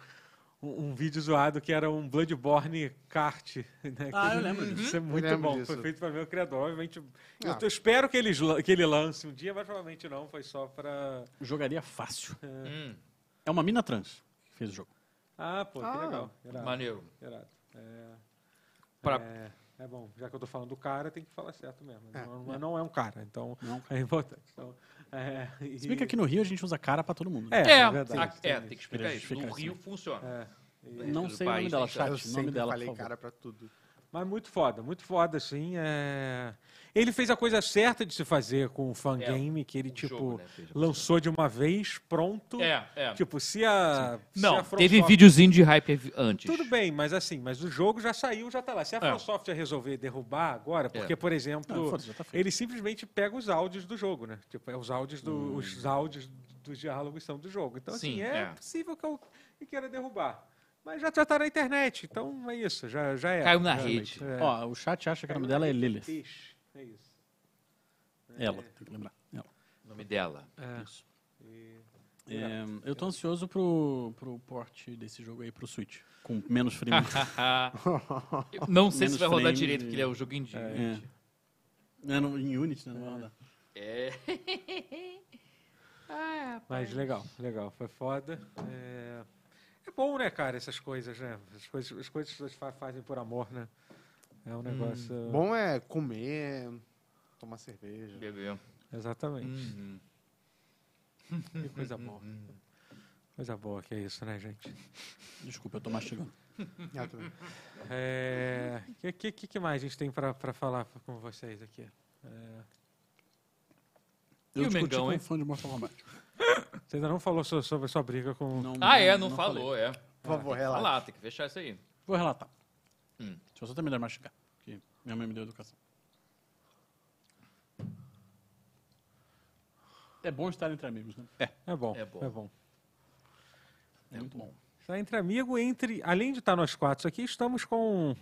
Speaker 1: Um, um vídeo zoado que era um Bloodborne kart. Né?
Speaker 4: Ah,
Speaker 1: Que-
Speaker 4: eu lembro
Speaker 1: Isso é muito
Speaker 5: lembro
Speaker 1: bom.
Speaker 5: disso.
Speaker 1: Foi feito para meu criador. Obviamente, eu
Speaker 5: Ah.
Speaker 1: tô- espero que ele, que ele lance um dia, mas provavelmente não. Foi só para.
Speaker 4: Jogaria fácil.
Speaker 2: Hum,
Speaker 4: É uma mina trans que fez o jogo.
Speaker 1: Ah, pô, que
Speaker 5: Ah.
Speaker 1: legal. Irado,
Speaker 2: maneiro.
Speaker 1: irado. É,
Speaker 2: Pra-
Speaker 1: é, é bom. Já que eu tô falando do cara, tem que falar certo mesmo.
Speaker 5: É.
Speaker 1: Não, não é- não é um cara, então
Speaker 4: Não, cara.
Speaker 1: é importante. Então, é,
Speaker 4: Se bem
Speaker 1: e-
Speaker 4: que aqui no Rio a gente usa cara pra todo mundo. né?
Speaker 1: É,
Speaker 2: É,
Speaker 1: é verdade,
Speaker 2: a-
Speaker 1: tem
Speaker 2: é,
Speaker 1: isso.
Speaker 2: tem que explicar isso. No
Speaker 4: Justifica,
Speaker 2: Rio
Speaker 4: sim.
Speaker 2: funciona.
Speaker 1: É.
Speaker 4: Não
Speaker 2: Dentro do
Speaker 4: sei o nome
Speaker 2: país,
Speaker 4: dela,
Speaker 2: tem que-
Speaker 4: chat,
Speaker 5: Eu
Speaker 4: o nome
Speaker 5: sempre
Speaker 4: dela, por
Speaker 5: falei
Speaker 4: favor.
Speaker 5: cara pra tudo.
Speaker 1: Mas muito foda, muito foda, assim. é. Ele fez a coisa certa de se fazer com o fangame, que ele,
Speaker 2: o
Speaker 1: tipo,
Speaker 2: É, jogo, né, seja,
Speaker 1: lançou de uma vez, pronto.
Speaker 2: É, é.
Speaker 1: Tipo, se a. se a
Speaker 2: Não,
Speaker 1: From
Speaker 2: teve
Speaker 1: Software-
Speaker 2: videozinho de hype av- antes.
Speaker 1: Tudo bem, mas assim, mas o jogo já saiu, já tá lá. Se a
Speaker 2: É.
Speaker 1: From Software resolver derrubar agora, porque,
Speaker 2: É.
Speaker 1: por
Speaker 4: Não,
Speaker 1: exemplo,
Speaker 4: foda-se, já tá feito.
Speaker 1: ele simplesmente pega os áudios do jogo, né? Tipo, é os áudios do,
Speaker 4: Hum.
Speaker 1: os áudios dos diálogos são do jogo. Então, assim,
Speaker 2: Sim,
Speaker 1: é,
Speaker 2: é.
Speaker 1: possível que eu que queira derrubar. Mas já tá na internet, então é isso, já, já é.
Speaker 2: Caiu na
Speaker 1: Realmente,
Speaker 2: rede.
Speaker 1: é.
Speaker 4: Ó, o chat acha que o nome dela é Lilith.
Speaker 1: Ixi, é isso. É.
Speaker 4: Ela, tem que lembrar. É, Ela.
Speaker 2: O nome dela.
Speaker 4: Isso. É, eu tô ansioso pro, pro porte desse jogo aí pro Switch. Com menos frame.
Speaker 2: Ah, Eu não sei se
Speaker 4: Menos
Speaker 2: vai rodar
Speaker 4: frame
Speaker 2: direito,
Speaker 4: de-
Speaker 2: porque ele é um jogo indie. gente.
Speaker 4: É, no- em Unity, né? Não vai rodar.
Speaker 2: É.
Speaker 1: Mas legal, legal, foi foda. É, é bom, né, cara, essas coisas, né? As coisas, as coisas que as pessoas fa- fazem por amor, né? É
Speaker 2: Hum.
Speaker 1: um negócio.
Speaker 5: Bom é comer, tomar cerveja.
Speaker 2: Bebê.
Speaker 1: Exatamente.
Speaker 2: Uhum.
Speaker 1: Que coisa boa. Coisa boa que é isso, né, gente?
Speaker 4: Desculpa, eu tô mastigando.
Speaker 5: Ah, tudo bem.
Speaker 1: O é, que, que, que- que mais a gente tem pra, pra falar com vocês aqui? É,
Speaker 2: E
Speaker 4: eu
Speaker 2: o
Speaker 4: discuti
Speaker 2: Mengão,
Speaker 4: com
Speaker 2: hein?
Speaker 4: um fã de Mortal Kombat.
Speaker 1: você ainda não falou so- sobre sua briga com.
Speaker 2: Ah, é, não,
Speaker 4: falei.
Speaker 2: falou, é.
Speaker 5: Por favor,
Speaker 2: Fala
Speaker 5: relaxa.
Speaker 2: lá, tem que fechar isso aí.
Speaker 4: Vou relatar.
Speaker 2: Hum.
Speaker 4: Se você também der mastigar, que minha mãe me deu educação. É bom estar entre amigos, né?
Speaker 1: É bom.
Speaker 2: É
Speaker 1: É
Speaker 2: bom.
Speaker 1: bom.
Speaker 4: É muito bom.
Speaker 1: Está entre amigo, entre. Além de estar nós quatro aqui, estamos com.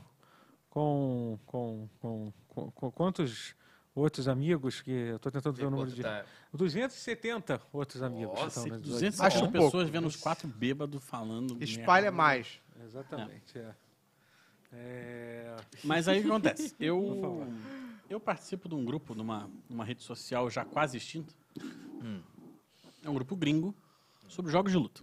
Speaker 1: Com. Com. com, com- com quantos outros amigos que. Eu tô tentando ver o número de.
Speaker 2: tá?
Speaker 1: 270 outros amigos. que estão
Speaker 2: Nossa,
Speaker 1: nós dois.
Speaker 4: 200
Speaker 5: Acho um
Speaker 4: pessoas
Speaker 5: pouco.
Speaker 4: vendo os quatro bêbados falando.
Speaker 5: Espalha
Speaker 4: merda.
Speaker 5: mais.
Speaker 1: Exatamente. É. É,
Speaker 4: Mas aí o que acontece?
Speaker 1: Vou
Speaker 4: Eu,
Speaker 1: falar.
Speaker 4: eu participo de um grupo, numa, numa rede social já quase extinta.
Speaker 1: Hum.
Speaker 4: É um grupo gringo sobre jogos de luta.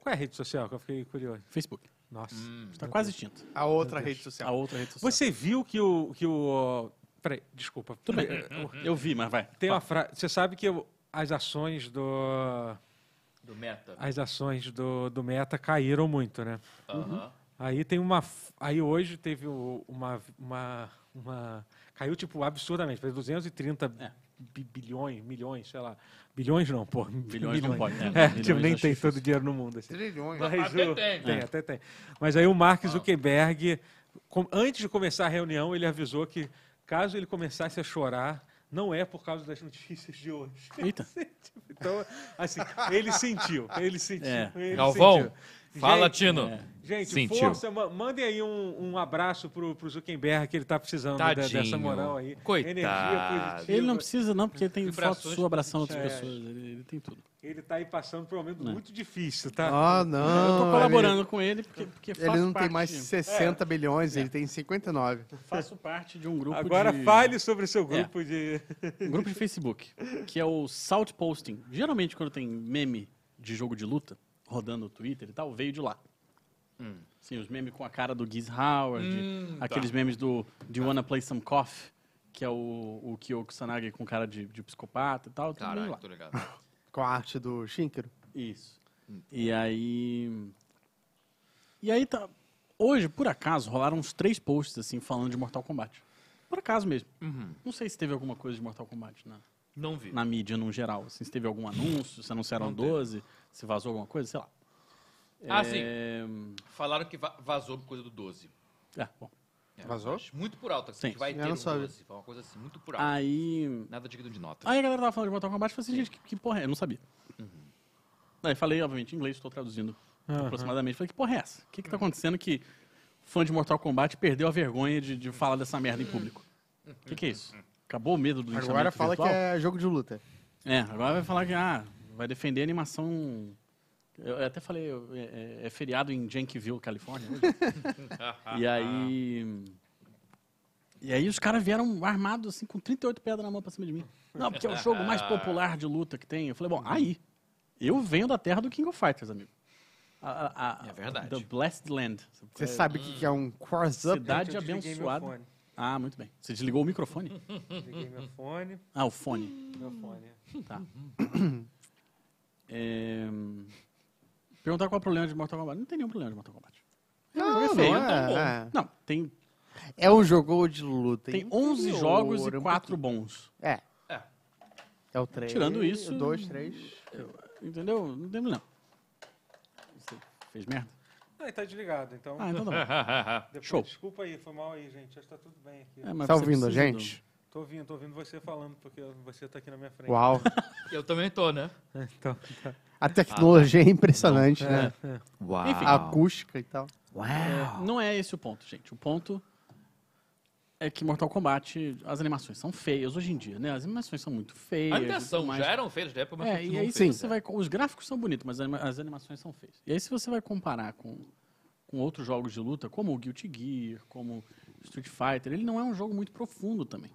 Speaker 1: Qual é a rede social que eu fiquei curioso?
Speaker 4: Facebook.
Speaker 1: Nossa.
Speaker 4: Está quase extinta.
Speaker 5: A outra rede
Speaker 4: A
Speaker 5: social.
Speaker 4: outra rede social.
Speaker 1: Tá. Você viu que o. Que o peraí, desculpa.
Speaker 4: Tudo bem.
Speaker 1: É, o-
Speaker 4: Hum. Eu vi, mas vai.
Speaker 1: Tem uma frase. Você sabe que o- as ações do.
Speaker 2: Do meta.
Speaker 1: As ações do, do Meta caíram muito, né?
Speaker 2: Aham.
Speaker 1: Aí tem uma. f- Aí hoje teve o- uma. uma, uma- caiu, tipo, absurdamente. Foi 230
Speaker 4: É.
Speaker 1: bi- bilhões, milhões, sei lá. Bilhões não, pô.
Speaker 4: Bilhões não pode, né?
Speaker 1: É,
Speaker 4: Bilhões
Speaker 1: tipo, nem
Speaker 4: acho
Speaker 1: tem
Speaker 4: difícil.
Speaker 1: todo o dinheiro no mundo. Assim.
Speaker 5: Trilhões.
Speaker 1: Mas
Speaker 2: Até
Speaker 1: o-
Speaker 2: tem.
Speaker 1: tem. Até tem. Mas aí o Mark
Speaker 4: Ah.
Speaker 1: Zuckerberg, com- antes de começar a reunião, ele avisou que caso ele começasse a chorar, não é por causa das notícias de hoje.
Speaker 4: Eita.
Speaker 1: Então, assim, ele sentiu, ele sentiu.
Speaker 4: É.
Speaker 1: ele
Speaker 2: Galvão,
Speaker 1: sentiu.
Speaker 2: fala,
Speaker 1: Gente,
Speaker 2: Tino.
Speaker 4: é.
Speaker 1: Gente,
Speaker 2: Sentiu.
Speaker 1: força, ma- mandem aí um, um abraço pro, pro Zuckerberg, que ele tá precisando da- dessa
Speaker 2: Tadinho.
Speaker 1: moral aí.
Speaker 2: Coitado.
Speaker 1: Energia positiva.
Speaker 4: Ele não precisa, não, porque tem foto
Speaker 2: Vibrações
Speaker 4: sua abraçando outras
Speaker 1: é.
Speaker 4: pessoas. Ele, ele tem tudo.
Speaker 1: Ele tá aí passando por um momento
Speaker 4: Não.
Speaker 1: muito difícil, tá?
Speaker 5: Ah, não.
Speaker 4: eu tô colaborando com ele porque, porque
Speaker 5: Ele,
Speaker 4: faço
Speaker 5: não tem
Speaker 4: parte- É.
Speaker 5: mais 60 bilhões, ele tem 59.
Speaker 4: Faço parte de um grupo
Speaker 1: Agora
Speaker 4: de... É.
Speaker 1: fale sobre o seu grupo de...
Speaker 4: Um grupo de Facebook, que é o Salt Posting. Geralmente, quando tem meme de jogo de luta, rodando no Twitter e tal, veio de lá. Sim, os memes com a cara do Giz Howard,
Speaker 2: Hum, tá.
Speaker 4: aqueles memes do Do You Wanna Play Some Coffee, que é o, o Kyo Kusanagi com cara de, de psicopata e tal, tudo veio
Speaker 2: Caralho,
Speaker 4: lá.
Speaker 2: tô ligado.
Speaker 5: Com a arte do Shinkiro.
Speaker 4: Isso.
Speaker 2: Hum.
Speaker 4: E aí. E aí tá. Hoje, por acaso, rolaram uns três posts assim falando de Mortal Kombat. Por acaso mesmo.
Speaker 2: Uhum.
Speaker 4: Não sei se teve alguma coisa de Mortal Kombat na,
Speaker 2: Não vi.
Speaker 4: na mídia no geral. Assim, se teve algum anúncio, se anunciaram
Speaker 2: Não teve.
Speaker 4: 12, se vazou alguma coisa, sei lá.
Speaker 2: Ah, sim.
Speaker 4: É,
Speaker 2: Falaram que va- vazou coisa do 12.
Speaker 4: é, bom.
Speaker 2: É,
Speaker 5: Vazou?
Speaker 2: mas Muito por alto, assim,
Speaker 4: Sim.
Speaker 2: que vai
Speaker 5: Eu
Speaker 2: ter
Speaker 5: não
Speaker 2: um
Speaker 5: soube.
Speaker 2: 12. Foi uma coisa assim, muito por alto.
Speaker 4: Aí.
Speaker 2: Nada digno de nota.
Speaker 4: Aí a galera tava falando de Mortal Kombat e falei assim, gente, que, que porra é? Eu não sabia.
Speaker 2: Uhum.
Speaker 4: Aí falei, obviamente, em inglês, estou traduzindo aproximadamente. Falei, que porra é essa? O que, que tá acontecendo que fã de Mortal Kombat perdeu a vergonha de, de falar dessa merda em público? O que, que é isso? Acabou o medo do
Speaker 5: Agora
Speaker 4: linchamento
Speaker 5: fala
Speaker 4: virtual?
Speaker 5: que é jogo de luta.
Speaker 4: É, agora vai falar que ah, vai defender a animação. Eu, eu até falei, eu- é, é- é feriado em Jenkinville, Califórnia. hoje. e aí. E aí os caras vieram armados assim, com 38 pedras na mão pra cima de mim. Não, porque é o jogo
Speaker 2: Ah.
Speaker 4: mais popular de luta que tem. Eu falei,
Speaker 2: Uhum.
Speaker 4: bom, aí. Eu venho da terra do King of Fighters, amigo. A- a- a-
Speaker 2: É verdade.
Speaker 4: The Blessed Land.
Speaker 5: Você sabe o que que é um cross-up?
Speaker 4: Cidade
Speaker 1: Gente, eu desliguei meu
Speaker 4: abençoada.
Speaker 1: fone.
Speaker 4: Ah, muito bem. Você desligou o microfone?
Speaker 1: Desliguei meu fone.
Speaker 4: Ah, o fone.
Speaker 1: Meu fone.
Speaker 4: É, Perguntar qual é o problema de Mortal Kombat. Não tem nenhum problema de Mortal Kombat.
Speaker 5: Não, não
Speaker 4: feio,
Speaker 5: é,
Speaker 4: Não, tem,
Speaker 5: é. É um jogo de luta.
Speaker 4: tem
Speaker 5: inferior,
Speaker 4: 11 jogos e
Speaker 5: um
Speaker 4: 4 bons.
Speaker 5: É.
Speaker 2: É.
Speaker 5: É o 3.
Speaker 4: Tirando isso-
Speaker 5: 2, 3.
Speaker 4: Entendeu? Não tem problema. Você fez merda?
Speaker 1: Ah, ele tá desligado, então.
Speaker 4: Ah, então tá
Speaker 1: Depois-
Speaker 4: show.
Speaker 1: Desculpa aí, foi mal aí, gente. Acho que tá tudo bem aqui.
Speaker 4: bom. É, mas
Speaker 5: Tá
Speaker 4: você
Speaker 5: ouvindo a
Speaker 4: precisa
Speaker 5: gente?
Speaker 1: Tô ouvindo, tô ouvindo você falando, porque você tá aqui na minha frente.
Speaker 5: Uau.
Speaker 2: Eu também tô, né?
Speaker 1: Então, tá.
Speaker 5: A
Speaker 4: Ah,
Speaker 5: tecnologia é impressionante, né?
Speaker 2: Uau.
Speaker 5: A acústica e tal.
Speaker 4: do- Não é esse o ponto, gente. O ponto é que Mortal Kombat, as animações são feias hoje em dia, né? As animações são muito feias.
Speaker 2: A
Speaker 4: e
Speaker 2: animação
Speaker 4: tudo mais.
Speaker 2: já eram feitas da época, mas
Speaker 4: É, e
Speaker 2: continuam
Speaker 4: aí
Speaker 2: feias.
Speaker 4: você vai. co- Os gráficos são bonitos, mas anima- as animações são feias. E aí, se você vai comparar com, com outros jogos de luta, como o Guilty Gear, como Street Fighter, ele não é um jogo muito profundo também.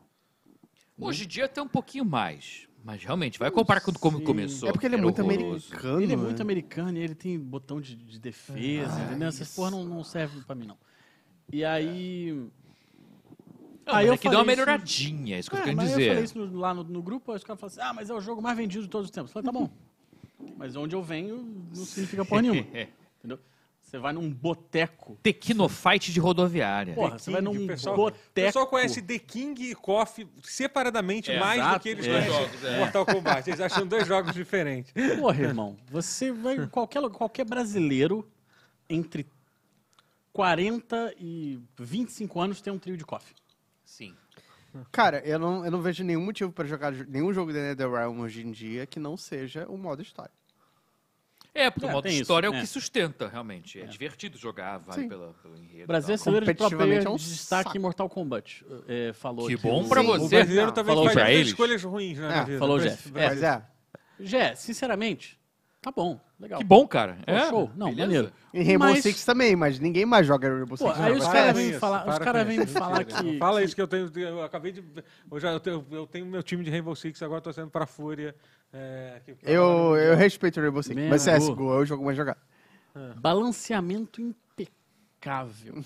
Speaker 2: Hoje em dia até um pouquinho mais. Mas realmente, vai comparar com como começou.
Speaker 5: É porque ele é
Speaker 2: era
Speaker 5: muito
Speaker 2: horroroso.
Speaker 5: americano.
Speaker 4: ele é
Speaker 5: né? Ah,
Speaker 4: muito americano e ele tem botão de, de defesa, entendeu? Essas porra não, não servem pra mim, não. E aí.
Speaker 2: Não, mas
Speaker 4: eu
Speaker 2: é que deu uma
Speaker 4: falei isso-
Speaker 2: melhoradinha, isso que eu tô
Speaker 4: É,
Speaker 2: querendo
Speaker 4: mas eu
Speaker 2: dizer.
Speaker 4: falei isso no- lá no, no grupo, aí os caras falam assim: ah, mas é o jogo mais vendido de todos os tempos. Eu falei, tá bom. mas onde eu venho não significa porra nenhuma. Entendeu? Você vai num boteco
Speaker 2: Tecnofight de rodoviária.
Speaker 4: Porra, você vai
Speaker 1: King,
Speaker 4: num
Speaker 1: o pessoal-
Speaker 4: boteco.
Speaker 1: O pessoal conhece The King e Coffee separadamente
Speaker 2: É,
Speaker 1: mais
Speaker 4: exato,
Speaker 1: do que eles
Speaker 4: é.
Speaker 1: conhecem
Speaker 2: Jogos, é.
Speaker 1: Mortal Kombat. Eles acham dois jogos diferentes.
Speaker 4: Porra, irmão. Você vai em qualquer lugar, qualquer brasileiro entre 40 e 25 anos tem um trio de coffee.
Speaker 2: Sim.
Speaker 5: Cara, eu não, eu não vejo nenhum motivo pra jogar jo- nenhum jogo da NetherRealm hoje em dia que não seja o modo história.
Speaker 2: É, porque
Speaker 4: É,
Speaker 2: o modo
Speaker 4: tem isso,
Speaker 2: história é
Speaker 4: é.
Speaker 2: o que sustenta, realmente. É, divertido jogar, vale pela, pelo enredo. e
Speaker 4: Brasil é
Speaker 2: tal.
Speaker 4: celeiro de pro
Speaker 5: Competitivamente
Speaker 4: player
Speaker 5: é um
Speaker 4: de destaque em
Speaker 5: saco.
Speaker 4: Mortal Kombat. É, falou
Speaker 2: Que
Speaker 4: aqui
Speaker 2: bom
Speaker 4: o-
Speaker 2: pra
Speaker 5: Sim.
Speaker 1: O
Speaker 2: você.
Speaker 1: brasileiro
Speaker 5: Não,
Speaker 1: também
Speaker 2: falou
Speaker 1: faz
Speaker 2: pra
Speaker 1: muitas
Speaker 2: eles?
Speaker 1: escolhas ruins, né?
Speaker 5: É,
Speaker 1: na vida.
Speaker 4: falou o
Speaker 1: Mas-
Speaker 4: Jeff.
Speaker 1: É,
Speaker 5: Mas é,
Speaker 4: Jé, sinceramente, tá bom. Legal.
Speaker 2: Que bom, cara.
Speaker 4: Pô,
Speaker 2: é,
Speaker 4: show. Não,
Speaker 2: beleza.
Speaker 4: maneiro.
Speaker 5: em Rainbow
Speaker 4: Mas-
Speaker 5: Six também, mas ninguém mais joga
Speaker 4: Pô,
Speaker 5: Rainbow Six.
Speaker 4: aí
Speaker 5: não, é,
Speaker 4: os
Speaker 1: Para
Speaker 5: vai.
Speaker 4: caras
Speaker 1: com
Speaker 4: vêm
Speaker 1: isso,
Speaker 4: falar- os
Speaker 1: para
Speaker 4: caras
Speaker 1: com
Speaker 4: vêm
Speaker 1: isso.
Speaker 4: falar
Speaker 1: Mentira,
Speaker 4: que-
Speaker 1: não Fala
Speaker 4: que-
Speaker 1: isso que eu tenho. Eu acabei de. Eu, já, eu, tenho, eu tenho meu time de Rainbow Six, agora tô sendo pra Fúria. é, que- que
Speaker 5: Eu,
Speaker 1: agora-
Speaker 5: eu respeito o Rainbow Six,
Speaker 4: Meu
Speaker 5: mas
Speaker 4: amor.
Speaker 5: CSGO é o jogo mais jogado.
Speaker 4: Balanceamento impecável.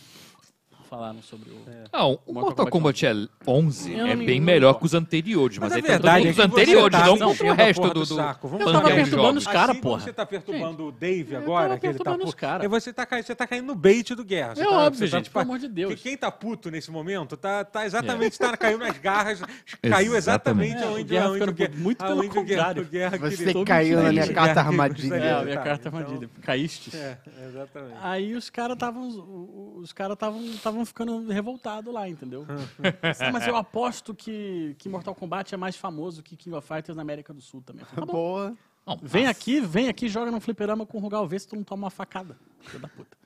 Speaker 4: Falaram sobre o.
Speaker 5: É.
Speaker 2: Não, o Mortal
Speaker 4: Mortal
Speaker 2: Kombat é 11
Speaker 4: Eu
Speaker 2: é
Speaker 4: não-
Speaker 2: bem
Speaker 4: não
Speaker 2: melhor
Speaker 4: importa.
Speaker 2: que os anteriores, mas,
Speaker 1: Mas a
Speaker 2: é
Speaker 1: verdade
Speaker 2: tanto
Speaker 1: é
Speaker 2: os
Speaker 1: que você
Speaker 2: anteriores,
Speaker 1: tá
Speaker 2: não contra o
Speaker 1: enchendo a
Speaker 2: resto
Speaker 1: porra
Speaker 2: do,
Speaker 1: do
Speaker 2: do
Speaker 1: saco. Vamos
Speaker 4: Eu tava
Speaker 2: panteão de
Speaker 4: perturbando
Speaker 2: jogos.
Speaker 4: os caras,
Speaker 1: assim como
Speaker 4: porra.
Speaker 1: Você tá perturbando
Speaker 4: Gente,
Speaker 1: o Dave
Speaker 4: eu
Speaker 1: agora,
Speaker 4: tava
Speaker 1: que ele tá
Speaker 4: perturbando os
Speaker 1: puto.
Speaker 4: cara.
Speaker 1: É, Você tá, cai- você tá caindo no bait do guerra. Você
Speaker 4: É
Speaker 1: tá-
Speaker 4: óbvio,
Speaker 1: você tá,
Speaker 4: gente, pelo amor de Deus.
Speaker 1: que Quem tá puto nesse momento tá, tá exatamente, tá, caiu nas garras, caiu
Speaker 2: Exatamente.
Speaker 1: exatamente
Speaker 4: É, o
Speaker 1: aonde,
Speaker 4: Guerra
Speaker 1: aonde
Speaker 4: ficando
Speaker 1: o Guerra.
Speaker 4: puto, muito pelo
Speaker 1: aonde o Guerra-
Speaker 4: contrário.
Speaker 1: o Guerra
Speaker 5: Você
Speaker 1: queria-
Speaker 5: caiu na
Speaker 4: mentindo.
Speaker 5: minha carta
Speaker 1: É,
Speaker 4: É,
Speaker 5: armadilha.
Speaker 4: a minha
Speaker 1: tá,
Speaker 4: carta
Speaker 1: então-
Speaker 4: armadilha. Caíste.
Speaker 1: É, exatamente.
Speaker 4: Aí os caras estavam. Os caras estavam ficando revoltados lá, entendeu? Sim, Mas eu aposto que, que Mortal Kombat é mais famoso que King of Fighters na América do Sul também. Tá bom.
Speaker 5: Boa.
Speaker 2: Não, ah,
Speaker 4: Vem
Speaker 2: mas-
Speaker 4: aqui, vem aqui, joga no fliperama com o Rugal, vê se tu não toma uma facada. Filho da puta.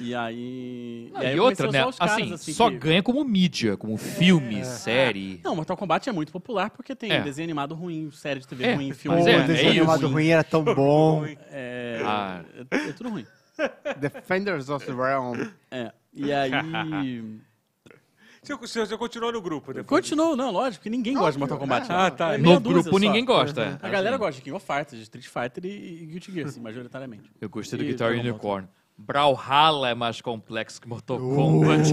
Speaker 4: E aí.
Speaker 2: Não,
Speaker 4: aí
Speaker 2: e
Speaker 4: eu
Speaker 2: outra, né?
Speaker 4: comecei a usar os caras,
Speaker 2: assim, É. só
Speaker 4: que-
Speaker 2: ganha como mídia, como filme, série.
Speaker 4: Não, Mortal Kombat é muito popular porque tem
Speaker 2: É.
Speaker 4: desenho animado ruim, série de TV
Speaker 2: É,
Speaker 4: ruim, filme
Speaker 5: Pô,
Speaker 2: é,
Speaker 5: o
Speaker 2: é
Speaker 5: desenho
Speaker 2: isso.
Speaker 5: animado ruim era tão bom.
Speaker 4: É,
Speaker 2: Ah.
Speaker 4: é- é tudo ruim.
Speaker 5: Defenders of the Realm.
Speaker 4: É. E aí.
Speaker 1: Você, você, você continuou no grupo depois.
Speaker 4: Continuou, não, lógico, que ninguém gosta de Mortal Kombat.
Speaker 5: é.
Speaker 4: Ah, tá. é meia
Speaker 2: No
Speaker 4: dúzia
Speaker 2: grupo
Speaker 4: só.
Speaker 2: ninguém gosta. é.
Speaker 4: A galera gosta de King of Fighters, de Street Fighter e, e Guilty Gear, assim, majoritariamente.
Speaker 2: Eu gostei do
Speaker 4: E
Speaker 2: Guitar
Speaker 4: Dragon Ball.
Speaker 2: Unicorn. Brawlhalla é mais complexo que Mortal Kombat.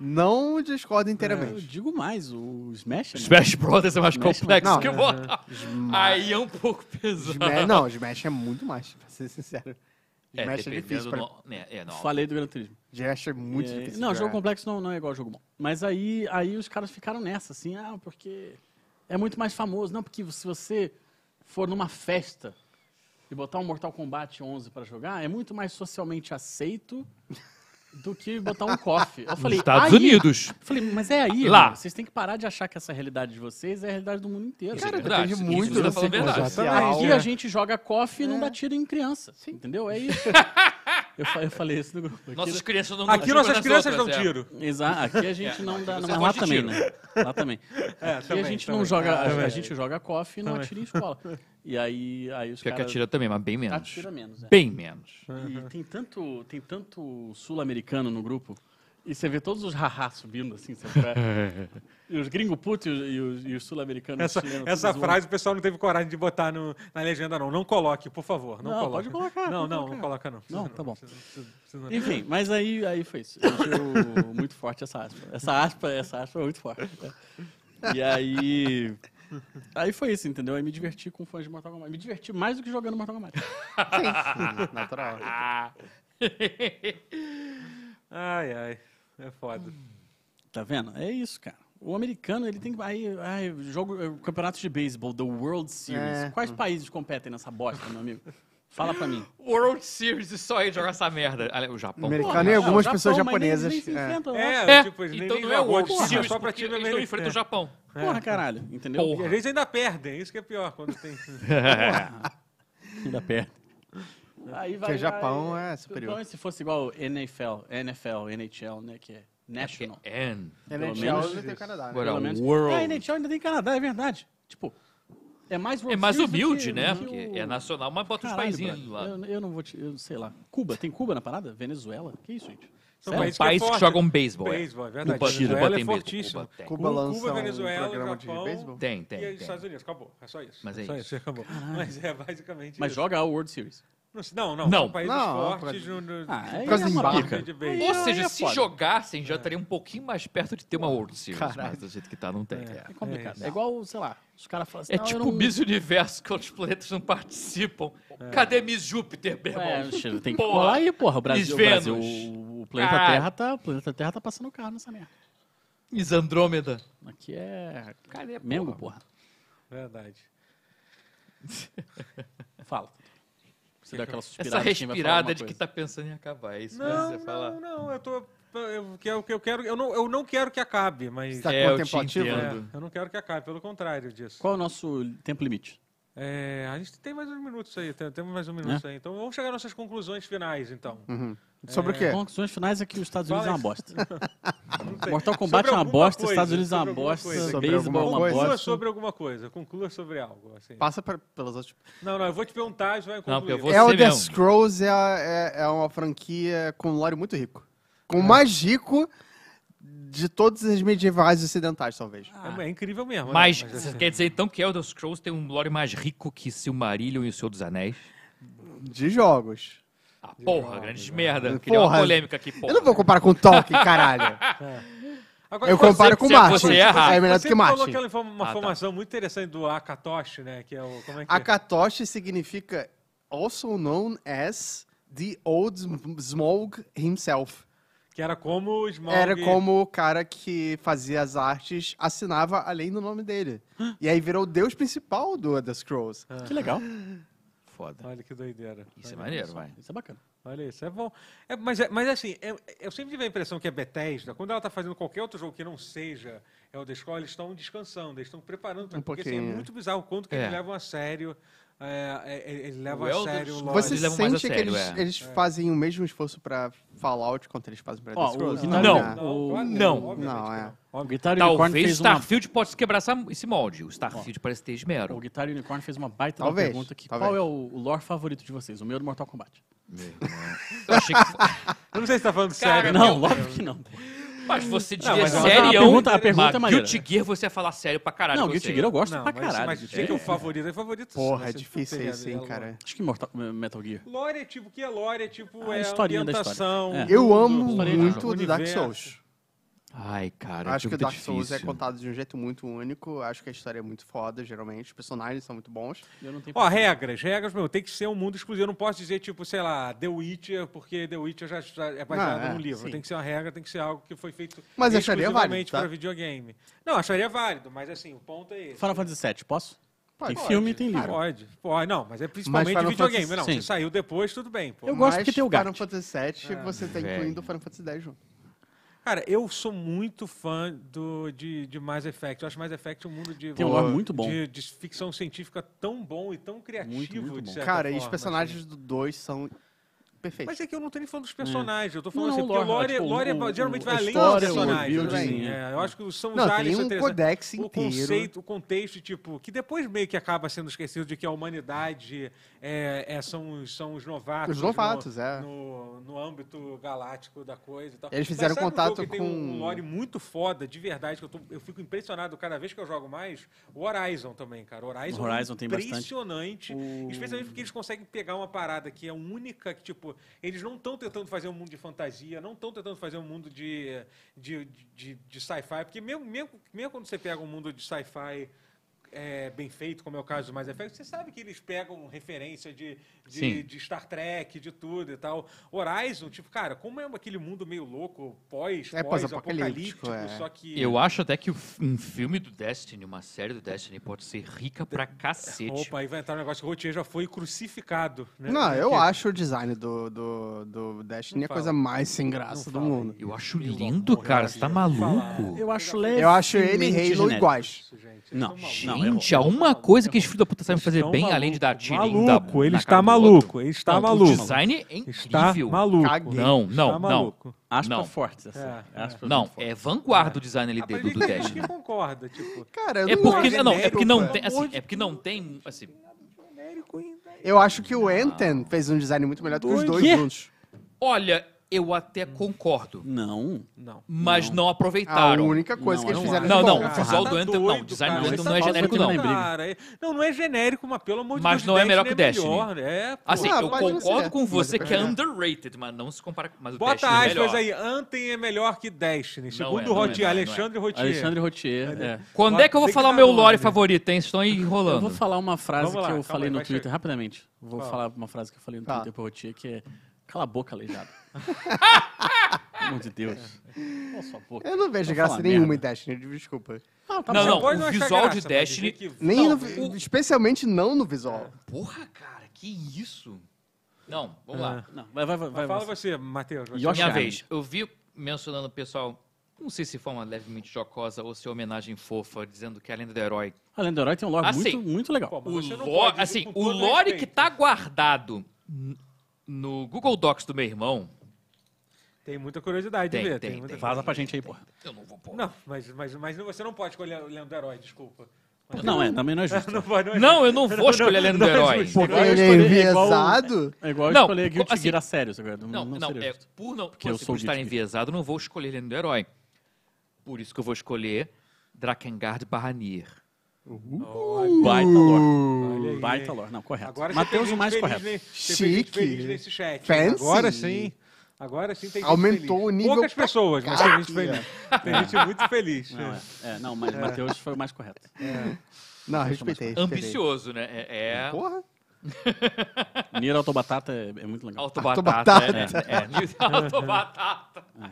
Speaker 5: Não discordo
Speaker 4: Eu
Speaker 5: inteiramente.
Speaker 4: digo mais, o Smash. né?
Speaker 2: Smash Brothers é mais
Speaker 4: Smash
Speaker 2: complexo
Speaker 5: Bros.
Speaker 2: que
Speaker 5: Não.
Speaker 2: Mortal Aí é um pouco pesado.
Speaker 5: Smash, não, Smash é muito mais, pra ser sincero. Smash é,
Speaker 2: dependendo
Speaker 5: difícil. Pra...
Speaker 2: do- né, é, não.
Speaker 4: Falei do Gran Turismo.
Speaker 5: Smash é muito
Speaker 4: E aí-
Speaker 5: difícil.
Speaker 4: Não,
Speaker 5: de
Speaker 4: jogo
Speaker 5: jogar.
Speaker 4: complexo não, não é igual jogo bom. Mas aí, aí os caras ficaram nessa, assim, ah, porque é muito mais famoso. Não, porque se você for numa festa e botar um Mortal Kombat 11 pra jogar, é muito mais socialmente aceito do que botar um KOF. Eu
Speaker 2: Nos
Speaker 4: falei,
Speaker 2: Estados
Speaker 4: aí-
Speaker 2: Unidos.
Speaker 4: Falei, mas é aí,
Speaker 2: Lá.
Speaker 4: mano. vocês têm que parar de achar que essa realidade de vocês é a realidade do mundo inteiro.
Speaker 2: Isso é né?
Speaker 5: Cara,
Speaker 2: verdade.
Speaker 5: depende
Speaker 2: Isso
Speaker 5: muito
Speaker 2: você tá
Speaker 5: da
Speaker 2: falando a
Speaker 5: circunstância
Speaker 2: verdade.
Speaker 5: social.
Speaker 4: Aqui a gente joga KOF e não
Speaker 5: É.
Speaker 4: dá tiro em criança, entendeu? É isso. eu, fa- eu falei isso no grupo. Aqui né?
Speaker 2: Nossas crianças não
Speaker 1: Aqui
Speaker 2: não
Speaker 1: nossas
Speaker 2: nas
Speaker 1: crianças
Speaker 2: outras,
Speaker 1: dão
Speaker 2: é.
Speaker 1: tiro.
Speaker 4: Exato, aqui a gente
Speaker 2: É,
Speaker 4: não dá.
Speaker 2: aqui você
Speaker 4: Não, mas lá
Speaker 2: gosta de
Speaker 4: também,
Speaker 2: tiro.
Speaker 4: né? Lá também.
Speaker 1: É,
Speaker 4: Aqui
Speaker 1: também,
Speaker 4: a gente
Speaker 1: também.
Speaker 4: não joga.
Speaker 1: Ah,
Speaker 4: a- a,
Speaker 1: também.
Speaker 4: gente joga KOF e não atira em escola. E aí, aí os
Speaker 2: Pior que
Speaker 4: caras
Speaker 2: atira também, mas bem menos.
Speaker 4: atira menos. é.
Speaker 2: Bem menos.
Speaker 4: E tem tanto, tem tanto sul-americano no grupo. E você vê todos os haha subindo, assim, sabe? e os gringo putos e os, e os- e os sul-americanos.
Speaker 1: Essa,
Speaker 4: chilenos, todos
Speaker 1: essa
Speaker 4: zoando.
Speaker 1: frase o pessoal não teve coragem de botar no- na legenda, não. Não coloque, por favor. Não,
Speaker 4: Não,
Speaker 1: coloque.
Speaker 4: pode colocar,
Speaker 1: Não,
Speaker 4: pode
Speaker 1: não, não coloca, não.
Speaker 4: Não, tá bom.
Speaker 1: Precisa- precisa-
Speaker 4: Enfim, mas aí, aí foi isso. Eu achei o- muito forte essa aspa. Essa aspa, essa aspa é muito forte. né? E aí. Aí foi isso, entendeu? Aí me diverti com fãs de Mortal Kombat. Me diverti mais do que jogando Mortal Kombat.
Speaker 5: Sim, natural.
Speaker 1: Ai, ai. É foda.
Speaker 4: Tá vendo? É isso, cara. O americano, ele tem que. Aí, ai, jogo, eh, campeonato de beisebol, The World Series.
Speaker 5: É.
Speaker 4: Quais países competem nessa bosta, meu amigo? Fala pra mim.
Speaker 2: World Series e só aí jogar essa merda. Olha, o Japão.
Speaker 5: Americano
Speaker 2: porra.
Speaker 5: Nem é
Speaker 4: Ah,
Speaker 5: algumas
Speaker 4: o
Speaker 5: pessoas
Speaker 4: mas nem-
Speaker 5: japonesas,
Speaker 4: nem se
Speaker 5: é.
Speaker 4: enfrentam, nossa.
Speaker 1: É,
Speaker 2: É,
Speaker 1: tipo, eles nem-
Speaker 2: então
Speaker 1: nem
Speaker 2: não é
Speaker 1: jogam,
Speaker 2: World
Speaker 1: tipo,
Speaker 2: Series,
Speaker 1: só pra
Speaker 2: porque
Speaker 1: time
Speaker 2: eles não enfrentam
Speaker 1: americano.
Speaker 2: o Japão.
Speaker 4: Porra, caralho. Entendeu?
Speaker 1: E às vezes ainda perdem, isso que é pior quando tem.
Speaker 4: Ainda perto. Aí vai,
Speaker 5: Porque Japão
Speaker 4: vai-
Speaker 5: é superior.
Speaker 4: Então, e se fosse igual NFL, NFL, NHL, né, que é National.
Speaker 2: And.
Speaker 5: NHL
Speaker 4: menos
Speaker 5: ainda tem o Canadá, né?
Speaker 2: Agora,
Speaker 4: Pelo menos.
Speaker 2: World.
Speaker 4: É, NHL ainda tem Canadá, é verdade. Tipo, é mais
Speaker 2: É
Speaker 4: World
Speaker 2: mais
Speaker 4: Series do
Speaker 2: humilde,
Speaker 4: que-
Speaker 2: né?
Speaker 4: do que
Speaker 2: Porque
Speaker 4: o-
Speaker 2: é nacional, mas bota os
Speaker 4: Caralho,
Speaker 2: paizinhos
Speaker 4: brother.
Speaker 2: lá.
Speaker 4: Eu, eu não vou te, eu sei lá. Cuba, tem Cuba na parada? Venezuela? Que isso, gente?
Speaker 1: São
Speaker 2: São
Speaker 1: países
Speaker 2: países
Speaker 1: que é
Speaker 2: que,
Speaker 1: forte.
Speaker 2: jogam beisebol. é.
Speaker 1: Beisebol, é verdade.
Speaker 2: Cuba,
Speaker 1: Venezuela
Speaker 2: Cuba
Speaker 1: é
Speaker 2: tem
Speaker 1: fortíssimo.
Speaker 2: beisebol. Cuba tem.
Speaker 5: Cuba
Speaker 1: Cuba,
Speaker 5: lança
Speaker 1: Venezuela,
Speaker 5: um programa
Speaker 1: Japão.
Speaker 5: de beisebol.
Speaker 2: Tem, tem,
Speaker 1: e aí,
Speaker 2: tem.
Speaker 1: os Estados Unidos, acabou. É só isso.
Speaker 2: Mas é
Speaker 1: só
Speaker 2: isso.
Speaker 1: acabou. Mas é basicamente
Speaker 4: Mas
Speaker 1: isso.
Speaker 4: joga a World Series.
Speaker 1: Não, Não, não.
Speaker 2: Não.
Speaker 1: São países
Speaker 5: Não,
Speaker 1: fortes. um- No,
Speaker 5: pra-
Speaker 1: no,
Speaker 4: Ah, aí
Speaker 5: Por causa
Speaker 4: é
Speaker 5: do
Speaker 4: uma
Speaker 5: embarque.
Speaker 4: pica.
Speaker 1: de beisebol.
Speaker 2: Ou
Speaker 4: Aí
Speaker 2: seja,
Speaker 4: é
Speaker 2: se
Speaker 4: foda.
Speaker 2: jogassem,
Speaker 1: É.
Speaker 2: já estaria um pouquinho mais perto de ter uma World Series.
Speaker 5: Caralho.
Speaker 2: Mas do jeito que tá, não tem.
Speaker 4: É
Speaker 2: É,
Speaker 4: complicado.
Speaker 1: isso.
Speaker 4: É, igual, sei lá, os caras falam assim,
Speaker 2: É
Speaker 4: "Não, eu
Speaker 2: tipo
Speaker 4: não...
Speaker 2: o Miss Universo, que outros planetas não participam. Cadê Miss Júpiter, meu irmão?
Speaker 4: É, cheiro, tem que
Speaker 2: Porra.
Speaker 4: colar aí, porra. O Brasil, o,
Speaker 2: Miss
Speaker 4: Brasil,
Speaker 2: Vênus.
Speaker 4: o- o planeta
Speaker 2: Caralho.
Speaker 4: Terra tá, o planeta Terra tá passando o carro nessa merda.
Speaker 2: Miss Andrômeda.
Speaker 4: Aqui é
Speaker 2: Cadê,
Speaker 4: Mengo, porra.
Speaker 1: Verdade.
Speaker 4: Fala. Você dá aquela suspirada.
Speaker 2: Essa
Speaker 4: de quem vai falar
Speaker 2: respirada
Speaker 4: alguma
Speaker 2: de que
Speaker 4: coisa.
Speaker 2: tá pensando em acabar, é isso
Speaker 1: Não,
Speaker 2: mesmo? Você
Speaker 1: não,
Speaker 2: fala.
Speaker 1: não, eu tô. Eu, que- eu, que- eu quero, eu, não, eu não quero que acabe, mas.
Speaker 5: Está
Speaker 2: É, eu te
Speaker 5: contemplativo?
Speaker 1: É,
Speaker 2: entendo.
Speaker 1: eu não quero que acabe, pelo contrário disso.
Speaker 4: Qual é o nosso tempo limite?
Speaker 1: É, a gente tem mais uns minutos aí, tem- temos mais uns minutos aí. Então vamos chegar às nossas conclusões finais, então.
Speaker 5: Uhum. Sobre o quê?
Speaker 4: Conclusões finais é que os Estados Unidos
Speaker 1: Fala
Speaker 4: é uma bosta. Mortal Kombat
Speaker 1: Sobre
Speaker 4: é uma
Speaker 1: alguma
Speaker 4: bosta,
Speaker 1: coisa,
Speaker 4: Estados Unidos é uma
Speaker 1: sobre alguma
Speaker 4: bosta,
Speaker 1: coisa.
Speaker 5: Sobre
Speaker 4: beisebol é
Speaker 5: alguma
Speaker 4: uma
Speaker 5: coisa.
Speaker 1: Conclua
Speaker 4: bosta.
Speaker 1: sobre alguma coisa, conclua sobre algo. assim.
Speaker 5: Passa pra- pelas outras.
Speaker 1: Não, não, eu vou te perguntar e você vai
Speaker 2: Não,
Speaker 1: concluir.
Speaker 2: eu vou- Você
Speaker 5: Elder
Speaker 2: mesmo.
Speaker 5: Scrolls é, a- é, é uma franquia com um lore muito rico. Com o mais rico de todos os medievais ocidentais, talvez.
Speaker 1: É, é incrível mesmo. né?
Speaker 2: Mas
Speaker 1: Mas,
Speaker 2: você
Speaker 1: assim,
Speaker 2: quer dizer então que Elder Scrolls tem um lore mais rico que Silmarillion e o Senhor dos Anéis?
Speaker 5: De jogos.
Speaker 2: Ah, porra, grandes merda.
Speaker 5: Porra.
Speaker 2: Queria uma polêmica aqui, porra.
Speaker 5: Eu não vou comparar com Tolkien, caralho.
Speaker 1: agora,
Speaker 5: Eu
Speaker 1: você-
Speaker 5: comparo com
Speaker 2: você-
Speaker 5: Martin.
Speaker 2: você erra.
Speaker 5: É melhor do
Speaker 1: você
Speaker 5: que
Speaker 1: falou
Speaker 5: Martin.
Speaker 1: aquela informa- uma
Speaker 2: Ah, tá.
Speaker 1: informação muito interessante do Akatoshi, né? Que é o. Como é que é?
Speaker 5: Akatoshi significa also known as the old Smog himself.
Speaker 1: é? Que era como os Smaug...
Speaker 5: Era como o cara que fazia as artes assinava além do nome dele. E aí virou o deus principal do Elder Scrolls.
Speaker 4: Que legal.
Speaker 1: É.
Speaker 2: Foda.
Speaker 1: Olha que doideira.
Speaker 2: Isso é
Speaker 1: Olha
Speaker 2: maneiro, vai.
Speaker 4: Isso é bacana.
Speaker 1: Olha isso, é bom. É, mas, é- mas assim, é- eu sempre tive a impressão que a Bethesda, quando ela está fazendo qualquer outro jogo que não seja Elder Scrolls, eles estão descansando, eles estão preparando. pra-
Speaker 5: Um
Speaker 1: porque assim, é
Speaker 5: pouquinho, é.
Speaker 1: muito bizarro o quanto que
Speaker 2: É.
Speaker 1: eles levam a sério. é, é, é, eles levam
Speaker 2: O
Speaker 1: a
Speaker 2: Elder
Speaker 1: sério o
Speaker 2: Scrolls-
Speaker 1: lore.
Speaker 5: Você
Speaker 2: eles levam mais a
Speaker 5: sente que
Speaker 2: sério,
Speaker 5: eles,
Speaker 2: é.
Speaker 5: eles fazem o mesmo esforço pra Fallout quanto eles fazem pra
Speaker 4: Ó,
Speaker 5: Elder
Speaker 4: o
Speaker 5: Scrolls?
Speaker 4: Guitar-
Speaker 2: Não.
Speaker 5: né?
Speaker 4: o-
Speaker 1: claro que
Speaker 2: não.
Speaker 1: obviamente
Speaker 5: Não,
Speaker 1: que
Speaker 5: é.
Speaker 4: O Guitar Unicorn
Speaker 2: Talvez tá
Speaker 4: fez uma
Speaker 2: Starfield possa quebrar essa- esse molde. O Starfield parece ter
Speaker 4: O
Speaker 2: esmero.
Speaker 4: Guitar Unicorn fez uma baita
Speaker 5: Talvez,
Speaker 4: uma pergunta aqui.
Speaker 5: talvez.
Speaker 4: Qual é o, o lore favorito de vocês? O meu é do Mortal Kombat.
Speaker 2: Eu achei que...
Speaker 1: Eu não sei se tá falando
Speaker 2: Cara,
Speaker 1: sério.
Speaker 4: Não, lógico que não. pô.
Speaker 2: Mas você
Speaker 1: Não,
Speaker 2: diria
Speaker 1: mas a- a
Speaker 2: sério.
Speaker 4: é pergunta- a pergunta é maneira.
Speaker 2: Guilty Gear você ia falar sério pra caralho.
Speaker 4: Não,
Speaker 2: que eu
Speaker 4: Guilty
Speaker 2: sei.
Speaker 4: Gear eu gosto
Speaker 1: Não,
Speaker 4: pra
Speaker 1: mas,
Speaker 4: caralho.
Speaker 1: mas
Speaker 4: gente.
Speaker 1: dizer que é o favorito, é favorito.
Speaker 5: Porra, é
Speaker 1: você-
Speaker 5: difícil
Speaker 1: você-
Speaker 5: isso, hein, cara.
Speaker 4: Acho que Mortal- eh, Metal Gear.
Speaker 1: Lore é tipo, o que é lore? É tipo,
Speaker 4: A
Speaker 1: é
Speaker 4: historinha da
Speaker 1: ambientação.
Speaker 4: história. É.
Speaker 5: Eu
Speaker 1: tudo,
Speaker 5: amo
Speaker 1: tudo,
Speaker 5: muito do Dark
Speaker 1: universo.
Speaker 5: Souls.
Speaker 2: Ai, cara.
Speaker 5: Acho que o
Speaker 2: muito
Speaker 5: Dark Souls é
Speaker 2: um difícil.
Speaker 5: contado de um jeito muito único. Acho que a história é muito foda, geralmente. Os personagens são muito bons.
Speaker 4: Eu não tenho
Speaker 1: Ó, regras, regras, meu, tem que ser um mundo exclusivo. Eu não posso dizer, tipo, sei lá, The Witcher, porque The Witcher já, já é baseado
Speaker 5: é,
Speaker 1: num livro.
Speaker 5: sim.
Speaker 1: Tem que ser uma regra, tem que ser algo que foi feito
Speaker 5: Mas eu acharia válido,
Speaker 1: exclusivamente
Speaker 5: tá?
Speaker 1: para videogame. Não, acharia válido, mas assim, o ponto é esse.
Speaker 4: Final Fantasy VII, posso?
Speaker 5: Pode.
Speaker 4: tem filme e tem livro.
Speaker 1: Pode, pode, não, mas é principalmente
Speaker 5: Final
Speaker 1: videogame.
Speaker 5: Fantasy-
Speaker 1: não,
Speaker 4: sim.
Speaker 1: se saiu depois, tudo bem. pô.
Speaker 4: Eu gosto
Speaker 5: Mas
Speaker 4: porque tem o
Speaker 5: Final
Speaker 4: gato.
Speaker 5: Fantasy VII, você tá
Speaker 2: velho.
Speaker 5: incluindo o Final Fantasy X junto.
Speaker 1: Cara, eu sou muito fã do, de, de Mass Effect. Eu acho Mass Effect um mundo de,
Speaker 4: Tem um lore muito bom.
Speaker 1: de, de ficção científica tão bom e tão criativo.
Speaker 4: muito
Speaker 1: de
Speaker 4: bom.
Speaker 1: certa
Speaker 5: Cara, e os
Speaker 1: forma, assim.
Speaker 5: personagens do 2 são perfeitos.
Speaker 1: Mas é que eu não tô nem falando dos personagens, eu tô falando
Speaker 4: Não,
Speaker 1: assim,
Speaker 4: o
Speaker 1: porque o
Speaker 4: lore,
Speaker 1: lore,
Speaker 4: tipo,
Speaker 1: lore é
Speaker 4: o-
Speaker 1: ba- geralmente
Speaker 4: o-
Speaker 1: vai
Speaker 4: a
Speaker 1: além dos
Speaker 5: história, o
Speaker 1: personagens. tudo
Speaker 5: building, né?
Speaker 1: bem.
Speaker 4: é.
Speaker 1: É, eu acho que são os
Speaker 5: Não,
Speaker 1: aliens
Speaker 5: tem
Speaker 1: são
Speaker 5: um
Speaker 1: interessantes.
Speaker 5: codex
Speaker 1: o
Speaker 5: inteiro.
Speaker 1: conceito, é o contexto, tipo, que depois meio que acaba sendo esquecido de que a humanidade é, é, são, os- são os novatos.
Speaker 5: Os novatos,
Speaker 1: no,
Speaker 5: é.
Speaker 1: No, no âmbito galáctico da coisa e tal.
Speaker 5: Eles fizeram
Speaker 1: sabe um
Speaker 5: contato
Speaker 1: jogo que Tem um
Speaker 5: com-
Speaker 1: lore muito foda, de verdade, que eu, tô- eu fico impressionado cada vez que eu jogo mais. O Horizon também, cara. O Horizon,
Speaker 4: O Horizon tem bastante.
Speaker 1: impressionante.
Speaker 4: O-
Speaker 1: Especialmente porque eles conseguem pegar uma parada que é única, que, tipo, eles não estão tentando fazer um mundo de fantasia, não estão tentando fazer um mundo de, de, de, de sci-fi, porque mesmo, mesmo, mesmo quando você pega um mundo de sci-fi é, bem feito, como é o caso do Mass Effect, você sabe que eles pegam referência de, de,
Speaker 2: Sim.
Speaker 1: de Star Trek, de tudo e tal. Horizon, tipo, cara, como é aquele mundo meio louco, pós,
Speaker 5: É
Speaker 1: pós-apocalíptico,
Speaker 5: pós-apocalíptico, é.
Speaker 1: só que...
Speaker 2: Eu acho até que o f- um filme do Destiny, uma série do Destiny, pode ser rica
Speaker 4: É,
Speaker 2: pra cacete.
Speaker 1: Opa, aí vai entrar um negócio que o Rotier já foi crucificado. Né?
Speaker 5: Não, eu
Speaker 1: Porque-
Speaker 5: acho o design do, do, do Destiny
Speaker 1: Não
Speaker 5: a
Speaker 1: fala.
Speaker 5: coisa mais sem graça
Speaker 1: Não
Speaker 5: do
Speaker 1: fala
Speaker 5: mundo.
Speaker 2: Eu acho
Speaker 1: Pelo
Speaker 2: lindo,
Speaker 1: amor de
Speaker 2: cara.
Speaker 1: Deus.
Speaker 2: Você tá maluco.
Speaker 4: Eu acho levemente
Speaker 5: Eu acho ele e Halo
Speaker 4: genérico.
Speaker 5: iguais.
Speaker 1: Isso, gente.
Speaker 4: Não,
Speaker 1: Eles tão
Speaker 4: não,
Speaker 1: malucos.
Speaker 2: Gente, há uma coisa que esse filho da puta sabe
Speaker 1: Eles
Speaker 2: fazer
Speaker 1: tão
Speaker 2: bem, além de dar
Speaker 1: malucos.
Speaker 2: tirinho.
Speaker 1: Maluco,
Speaker 2: da-
Speaker 1: ele
Speaker 2: na
Speaker 1: está
Speaker 2: cara do
Speaker 1: maluco,
Speaker 2: outro.
Speaker 1: ele está
Speaker 4: Não,
Speaker 2: O
Speaker 4: o
Speaker 1: maluco.
Speaker 2: design é
Speaker 1: Está
Speaker 2: incrível.
Speaker 1: maluco.
Speaker 5: Caguei.
Speaker 2: Não,
Speaker 1: está
Speaker 2: não, não.
Speaker 1: maluco.
Speaker 4: Aspa
Speaker 2: Não.
Speaker 4: forte. Assim.
Speaker 1: É,
Speaker 4: Aspa
Speaker 2: Não,
Speaker 4: forte.
Speaker 2: é vanguarda o design ali
Speaker 1: Ah,
Speaker 2: do,
Speaker 1: mas
Speaker 2: do
Speaker 1: tem gente
Speaker 2: Destiny.
Speaker 1: que concorda, tipo.
Speaker 5: Cara, eu
Speaker 2: É
Speaker 5: não
Speaker 2: porque,
Speaker 5: gosto.
Speaker 2: não, é porque não
Speaker 5: Genérico,
Speaker 2: tem,
Speaker 5: cara.
Speaker 2: assim, é porque não tem, assim,
Speaker 5: Eu acho que o Enten fez um design muito melhor do que os
Speaker 1: Do
Speaker 5: dois
Speaker 1: Ah. quê?
Speaker 5: juntos.
Speaker 2: olha, eu até
Speaker 5: Hum.
Speaker 2: concordo,
Speaker 4: Não.
Speaker 1: Não.
Speaker 2: mas não
Speaker 5: A
Speaker 2: aproveitaram.
Speaker 5: única coisa
Speaker 4: Não,
Speaker 5: Ah, que eles
Speaker 4: eu
Speaker 5: fizeram
Speaker 2: não
Speaker 5: de
Speaker 2: acho.
Speaker 5: bom.
Speaker 2: Não, o visual do Anthem não, o
Speaker 1: Tá doido,
Speaker 2: design
Speaker 1: cara.
Speaker 4: do
Speaker 1: Esse
Speaker 4: Anthem não é
Speaker 1: tá
Speaker 4: genérico,
Speaker 1: maluco,
Speaker 4: não.
Speaker 1: Cara, não, não é genérico, mas pelo amor de
Speaker 2: Mas
Speaker 1: Deus.
Speaker 2: não é melhor que o
Speaker 1: é
Speaker 2: Destiny.
Speaker 1: melhor, é, pô.
Speaker 2: Assim,
Speaker 5: Ah,
Speaker 2: eu
Speaker 5: pode não
Speaker 2: concordo
Speaker 5: ser.
Speaker 2: com
Speaker 5: Mas
Speaker 2: você
Speaker 5: é
Speaker 2: que é
Speaker 5: melhor.
Speaker 2: underrated, mas não se compara com mas o
Speaker 1: Bota
Speaker 2: Destiny é
Speaker 1: aspas
Speaker 2: melhor.
Speaker 1: aí, Anthem é melhor que Destiny. Segundo
Speaker 2: é,
Speaker 1: o
Speaker 2: não é,
Speaker 1: Rotier,
Speaker 2: não é, não é.
Speaker 1: Alexandre Rotier.
Speaker 4: Alexandre Rotier. é.
Speaker 2: Quando é que eu vou
Speaker 1: Tem que
Speaker 2: falar o
Speaker 1: dar
Speaker 2: meu
Speaker 1: nome,
Speaker 2: lore
Speaker 1: né?
Speaker 2: favorito, hein? Vocês estão aí
Speaker 4: Eu vou
Speaker 2: enrolando.
Speaker 4: falar uma frase
Speaker 1: Vamos lá,
Speaker 4: que
Speaker 1: calma
Speaker 4: eu falei
Speaker 1: aí,
Speaker 4: no
Speaker 1: vai
Speaker 4: Twitter
Speaker 1: chegar.
Speaker 4: rapidamente. Vou
Speaker 1: Fala.
Speaker 4: falar uma frase que eu
Speaker 1: Tá.
Speaker 4: falei no
Speaker 5: Fala.
Speaker 4: Twitter pro Rotier, que é... Cala a boca, aleijado. Pelo amor de Deus. Cala sua boca.
Speaker 5: Eu não vejo
Speaker 4: Vou
Speaker 5: graça
Speaker 4: falar
Speaker 5: nenhuma
Speaker 4: merda.
Speaker 5: em Destiny, desculpa.
Speaker 4: Não, tá
Speaker 2: Não,
Speaker 4: bom.
Speaker 2: não,
Speaker 1: Pode
Speaker 2: o
Speaker 1: achar
Speaker 2: visual
Speaker 1: graça, mas
Speaker 2: de Destiny-
Speaker 1: dizer que-
Speaker 5: Nem
Speaker 2: Não,
Speaker 5: no-
Speaker 2: o-
Speaker 1: É.
Speaker 5: Especialmente não no visual.
Speaker 2: Porra, cara, que isso? Não,
Speaker 1: É.
Speaker 2: vamos lá.
Speaker 4: Não, vai, vai, vai. vai
Speaker 1: Fala
Speaker 4: você.
Speaker 1: você, Matheus. você.
Speaker 4: Yoshi-
Speaker 2: Minha
Speaker 4: Island.
Speaker 2: vez. Eu vi mencionando o pessoal, não sei se foi uma levemente jocosa ou se é homenagem fofa, dizendo que é a lenda do herói.
Speaker 4: A Lenda do Herói tem um lore
Speaker 2: Ah,
Speaker 4: muito,
Speaker 2: sim.
Speaker 4: muito legal.
Speaker 1: Pô, mas
Speaker 2: O
Speaker 1: você não
Speaker 2: lore,
Speaker 1: pode,
Speaker 2: assim,
Speaker 1: com
Speaker 2: o
Speaker 1: todo
Speaker 2: lore que
Speaker 1: respeito.
Speaker 2: tá guardado n- no Google Docs do meu irmão.
Speaker 1: Tem muita curiosidade
Speaker 2: Tem,
Speaker 1: de ver. Tem,
Speaker 2: tem,
Speaker 1: muita...
Speaker 2: tem.
Speaker 4: Vaza pra gente aí, porra.
Speaker 2: Eu não vou pôr.
Speaker 1: Não, mas, mas, mas você não pode escolher o Leandro Herói, desculpa.
Speaker 4: Não, é, também não é justo.
Speaker 1: Não, pode, é
Speaker 2: Não,
Speaker 1: justo.
Speaker 2: eu não vou escolher a lenda do
Speaker 1: não é
Speaker 2: herói.
Speaker 1: justo.
Speaker 4: Porque
Speaker 5: Porque
Speaker 4: eu
Speaker 5: ele é
Speaker 4: escolhi- é igual-
Speaker 5: enviesado.
Speaker 4: É igual eu
Speaker 2: Não,
Speaker 4: escolher Guilty
Speaker 2: assim-
Speaker 4: Gear a sério, agora. Não,
Speaker 2: Não,
Speaker 4: não
Speaker 2: não,
Speaker 4: seria
Speaker 2: é
Speaker 4: justo.
Speaker 2: por não
Speaker 4: Porque eu
Speaker 2: por
Speaker 4: sou
Speaker 2: estar
Speaker 4: geek.
Speaker 2: enviesado, eu não vou escolher Lenda do Herói. Por isso que eu vou escolher Drakengard Barranir.
Speaker 1: Olha aí.
Speaker 4: Baita lore. Uh! Baita lore. Não, correto.
Speaker 1: Agora você
Speaker 4: Matheus,
Speaker 1: tem
Speaker 4: o mais
Speaker 1: gente
Speaker 4: correto.
Speaker 1: feliz ne- tem gente
Speaker 5: Chique.
Speaker 1: feliz nesse chat. né?
Speaker 5: Fancy.
Speaker 1: Agora sim. Agora sim tem gente
Speaker 5: Aumentou
Speaker 1: feliz.
Speaker 5: o nível
Speaker 1: Poucas
Speaker 5: pra
Speaker 1: pessoas, mas tem gente
Speaker 5: caralho.
Speaker 1: feliz. Tem gente muito feliz.
Speaker 4: Não, é, é, não, mas Matheus foi o mais correto.
Speaker 5: Não, respeitei. respeitei.
Speaker 2: Ambicioso, né? É, é
Speaker 5: Porra.
Speaker 4: Nier Autobatata é, é muito legal.
Speaker 2: autobatata.
Speaker 5: Autobatata.
Speaker 2: É, é, é, autobatata.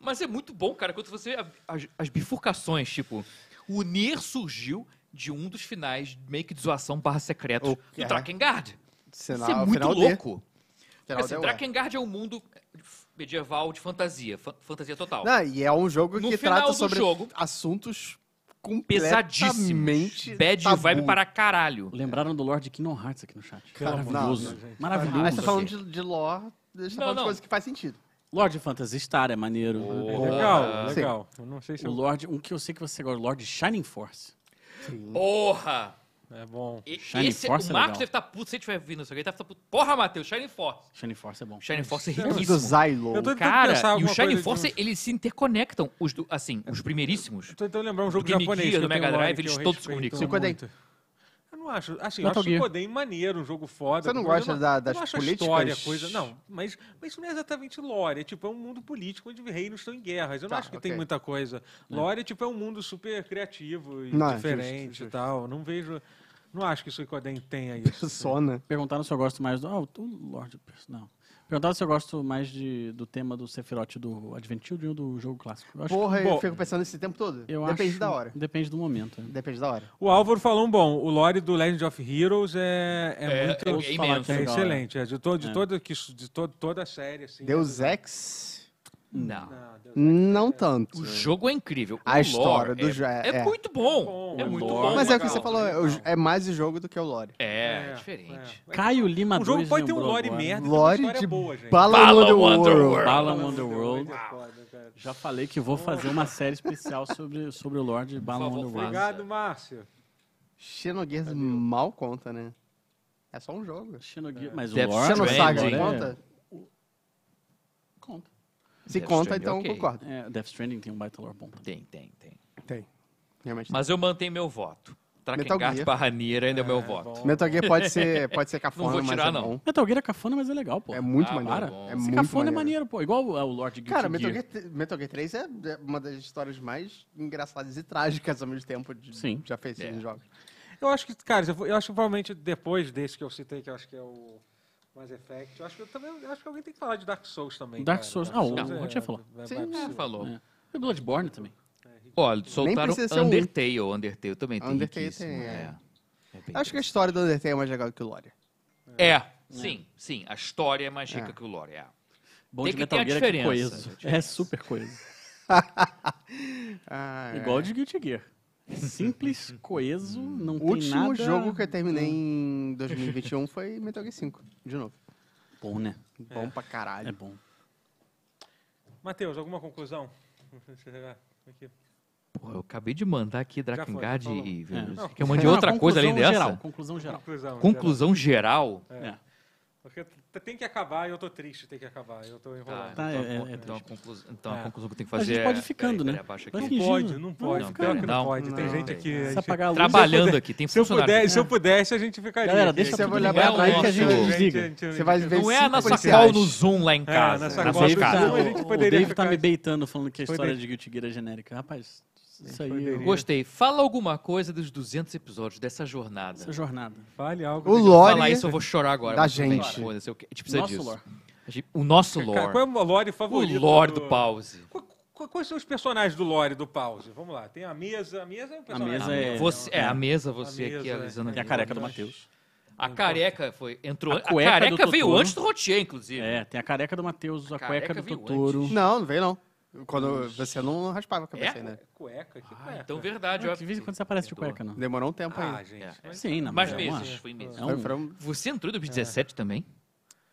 Speaker 2: Mas é muito bom, cara, quando você... As, as bifurcações, tipo... O Nier surgiu de um dos finais meio que de zoação barra secreto do
Speaker 5: é.
Speaker 2: Drakengard.
Speaker 5: Sinal,
Speaker 2: Isso é muito
Speaker 5: final D.
Speaker 2: louco.
Speaker 5: Final
Speaker 2: assim,
Speaker 5: D, ué.
Speaker 2: Drakengard é um mundo medieval de fantasia, fa- fantasia total.
Speaker 5: Não, e é um jogo
Speaker 2: No
Speaker 5: que
Speaker 2: final
Speaker 5: trata
Speaker 2: do
Speaker 5: sobre
Speaker 2: jogo-
Speaker 5: assuntos
Speaker 2: Pesadíssimo.
Speaker 5: completamente
Speaker 2: Bad
Speaker 5: tabu.
Speaker 2: vibe para caralho.
Speaker 4: Lembraram do Lord Kingdom Hearts aqui no chat.
Speaker 1: Cara,
Speaker 4: Maravilhoso.
Speaker 5: não,
Speaker 1: gente.
Speaker 4: Maravilhoso.
Speaker 5: Aí você tá falando de, de lore, você
Speaker 2: Não,
Speaker 5: tá falando
Speaker 2: não.
Speaker 5: de coisas que faz sentido.
Speaker 4: Lord Phantasy Star é maneiro.
Speaker 2: Boa.
Speaker 1: Legal,
Speaker 5: Sim.
Speaker 1: legal. Eu não sei se
Speaker 4: O
Speaker 1: eu-
Speaker 4: Lorde, um que eu sei que você gosta, Lord Shining Force.
Speaker 2: Porra!
Speaker 1: é bom.
Speaker 2: E-
Speaker 4: Shining
Speaker 2: esse-
Speaker 4: Force é
Speaker 2: o Marcos
Speaker 4: legal.
Speaker 2: deve estar puto se ele estiver vindo isso aqui. Ele deve estar puto. Porra, Matheus, Shining Force.
Speaker 4: Shining Force é bom.
Speaker 2: Shining Force é
Speaker 5: Lembra do
Speaker 2: riquíssimo.
Speaker 5: Xylo?
Speaker 1: Eu tô- pensar
Speaker 2: Cara, e o
Speaker 1: alguma
Speaker 2: Shining
Speaker 1: coisa de
Speaker 2: Force,
Speaker 1: uns-
Speaker 2: eles se interconectam, os, do- assim, os primeiríssimos.
Speaker 1: Eu tô tentando lembrar um jogo
Speaker 2: Do Game
Speaker 1: japonês.
Speaker 2: Gear,
Speaker 1: que
Speaker 2: do
Speaker 1: eu tenho
Speaker 2: Mega
Speaker 1: lore
Speaker 2: Drive,
Speaker 1: que eu
Speaker 2: eles todos se
Speaker 1: respeito
Speaker 2: comunicam.
Speaker 5: Suikoden.
Speaker 1: muito. Eu não acho. Assim, eu
Speaker 4: Metal
Speaker 1: acho
Speaker 4: Gear.
Speaker 1: Suikoden maneiro, um jogo foda.
Speaker 5: Você não
Speaker 1: mas eu
Speaker 5: gosta da-
Speaker 1: eu
Speaker 5: das
Speaker 1: não acho
Speaker 5: políticas?
Speaker 1: A história, coisa, não, mas, mas isso não é exatamente lore. É, tipo, é um mundo político onde reinos estão em guerras. Eu não
Speaker 5: Tá,
Speaker 1: acho que
Speaker 5: ok.
Speaker 1: tem muita coisa. Lore, tipo, é um mundo super criativo e
Speaker 5: Não, é
Speaker 1: diferente
Speaker 5: justo, justo.
Speaker 1: e tal. Não vejo... Não acho que Suikoden tenha isso.
Speaker 5: Persona.
Speaker 4: Perguntaram se eu gosto mais do. Ah, o- o Lord. Não. Perguntaram se eu gosto mais de, do tema do Sephiroth do Advent Children ou do jogo clássico. Eu acho que-
Speaker 5: Porra,
Speaker 1: Bom,
Speaker 5: eu fico pensando nesse tempo todo.
Speaker 4: eu
Speaker 5: Depende
Speaker 4: acho-
Speaker 5: da hora.
Speaker 4: Depende do momento. né?
Speaker 5: Depende da hora.
Speaker 1: O Álvaro falou um bom. O lore do Legend of Heroes é, é,
Speaker 2: É,
Speaker 1: muito...
Speaker 2: é
Speaker 4: Ouço falar que
Speaker 1: É
Speaker 2: legal,
Speaker 4: legal,
Speaker 1: excelente. É de, todo, de,
Speaker 4: É.
Speaker 1: Toda, que- de todo, toda a série, assim.
Speaker 5: Deus Ex?
Speaker 2: Não.
Speaker 1: Não, Deus
Speaker 5: Não tanto.
Speaker 2: O jogo é incrível. O
Speaker 5: A
Speaker 2: lore
Speaker 5: história do
Speaker 2: é,
Speaker 5: jo- é-
Speaker 2: é
Speaker 5: é.
Speaker 2: muito bom.
Speaker 1: É
Speaker 2: É
Speaker 1: bom,
Speaker 2: muito
Speaker 4: é
Speaker 2: bom.
Speaker 4: bom.
Speaker 5: Mas é o que
Speaker 1: legal,
Speaker 5: você falou,
Speaker 1: legal.
Speaker 5: é o j- é mais o jogo do que o lore.
Speaker 2: É, diferente.
Speaker 1: é.
Speaker 4: Caio Lima
Speaker 1: Um jogo
Speaker 4: 2
Speaker 1: pode ter um
Speaker 4: lembrou
Speaker 1: lore
Speaker 4: agora.
Speaker 1: merda, e ter uma
Speaker 5: Lore
Speaker 1: história
Speaker 5: de
Speaker 1: boa, gente.
Speaker 5: Bala
Speaker 2: Bala
Speaker 5: Wonder
Speaker 2: Wonderworld.
Speaker 5: World.
Speaker 4: Bala Wonderworld.
Speaker 1: É foda, cara.
Speaker 4: Já falei que vou fazer uma série especial sobre, sobre o Lorde Bala
Speaker 2: favor,
Speaker 4: Wonderworld.
Speaker 1: Obrigado, Márcio.
Speaker 5: Xenogears mal conta, né? É só um jogo.
Speaker 4: Xenogear- Mas o é-
Speaker 2: Deve
Speaker 4: Lore.
Speaker 2: ser no
Speaker 5: Xenosaga
Speaker 4: né?
Speaker 2: Stranding.
Speaker 5: né? conta?
Speaker 4: Conta.
Speaker 5: Se
Speaker 2: Death
Speaker 5: conta,
Speaker 2: Stranding,
Speaker 5: então
Speaker 2: ok.
Speaker 5: concordo.
Speaker 4: É, Death Stranding tem um baita lore bom.
Speaker 2: Tem, tem, tem.
Speaker 5: Tem. Realmente.
Speaker 2: Mas eu mantenho meu voto.
Speaker 5: Metal
Speaker 2: Drakengard
Speaker 5: Gear.
Speaker 2: Barranir ainda é o meu voto.
Speaker 1: bom.
Speaker 5: Metal Gear pode ser, pode ser
Speaker 2: Não
Speaker 5: cafona,
Speaker 2: vou tirar,
Speaker 5: mas é
Speaker 2: não.
Speaker 5: bom.
Speaker 4: Metal Gear é cafona, mas é legal, pô.
Speaker 5: É muito
Speaker 2: Ah,
Speaker 5: maneiro.
Speaker 2: bom.
Speaker 5: É
Speaker 4: Esse
Speaker 5: muito
Speaker 4: cafona é
Speaker 5: maneiro.
Speaker 4: maneiro, pô. Igual o, o Lord Guilty
Speaker 5: Cara, Metal
Speaker 4: Gear.
Speaker 5: Gear, Metal Gear 3 é é uma das histórias mais engraçadas e trágicas ao mesmo tempo de,
Speaker 4: Sim.
Speaker 5: já fez
Speaker 2: É.
Speaker 5: em jogos.
Speaker 1: Eu acho que, cara, eu vou- eu acho que provavelmente depois desse que eu citei, que eu acho que é o Mass Effect, eu acho que eu também eu acho que alguém tem que falar de Dark Souls também.
Speaker 4: Dark
Speaker 1: cara.
Speaker 4: Souls- ah, o- o Rotinha falou.
Speaker 1: É,
Speaker 5: Sim,
Speaker 1: é,
Speaker 5: né,
Speaker 2: Ah, falou.
Speaker 4: É. E Bloodborne também.
Speaker 2: Olha, soltaram
Speaker 5: precisa ser um.
Speaker 2: Undertale. Undertale também tem
Speaker 5: Undertale
Speaker 2: riquíssimo,
Speaker 5: tem,
Speaker 2: é.
Speaker 5: é.
Speaker 2: É bem
Speaker 5: Acho que a história do Undertale é mais legal que o Lore.
Speaker 2: interessante. É, sim, sim. A história é mais rica que o lore, é.
Speaker 4: Bom
Speaker 2: Tem
Speaker 4: de
Speaker 2: que
Speaker 4: Metal
Speaker 2: ter a
Speaker 4: Gear é que é
Speaker 2: diferença,
Speaker 4: coeso.
Speaker 2: a
Speaker 4: É super coeso.
Speaker 5: Ah,
Speaker 4: Igual o de Guilty Gear. Simples, coeso, não
Speaker 5: O
Speaker 4: tem
Speaker 5: último
Speaker 4: nada...
Speaker 5: jogo que eu terminei em 2021 foi Metal Gear 5, de novo.
Speaker 4: Bom, né?
Speaker 5: Bom pra caralho.
Speaker 4: É bom.
Speaker 1: Matheus, alguma conclusão? Deixa eu chegar aqui.
Speaker 2: Porra, eu acabei de mandar aqui
Speaker 1: foi,
Speaker 2: Drakengard
Speaker 1: falou.
Speaker 2: e...
Speaker 4: É.
Speaker 2: É.
Speaker 1: Não.
Speaker 2: Que eu mandei
Speaker 4: Não,
Speaker 2: outra coisa além
Speaker 4: conclusão
Speaker 2: dessa.
Speaker 4: geral, Conclusão geral.
Speaker 1: Conclusão.
Speaker 2: Conclusão geral.
Speaker 1: geral. É.
Speaker 4: É.
Speaker 1: Porque t- tem que acabar e eu tô triste, tem que acabar. Eu tô enrolando.
Speaker 4: Tá,
Speaker 2: então,
Speaker 4: é-
Speaker 2: a con-
Speaker 4: é-
Speaker 2: então,
Speaker 4: é
Speaker 2: a
Speaker 4: triste.
Speaker 2: conclusão, então a
Speaker 1: É.
Speaker 2: conclusão que eu tenho que
Speaker 4: A
Speaker 2: fazer
Speaker 4: gente pode
Speaker 2: é-
Speaker 4: ir
Speaker 2: peraí,
Speaker 4: ficando, né?
Speaker 2: Peraí, abaixa
Speaker 4: Vai
Speaker 1: Não
Speaker 2: aqui.
Speaker 4: fingindo.
Speaker 1: pode, não pode.
Speaker 4: Não,
Speaker 1: Pior que não
Speaker 2: não,
Speaker 1: pode. Tem
Speaker 5: não.
Speaker 1: gente
Speaker 4: Se
Speaker 1: aqui.
Speaker 4: apagar a luz... é-
Speaker 2: Trabalhando aqui, tem
Speaker 1: Se eu,
Speaker 2: funcionário.
Speaker 1: pudesse, se eu pudesse, a gente ficaria.
Speaker 4: Galera,
Speaker 1: aqui.
Speaker 4: deixa
Speaker 5: Você
Speaker 4: tudo
Speaker 5: vai olhar
Speaker 4: ligado
Speaker 2: pra
Speaker 4: aí
Speaker 2: trás
Speaker 4: que a gente
Speaker 2: nosso-
Speaker 4: desliga.
Speaker 5: Você vai ver
Speaker 2: Não é a
Speaker 5: cinco
Speaker 2: nossa
Speaker 5: policiais.
Speaker 2: call no Zoom
Speaker 4: É,
Speaker 2: lá em casa.
Speaker 1: nessa
Speaker 2: na
Speaker 4: O
Speaker 1: call
Speaker 2: sua
Speaker 1: do
Speaker 4: Dave,
Speaker 1: cara.
Speaker 4: tá,
Speaker 1: Zoom a gente
Speaker 4: o- o
Speaker 1: poderia
Speaker 4: Dave tá
Speaker 1: ficar-
Speaker 4: me beitando falando que a história
Speaker 1: Poderia.
Speaker 4: de Guilty Gear é genérica. Rapaz, isso aí...
Speaker 1: Poderia.
Speaker 4: eu-
Speaker 2: Gostei. Fala alguma coisa dos 200 episódios dessa jornada.
Speaker 4: Essa jornada.
Speaker 1: Fale algo.
Speaker 5: O
Speaker 1: legal.
Speaker 5: lore
Speaker 2: Falar isso, eu vou chorar agora.
Speaker 5: da
Speaker 2: mas tudo bem,
Speaker 5: gente.
Speaker 2: foda-se, eu que- A gente precisa
Speaker 4: Nosso
Speaker 2: disso.
Speaker 4: lore.
Speaker 2: A gente- O nosso
Speaker 1: Cara, qual é
Speaker 2: lore.
Speaker 1: o lore
Speaker 2: O
Speaker 1: favorito?
Speaker 2: lore do pause.
Speaker 1: Qu- qu- Quais são os personagens do lore do pause? Vamos lá, tem a mesa. A mesa é um personagem.
Speaker 4: mesa é-
Speaker 2: Você, é,
Speaker 4: é.
Speaker 2: a mesa, você
Speaker 1: A mesa,
Speaker 2: aqui,
Speaker 1: é.
Speaker 2: a Lisana.
Speaker 4: E a careca do Matheus.
Speaker 2: A
Speaker 1: Não
Speaker 2: careca foi. Entrou.
Speaker 4: A
Speaker 2: A,
Speaker 4: cueca do
Speaker 2: careca veio
Speaker 4: Totoro.
Speaker 2: antes do Rotier, inclusive.
Speaker 4: É, tem a careca do Matheus, a,
Speaker 2: careca
Speaker 4: cueca do
Speaker 2: veio
Speaker 4: Totoro.
Speaker 2: antes.
Speaker 5: Não, não veio não. Quando você não raspava a cabeça
Speaker 2: É?
Speaker 5: ainda.
Speaker 1: Cueca, que
Speaker 2: Ah,
Speaker 1: cueca?
Speaker 2: então verdade. ó.
Speaker 4: Ah, de vez em quando você aparece de cueca, não.
Speaker 5: Demorou um tempo
Speaker 1: Ah,
Speaker 5: ainda.
Speaker 1: gente. mas-
Speaker 4: Sim, não,
Speaker 2: Mais
Speaker 4: mas é uma-
Speaker 2: meses. Foi meses.
Speaker 4: é um-
Speaker 5: Foi pra um-
Speaker 2: Você entrou em 2017 também?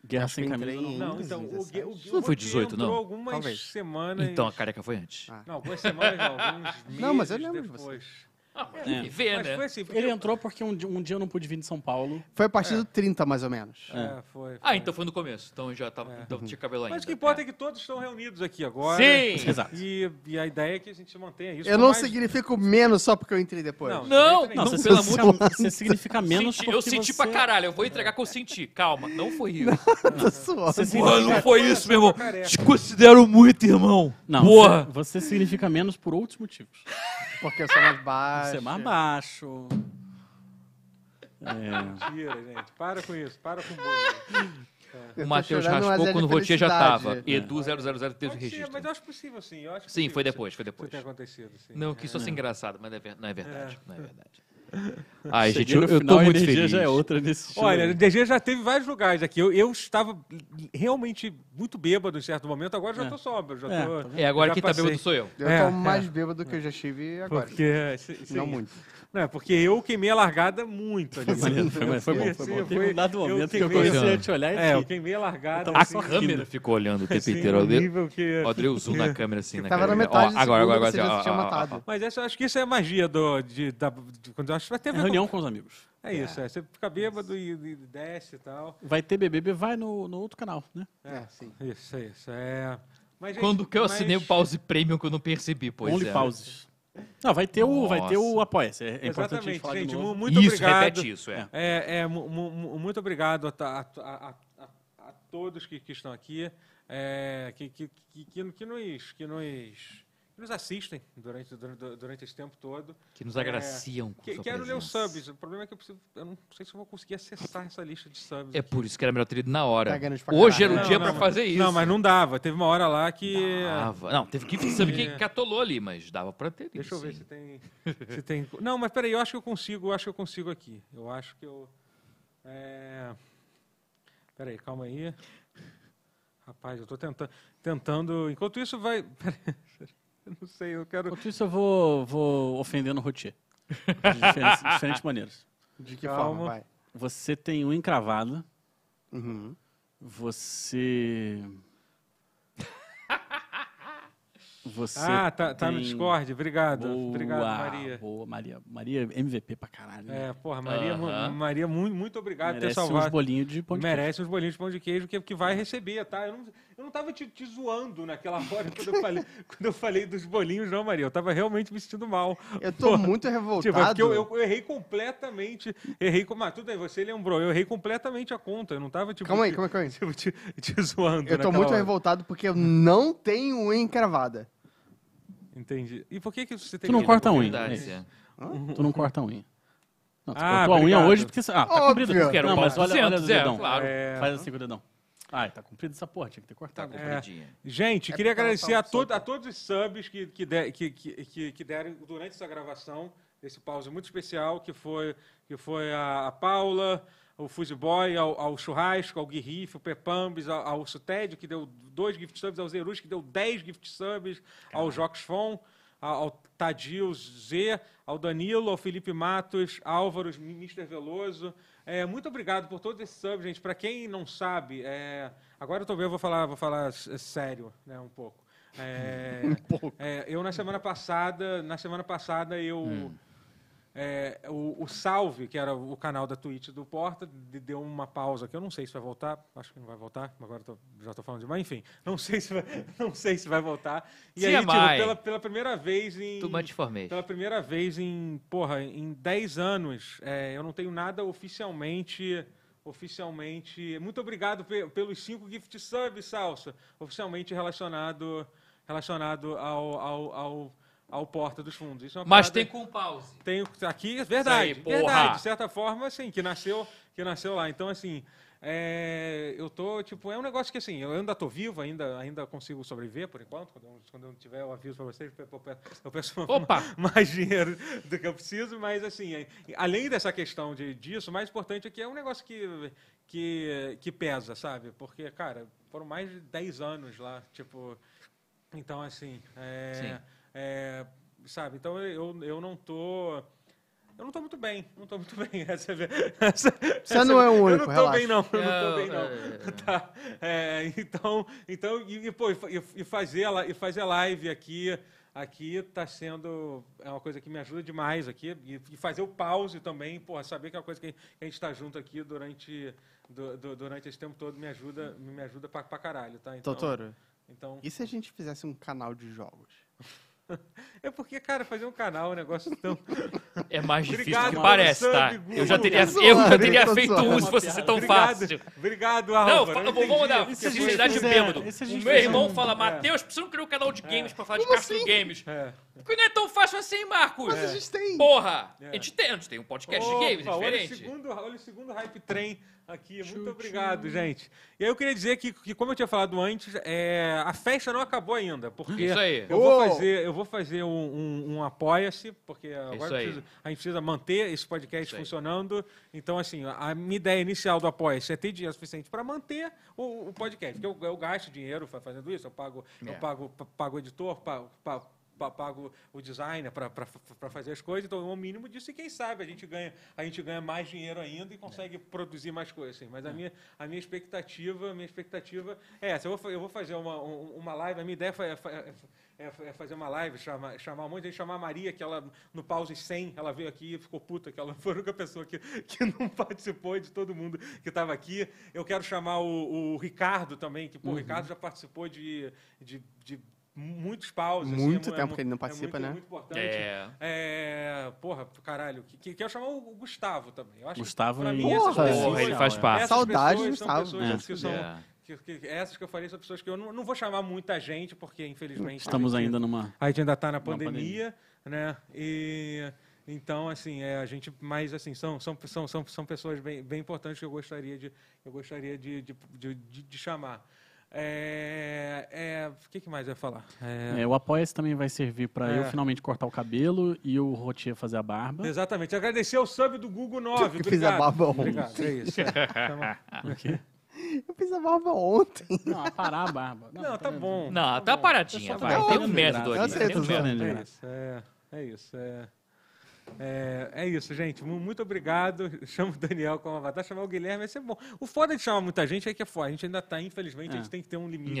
Speaker 4: Guerra
Speaker 5: Acho que
Speaker 4: sem
Speaker 5: eu
Speaker 4: camisa.
Speaker 5: entrei em-
Speaker 4: Não.
Speaker 1: Não, então, o, Gui- o, Gui-
Speaker 2: Isso não
Speaker 1: o
Speaker 2: foi
Speaker 1: Gui
Speaker 2: 18, não?
Speaker 1: entrou algumas
Speaker 5: Talvez.
Speaker 1: semanas...
Speaker 2: Então a careca foi antes.
Speaker 5: Ah.
Speaker 1: Não, algumas semanas não, uns meses
Speaker 5: Não, mas eu lembro de
Speaker 1: depois.
Speaker 2: Ah, mas
Speaker 4: É.
Speaker 2: que vê,
Speaker 1: Mas
Speaker 2: né?
Speaker 1: foi assim, porque...
Speaker 4: Ele entrou porque um, di- um dia eu não pude vir de São Paulo.
Speaker 5: Foi a
Speaker 2: É.
Speaker 5: partir do 30, mais ou menos.
Speaker 1: É, foi, foi.
Speaker 2: Ah, então foi no começo. Então eu já tava. Então tinha cabelo
Speaker 1: É.
Speaker 2: ainda.
Speaker 1: Mas o que importa é que todos estão reunidos aqui agora.
Speaker 2: Sim!
Speaker 4: Exato.
Speaker 1: E, e a ideia é que a gente mantenha isso.
Speaker 5: Eu
Speaker 1: por
Speaker 5: não
Speaker 1: mais-
Speaker 5: significo menos só porque eu entrei depois.
Speaker 1: Não.
Speaker 2: Não,
Speaker 1: Não,
Speaker 4: Não,
Speaker 2: não,
Speaker 4: você,
Speaker 2: pelo amor
Speaker 4: significa,
Speaker 2: de Deus.
Speaker 4: você significa menos
Speaker 2: Senti- eu
Speaker 4: porque
Speaker 2: senti
Speaker 4: você... é.
Speaker 2: pra caralho, eu vou entregar que eu senti. Calma, não foi isso.
Speaker 5: Tá suave.
Speaker 4: Você significa-
Speaker 2: Porra, não foi isso, meu irmão.
Speaker 1: Careca.
Speaker 2: Te considero muito, irmão.
Speaker 4: Não,
Speaker 2: Porra.
Speaker 4: você- Você significa menos por outros motivos.
Speaker 5: Porque eu sou mais baixo.
Speaker 4: Você é mais baixo. É,
Speaker 1: Mentira, gente. Para com isso. Para com o bullying.
Speaker 5: Eu
Speaker 4: tá
Speaker 2: O
Speaker 5: tô
Speaker 2: Matheus
Speaker 5: chorando, mas é
Speaker 2: raspou
Speaker 5: de
Speaker 2: quando o Rotier já tava.
Speaker 4: É.
Speaker 2: é
Speaker 5: felicidade.
Speaker 2: Edu000 teve
Speaker 1: Pode ser, mas é eu
Speaker 2: registro.
Speaker 1: acho possível, sim. Eu acho
Speaker 2: Sim,
Speaker 1: possível
Speaker 2: foi
Speaker 1: isso-
Speaker 2: depois, foi
Speaker 1: Isso
Speaker 2: depois.
Speaker 1: ter acontecido, sim.
Speaker 2: Não, que isso é engraçado, mas não é ver- não é verdade. Não é verdade. Ai,
Speaker 4: cheguei
Speaker 2: gente, eu,
Speaker 4: no
Speaker 2: eu
Speaker 4: final,
Speaker 2: tô
Speaker 4: a
Speaker 2: muito
Speaker 4: energia
Speaker 2: feliz.
Speaker 4: já é outra nesse show.
Speaker 1: Olha, o DG já teve vários lugares aqui. Eu, eu estava realmente muito bêbado em certo momento, agora já
Speaker 4: É.
Speaker 1: estou sóbrio. Já
Speaker 4: É,
Speaker 1: tô-
Speaker 4: tá
Speaker 5: né?
Speaker 2: É, agora
Speaker 1: já
Speaker 2: quem tá
Speaker 1: passei.
Speaker 2: bêbado sou eu.
Speaker 5: Eu
Speaker 1: É,
Speaker 5: tô
Speaker 1: é.
Speaker 5: mais bêbado do que eu já estive agora.
Speaker 1: Porque, se- sim.
Speaker 5: Não muito.
Speaker 1: Não, é porque eu queimei a largada muito. ali.
Speaker 4: maneiro, foi maneiro, foi bom, foi bom.
Speaker 1: Eu
Speaker 4: Teve um dado momento que eu Então,
Speaker 1: queimei-
Speaker 4: comecei a te olhar e
Speaker 1: É, eu
Speaker 4: ri.
Speaker 1: queimei a largada.
Speaker 2: A
Speaker 1: assim,
Speaker 2: câmera ficou olhando o tempo
Speaker 1: assim,
Speaker 2: inteiro.
Speaker 1: num
Speaker 2: Eu dei-
Speaker 1: nível que-
Speaker 2: Ó, deu zoom na câmera assim, né?
Speaker 5: Tava
Speaker 2: cara?
Speaker 5: na metade
Speaker 2: Ó,
Speaker 5: do
Speaker 2: agora,
Speaker 5: segundo,
Speaker 2: agora, agora.
Speaker 5: você já se tinha
Speaker 2: ó, ó, ó, ó.
Speaker 5: matado.
Speaker 1: Mas essa, eu acho que isso é a magia do. De, da, de- quando eu acho que vai ter a
Speaker 4: É
Speaker 1: ver com-
Speaker 4: reunião com os amigos.
Speaker 1: É isso, é. Você fica bêbado e, e desce e tal.
Speaker 4: Vai ter BBB, vai no, no outro canal, né?
Speaker 5: É, sim.
Speaker 1: Isso, é isso. É. Mas, gente,
Speaker 2: Quando que eu
Speaker 1: mas-
Speaker 2: assinei o pause premium que eu não percebi, pois
Speaker 4: Only
Speaker 2: é.
Speaker 4: pauses. Não, vai ter o, vai ter o
Speaker 2: Nossa.
Speaker 4: Apoia-se. É importante a
Speaker 1: Exatamente,
Speaker 4: gente falar
Speaker 1: gente.
Speaker 4: de
Speaker 1: mu-
Speaker 4: novo.
Speaker 1: Muito
Speaker 2: isso,
Speaker 1: obrigado.
Speaker 2: repete isso, é.
Speaker 1: É, é, mu- mu- mu- muito obrigado a, ta- a- a- a- a todos que, que estão aqui, é, que, que, que, que, que nos, que, nos, que nos assistem durante, durante, durante esse tempo todo.
Speaker 2: Que nos agraciam com
Speaker 1: Que-
Speaker 2: sua
Speaker 1: quero ler os
Speaker 2: presença.
Speaker 1: subs. O problema é que eu, preciso, eu não sei se eu vou conseguir acessar essa lista de subs.
Speaker 2: É por isso que era melhor ter ido na hora.
Speaker 5: Tá grande pra
Speaker 2: Hoje era
Speaker 5: caralho.
Speaker 2: o
Speaker 1: Não,
Speaker 2: dia
Speaker 1: não,
Speaker 2: pra
Speaker 1: mas-
Speaker 2: fazer isso.
Speaker 1: Não, mas não dava. Teve uma hora lá que. É.
Speaker 2: Dava. Não, teve que saber quem catolou ali, mas dava pra ter
Speaker 1: Deixa
Speaker 2: isso.
Speaker 1: eu ver
Speaker 2: sim.
Speaker 1: se tem, se tem. Não, mas peraí, eu acho que eu consigo, eu acho que eu consigo aqui. Eu acho que eu. É... Peraí, calma aí. Rapaz, eu tô tentando. tentando... Enquanto isso, vai. peraí, eu não sei, eu quero.
Speaker 4: Enquanto isso, eu vou, vou ofendendo o Rotier. De diferentes, diferentes maneiras.
Speaker 5: De que
Speaker 1: Calma.
Speaker 5: forma, vai?
Speaker 4: Você tem o encravado.
Speaker 5: Uhum.
Speaker 4: Você. Você.
Speaker 1: Ah, tá, tá no
Speaker 4: tem-
Speaker 1: Discord. Obrigado.
Speaker 4: Boa,
Speaker 1: Obrigado, Maria.
Speaker 4: Boa, Maria. Maria é MVP pra caralho. né?
Speaker 1: É, porra, Maria, mu-
Speaker 2: Aham.
Speaker 1: Maria muito, muito obrigado por ter
Speaker 4: Merece uns
Speaker 1: salvado.
Speaker 4: bolinhos de pão de queijo.
Speaker 1: merece uns bolinhos de pão de queijo que, que vai receber, tá? Eu não, eu não tava te, te zoando naquela hora quando eu, falei, quando eu falei dos bolinhos, não, Maria. Eu tava realmente me sentindo mal.
Speaker 5: Eu tô
Speaker 1: Porra.
Speaker 5: muito
Speaker 1: Tipo, é
Speaker 5: revoltado.
Speaker 1: porque eu, eu- eu errei completamente. Errei com. Mas tudo bem, você lembrou. Eu errei completamente a conta. Eu não tava, tipo.
Speaker 5: Calma aí,
Speaker 1: te-
Speaker 5: calma aí, calma aí.
Speaker 1: Tipo, te, te zoando.
Speaker 5: Eu tô
Speaker 1: naquela
Speaker 5: muito
Speaker 1: hora.
Speaker 5: revoltado porque eu não tenho unha encravada.
Speaker 1: Entendi. E por que, que você tem
Speaker 4: Tu não
Speaker 1: que-
Speaker 4: corta a unha.
Speaker 2: Verdade,
Speaker 4: é
Speaker 2: é.
Speaker 4: isso. Tu não corta a unha. Não, tu
Speaker 1: Ah,
Speaker 4: cortou a unha
Speaker 1: obrigado.
Speaker 4: hoje porque. Ah, tá
Speaker 5: Óbvio.
Speaker 4: comprido.
Speaker 5: Quero
Speaker 4: Não,
Speaker 2: pau
Speaker 4: mas olha, olha o
Speaker 2: 200, é,
Speaker 4: dedão.
Speaker 2: claro.
Speaker 1: É.
Speaker 4: Faz assim com o dedão. Ai, tá comprido essa porra, tinha que ter
Speaker 2: Tá
Speaker 4: cortado.
Speaker 2: compridinha.
Speaker 1: Gente,
Speaker 5: É
Speaker 1: queria
Speaker 5: porque ela
Speaker 1: agradecer
Speaker 5: tá
Speaker 1: a, todo,
Speaker 5: solta.
Speaker 1: a todos os subs que, que, de- que- que- que- que deram durante essa gravação, desse pause muito especial, que foi, que foi a, a Paula, ao Fuzzy Boy, ao, ao Churrasco, ao Guirrif, ao Pepambis, ao, ao Sutédio, que deu dois gift subs, ao Zerus, que deu dez gift subs, ao Jox Fon, a- ao Tadil Z, ao Danilo, ao Felipe Matos, Álvaro, Mr. Veloso. É, muito obrigado por todos esses subs, gente. Para quem não sabe, é, agora eu tô bem, eu vou falar, vou falar s- sério, né, um pouco. É,
Speaker 2: Um
Speaker 1: é, eu na semana passada, na semana passada eu
Speaker 2: Hum.
Speaker 1: é, o, o Salve, que era o canal da Twitch do Porta, de- deu uma pausa que eu não sei se vai voltar, acho que não vai voltar, agora eu tô- já estou falando demais, enfim, não sei se vai, não sei se vai voltar. E aí, tipo,
Speaker 2: TMI.
Speaker 1: pela, pela primeira vez em.
Speaker 2: é Too much
Speaker 1: Pela
Speaker 2: information.
Speaker 1: primeira vez em, porra, em 10 anos, é, eu não tenho nada oficialmente. Oficialmente. Muito obrigado pe- pelos cinco gift subs, Salsa. Oficialmente relacionado, relacionado ao, ao, ao, ao Porta dos Fundos. Isso é uma
Speaker 2: Mas
Speaker 1: parada-
Speaker 2: tem com pause.
Speaker 1: tem aqui, é verdade,
Speaker 2: Isso aí, porra.
Speaker 1: verdade, de certa forma, assim, que nasceu, que nasceu lá. Então, assim, é, eu tô, tipo, é um negócio que assim, eu ainda tô vivo, ainda, ainda consigo sobreviver por enquanto. Quando eu, quando eu tiver o aviso para vocês, eu pe- eu peço
Speaker 2: Opa!
Speaker 1: mais dinheiro do que eu preciso, mas assim, é- além dessa questão de, disso, o mais importante é que é um negócio que, que, que pesa, sabe? Porque, cara, foram mais de 10 anos lá, tipo. Então, assim. é-
Speaker 2: Sim.
Speaker 1: é, sabe, então eu, eu não tô. Eu não tô muito bem, não tô muito bem. Essa, é a- essa- essa-
Speaker 5: não é o único,
Speaker 1: Eu não tô
Speaker 5: relaxa.
Speaker 1: bem, não. Eu não tô bem, não.
Speaker 2: É,
Speaker 1: Tá. É, então, então e, e, pô, e fa- e, e fazer, la- e fazer live aqui, aqui tá sendo é uma coisa que me ajuda demais aqui. E, e fazer o pause também, porra, saber que é uma coisa que a gente tá junto aqui durante, du- du- durante esse tempo todo me ajuda, me ajuda pra, pra caralho, tá? Então,
Speaker 5: Totoro,
Speaker 1: Então,
Speaker 5: e se a gente fizesse um canal de jogos?
Speaker 1: é porque, cara, fazer um canal é um negócio tão.
Speaker 2: É mais difícil
Speaker 1: Obrigado
Speaker 2: do que
Speaker 1: pelo
Speaker 2: parece,
Speaker 1: sub,
Speaker 2: tá?
Speaker 1: Google.
Speaker 2: Eu já teria,
Speaker 5: Tô
Speaker 2: eu já
Speaker 5: zoando,
Speaker 2: teria
Speaker 5: tô
Speaker 2: feito
Speaker 5: zoando.
Speaker 2: um se fosse ser tão
Speaker 1: Obrigado,
Speaker 2: fácil.
Speaker 1: Obrigado,
Speaker 2: Não,
Speaker 1: Álvaro.
Speaker 2: fa-
Speaker 1: eu
Speaker 2: vamos
Speaker 1: entendi. é
Speaker 2: dar
Speaker 4: E se a gente
Speaker 2: sinceridade de
Speaker 4: fizer-
Speaker 2: é bêbado.
Speaker 4: e se a
Speaker 2: O
Speaker 4: gente
Speaker 2: meu
Speaker 4: fizer
Speaker 2: irmão
Speaker 4: um-
Speaker 2: fala, Matheus, precisa criar um canal de games pra falar de
Speaker 5: Como
Speaker 2: Castro
Speaker 5: assim?
Speaker 2: Games.
Speaker 1: É.
Speaker 2: Porque não é tão fácil assim, Marcos.
Speaker 5: Mas a gente tem.
Speaker 2: Porra!
Speaker 1: É.
Speaker 2: A gente tem, a gente tem um podcast
Speaker 1: Opa,
Speaker 2: de games, é
Speaker 1: olha, o
Speaker 2: diferente.
Speaker 1: segundo, olha o segundo hype trem aqui. É Muito obrigado, gente. E aí eu queria dizer que, que como eu tinha falado antes, é, a festa não acabou ainda, porque
Speaker 2: Isso aí.
Speaker 1: eu vou
Speaker 5: Uou!
Speaker 1: fazer, eu vou fazer um, um- um apoia-se, porque é
Speaker 2: Isso
Speaker 1: agora
Speaker 2: aí.
Speaker 1: precisa- a gente precisa manter esse podcast
Speaker 2: Isso aí.
Speaker 1: funcionando. Então, assim, a minha ideia inicial do apoia-se é ter dinheiro suficiente para manter o, o podcast. Porque eu, eu gasto dinheiro fa- fazendo isso, eu pago,
Speaker 2: É.
Speaker 1: eu pago, pa- pago o editor, pago. pa- pa- pago o designer para fazer as coisas, então é o mínimo disso e quem sabe a gente ganha, a gente ganha mais dinheiro ainda
Speaker 2: É.
Speaker 1: e consegue produzir mais coisas. assim. Mas a, minha, a minha expectativa, a minha expectativa é essa. Eu vou, fa- eu vou fazer uma, um- uma live, a minha ideia foi, é, fa- é fazer uma live, chamar, chamar um monte de gente, chamar a Maria, que ela, no pause 100, ela veio aqui e ficou puta, que ela foi a única pessoa que, que não participou de todo mundo que estava aqui. Eu quero chamar o, o Ricardo também, que, pô, o
Speaker 5: Uhum.
Speaker 1: Ricardo já participou de, de, de muitos pauses.
Speaker 5: Muito
Speaker 1: mu-
Speaker 5: tempo
Speaker 1: mu- é
Speaker 5: que ele não participa,
Speaker 1: muito,
Speaker 5: né?
Speaker 1: muito importante.
Speaker 2: É.
Speaker 1: É, porra, caralho, que, que, quero chamar o Gustavo também. Eu acho que,
Speaker 4: Gustavo
Speaker 1: pra
Speaker 4: é
Speaker 1: mim, essas
Speaker 5: Porra,
Speaker 1: pessoas-
Speaker 2: Porra, ele faz parte.
Speaker 1: essas
Speaker 5: Saudades
Speaker 1: pessoas
Speaker 5: do
Speaker 1: são
Speaker 5: Gustavo.
Speaker 1: pessoas
Speaker 4: É.
Speaker 1: que são-
Speaker 2: É.
Speaker 1: que- que- essas que eu falei são pessoas que eu não, não vou chamar muita gente, porque infelizmente.
Speaker 4: Estamos
Speaker 1: a gente-
Speaker 4: ainda numa.
Speaker 1: A gente ainda está na pandemia,
Speaker 4: pandemia.
Speaker 1: né? E. Então, assim, é, a gente, mas assim, são, são, são, são, são pessoas bem, bem importantes que eu gostaria de, eu gostaria de, de, de, de- de chamar. É, é, o que, que mais eu ia falar? É,
Speaker 4: É, o Apoia-se também vai servir pra
Speaker 1: É.
Speaker 4: eu finalmente cortar o cabelo e o Rotier fazer a barba.
Speaker 1: Exatamente. Agradecer ao sub do Google 9.
Speaker 5: que fiz a
Speaker 1: Obrigado.
Speaker 5: barba ontem.
Speaker 1: Obrigado. É isso. é. Tá bom.
Speaker 4: Ok?
Speaker 5: Eu fiz a barba ontem.
Speaker 4: Não, aparar a barba.
Speaker 1: Não, tá bom.
Speaker 2: Não, tá
Speaker 1: bom.
Speaker 2: paradinha,
Speaker 1: Eu só tô
Speaker 2: vai.
Speaker 1: dando-
Speaker 2: Tem
Speaker 4: uma
Speaker 2: um método
Speaker 4: lembrada.
Speaker 2: ali.
Speaker 5: Eu sei,
Speaker 2: Tem um
Speaker 5: tô zoando.
Speaker 2: método.
Speaker 4: Né,
Speaker 1: É
Speaker 4: galera?
Speaker 1: isso. É, é isso. É, é, é isso, gente. Mu- Muito obrigado. Chama o Daniel como avatar. Chamar o Guilherme vai ser bom. O foda de chamar muita gente é que é foda. A gente ainda tá, infelizmente, a gente
Speaker 4: É.
Speaker 1: tem que ter um limite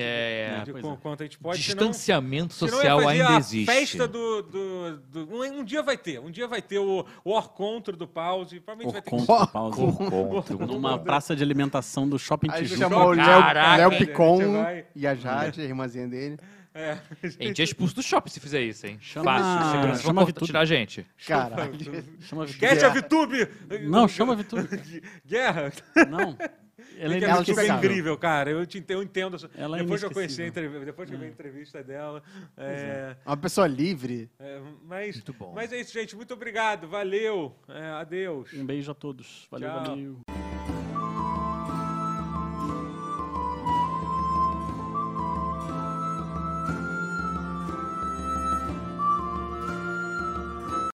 Speaker 1: de-
Speaker 2: É,
Speaker 4: é.
Speaker 1: de
Speaker 4: Pois
Speaker 1: qu-
Speaker 4: é.
Speaker 1: quanto a gente pode. senão-
Speaker 2: Distanciamento
Speaker 1: senão ia
Speaker 2: social
Speaker 1: fazer
Speaker 2: ainda
Speaker 1: a
Speaker 2: existe.
Speaker 1: festa do... do, do- um, um dia vai ter. Um dia vai ter o, o Orcontro do Pause. Provavelmente vai
Speaker 4: Por
Speaker 1: ter
Speaker 4: conta do pause.
Speaker 2: Encontro.
Speaker 4: Numa praça de alimentação do shopping
Speaker 5: Aí
Speaker 4: Tijuca.
Speaker 5: chamou o Léo,
Speaker 2: Caraca,
Speaker 5: Léo
Speaker 1: velho,
Speaker 5: Picon
Speaker 1: a gente vai-
Speaker 5: e a Jade, a irmãzinha dele.
Speaker 1: É.
Speaker 2: A gente é expulso do shopping se fizer isso, hein?
Speaker 4: Chama-
Speaker 2: Fácil. Segurança
Speaker 4: chama
Speaker 2: vai
Speaker 4: a
Speaker 2: cortar-
Speaker 4: Vitube.
Speaker 2: tirar a gente.
Speaker 5: Caralho.
Speaker 4: Chama a Vitube.
Speaker 1: Esquece a VTube!
Speaker 4: Não, chama a Vitube.
Speaker 1: Guerra!
Speaker 4: Não. Ela é
Speaker 1: Porque a
Speaker 5: ela
Speaker 1: VTube é
Speaker 5: inesquecível.
Speaker 1: incrível, cara. Eu, te, eu entendo.
Speaker 4: Ela é
Speaker 1: depois que eu conheci a
Speaker 4: inesquecível.
Speaker 1: entrevista, depois que eu vi a entrevista dela. É,
Speaker 5: Uma pessoa livre.
Speaker 1: é, mas,
Speaker 2: Muito bom.
Speaker 1: mas é isso, gente. Muito obrigado. Valeu. É, adeus.
Speaker 4: Um beijo a todos. Valeu,
Speaker 1: Tchau.
Speaker 4: valeu.